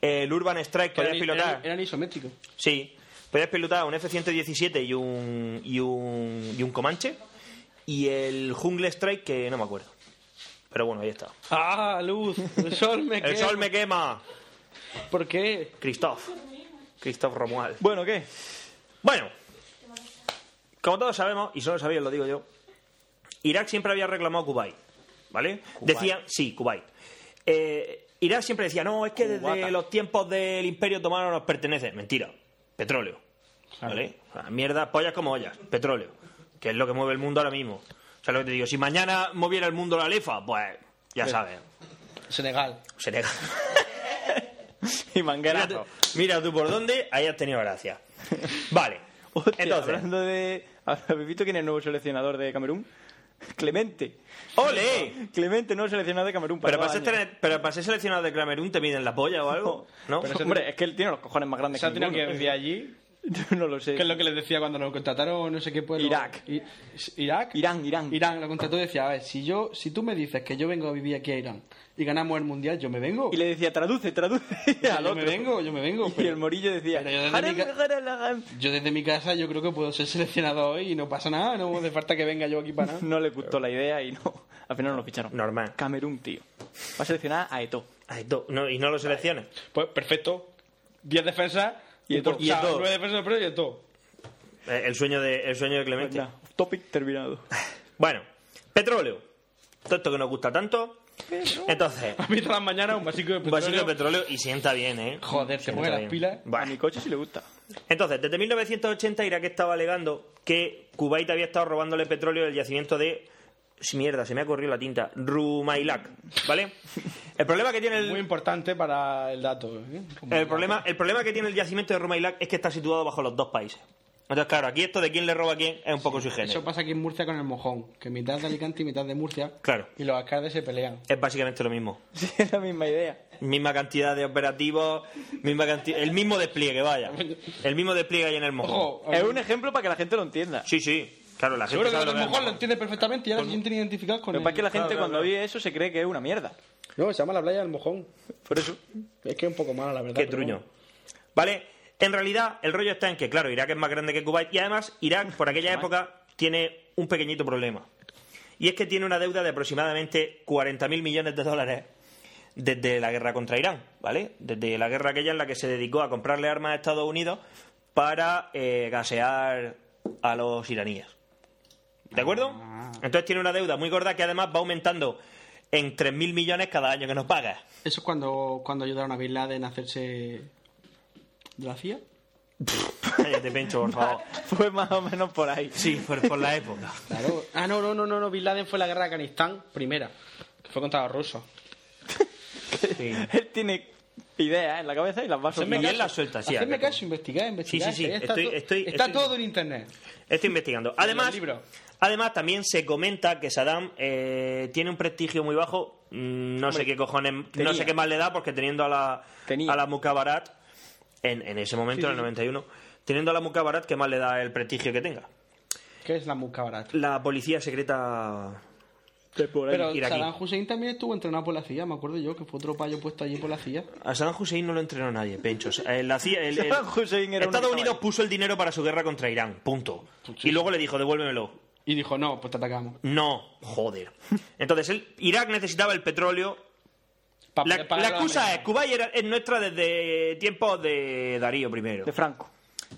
Speaker 2: el Urban Strike podías
Speaker 7: Eran,
Speaker 2: pilotar.
Speaker 7: eran- eran isométricos.
Speaker 2: Sí. Podías pilotar un F-117 y un, y un y un Comanche y el Jungle Strike que no me acuerdo. Pero bueno, ahí está.
Speaker 7: ¡Ah, luz! El sol me
Speaker 2: El sol me quema.
Speaker 7: ¿Por qué?
Speaker 2: Christoph. Christoph Romual.
Speaker 6: Bueno, ¿qué?
Speaker 2: Bueno, como todos sabemos, y solo sabían, lo digo yo, Irak siempre había reclamado Kuwait, ¿vale? Decían, sí, Kuwait. Eh, Irak siempre decía, no, es que desde
Speaker 6: Cubata.
Speaker 2: los tiempos del Imperio Otomano nos pertenece. Mentira, petróleo, ¿vale? O sea, mierda, pollas como ollas, petróleo, que es lo que mueve el mundo ahora mismo. O sea, lo que te digo, si mañana moviera el mundo la lefa, pues ya sabes,
Speaker 7: Senegal.
Speaker 2: Senegal.
Speaker 6: Y
Speaker 2: Mira,
Speaker 6: manguerazo.
Speaker 2: tú- mira tú por dónde hayas tenido gracia. Vale,
Speaker 6: Hostia,
Speaker 2: entonces...
Speaker 6: hablando de... ¿Habéis visto quién es el nuevo seleccionador de Camerún? Clemente.
Speaker 2: ¡Ole!
Speaker 6: Clemente, nuevo seleccionador de Camerún.
Speaker 2: Pero este para,
Speaker 6: dos
Speaker 2: ser,
Speaker 6: años.
Speaker 2: tre- pero para ser seleccionado de Clamerún te miden la polla o algo, ¿no?
Speaker 6: Pero Hombre, es que él tiene los cojones más grandes
Speaker 7: Se ha
Speaker 6: que
Speaker 7: tenido que
Speaker 6: ninguno.
Speaker 7: ir de allí.
Speaker 6: Yo no lo sé.
Speaker 7: ¿Qué es lo que les decía cuando lo contrataron? No sé qué pueblo.
Speaker 6: Irak.
Speaker 7: I- ¿Irak?
Speaker 6: Irán, Irán.
Speaker 7: Irán lo contrató y decía, a ver, si, yo, si tú me dices que yo vengo a vivir aquí a Irán y ganamos el mundial, yo me vengo.
Speaker 6: Y le decía, traduce, traduce
Speaker 7: Yo
Speaker 6: al
Speaker 7: me
Speaker 6: otro.
Speaker 7: vengo, yo me vengo.
Speaker 6: Y
Speaker 7: pero-
Speaker 6: el morillo decía,
Speaker 7: pero yo desde
Speaker 6: "Haram,
Speaker 7: mi ca-
Speaker 6: haram, haram".
Speaker 7: Yo desde mi casa yo creo que puedo ser seleccionado hoy y no pasa nada, no hace falta que venga yo aquí para nada.
Speaker 6: no le gustó la idea y no. Al final no lo ficharon.
Speaker 2: Normal.
Speaker 6: Camerún, tío. Va a seleccionar a Eto.
Speaker 2: Ay, do- no, y no lo selecciones.
Speaker 7: Pues perfecto. 10 defensas
Speaker 6: Y
Speaker 7: y
Speaker 6: Eto'o.
Speaker 7: todo.
Speaker 6: Y Eto'o.
Speaker 7: 9 defensas pero y Eto'o.
Speaker 2: Eh, El sueño de, el sueño de
Speaker 6: Pues
Speaker 2: Clemente.
Speaker 6: nada, topic terminado.
Speaker 2: Bueno, petróleo. Todo esto que nos gusta tanto. Entonces,
Speaker 7: A mí todas las mañanas un vasico de
Speaker 2: un
Speaker 7: petróleo.
Speaker 2: vasito de petróleo y sienta bien, ¿eh?
Speaker 7: Joder, te
Speaker 2: Sienta
Speaker 7: mueve las
Speaker 2: bien.
Speaker 7: pilas.
Speaker 6: A mi
Speaker 2: Vale.
Speaker 6: coche sí le gusta.
Speaker 2: Entonces, desde 1980 Irak estaba alegando que Kuwait había estado robándole petróleo del yacimiento de... Mierda, se me ha corrido la tinta. Rumailak, ¿vale? El problema que tiene el,
Speaker 7: Muy importante para el dato. ¿eh?
Speaker 2: El problema, el problema que tiene el yacimiento de Rumailak es que está situado bajo los dos países. Entonces, claro, aquí esto de quién le roba a quién es un poco su
Speaker 7: Eso
Speaker 2: género.
Speaker 7: pasa aquí en Murcia con el mojón, que mitad de Alicante y mitad de Murcia.
Speaker 2: Claro.
Speaker 7: Y los alcaldes se pelean.
Speaker 2: Es básicamente lo mismo.
Speaker 6: Sí, es la misma idea.
Speaker 2: Misma cantidad de operativos, misma canti- el mismo despliegue, vaya. El mismo despliegue ahí en el mojón.
Speaker 7: Ojo, eh,
Speaker 6: Es un ejemplo para que la gente lo entienda.
Speaker 2: Sí, sí. Claro, la gente
Speaker 7: seguro que
Speaker 2: sabe
Speaker 7: los
Speaker 2: lo
Speaker 7: del
Speaker 2: que es
Speaker 7: mojón lo
Speaker 2: el mojón.
Speaker 7: entiende perfectamente y ahora se sienten identificados con
Speaker 6: Lo que pasa es que la
Speaker 7: el-
Speaker 6: gente cuando oye eso se cree que es una mierda.
Speaker 7: No, se llama la playa del mojón.
Speaker 6: Por eso.
Speaker 7: Es que es un poco mala, la verdad.
Speaker 2: Qué
Speaker 7: pero
Speaker 2: truño.
Speaker 7: bueno.
Speaker 2: Vale, en realidad el rollo está en que, claro, Irak es más grande que Kuwait y además Irak por aquella época tiene un pequeñito problema. Y es que tiene una deuda de aproximadamente 40.000 millones de dólares desde la guerra contra Irán, ¿vale? Desde la guerra aquella en la que se dedicó a comprarle armas a Estados Unidos para eh, gasear a los iraníes. ¿De acuerdo? Entonces tiene una deuda muy gorda que además va aumentando en 3.000 millones cada año que nos paga.
Speaker 7: Eso es cuando, cuando ayudaron a Bin Laden a hacerse de la CIA.
Speaker 2: Cállate, Pencho, por favor.
Speaker 6: Fue más o menos por ahí.
Speaker 2: Sí, por, por la época.
Speaker 7: Claro. Ah, no, no, no, no, no. Bin Laden fue la guerra de Afganistán primera, que fue contra los rusos.
Speaker 2: Sí.
Speaker 6: Él tiene ideas en la cabeza y las vas
Speaker 2: Hacedme caso.
Speaker 6: soltando.
Speaker 2: la suelta, sí,
Speaker 7: Hacedme
Speaker 2: Alberto.
Speaker 7: caso, investigar, investigar.
Speaker 2: sí, sí,
Speaker 7: que ya Está,
Speaker 2: estoy-
Speaker 7: todo,
Speaker 2: estoy-
Speaker 7: está
Speaker 2: estoy-
Speaker 7: todo en internet.
Speaker 2: Estoy investigando. Además,
Speaker 7: el libro.
Speaker 2: además también se comenta que Saddam eh, tiene un prestigio muy bajo. Mm, No sé qué cojones,
Speaker 6: tenía.
Speaker 2: no sé qué más le da, porque teniendo a la,
Speaker 6: Tenía.
Speaker 2: a la Mukabarat, en, en ese momento, en el 91, teniendo a la Mukabarat, ¿qué más le da el prestigio que tenga?
Speaker 7: ¿Qué es la muca barata?
Speaker 2: La policía secreta.
Speaker 7: Pero
Speaker 2: iraquí.
Speaker 7: Saddam Hussein también estuvo entrenado por la CIA, me acuerdo yo, que fue otro payo puesto allí por la CIA.
Speaker 2: A Saddam Hussein no lo entrenó nadie, penchos. Eh, la CIA- el- el-
Speaker 6: Saddam Hussein era un
Speaker 2: Estados
Speaker 6: caballo.
Speaker 2: Unidos puso el dinero para su guerra contra Irán, punto. Y luego le dijo, devuélvemelo.
Speaker 7: Y dijo, no, pues te atacamos.
Speaker 2: No, joder. Entonces, el, Irak necesitaba el petróleo.
Speaker 7: Pa
Speaker 2: La,
Speaker 7: poder pagar
Speaker 2: la
Speaker 7: a los
Speaker 2: excusa es,
Speaker 7: americanos.
Speaker 2: Cuba era- es nuestra desde tiempos de Darío primero.
Speaker 6: De Franco.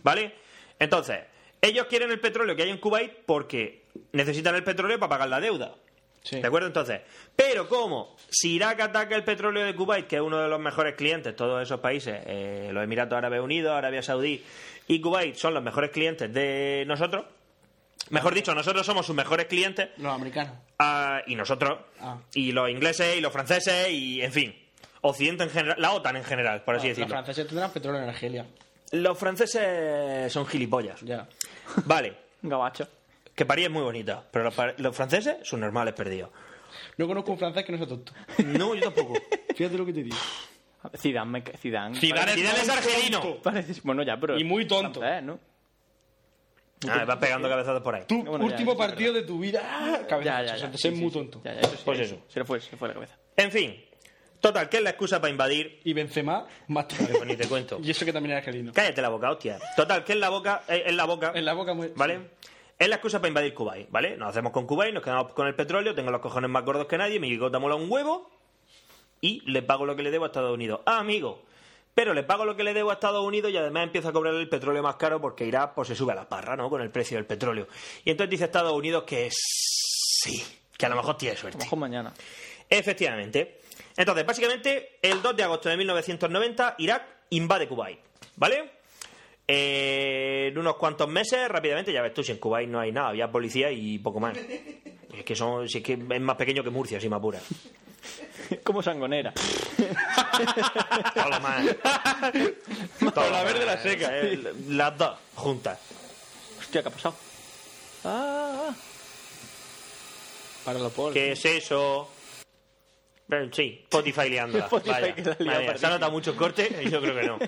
Speaker 2: ¿Vale? Entonces, ellos quieren el petróleo que hay en Kuwait porque necesitan el petróleo para pagar la deuda.
Speaker 7: Sí.
Speaker 2: ¿De acuerdo? Entonces, pero como si Irak ataca el petróleo de Kuwait, que es uno de los mejores clientes, todos esos países, eh, los Emiratos Árabes Unidos, Arabia Saudí y Kuwait son los mejores clientes de nosotros, mejor dicho, nosotros somos sus mejores clientes,
Speaker 7: Los americanos.
Speaker 2: Ah, y nosotros,
Speaker 7: Ah.
Speaker 2: y los ingleses, y los franceses, y en fin, Occidente en general, la OTAN en general, por así
Speaker 7: Ah, los
Speaker 2: decirlo.
Speaker 7: franceses tendrán petróleo en Argelia.
Speaker 2: los franceses son gilipollas.
Speaker 7: Ya.
Speaker 2: Vale,
Speaker 6: Un Gabacho.
Speaker 2: que París es muy bonita, pero los, par- los franceses son normales perdidos.
Speaker 7: No conozco un francés que no sea tonto.
Speaker 2: No, yo tampoco.
Speaker 7: Fíjate lo que te digo.
Speaker 6: Zidane, me... ca- Zidane.
Speaker 2: Zidane, es argelino.
Speaker 6: Parece- Bueno, ya, pero...
Speaker 7: Y muy tonto.
Speaker 6: francés, ¿no?
Speaker 2: Ah, vas pegando cabezazos por ahí.
Speaker 7: Tu
Speaker 6: Bueno, ya,
Speaker 7: último
Speaker 6: eso es
Speaker 7: partido de tu vida. Ah,
Speaker 6: Ya,
Speaker 7: cabeza.
Speaker 6: ya, ya.
Speaker 7: O sea,
Speaker 6: sí,
Speaker 7: ser
Speaker 6: sí,
Speaker 7: muy
Speaker 6: sí.
Speaker 7: tonto.
Speaker 6: Ya, ya, eso sí,
Speaker 2: Pues
Speaker 6: se-
Speaker 2: eso.
Speaker 6: Se le fue, se le fue la cabeza.
Speaker 2: En fin, total, ¿qué es la excusa para invadir?
Speaker 7: Y Benzema, más
Speaker 2: Pues ni te cuento.
Speaker 7: Y eso que también era argelino.
Speaker 2: Cállate la boca, hostia. Total, ¿qué es la boca? eh, es la boca.
Speaker 7: En la boca muy...
Speaker 2: ¿Vale? Es la excusa para invadir Kuwait, ¿vale? Nos hacemos con Kuwait, nos quedamos con el petróleo, tengo los cojones más gordos que nadie, mi gota mola un huevo y le pago lo que le debo a Estados Unidos. Ah, amigo, pero le pago lo que le debo a Estados Unidos y además empieza a cobrar el petróleo más caro porque Irak pues, se sube a la parra, ¿no? Con el precio del petróleo. Y entonces dice Estados Unidos que sí, que a lo mejor tiene
Speaker 6: A lo
Speaker 2: suerte.
Speaker 6: mejor mañana.
Speaker 2: Efectivamente. Entonces, básicamente, el 2 de agosto de 1990, Irak invade Kuwait. ¿Vale? Eh, en unos cuantos meses, rápidamente, ya ves tú, si en Kuwait no hay nada, había policía y poco más. Es que, son, si es, que es más pequeño que Murcia, si me apura.
Speaker 6: Como sangonera.
Speaker 2: Todo lo más. Todo la verde la seca. eh, las dos juntas.
Speaker 6: Hostia, ¿qué ha pasado? Ah,
Speaker 7: Para los pobres.
Speaker 2: ¿Qué es eso? Eh, Sí, Spotify liándola.
Speaker 6: Spotify
Speaker 2: Vaya,
Speaker 6: que la ha liado
Speaker 2: madre mía, ¿Se ha
Speaker 6: pardísimo.
Speaker 2: notado mucho el corte? Yo creo que no.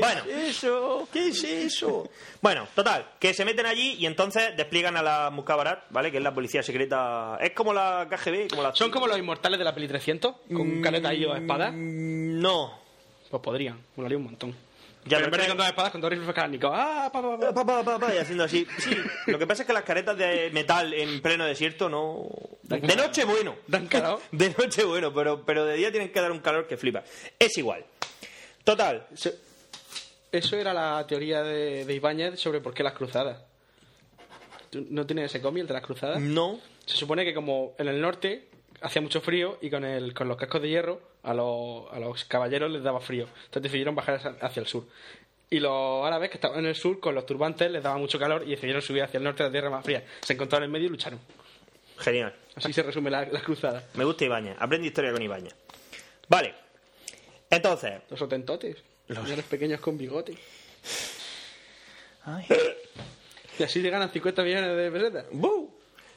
Speaker 2: Bueno,
Speaker 6: eso.
Speaker 2: ¿Qué es eso? Bueno, total, que se meten allí y entonces despliegan a la Mukabarat, ¿vale? Que es la policía secreta. Es como la KGB, como la.
Speaker 7: ¿Son como los inmortales de la peli 300? ¿Con un caneta y dos espadas?
Speaker 6: Mm.
Speaker 2: No.
Speaker 7: Pues podrían. Molaría un montón.
Speaker 2: Ya,
Speaker 7: pero en
Speaker 2: pero
Speaker 7: vez de
Speaker 2: que-
Speaker 7: con dos espadas, con dos rifles cárnicos. ¡Ah, pa, pa, pa!
Speaker 2: Pa, pa, pa, pa, y haciendo así. Sí. Lo que pasa es que las caretas de metal en pleno desierto no. De noche, bueno.
Speaker 7: Dan calor.
Speaker 2: De noche, bueno, pero, pero de día tienen que dar un calor que flipa. Es igual. Total.
Speaker 7: Se- Eso era la teoría de, de Ibáñez sobre por qué las cruzadas. ¿Tú ¿No tienes ese cómic, el de las cruzadas?
Speaker 2: No.
Speaker 7: Se supone que como en el norte hacía mucho frío y con, el, con los cascos de hierro a los, a los caballeros les daba frío. Entonces decidieron bajar hacia- hacia el sur. Y los árabes que estaban en el sur con los turbantes les daba mucho calor y decidieron subir hacia el norte a la tierra más fría. Se encontraron en medio y lucharon.
Speaker 2: Genial.
Speaker 7: Así se resume la, la cruzada.
Speaker 2: Me gusta Ibañez. Aprende historia con Ibañez. Vale. Entonces,
Speaker 7: Los otentotes. Los señores pequeños con bigote.
Speaker 6: Ay.
Speaker 7: Y así se ganan 50 millones de pesetas.
Speaker 2: ¡Bu!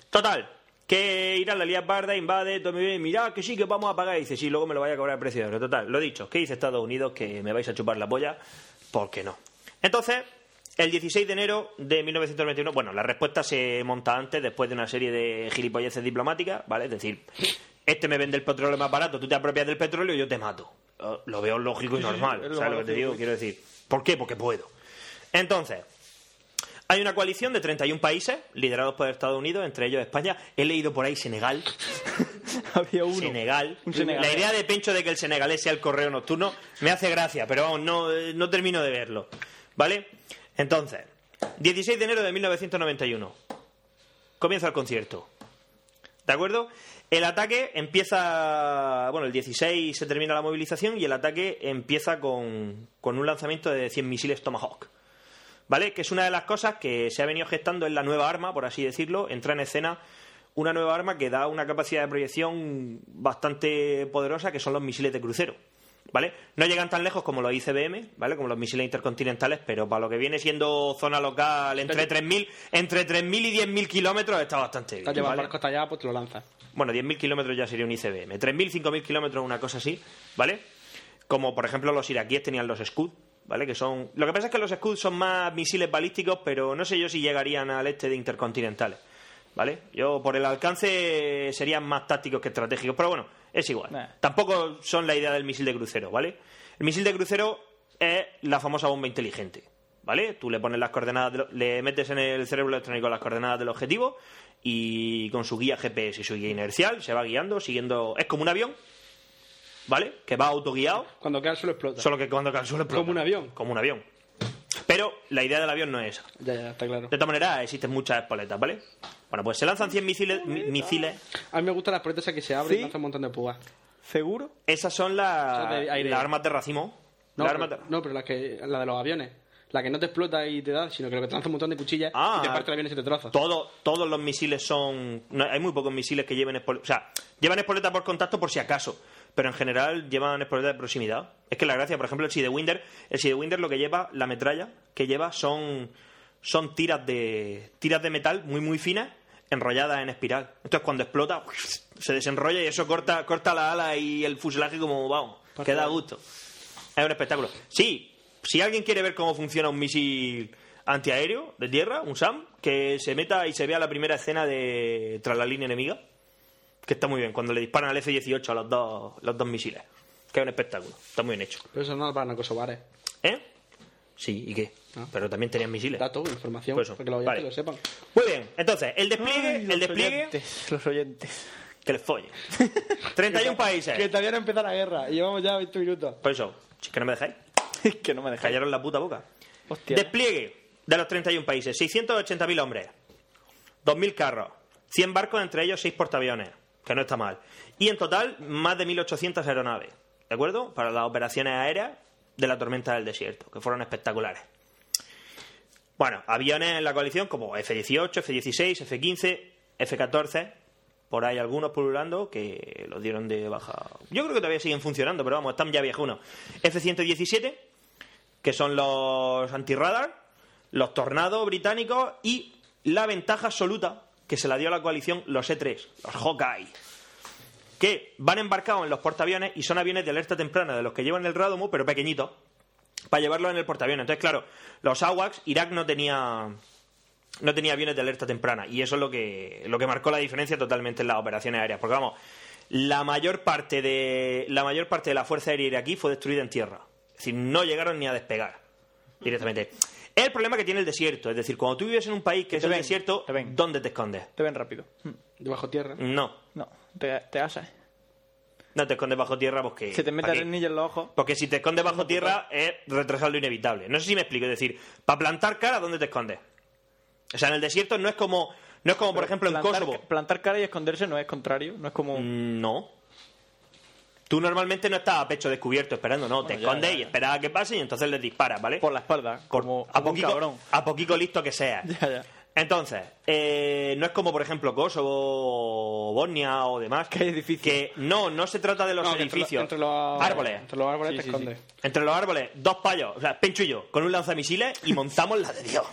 Speaker 2: Total, que Irán la lía parda, invade, todo muy bien, mirad que sí, que vamos a pagar. Y dice, sí, luego me lo vaya a cobrar el precio de oro. Total, lo dicho, que dice Estados Unidos que me vais a chupar la polla, ¿por qué no? Entonces, el 16 de enero de 1921, bueno, la respuesta se monta antes, después de una serie de gilipolleces diplomáticas, ¿vale? Es decir, este me vende el petróleo más barato, tú te apropias del petróleo y yo te mato. Eh, Lo veo lógico y normal,
Speaker 7: es lo
Speaker 2: ¿sabes
Speaker 7: más
Speaker 2: lo que te
Speaker 7: lógico,
Speaker 2: digo? Quiero decir, ¿por qué? Porque puedo. Entonces, hay una coalición de 31 países liderados por Estados Unidos, entre ellos España. He leído por ahí Senegal.
Speaker 6: Había uno.
Speaker 2: Senegal.
Speaker 6: Un ¿eh? senegalés.
Speaker 2: La idea de Pencho de que el senegalés sea el correo nocturno me hace gracia, pero vamos, no, eh, no termino de verlo. ¿Vale? Entonces, 16 de enero de 1991. Comienza el concierto. ¿De acuerdo? El ataque empieza. Bueno, el 16 se termina la movilización y el ataque empieza con, con un lanzamiento de 100 misiles Tomahawk. ¿Vale? Que es una de las cosas que se ha venido gestando en la nueva arma, por así decirlo. Entra en escena una nueva arma que da una capacidad de proyección bastante poderosa, que son los misiles de crucero. ¿Vale? No llegan tan lejos como los ICBM, ¿vale? Como los misiles intercontinentales, pero para lo que viene siendo zona local entre 3.000 entre 3.000 y 10.000 kilómetros está bastante bien.
Speaker 7: Te has llevado
Speaker 2: ¿vale?
Speaker 7: barco hasta allá, pues te lo lanzas.
Speaker 2: Bueno, 10.000 kilómetros ya sería un ICBM. 3.000, 5.000 kilómetros, una cosa así, ¿vale? Como por ejemplo los iraquíes tenían los Scud, ¿vale? Que son. Lo que pasa es que los Scud son más misiles balísticos, pero no sé yo si llegarían al este de intercontinentales, ¿vale? Yo por el alcance serían más tácticos que estratégicos, pero bueno, es igual.
Speaker 6: Nah.
Speaker 2: Tampoco son la idea del misil de crucero, ¿vale? El misil de crucero es la famosa bomba inteligente, ¿vale? Tú le pones las coordenadas, de lo- le metes en el cerebro electrónico las coordenadas del objetivo y con su guía GPS y su guía inercial se va guiando, siguiendo. Es como un avión, ¿vale? Que va autoguiado,
Speaker 7: Cuando cae el suelo explota.
Speaker 2: solo que cuando cae al suelo explota.
Speaker 7: Como un avión.
Speaker 2: Como un avión. Pero la idea del avión no es esa.
Speaker 7: Ya, ya, está claro.
Speaker 2: De todas maneras, existen muchas espoletas, ¿vale? Bueno, pues se lanzan 100 misiles, mi- misiles
Speaker 7: A mí me gustan las paletas esas que se abren
Speaker 6: ¿Sí?
Speaker 7: y hacen un montón de púas.
Speaker 6: ¿Seguro?
Speaker 2: Esas son las
Speaker 7: Son de aire.
Speaker 2: las armas de racimo.
Speaker 7: No,
Speaker 2: Las
Speaker 7: pero,
Speaker 2: armas de-
Speaker 7: no, pero las que, la de los aviones. La que no te explota y te da, sino que lo que te lanza un montón de cuchillas
Speaker 2: Ah.
Speaker 7: y te parte el avión y se te troza.
Speaker 2: Todo- todos los misiles son. no, hay muy pocos misiles que lleven espoleta. O sea, llevan espoleta por contacto por si acaso. Pero en general llevan espoleta de proximidad. Es que la gracia, por ejemplo, el Sidewinder. El Sidewinder lo que lleva, la metralla que lleva son. Son tiras de. tiras de metal muy muy finas, enrolladas en espiral. Entonces cuando explota, se desenrolla y eso corta, corta la ala y el fuselaje como vamos. Queda a gusto. Es un espectáculo. Sí, si alguien quiere ver cómo funciona un misil antiaéreo de tierra, un SAM, que se meta y se vea la primera escena de tras la línea enemiga, que está muy bien, cuando le disparan al F-18 a los dos, los dos misiles, que es un espectáculo, está muy bien hecho.
Speaker 7: Pero eso no lo van a Kosovar, eh.
Speaker 2: ¿Eh? Sí, ¿y qué?
Speaker 7: Ah.
Speaker 2: Pero también tenían misiles.
Speaker 7: Dato, información,
Speaker 2: Pues eso,
Speaker 7: para que los oyentes
Speaker 2: vale.
Speaker 7: lo sepan.
Speaker 2: Muy bien, entonces, el despliegue, el despliegue,
Speaker 6: los oyentes.
Speaker 2: que les folle. 31 países.
Speaker 7: Que todavía no empieza la guerra y llevamos ya 20 minutos.
Speaker 2: Por eso, si es que no me dejáis,
Speaker 6: que no me dejáis.
Speaker 2: callaron la puta boca.
Speaker 6: Hostia.
Speaker 2: Despliegue de los 31 países. 680.000 hombres. 2.000 carros. 100 barcos, entre ellos 6 portaaviones. Que no está mal. Y en total, más de 1.800 aeronaves. ¿De acuerdo? Para las operaciones aéreas de la tormenta del desierto. Que fueron espectaculares. Bueno, aviones en la coalición como F-18, F-16, F-15, F-14. Por ahí algunos pululando que los dieron de baja. Yo creo que todavía siguen funcionando, pero vamos, están ya viejunos. F-117, que son los antirradar, los tornados británicos y la ventaja absoluta que se la dio a la coalición los E3, los Hawkeye, que van embarcados en los portaaviones y son aviones de alerta temprana, de los que llevan el Radomo, pero pequeñitos, para llevarlos en el portaaviones. Entonces, claro, los AWACS, Irak no tenía no tenía aviones de alerta temprana. Y eso es lo que, lo que marcó la diferencia totalmente en las operaciones aéreas. Porque vamos, la mayor parte de la, mayor parte de la fuerza aérea iraquí fue destruida en tierra. Es decir, no llegaron ni a despegar directamente. Es el problema que tiene el desierto. Es decir, cuando tú vives en un país que es
Speaker 6: te
Speaker 2: el
Speaker 6: ven,
Speaker 2: desierto,
Speaker 6: te ven.
Speaker 2: ¿dónde te escondes?
Speaker 6: eh. Te ven rápido. Mm,
Speaker 7: Debajo tierra.
Speaker 2: No,
Speaker 6: No, te, te asas.
Speaker 2: no te escondes bajo tierra porque...
Speaker 6: Se te mete
Speaker 2: ¿para
Speaker 6: el
Speaker 2: qué?
Speaker 6: anillo en los ojos.
Speaker 2: Porque si te escondes bajo tierra es retrasar lo inevitable. No sé si me explico. Es decir, para plantar cara, ¿dónde te escondes? O sea, en el desierto no es como, no es como por ejemplo, en
Speaker 6: plantar,
Speaker 2: Kosovo. Mm.
Speaker 6: Plantar cara y esconderse no es contrario, no es como...
Speaker 2: No. Tú normalmente no estás a pecho descubierto esperando, no. te
Speaker 6: ya,
Speaker 2: escondes
Speaker 6: ya,
Speaker 2: y esperas a que pase y entonces les disparas, ¿vale?
Speaker 6: Por la espalda,
Speaker 2: Cor-
Speaker 6: como,
Speaker 2: a,
Speaker 6: como un
Speaker 2: poquito,
Speaker 6: cabrón.
Speaker 2: a poquito listo que sea.
Speaker 6: Ya, ya.
Speaker 2: Entonces, eh, no es como, por ejemplo, Kosovo, Bosnia o demás.
Speaker 6: Que hay edificios.
Speaker 2: que no, no se trata de los
Speaker 7: No, que
Speaker 2: edificios.
Speaker 7: Entre, lo- entre los
Speaker 2: árboles.
Speaker 7: Entre los árboles
Speaker 6: Sí,
Speaker 7: te
Speaker 6: sí,
Speaker 7: escondes.
Speaker 2: Entre los árboles, dos payos, o sea, Pencho y yo, con un lanzamisiles y montamos la de Dios.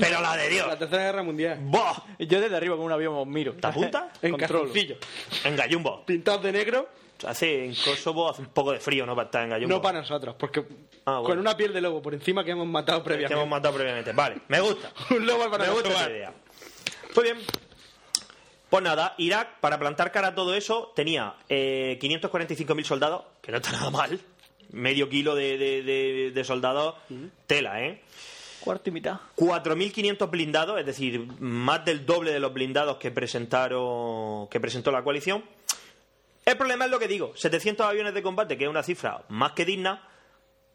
Speaker 2: Pero la de Dios.
Speaker 7: La tercera guerra mundial.
Speaker 2: ¡Buah!
Speaker 6: Y Yo desde arriba con un avión os miro.
Speaker 2: ¿Te apuntas?
Speaker 7: En
Speaker 6: Controlo.
Speaker 7: calzoncillo.
Speaker 2: En Gallumbo.
Speaker 7: Pintados de negro,
Speaker 2: Hace en Kosovo hace un poco de frío, ¿no? Para estar en Gallumbo.
Speaker 7: no para nosotros, porque
Speaker 2: Ah, bueno.
Speaker 7: con una piel de lobo por encima que hemos matado
Speaker 2: que
Speaker 7: previamente.
Speaker 2: hemos matado previamente. Vale, me gusta.
Speaker 7: Un lobo para
Speaker 2: me gusta
Speaker 7: nosotros.
Speaker 2: esa idea. Muy bien. Pues nada, Irak, para plantar cara a todo eso, tenía eh, 545.000 soldados, que no está nada mal. Medio kilo de, de- de- de soldados, tela, ¿eh?
Speaker 6: Cuarto y mitad.
Speaker 2: 4.500 blindados, es decir, más del doble de los blindados que presentaron que presentó la coalición. El problema es lo que digo, 700 aviones de combate, que es una cifra más que digna,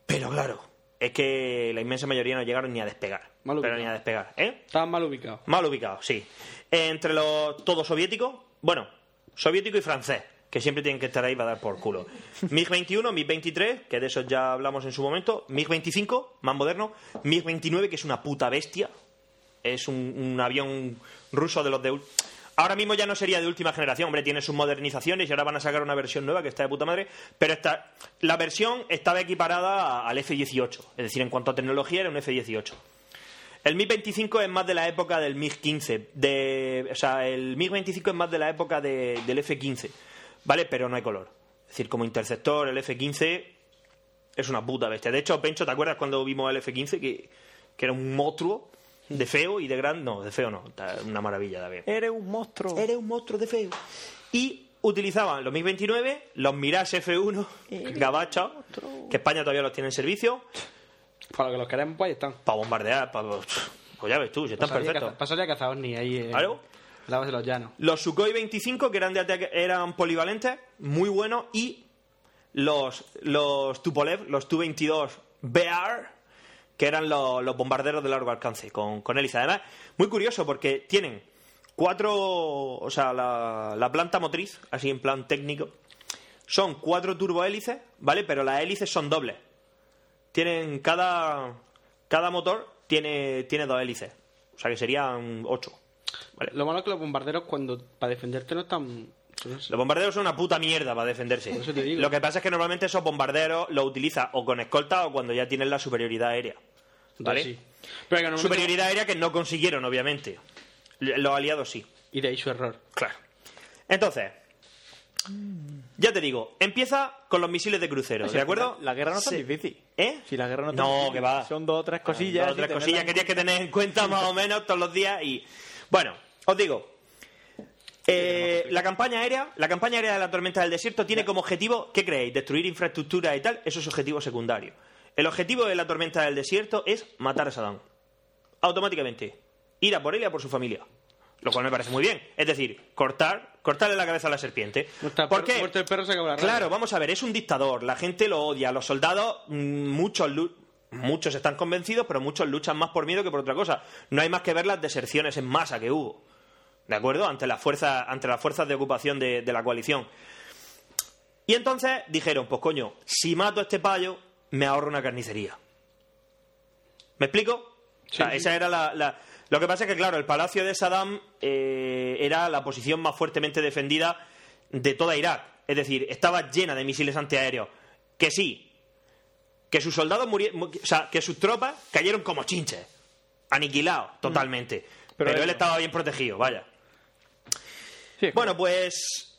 Speaker 2: pero claro, es que la inmensa mayoría no llegaron ni a despegar.
Speaker 7: Mal
Speaker 2: pero
Speaker 7: ubicado.
Speaker 2: ni a despegar, ¿eh?
Speaker 7: Estaban mal ubicados.
Speaker 2: Mal ubicados, sí. Entre los todos soviéticos, bueno, soviético y francés, que siempre tienen que estar ahí para dar por culo. MiG-21, MiG-23, que de esos ya hablamos en su momento, MiG-25, más moderno, MiG-29, que es una puta bestia, es un, un avión ruso de los de... ul- Ahora mismo ya no sería de última generación, hombre, tiene sus modernizaciones y ahora van a sacar una versión nueva que está de puta madre, pero esta, la versión estaba equiparada al F-18, es decir, en cuanto a tecnología era un F-18. El MiG-25 es más de la época del MiG-15, de, o sea, el MiG-25 es más de la época de- del F-15, ¿vale? Pero no hay color. Es decir, como interceptor, el F-15 es una puta bestia. De hecho, Pencho, ¿te acuerdas cuando vimos el F-15? Que, que era un monstruo de feo y de grande. No, de feo no. ta- Una maravilla de avión.
Speaker 6: Eres un monstruo.
Speaker 2: Era un monstruo de feo. Y utilizaban los 1029, los Mirage F1, Gabacha, que España todavía los tiene en servicio,
Speaker 7: Para lo que los queremos, pues ahí están.
Speaker 2: para bombardear. Para... Pues ya ves tú, si están
Speaker 7: Pasaría
Speaker 2: perfectos.
Speaker 7: caza- Pasaría Cazadorni ahí. eh,
Speaker 2: Claro.
Speaker 7: en La base de los llanos.
Speaker 2: Los Sukhoi 25, que eran, de ataque- eran polivalentes, muy buenos, y los, los Tupolev, los Tu-22 BR, que eran los, los bombarderos de largo alcance, con, con hélice. Además, muy curioso, porque tienen cuatro, o sea, la, la planta motriz, así en plan técnico, son cuatro turbohélices, ¿vale? Pero las hélices son dobles. Tienen cada, cada motor tiene, tiene dos hélices, o sea que serían ocho. ¿vale?
Speaker 7: Lo malo es que los bombarderos, cuando para defenderte, no están.
Speaker 2: Los bombarderos son una puta mierda para defenderse.
Speaker 7: Por eso te digo.
Speaker 2: Lo que pasa es que normalmente esos bombarderos los utiliza o con escolta o cuando ya tienen la superioridad aérea. ¿Vale?
Speaker 7: Sí. Pero que normalmente-
Speaker 2: Superioridad aérea que no consiguieron, obviamente. L- Los aliados sí.
Speaker 7: Y de ahí su error.
Speaker 2: Claro. Entonces, ya te digo, empieza con los misiles de crucero, ¿de acuerdo?
Speaker 6: La guerra no es tan
Speaker 2: Se-
Speaker 6: difícil.
Speaker 2: ¿Eh?
Speaker 6: Si la guerra no es tan
Speaker 2: No,
Speaker 6: difícil,
Speaker 2: que va.
Speaker 6: Son dos o tres cosillas.
Speaker 2: Dos o
Speaker 6: y
Speaker 2: tres
Speaker 6: tenerlas
Speaker 2: cosillas que tienes que tener en cuenta más o menos todos los días y... Bueno, os digo... eh, la campaña aérea, la campaña aérea de la tormenta del desierto tiene como objetivo, ¿qué creéis? Destruir infraestructura y tal, eso es objetivo secundario. El objetivo de la tormenta del desierto es matar a Saddam. Automáticamente. Ir a por él y a por su familia. Lo cual me parece muy bien. Es decir, cortar, cortarle la cabeza a la serpiente.
Speaker 7: Muerto el
Speaker 2: ¿Por
Speaker 7: perro-
Speaker 2: qué?
Speaker 7: muerto el perro, se acabó la rabia.
Speaker 2: Claro, vamos a ver, es un dictador, la gente lo odia, los soldados, mm, muchos, lu- muchos están convencidos, pero muchos luchan más por miedo que por otra cosa. No hay más que ver las deserciones en masa que hubo, ¿de acuerdo? Ante las fuerzas, ante las fuerzas de ocupación de, de la coalición. Y entonces dijeron, pues coño, si mato a este payo, me ahorro una carnicería. ¿Me explico? O sea, esa era la, la- Lo que pasa es que, claro, el palacio de Saddam eh, era la posición más fuertemente defendida de toda Irak. Es decir, estaba llena de misiles antiaéreos. Que sí, que sus soldados murieron. O sea, que sus tropas cayeron como chinches. Aniquilados totalmente. Pero, él estaba bien protegido, vaya.
Speaker 6: Sí, es
Speaker 2: Bueno, pues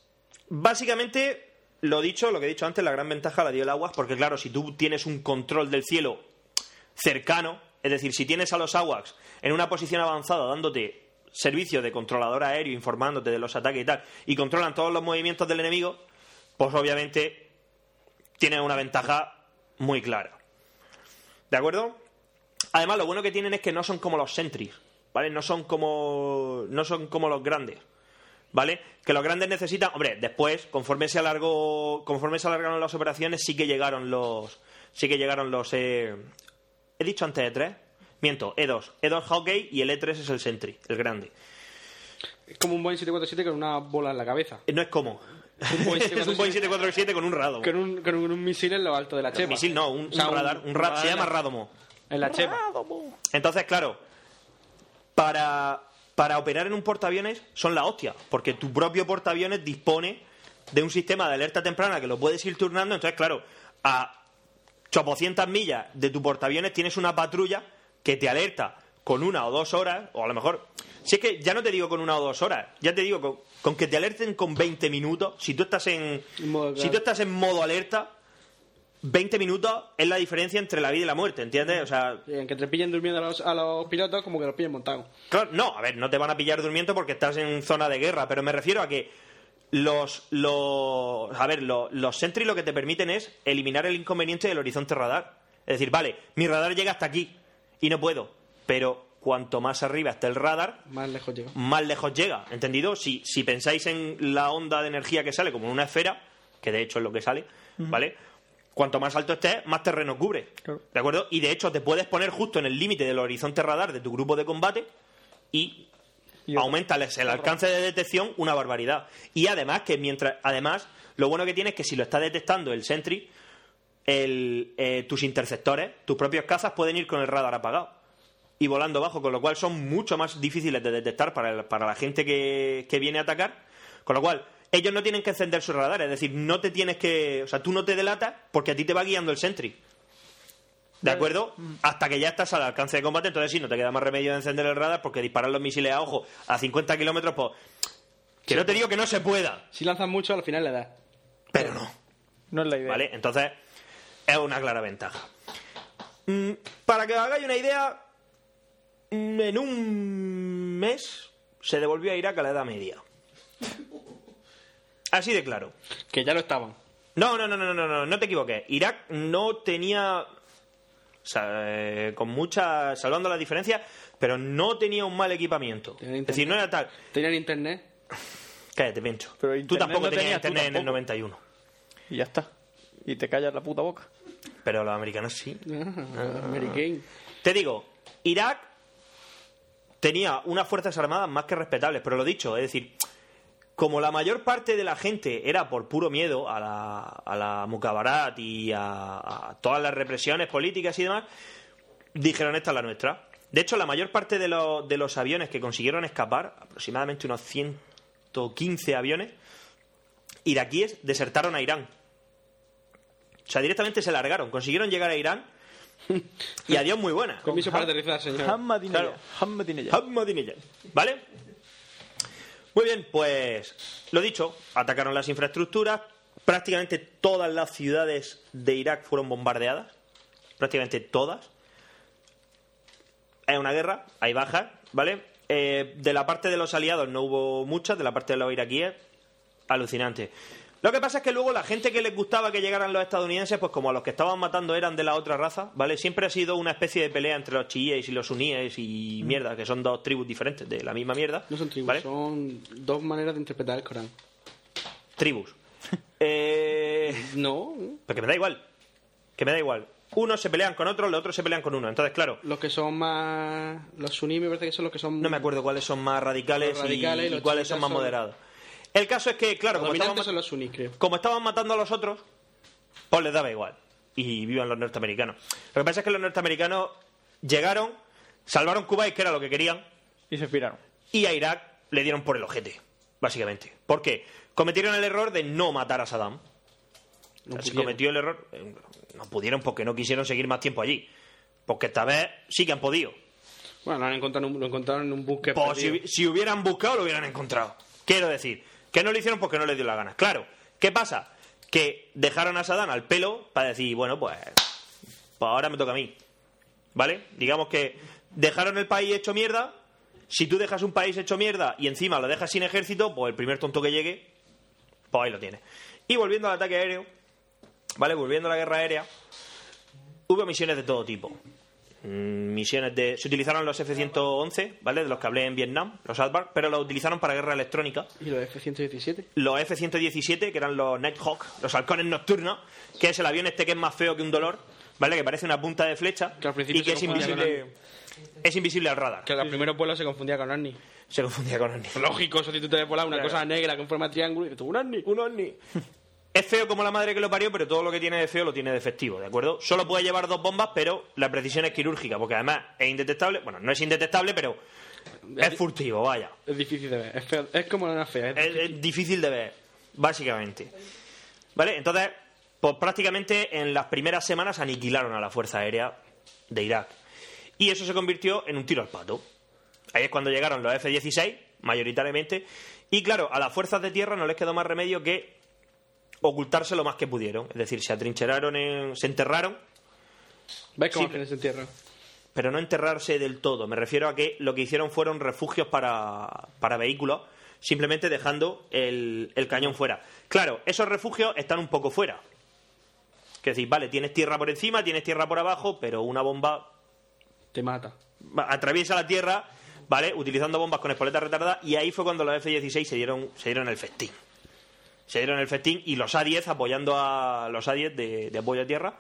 Speaker 2: básicamente lo dicho, lo que he dicho antes, la gran ventaja la dio el aguas, porque claro, si tú tienes un control del cielo cercano, es decir, si tienes a los aguas en una posición avanzada dándote servicio de controlador aéreo, informándote de los ataques y tal, y controlan todos los movimientos del enemigo, pues obviamente tienen una ventaja muy clara. ¿De acuerdo? Además, lo bueno que tienen es que no son como los sentries, ¿vale? No son como. No son como los grandes. ¿Vale? Que los grandes necesitan. Hombre, después, conforme se alargó. Conforme se alargaron las operaciones, sí que llegaron los. Sí que llegaron los. eh, He dicho antes E3. Miento, E E2. E2 Hawkeye y el E3 es el Sentry, el grande.
Speaker 7: Es como un Boeing 747 con una bola en la cabeza.
Speaker 2: Eh, No es como.
Speaker 7: Un Boeing
Speaker 2: es un Boeing 747 con un Rado.
Speaker 7: Con un, con un misil en lo alto de la chepa.
Speaker 2: Misil no, un,
Speaker 7: O sea,
Speaker 2: un radar. Un rad, se
Speaker 7: en la-
Speaker 2: llama Radomo.
Speaker 7: En la chepa.
Speaker 2: Entonces, claro, para, para operar en un portaaviones son la hostia, porque tu propio portaaviones dispone de un sistema de alerta temprana que lo puedes ir turnando. Entonces, claro, a chopocientas millas de tu portaaviones tienes una patrulla que te alerta con una o dos horas, o a lo mejor. Si es que ya no te digo con una o dos horas, ya te digo con, con que te alerten con 20 minutos. Si tú estás en.
Speaker 7: Modo-
Speaker 2: Si tú estás en modo alerta, 20 minutos es la diferencia entre la vida y la muerte, ¿entiendes? O sea,
Speaker 7: Sí, aunque te pillen durmiendo a los, a los pilotos, como que los pillen montados.
Speaker 2: Claro, no, a ver, no te van a pillar durmiendo porque estás en zona de guerra, pero me refiero a que los, los a ver, los, los sentry lo que te permiten es eliminar el inconveniente del horizonte radar. Es decir, vale, mi radar llega hasta aquí y no puedo, pero cuanto más arriba esté el radar,
Speaker 7: Más lejos llega.
Speaker 2: más lejos llega, ¿entendido? Si, si pensáis en la onda de energía que sale como en una esfera, que de hecho es lo que sale, ¿vale? Cuanto más alto estés, más terreno cubre, ¿de acuerdo? Y de hecho te puedes poner justo en el límite del horizonte radar de tu grupo de combate y, aumenta el, el alcance de detección una barbaridad. Y además que mientras, además, lo bueno que tiene es que si lo está detectando el Sentry, el, eh, tus interceptores, tus propios cazas pueden ir con el radar apagado. y volando bajo, con lo cual son mucho más difíciles de detectar para, el- para la gente que, que viene a atacar. Con lo cual, ellos no tienen que encender su radar, es decir, no te tienes que. O sea, tú no te delatas porque a ti te va guiando el sentry. ¿De acuerdo? Hasta que ya estás al alcance de combate, entonces sí, no te queda más remedio de encender el radar porque disparar los misiles a ojo a 50 kilómetros, pues. Que no te digo que no se pueda,
Speaker 7: Si lanzas mucho, al final le das.
Speaker 2: pero no.
Speaker 6: No es la idea.
Speaker 2: ¿Vale? Entonces, es una clara ventaja. Mm, Para que os hagáis una idea, mm, en un mes se devolvió a Irak a la edad media. Así de claro.
Speaker 7: Que ya lo estaban.
Speaker 2: No, no, no, no, no, no, no te equivoques. Irak no tenía. o sea, eh, con mucha. salvando las diferencias, pero no tenía un mal equipamiento.
Speaker 7: Tenía
Speaker 2: Es decir, no era tal.
Speaker 7: Tenían internet.
Speaker 2: Cállate, Pencho.
Speaker 6: Pero
Speaker 2: Tú
Speaker 6: internet
Speaker 2: tampoco
Speaker 6: no
Speaker 2: tenías
Speaker 6: tenías, tú
Speaker 2: internet en el
Speaker 6: tampoco.
Speaker 2: 91.
Speaker 6: Y ya está. Y te callas la puta boca.
Speaker 2: Pero los americanos sí.
Speaker 7: Ah, Mary Kane.
Speaker 2: Te digo, Irak tenía unas fuerzas armadas más que respetables, pero lo dicho, es decir, como la mayor parte de la gente era por puro miedo a la, a la Mukabarat y a, a todas las represiones políticas y demás, dijeron esta es la nuestra. De hecho, la mayor parte de, los- de los aviones que consiguieron escapar, aproximadamente unos 115 aviones, iraquíes desertaron a Irán. O sea, directamente se largaron, consiguieron llegar a Irán y adiós muy buena.
Speaker 7: Permiso para aterrizar, señor.
Speaker 6: Hamma dinero.
Speaker 2: Claro. Ahmadinejad. ¿Vale? Muy bien, pues lo dicho, atacaron las infraestructuras, prácticamente todas las ciudades de Irak fueron bombardeadas, prácticamente todas. Es una guerra, hay bajas, ¿vale? Eh, de la parte de los aliados no hubo muchas, de la parte de los iraquíes, alucinante. Lo que pasa es que luego la gente que les gustaba que llegaran los estadounidenses, pues como a los que estaban matando eran de la otra raza, ¿vale? Siempre ha sido una especie de pelea entre los chiíes y los suníes y mierda, que son dos tribus diferentes de la misma mierda.
Speaker 7: Mm. No son tribus,
Speaker 2: ¿vale?
Speaker 7: son dos maneras de interpretar el Corán.
Speaker 2: Tribus. Eh...
Speaker 7: No,
Speaker 2: Pero que me da igual. Que me da igual. Unos se pelean con otros, los otros se pelean con uno. Entonces, claro,
Speaker 7: los que son más. Los suníes me parece que son los que son.
Speaker 2: no me acuerdo cuáles son más radicales,
Speaker 7: Los radicales
Speaker 2: y,
Speaker 7: y los
Speaker 2: y cuáles son más
Speaker 7: chiitas son-
Speaker 2: moderados. El caso es que, claro,
Speaker 7: Los
Speaker 2: como estaban,
Speaker 7: dominantes son los sunís, creo.
Speaker 2: como estaban matando a los otros, pues les daba igual. Y vivan los norteamericanos. Lo que pasa es que los norteamericanos llegaron, salvaron Kuwait, que era lo que querían,
Speaker 6: Y se piraron.
Speaker 2: y a Irak le dieron por el ojete, básicamente. ¿Por qué? Cometieron el error de no matar a Saddam.
Speaker 7: No
Speaker 2: Se
Speaker 7: pudieron.
Speaker 2: cometió el error. eh, No pudieron porque no quisieron seguir más tiempo allí. Porque esta vez sí que han podido.
Speaker 7: Bueno, lo han encontrado en un- lo encontraron en un búnker.
Speaker 2: Pues si,
Speaker 7: perdido.
Speaker 2: hubi- si hubieran buscado, lo hubieran encontrado. Quiero decir, que no lo hicieron porque no les dio la gana. Claro, ¿qué pasa? Que dejaron a Saddam al pelo para decir, bueno, pues, pues ahora me toca a mí. ¿Vale? Digamos que dejaron el país hecho mierda. Si tú dejas un país hecho mierda y encima lo dejas sin ejército, pues el primer tonto que llegue, pues ahí lo tiene. Y volviendo al ataque aéreo, ¿vale? Volviendo a la guerra aérea, hubo misiones de todo tipo. Mm, Misiones de. Se utilizaron los F-111, ¿vale? De los que hablé en Vietnam, los ADVAR, pero los utilizaron para guerra electrónica.
Speaker 7: ¿Y los F-117?
Speaker 2: Los F-117, que eran los Nighthawk, los halcones nocturnos, que es el avión este que es más feo que un dolor, ¿vale? Que parece una punta de flecha
Speaker 7: Que al principio
Speaker 2: y que
Speaker 7: se
Speaker 2: es
Speaker 7: confundía
Speaker 2: invisible, es invisible al radar.
Speaker 7: Que los primeros vuelos se confundía con Arnie.
Speaker 2: Se confundía con Arnie.
Speaker 7: Lógico, eso si tú te volar una
Speaker 2: Claro.
Speaker 7: cosa negra con forma de triángulo y dices, un Arnie.
Speaker 2: Un ovni. Es feo como la madre que lo parió, pero todo lo que tiene de feo lo tiene de efectivo, ¿de acuerdo? Solo puede llevar dos bombas, pero la precisión es quirúrgica, porque además es indetectable. Bueno, no es indetectable, pero es furtivo, vaya.
Speaker 7: Es difícil de ver, es, feo- es como una fea. ¿eh?
Speaker 2: Es, es difícil de ver, básicamente. ¿Vale? Entonces, pues prácticamente en las primeras semanas aniquilaron a la Fuerza Aérea de Irak. Y eso se convirtió en un tiro al pato. Ahí es cuando llegaron los F-16, mayoritariamente. Y claro, a las fuerzas de tierra no les quedó más remedio que ocultarse lo más que pudieron. Es decir, se atrincheraron, en- se enterraron,
Speaker 7: ¿Ves cómo
Speaker 2: sí.
Speaker 7: al final se entierra?
Speaker 2: pero no enterrarse del todo. Me refiero a que lo que hicieron fueron refugios para, para vehículos, simplemente dejando el, el cañón fuera. Claro, esos refugios están un poco fuera. Que decir, vale, tienes tierra por encima, tienes tierra por abajo, pero una bomba
Speaker 7: Te mata.
Speaker 2: va- atraviesa la tierra, ¿vale? Utilizando bombas con espoleta retardada, y ahí fue cuando los F-16 se dieron, se dieron el festín. Se dieron el festín y los A-10 apoyando a los A-10 de, de apoyo a tierra,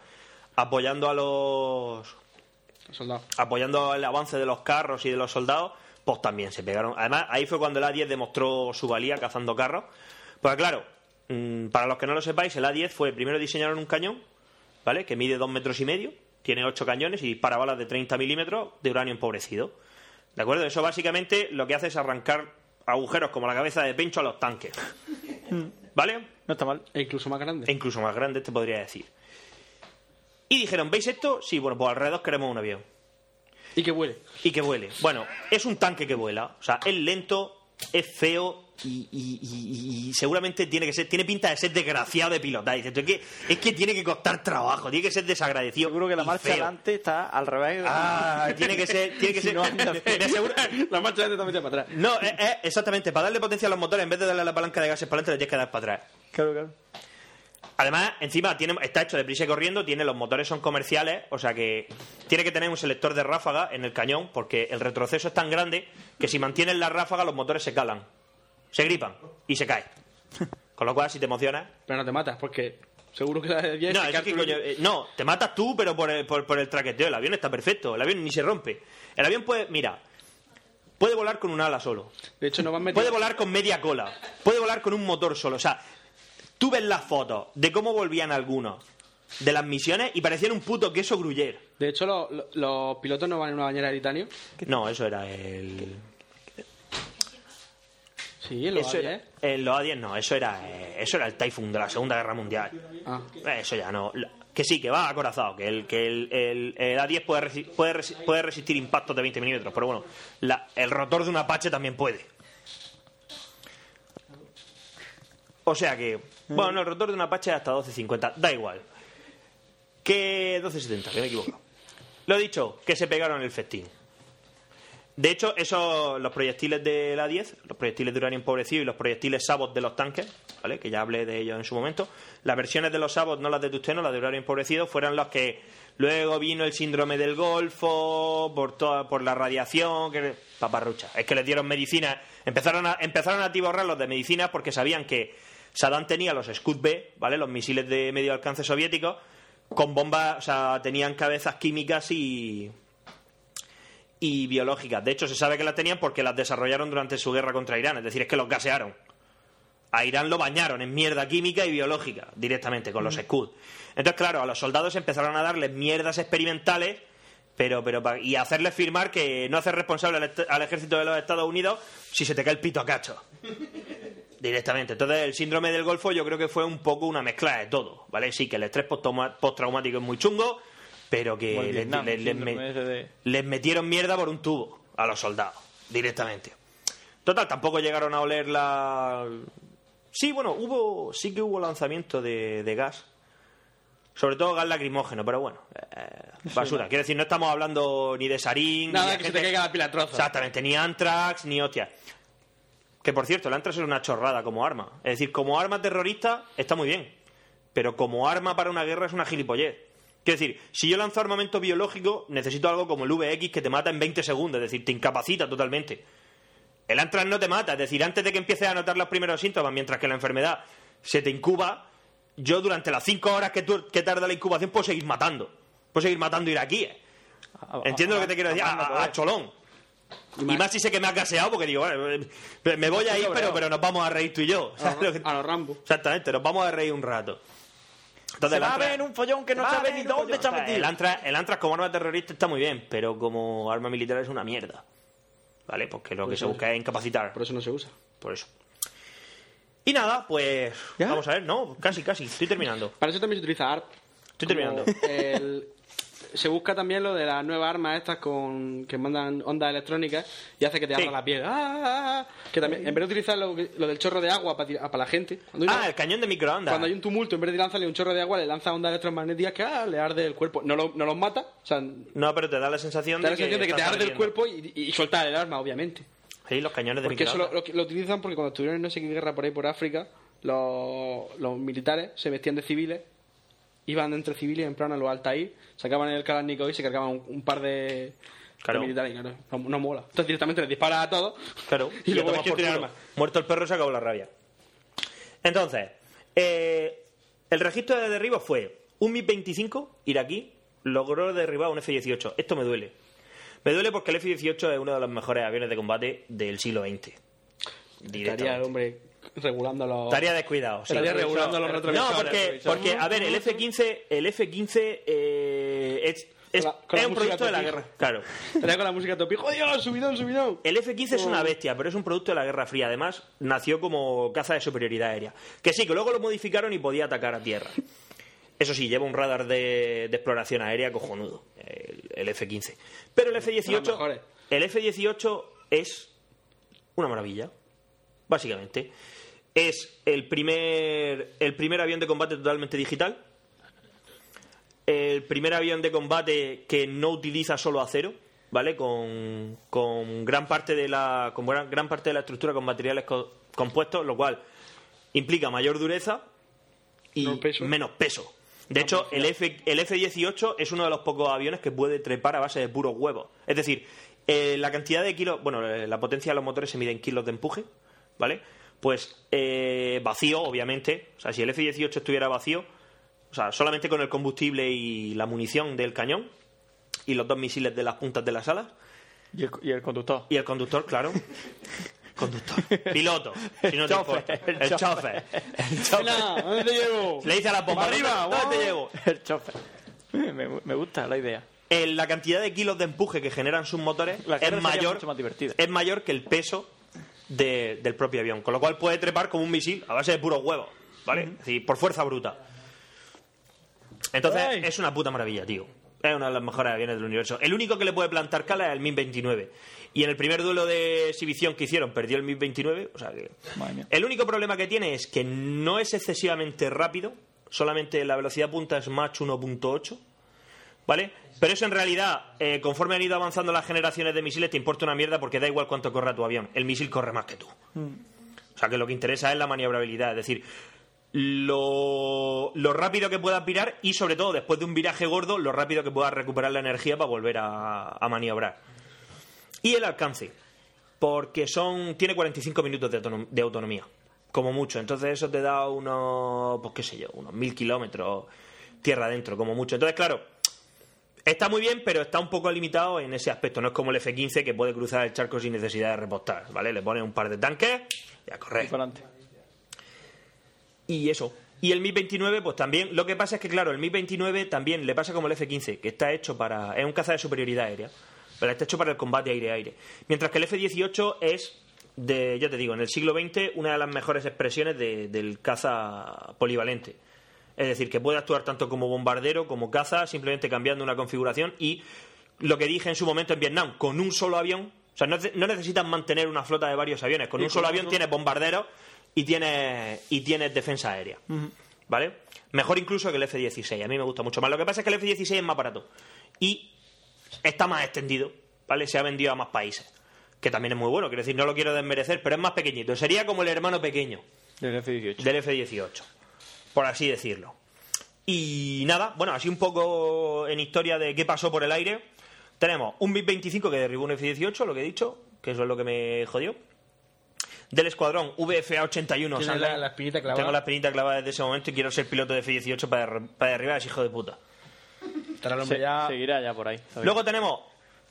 Speaker 2: apoyando a los
Speaker 7: Soldado.
Speaker 2: apoyando el avance de los carros y de los soldados, pues también se pegaron. Además, ahí fue cuando el A10 demostró su valía cazando carros. Pues claro, mm, para los que no lo sepáis, el A10 fue, primero diseñaron un cañón, ¿vale? Que mide dos metros y medio, Tiene ocho cañones y dispara balas de 30 milímetros de uranio empobrecido. ¿De acuerdo? Eso básicamente lo que hace es arrancar agujeros como la cabeza de pincho a los tanques. ¿Vale?
Speaker 6: No está mal.
Speaker 7: E incluso más grande.
Speaker 2: E incluso más grande, te podría decir. Y dijeron, ¿veis esto? Sí, bueno, pues alrededor queremos un avión.
Speaker 7: Y que huele.
Speaker 2: Y que vuele. Bueno, es un tanque que vuela. O sea, es lento, es feo y, y- y- y seguramente tiene que ser, tiene pinta de ser desgraciado de pilotar. Dices tú, es que, es que tiene que costar trabajo, tiene que ser desagradecido.
Speaker 6: Seguro que la
Speaker 2: y
Speaker 6: marcha
Speaker 2: feo.
Speaker 6: adelante está al revés.
Speaker 2: Ah, tiene que ser, tiene que
Speaker 6: Si
Speaker 2: ser.
Speaker 6: no anda
Speaker 2: de seguro-
Speaker 7: La marcha de este también para atrás.
Speaker 2: No, es- es exactamente, para darle potencia a los motores, en vez de darle a la palanca de gases para adelante, le tienes que dar para atrás.
Speaker 6: Claro, claro.
Speaker 2: Además, encima tiene, está hecho de prisa y corriendo, tiene, los motores son comerciales, o sea que tiene que tener un selector de ráfaga en el cañón, porque el retroceso es tan grande que si mantienes la ráfaga los motores se calan, se gripan y se caen. Con lo cual, si te emocionas...
Speaker 7: Pero no te matas, porque seguro que la de 10
Speaker 2: No,
Speaker 7: se
Speaker 2: es
Speaker 7: cae
Speaker 2: que,
Speaker 7: tu-
Speaker 2: coño, eh, no, te matas tú, pero por el, por, por el traqueteo. El avión está perfecto, el avión ni se rompe. El avión puede, mira, puede volar con un ala solo.
Speaker 7: De hecho, no van metiendo.
Speaker 2: Puede volar con media cola. Puede volar con un motor solo. O sea, tú ves las fotos de cómo volvían algunos de las misiones y parecían un puto queso gruyer.
Speaker 7: De hecho, lo- lo- los pilotos no van en una bañera de titanio.
Speaker 2: No, eso era el.
Speaker 7: Sí, en los
Speaker 2: Eso era.
Speaker 7: aviones.
Speaker 2: En los A10 no, eso era, eh, eso era el Typhoon de la Segunda Guerra Mundial.
Speaker 7: Ah.
Speaker 2: Eh, Eso ya no. La- Que sí, que va acorazado, que el, que el, el- el A10 puede, resi- puede, resi- puede resistir impactos de 20 milímetros, pero bueno, la- el rotor de un Apache también puede. O sea que, bueno, no, el rotor de un Apache es hasta 1250, da igual. Que 1270, que me he equivocado. Lo dicho, que se pegaron el festín. De hecho, esos, los proyectiles de la 10, los proyectiles de uranio empobrecido y los proyectiles sabot de los tanques, ¿vale? que ya hablé de ellos en su momento, las versiones de los sabot, no las de Tusteno, las de uranio empobrecido, fueron las que luego vino el síndrome del Golfo, por, toda, por la radiación, que paparrucha. Es que les dieron medicina, empezaron a, empezaron a tiborrar los de medicina porque sabían que Saddam tenía los Scud B, ¿vale? los misiles de medio alcance soviéticos, con bombas, o sea, tenían cabezas químicas y, y biológicas. De hecho, se sabe que las tenían porque las desarrollaron durante su guerra contra Irán. Es decir, es que los gasearon. A Irán lo bañaron en mierda química y biológica directamente con los Scud. Entonces, claro, a los soldados empezaron a darles mierdas experimentales pero, pero, pa- y hacerles firmar que no hacer responsable al, est- al ejército de los Estados Unidos si se te cae el pito a cacho. Directamente. Entonces, el síndrome del Golfo yo creo que fue un poco una mezcla de todo, ¿vale? Sí, que el estrés posttrauma- postraumático es muy chungo, pero que
Speaker 6: Como el
Speaker 2: les-
Speaker 6: Vietnam,
Speaker 2: les-
Speaker 6: el
Speaker 2: les
Speaker 6: síndrome
Speaker 2: me-
Speaker 6: ese de-
Speaker 2: les metieron mierda por un tubo a los soldados, directamente. Total, tampoco llegaron a oler la... Sí, bueno, hubo sí que hubo lanzamiento de, de gas. Sobre todo gas lacrimógeno, pero bueno, eh, basura. Quiero decir, no estamos hablando ni de sarín... ni
Speaker 7: Nada,
Speaker 2: de
Speaker 7: que se
Speaker 2: gente-
Speaker 7: te caiga la pila a trozos.
Speaker 2: Exactamente, ni Antrax, ni hostia. Que por cierto, el Antrax es una chorrada como arma. Es decir, como arma terrorista está muy bien, pero como arma para una guerra es una gilipollez. Quiero decir, si yo lanzo armamento biológico, necesito algo como el VX que te mata en 20 segundos, es decir, te incapacita totalmente. El Antrax no te mata, es decir, antes de que empieces a notar los primeros síntomas, mientras que la enfermedad se te incuba, yo durante las 5 horas que, tu- que tarda la incubación puedo seguir matando. Puedo seguir matando iraquíes. Entiendo lo que te quiero decir, a,
Speaker 6: Amando,
Speaker 2: a- a
Speaker 6: pues.
Speaker 2: cholón. Y más, si sé que me ha caseado porque digo, bueno, eh, me voy a ir, pero, pero nos vamos a reír tú y yo.
Speaker 7: A,
Speaker 2: ¿Sabes lo que-
Speaker 7: los- a los Rambo.
Speaker 2: Exactamente, nos vamos a reír un rato. Entonces,
Speaker 6: Se
Speaker 2: el
Speaker 6: va a
Speaker 2: Antrax-
Speaker 6: ver en un follón que no sabe ni dónde está
Speaker 2: Está-
Speaker 6: metido.
Speaker 2: El Antrax, el Antrax como arma terrorista está muy bien, pero como arma militar es una mierda. ¿Vale? Porque lo que se
Speaker 7: Pues eso-
Speaker 2: busca es incapacitar.
Speaker 7: Por eso no se usa.
Speaker 2: Por eso. Y nada, pues. Vamos a ver, no, casi, casi. Estoy terminando.
Speaker 7: Para eso también se utiliza ARP.
Speaker 2: Estoy
Speaker 7: Como
Speaker 2: terminando.
Speaker 7: el- se busca también lo de las nuevas armas estas con que mandan ondas electrónicas y hace que te
Speaker 2: Sí.
Speaker 7: abra la piel. ¡Ah! Que también, en vez de utilizar lo, que- lo del chorro de agua para la gente, cuando, hay una-
Speaker 2: Ah, el cañón de microondas.
Speaker 7: cuando hay un tumulto, en vez de lanzarle un chorro de agua, le lanza ondas electromagnéticas que ah, le arde el cuerpo. No, lo- no los mata, o sea, te
Speaker 2: No, pero te da la sensación,
Speaker 7: da la sensación de que te
Speaker 2: estás
Speaker 7: arde el
Speaker 2: ardiendo.
Speaker 7: cuerpo y, y- y suelta el arma, obviamente.
Speaker 2: Sí, los cañones de
Speaker 7: Porque eso lo,
Speaker 2: microondas.
Speaker 7: lo que- lo utilizan porque cuando estuvieron en no sé qué guerra por ahí por África, los, los militares se vestían de civiles, iban entre civiles en plan a los Altair, sacaban el Kalashnikov y se cargaban un, un par de,
Speaker 2: Claro.
Speaker 7: de militares. y Claro, no, no mola. Entonces directamente les dispara a todos.
Speaker 2: Claro,
Speaker 7: Y luego
Speaker 2: a
Speaker 7: ves
Speaker 2: tomar
Speaker 7: que
Speaker 2: por
Speaker 7: tiene
Speaker 2: culo.
Speaker 7: armas.
Speaker 2: Muerto el perro se acabó la rabia. Entonces, eh, el registro de derribos fue un MiG-25 iraquí logró derribar un F-18. Esto me duele. Me duele porque el F-18 es uno de los mejores aviones de combate del siglo XX.
Speaker 7: Estaría el
Speaker 2: Directamente.
Speaker 7: hombre regulando los...
Speaker 2: Estaría descuidado. sí.
Speaker 7: Estaría regulando los
Speaker 2: No,
Speaker 7: retrovisores.
Speaker 2: porque, porque, a ver, el F-15 el F-15 eh, eh, es, es-
Speaker 7: Con la- con la
Speaker 2: es un
Speaker 7: música
Speaker 2: producto de la
Speaker 7: topi.
Speaker 2: guerra. Claro.
Speaker 7: Trae con la música topi. ¡Joder, subidón, subidón!
Speaker 2: El F-15 es una bestia, pero es un producto de la Guerra Fría. Además, nació como caza de superioridad aérea. Que sí, que luego lo modificaron y podía atacar a tierra. Eso sí, lleva un radar de, de exploración aérea cojonudo, el, el F-15. Pero el
Speaker 7: Los
Speaker 2: F-18...
Speaker 7: mejores.
Speaker 2: El F-18 es una maravilla, básicamente. Es el primer, el primer avión de combate totalmente digital. El primer avión de combate que no utiliza solo acero, ¿vale? Con, con gran parte de la. con gran, gran parte de la estructura con materiales co- compuestos, lo cual implica mayor dureza y
Speaker 7: Menos peso.
Speaker 2: menos peso. De hecho, el, F, el F-18 es uno de los pocos aviones que puede trepar a base de puros huevos. Es decir, eh, la cantidad de kilos, bueno, eh, la potencia de los motores se mide en kilos de empuje, ¿vale? Pues eh, vacío, obviamente. O sea, si el F-18 estuviera vacío, o sea, solamente con el combustible y la munición del cañón y los dos misiles de las puntas de las alas
Speaker 6: Y el, y el conductor.
Speaker 2: y el conductor, claro. conductor. Piloto. Si no
Speaker 6: El
Speaker 2: te
Speaker 6: chofer,
Speaker 2: importa.
Speaker 6: el
Speaker 2: El chofer. El chofer.
Speaker 7: Venga, ¿Dónde te
Speaker 6: Pues
Speaker 7: llevo?
Speaker 2: Le dice a la pompa,
Speaker 7: ¡Arriba!
Speaker 2: ¿dónde te
Speaker 7: vamos!
Speaker 2: llevo?
Speaker 6: El chofer. Me, me gusta la idea.
Speaker 2: El- la cantidad de kilos de empuje que generan sus motores
Speaker 6: La guerra
Speaker 2: es
Speaker 6: sería
Speaker 2: mayor,
Speaker 6: mucho más divertida.
Speaker 2: es mayor que el peso de- del propio avión, con lo cual puede trepar como un misil a base de puros huevos, ¿vale? Es decir, por fuerza bruta. Entonces,
Speaker 7: Guay.
Speaker 2: es una puta maravilla, tío. Es uno de los mejores aviones del universo. El único que le puede plantar cala es el MiG-29. Y en el primer duelo de exhibición que hicieron, perdió el MiG-29. O sea que...
Speaker 6: Madre mía.
Speaker 2: El único problema que tiene es que no es excesivamente rápido. Solamente la velocidad punta es Mach 1.8. ¿Vale? Pero eso en realidad, eh, conforme han ido avanzando las generaciones de misiles, te importa una mierda porque da igual cuánto corra tu avión. El misil corre más que tú. O sea, que lo que interesa es la maniobrabilidad, es decir, lo, lo rápido que pueda pirar y, sobre todo, después de un viraje gordo, lo rápido que pueda recuperar la energía para volver a, a maniobrar. Y el alcance, porque son tiene 45 minutos de, autonom- de autonomía, como mucho. Entonces eso te da unos, pues qué sé yo, unos mil kilómetros tierra adentro, como mucho. Entonces, claro, está muy bien, pero está un poco limitado en ese aspecto. No es como el F-15 que puede cruzar el charco sin necesidad de repostar, ¿vale? Le pones un par de tanques y a correr.
Speaker 6: Y pa'lante.
Speaker 2: Y eso. Y el Mi-29, pues también. Lo que pasa es que, claro, el Mi-29 también le pasa como el F-15, que está hecho para. Es un caza de superioridad aérea. Pero está hecho para el combate aire-aire. Mientras que el F-18 es, de, ya te digo, en el siglo XX, una de las mejores expresiones de- del caza polivalente. Es decir, que puede actuar tanto como bombardero como caza, simplemente cambiando una configuración y lo que dije en su momento en Vietnam, con un solo avión. O sea, no, nece- no necesitas mantener una flota de varios aviones. Con un solo avión tienes bombarderos y tienes, y tienes defensa aérea. ¿Vale? Mejor incluso que el F-16. A mí me gusta mucho más. Lo que pasa es que el F-16 es más barato. Y está más extendido, ¿vale? Se ha vendido a más países. Que también es muy bueno. Quiero decir, no lo quiero desmerecer, pero es más pequeñito. Sería como el hermano pequeño
Speaker 6: Del F-18.
Speaker 2: del F-18, por así decirlo. Y nada, bueno, así un poco en historia de qué pasó por el aire. Tenemos un MiG-25 que derribó un F-18, lo que he dicho, que eso es lo que me jodió. Del escuadrón VFA-81.
Speaker 10: Tienes
Speaker 2: San-
Speaker 10: la- la espinita clavada.
Speaker 2: Tengo la espinita clavada desde ese momento y quiero ser piloto de F-18 para, derri- para derribar a ese hijo de puta.
Speaker 10: Estará el hombre
Speaker 6: Se-
Speaker 10: ya.
Speaker 6: Seguirá ya por ahí. todavía.
Speaker 2: Luego tenemos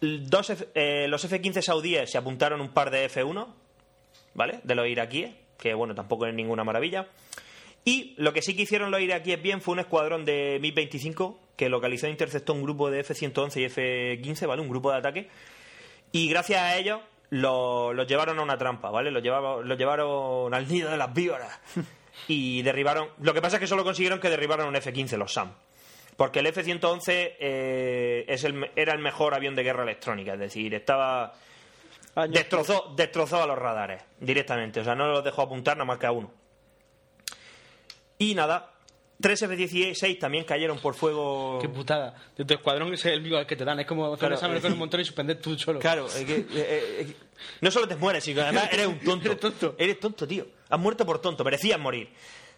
Speaker 2: dos F- eh, los F-15 saudíes se apuntaron un par de F-1, ¿vale? De los iraquíes, que bueno, tampoco es ninguna maravilla. Y lo que sí que hicieron los iraquíes bien fue un escuadrón de MiG-25 que localizó e interceptó un grupo de F-111 y F-15, ¿vale? Un grupo de ataque. Y gracias a ellos lo- los llevaron a una trampa, ¿vale? Los, llevaba- los llevaron al nido de las víboras. Y derribaron... Lo que pasa es que solo consiguieron que derribaron un F-15, los SAM. Porque el F-111 eh, es el me- era el mejor avión de guerra electrónica, es decir, estaba
Speaker 6: Años-
Speaker 2: destrozó, destrozó a los radares directamente, o sea, no los dejó apuntar nada más que a uno. Y nada, tres F-16 también cayeron por fuego.
Speaker 7: Qué putada. De tu escuadrón ese es el vivo al que te dan. Es como hacer
Speaker 2: Claro,
Speaker 7: un examen
Speaker 2: eh.
Speaker 7: con un montón y suspender tú solo.
Speaker 2: Claro, es que, eh, eh, es que- no solo te mueres, sino que además eres un tonto.
Speaker 7: Eres tonto.
Speaker 2: Eres tonto, tío. Has muerto por tonto, merecías morir.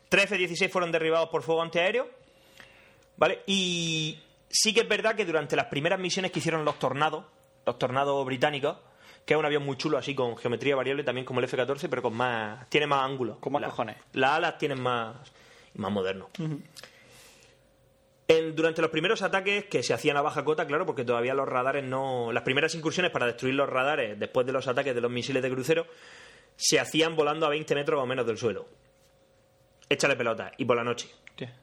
Speaker 2: Tres F-16 fueron derribados por fuego antiaéreo. ¿Vale? Y sí que es verdad que durante las primeras misiones que hicieron los tornados, los tornados británicos, que es un avión muy chulo así con geometría variable, también como el F-14, pero con más. tiene más ángulos.
Speaker 6: Con más
Speaker 2: La-
Speaker 6: cojones.
Speaker 2: Las alas tienen más. más moderno. En- durante los primeros ataques que se hacían a baja cota, claro, porque todavía los radares no. Las primeras incursiones para destruir los radares después de los ataques de los misiles de crucero se hacían volando a 20 metros o menos del suelo. Échale pelota. Y por la noche.
Speaker 6: Hostia,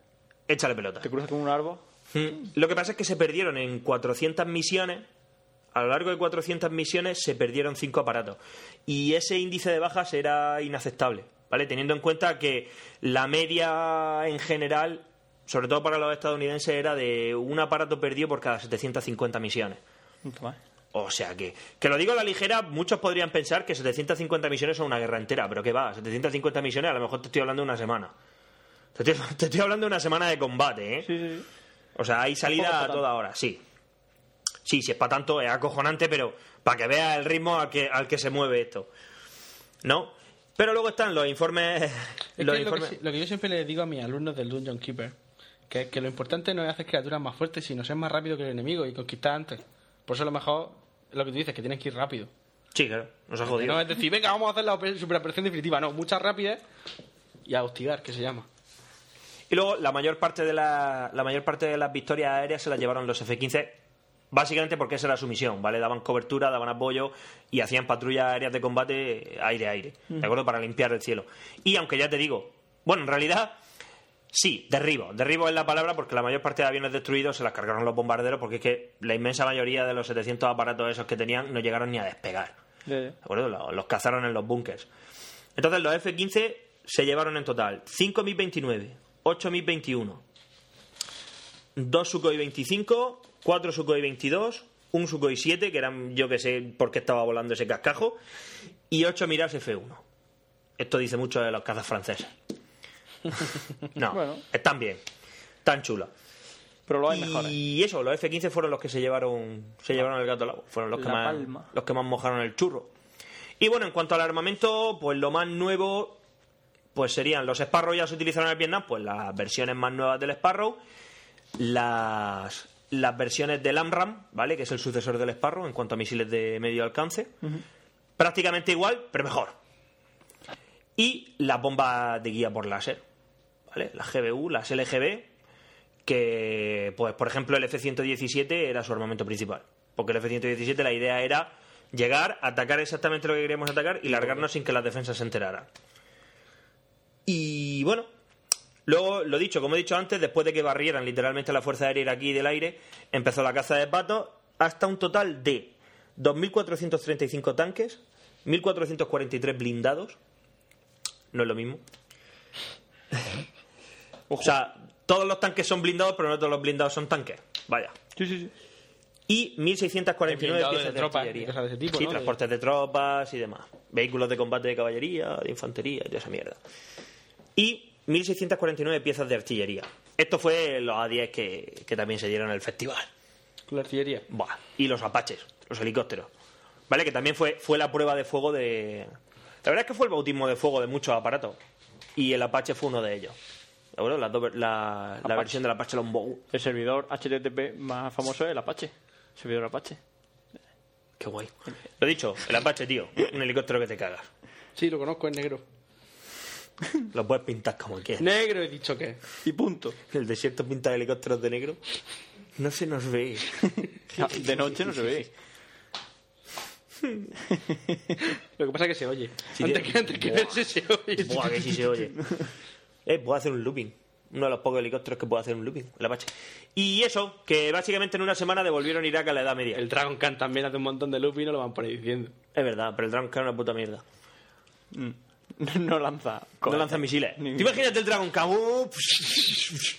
Speaker 2: Échale pelota.
Speaker 6: Te cruzas con un árbol.
Speaker 2: Lo que pasa es que se perdieron en 400 misiones. A lo largo de 400 misiones se perdieron cinco aparatos. Y ese índice de bajas era inaceptable, ¿vale? Teniendo en cuenta que la media en general, sobre todo para los estadounidenses, era de un aparato perdido por cada 750 misiones. O sea que, que lo digo a la ligera, muchos podrían pensar que 750 misiones son una guerra entera, pero que va, 750 misiones a lo mejor te estoy hablando de una semana. Te estoy, te estoy hablando de una semana de combate, ¿eh?
Speaker 6: Sí, sí, sí.
Speaker 2: O sea, hay
Speaker 6: Tampoco es
Speaker 2: salida
Speaker 6: pa'
Speaker 2: a
Speaker 6: tanto.
Speaker 2: toda hora, sí. Sí, si es para tanto, es acojonante, pero para que vea el ritmo al que, al que se mueve esto. ¿No? Pero luego están los informes.
Speaker 7: Es
Speaker 2: los
Speaker 7: que lo, que,
Speaker 2: informes-
Speaker 7: si- lo que yo siempre les digo a mis alumnos del Dungeon Keeper, que es que lo importante no es hacer criaturas más fuertes, sino ser más rápido que el enemigo y conquistar antes. Por eso a lo mejor lo que tú dices, que tienes que ir rápido.
Speaker 2: Sí, claro, nos ha jodido.
Speaker 7: No es decir, venga, vamos a hacer la oper- superoperación definitiva. No, mucha rapidez y a hostigar, que se llama.
Speaker 2: Y luego la mayor parte de la, la mayor parte de las victorias aéreas se las llevaron los F-15, básicamente porque esa era su misión, ¿vale? Daban cobertura, daban apoyo y hacían patrullas aéreas de combate aire-aire, ¿de acuerdo? Para limpiar el cielo. Y aunque ya te digo, bueno, en realidad Sí, derribo. Derribo es la palabra porque la mayor parte de aviones destruidos se las cargaron los bombarderos porque es que la inmensa mayoría de los 700 aparatos esos que tenían no llegaron ni a despegar.
Speaker 6: Ya, ya.
Speaker 2: ¿De acuerdo? Lo- Los, cazaron en los búnkers. Entonces los F-15 se llevaron en total 5.029, 8.021, 2 Sukhoi 25, 4 Sukhoi 22, un Sukhoi 7, que eran yo que sé por qué estaba volando ese cascajo, y 8 Mirage F-1. Esto dice mucho de los cazas franceses. no,
Speaker 6: Bueno.
Speaker 2: están bien, están chulas.
Speaker 6: Pero lo hay ¿eh? mejores.
Speaker 2: Y eso, los F-15 fueron los que se llevaron se llevaron el gato al agua. Fueron los que,
Speaker 6: La
Speaker 2: más,
Speaker 6: palma.
Speaker 2: los que más mojaron el churro. Y bueno, en cuanto al armamento, pues lo más nuevo pues serían los Sparrow ya se utilizaron en el Vietnam, pues las versiones más nuevas del Sparrow, las, las versiones del AMRAM, ¿vale? Que es el sucesor del Sparrow en cuanto a misiles de medio alcance. Prácticamente igual, pero mejor. Y las bombas de guía por láser, ¿vale? Las GBU, las LGB, que, pues, por ejemplo, el F-117 era su armamento principal. Porque el F-117 la idea era llegar, atacar exactamente lo que queríamos atacar y largarnos sin que las defensas se enteraran. Y bueno, luego, lo dicho, como he dicho antes, después de que barrieran literalmente la Fuerza Aérea iraquí del aire, empezó la caza de patos hasta un total de 2.435 tanques, 1.443 blindados. No es lo mismo. O sea, todos los tanques son blindados, pero no todos los blindados son tanques. Vaya.
Speaker 6: Sí, sí, sí.
Speaker 2: Y 1.649
Speaker 7: El blindado
Speaker 2: piezas de,
Speaker 7: de tropas
Speaker 2: artillería.
Speaker 7: y cosas de ese tipo,
Speaker 2: sí,
Speaker 7: ¿no?
Speaker 2: transportes de tropas y demás. Vehículos de combate de caballería, de infantería y de esa mierda. Y 1.649 piezas de artillería. Esto fue los A10 que, que también se dieron en el festival.
Speaker 7: La artillería.
Speaker 2: Buah, Y los apaches, los helicópteros. ¿Vale? Que también fue, fue la prueba de fuego de. La verdad es que fue el bautismo de fuego de muchos aparatos. Y el Apache fue uno de ellos. ¿De acuerdo? La, doble- la, la
Speaker 6: Apache.
Speaker 2: versión del Apache Longbow.
Speaker 6: El servidor HTTP más famoso es el Apache. Servidor Apache.
Speaker 2: Qué guay. Lo dicho, el Apache, tío. Un helicóptero que te cagas.
Speaker 7: Sí, lo conozco, es negro.
Speaker 2: Lo puedes pintar como quieras.
Speaker 7: Negro he dicho que. es.
Speaker 6: Y punto.
Speaker 2: El desierto pinta helicópteros de negro. No se nos ve.
Speaker 6: Ah, De noche no se ve.
Speaker 7: Lo que pasa es que se oye.
Speaker 2: Sí,
Speaker 7: antes,
Speaker 2: tío.
Speaker 7: que, antes que
Speaker 2: Buah.
Speaker 7: verse se oye.
Speaker 2: Buah, que sí se oye. Eh, puedo hacer un looping. Uno de los pocos helicópteros que puedo hacer un looping, el Apache. Y eso, que básicamente en una semana devolvieron Irak a la Edad Media.
Speaker 7: El Dragon Khan también hace un montón de loop y no lo van por ahí diciendo.
Speaker 2: Es verdad, pero el Dragon Khan es una puta mierda.
Speaker 6: No lanza.
Speaker 2: No
Speaker 6: cohetes.
Speaker 2: lanza misiles.
Speaker 6: Ni-
Speaker 2: Tú imagínate el Dragon Khan. Uh, pf,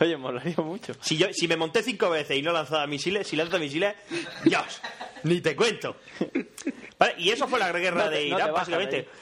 Speaker 6: Oye, molaría mucho.
Speaker 2: si, yo, si me monté cinco veces y no lanzaba misiles, si lanza misiles, Dios, ni te cuento. Vale, y eso fue la guerra
Speaker 6: No te- eh.
Speaker 2: de
Speaker 6: no
Speaker 2: Irak,
Speaker 6: te bajas de
Speaker 2: básicamente.
Speaker 6: ahí.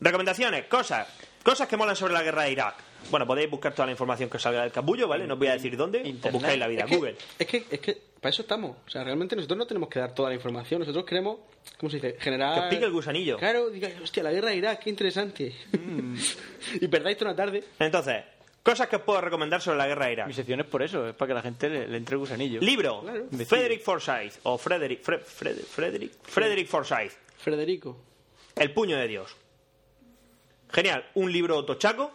Speaker 2: Recomendaciones, cosas. Cosas que molan sobre la guerra de Irak. Bueno, podéis buscar toda la información que os salga del capullo, ¿vale? No os voy a decir dónde.
Speaker 6: Internet.
Speaker 2: Os buscáis la vida.
Speaker 7: Es que-
Speaker 2: Google.
Speaker 7: Es que, es que para eso estamos. O sea, realmente nosotros no tenemos que dar toda la información. Nosotros queremos, ¿cómo se dice? Generar.
Speaker 2: Que os pique el gusanillo. Mm.
Speaker 7: Claro, diga, hostia, la guerra de Irak, qué interesante. y perdáis toda una tarde.
Speaker 2: Entonces, cosas que os puedo recomendar sobre la guerra de Irak.
Speaker 6: Mi sección es por eso, es para que la gente le, le entre el gusanillo.
Speaker 2: Libro,
Speaker 7: Claro.
Speaker 2: Frederick Forsyth, o Frederick, Fre- Fred- Frederick, Frederick Forsyth,
Speaker 7: Federico.
Speaker 2: Eh. El puño de Dios. Genial, un libro tochaco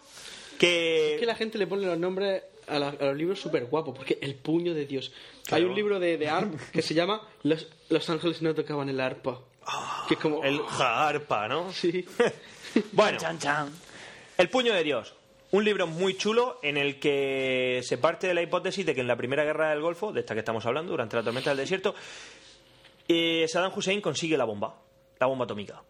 Speaker 2: que...
Speaker 7: Es que la gente le pone los nombres a, la- a los libros súper guapos, porque el puño de Dios. Hay un libro de, de Arp que se llama los, los ángeles no tocaban el arpa.
Speaker 2: Ah,
Speaker 7: que es como.
Speaker 2: El jarpa, ¿no?
Speaker 7: Sí.
Speaker 2: bueno,
Speaker 6: Chan, chan.
Speaker 2: El puño de Dios. Un libro muy chulo en el que se parte de la hipótesis de que en la Primera Guerra del Golfo, de esta que estamos hablando, durante la tormenta del desierto, eh, Saddam Hussein consigue la bomba, la bomba atómica.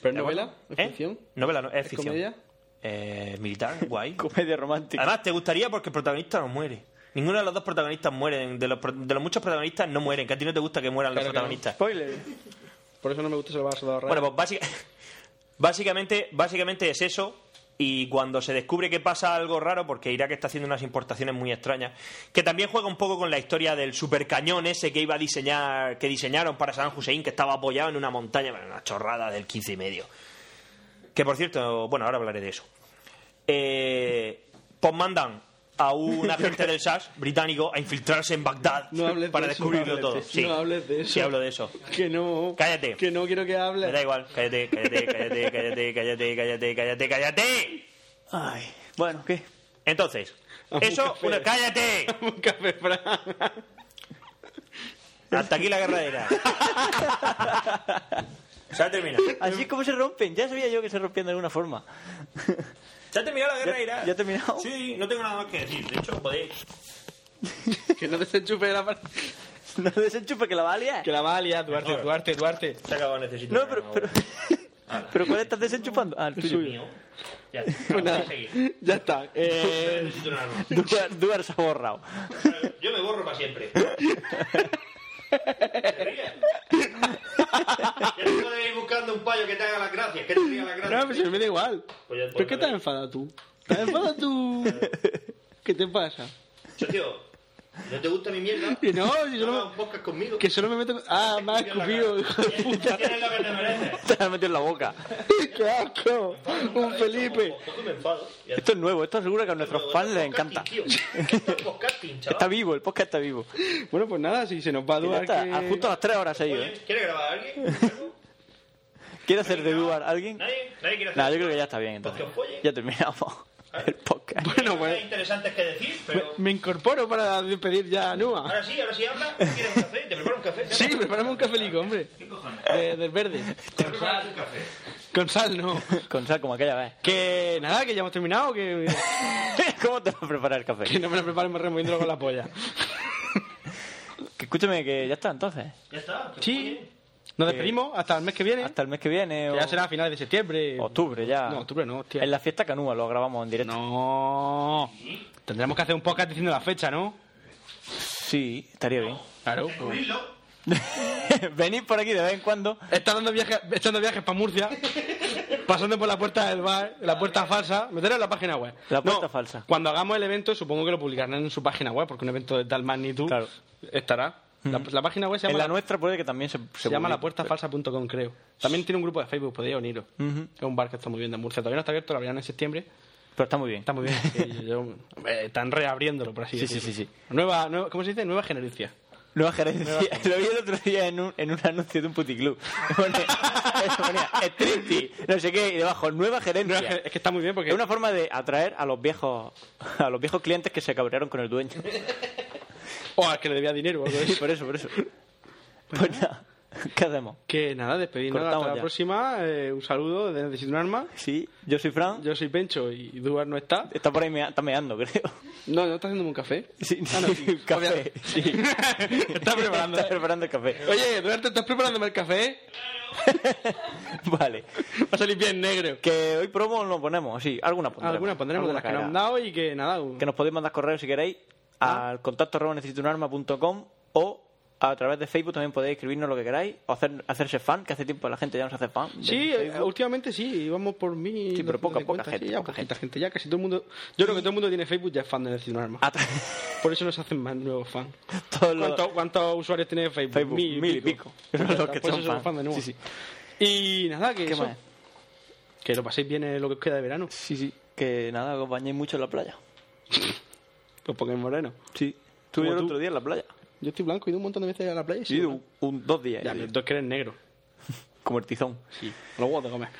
Speaker 7: ¿Pero es novela? ¿Es
Speaker 2: ¿Eh?
Speaker 7: ficción?
Speaker 2: Novela, no, es
Speaker 7: ¿Es
Speaker 2: ficción.
Speaker 7: comedia?
Speaker 2: Eh, militar, guay.
Speaker 6: Comedia romántica.
Speaker 2: Además, te gustaría porque el protagonista no muere. Ninguno de los dos protagonistas mueren. De los, pro- de los muchos protagonistas no mueren. Que a ti no te gusta que mueran los
Speaker 7: Claro que no.
Speaker 2: protagonistas.
Speaker 6: Spoiler.
Speaker 7: Por eso no me gusta salvar a Soldado Ryan.
Speaker 2: Bueno, pues básica- básicamente, básicamente es eso. Y cuando se descubre que pasa algo raro, porque Irak está haciendo unas importaciones muy extrañas, que también juega un poco con la historia del supercañón ese que iba a diseñar, que diseñaron para Saddam Hussein, que estaba apoyado en una montaña, bueno, una chorrada del 15 y medio. Que por cierto, bueno, ahora hablaré de eso. Eh, pues mandan a un agente del SAS británico a infiltrarse en Bagdad
Speaker 7: No hables de
Speaker 2: para
Speaker 7: eso,
Speaker 2: descubrirlo
Speaker 7: no hables
Speaker 2: todo.
Speaker 7: de eso, no hables de
Speaker 2: Sí,
Speaker 7: eso.
Speaker 2: hablo de eso.
Speaker 7: Que no.
Speaker 2: Cállate.
Speaker 7: Que no quiero que
Speaker 2: Me da
Speaker 7: hable.
Speaker 2: igual, cállate, cállate, cállate, cállate, cállate, cállate, cállate, cállate.
Speaker 6: Ay. Bueno, ¿qué?
Speaker 2: Entonces,
Speaker 7: Un
Speaker 2: eso,
Speaker 7: café.
Speaker 2: una, cállate.
Speaker 7: Un café Fran.
Speaker 2: Hasta aquí la guerra de Irak. Se ha terminado.
Speaker 6: Así es como se rompen. Ya sabía yo que se rompían de alguna forma.
Speaker 2: Se ha terminado la guerra
Speaker 6: ¿Ya-
Speaker 2: de Irak.
Speaker 6: ya ha terminado?
Speaker 2: Sí, no tengo nada más que decir. De hecho, podéis.
Speaker 7: que no desenchufe la par-
Speaker 6: no desenchupe que la va a liar.
Speaker 7: Que la va a liar, Duarte, Duarte, Duarte.
Speaker 2: Se ha acabado necesito.
Speaker 6: No, pero... pero... ¿Pero cuál estás desenchupando? Ah, el tuyo.
Speaker 2: Ya,
Speaker 7: Pues nada, ya está. Eh,
Speaker 6: Duar, Duar se ha borrado.
Speaker 2: Yo me borro para siempre. Ya no puedes ir buscando un payo que te haga las gracias. Que te diga las
Speaker 7: no, pues me da igual.
Speaker 2: Pues ya-
Speaker 7: ¿Pero qué estás enfadado tú? ¿Estás enfadado tú? ¿Qué te pasa?
Speaker 2: Socio, ¿no te gusta mi mierda?
Speaker 7: Que no,
Speaker 2: No
Speaker 7: si solo,
Speaker 2: hagas podcast conmigo.
Speaker 7: que solo me meto. Ah, me has escupido, hijo de puta.
Speaker 2: Tienes lo que te mereces.
Speaker 6: Te la ha metido en la boca.
Speaker 7: ¡Qué asco! Un Felipe.
Speaker 2: Tampoco me enfado. Ya
Speaker 6: Esto es nuevo. Esto seguro que a nuestros fans les encanta.
Speaker 2: Podcasting,
Speaker 6: Está
Speaker 2: chaval.
Speaker 6: vivo. El podcast está vivo.
Speaker 7: Bueno, pues nada, si se nos va a
Speaker 6: Y ya
Speaker 7: dudar.
Speaker 6: está. A- Justo a las 3 horas ha ido. ¿eh?
Speaker 2: ¿Quiere grabar a alguien?
Speaker 6: ¿Quiere hacer de Duar alguien?
Speaker 2: ¿Nadie? ¿Nadie quiere hacer?
Speaker 6: Nah, yo creo que ya está bien entonces.
Speaker 2: Pues que os follen.
Speaker 6: Ya terminamos el podcast.
Speaker 7: Bueno,
Speaker 2: Hay
Speaker 7: pues.
Speaker 2: cosas interesantes que decir,
Speaker 7: Me,
Speaker 2: pero...
Speaker 7: me incorporo para despedir ya a Nua.
Speaker 2: Ahora sí, ahora sí habla. ¿Quieres un café? ¿Te preparo un café?
Speaker 7: Sí, prepárame un cafelico, hombre.
Speaker 2: ¿Qué cojones?
Speaker 7: De- del verde.
Speaker 2: Te preparo un café.
Speaker 7: Con sal, no.
Speaker 6: Con sal como aquella vez.
Speaker 7: Que nada, que ya hemos terminado, que,
Speaker 6: ¿Cómo te vas a preparar el
Speaker 7: que
Speaker 6: café?
Speaker 7: no me lo preparen removiéndolo con la polla.
Speaker 6: Que escúchame que ya está entonces.
Speaker 2: Ya está. que os
Speaker 7: Sí.
Speaker 2: follen.
Speaker 7: Nos despedimos hasta el mes que viene.
Speaker 6: Eh, Hasta el mes que viene o
Speaker 7: que ya será a finales de septiembre.
Speaker 6: octubre ya.
Speaker 7: No, octubre no, hostia.
Speaker 6: En la fiesta canúa lo grabamos en directo.
Speaker 7: No. Tendremos que hacer un podcast diciendo la fecha, ¿no?
Speaker 6: Sí, estaría bien.
Speaker 7: Claro.
Speaker 2: Abrirlo.
Speaker 6: Venid por aquí de vez en cuando.
Speaker 7: Está dando viajes, echando viajes para Murcia, pasando por la puerta del bar, la puerta falsa. Meterlo en la página web.
Speaker 6: La puerta
Speaker 7: No,
Speaker 6: falsa.
Speaker 7: Cuando hagamos el evento, supongo que lo publicarán en su página web, porque un evento de tal magnitud
Speaker 6: Claro.
Speaker 7: estará. La, la página web se
Speaker 6: En
Speaker 7: llama
Speaker 6: la nuestra puede que también se,
Speaker 7: Se llama lapuertafalsa.com, creo. También tiene un grupo de Facebook, podéis uniros.
Speaker 6: Ujú.
Speaker 7: Es un bar que está muy bien de Murcia. Todavía no está abierto, lo abrirán en septiembre.
Speaker 6: Pero está muy bien.
Speaker 7: Está muy bien. sí, yo- hombre, están reabriéndolo, por así
Speaker 6: Sí, sí,
Speaker 7: decirlo.
Speaker 6: sí,
Speaker 7: Nueva, nueva- ¿Cómo se dice? Nueva generación.
Speaker 6: Nueva gerencia. Lo vi el otro día en un, en un anuncio de un puticlub. Ponía, ponía, "Striptease", no sé qué, y debajo, nueva gerencia.
Speaker 7: Nueva ge- es que está muy bien porque
Speaker 6: Es una forma de atraer a los viejos a los viejos clientes que se cabrearon con el dueño.
Speaker 7: o al que le debía dinero o algo de
Speaker 6: Sí,
Speaker 7: eso.
Speaker 6: por eso, por eso. Pues nada, ¿qué hacemos?
Speaker 7: Que nada, despedidnos
Speaker 6: Cortamos
Speaker 7: hasta la
Speaker 6: ya.
Speaker 7: próxima. Eh, un saludo de Necesito un arma.
Speaker 6: Sí, yo soy Fran.
Speaker 7: Yo soy Pencho y Duar no está.
Speaker 6: Está por ahí mea- está meando, creo.
Speaker 7: No, no está haciendo un café.
Speaker 6: Sí,
Speaker 7: Ah, no, sí.
Speaker 6: un café. Sí.
Speaker 7: Está preparando. eh.
Speaker 6: Está preparando el café.
Speaker 7: Oye, Duarte, ¿estás preparándome el café?
Speaker 6: Vale.
Speaker 7: Va a salir bien negro.
Speaker 6: Que hoy promo no ponemos, sí, alguna pondremos.
Speaker 7: Alguna pondremos de las que nos
Speaker 6: caerá.
Speaker 7: han dado y que nada. un-
Speaker 6: Que nos podéis mandar correos si queréis
Speaker 7: Ah.
Speaker 6: al contacto arroba necesitounarma.com o a través de Facebook también podéis escribirnos lo que queráis o hacer, hacerse fan, que hace tiempo la gente ya nos hace fan. de
Speaker 7: Sí, eh,
Speaker 6: Facebook.
Speaker 7: últimamente sí, íbamos por mí.
Speaker 6: Sí, pero poca- poca gente,
Speaker 7: ya,
Speaker 6: poca
Speaker 7: poquita gente. Ya casi todo el mundo. Yo creo que todo el mundo tiene Facebook ya es fan de Necesito un arma.
Speaker 6: A tra-
Speaker 7: Por eso nos hacen más nuevos fans.
Speaker 6: todos los-
Speaker 7: ¿Cuánto- ¿Cuántos usuarios tiene Facebook?
Speaker 6: Facebook, mil y pico.
Speaker 7: Ya
Speaker 6: Son
Speaker 7: está,
Speaker 6: los que
Speaker 7: por eso
Speaker 6: son
Speaker 7: somos
Speaker 6: fan.
Speaker 7: fan de nuevo.
Speaker 6: Sí,
Speaker 7: Y nada, que,
Speaker 6: ¿Qué
Speaker 7: eso,
Speaker 6: más?
Speaker 7: que lo paséis bien en lo que os queda de verano.
Speaker 6: Sí, sí. Que nada, os bañéis mucho en la playa.
Speaker 7: Pues pongáis moreno.
Speaker 6: Sí. Estuve
Speaker 7: Como
Speaker 6: el
Speaker 7: tú.
Speaker 6: otro día en la playa.
Speaker 7: Yo estoy blanco y he ido un montón de veces a la playa. y
Speaker 6: Sí,
Speaker 7: sigo
Speaker 6: un,
Speaker 7: blanco.
Speaker 6: un- dos días.
Speaker 7: Ya,
Speaker 6: eh,
Speaker 7: pero tú es que eres negro.
Speaker 6: Como el tizón.
Speaker 7: Sí, los huevos de comer.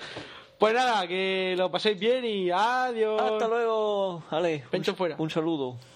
Speaker 7: Pues nada, que lo paséis bien y adiós.
Speaker 6: Hasta luego, Ale.
Speaker 7: Pencho
Speaker 6: Un-
Speaker 7: fuera.
Speaker 6: Un saludo.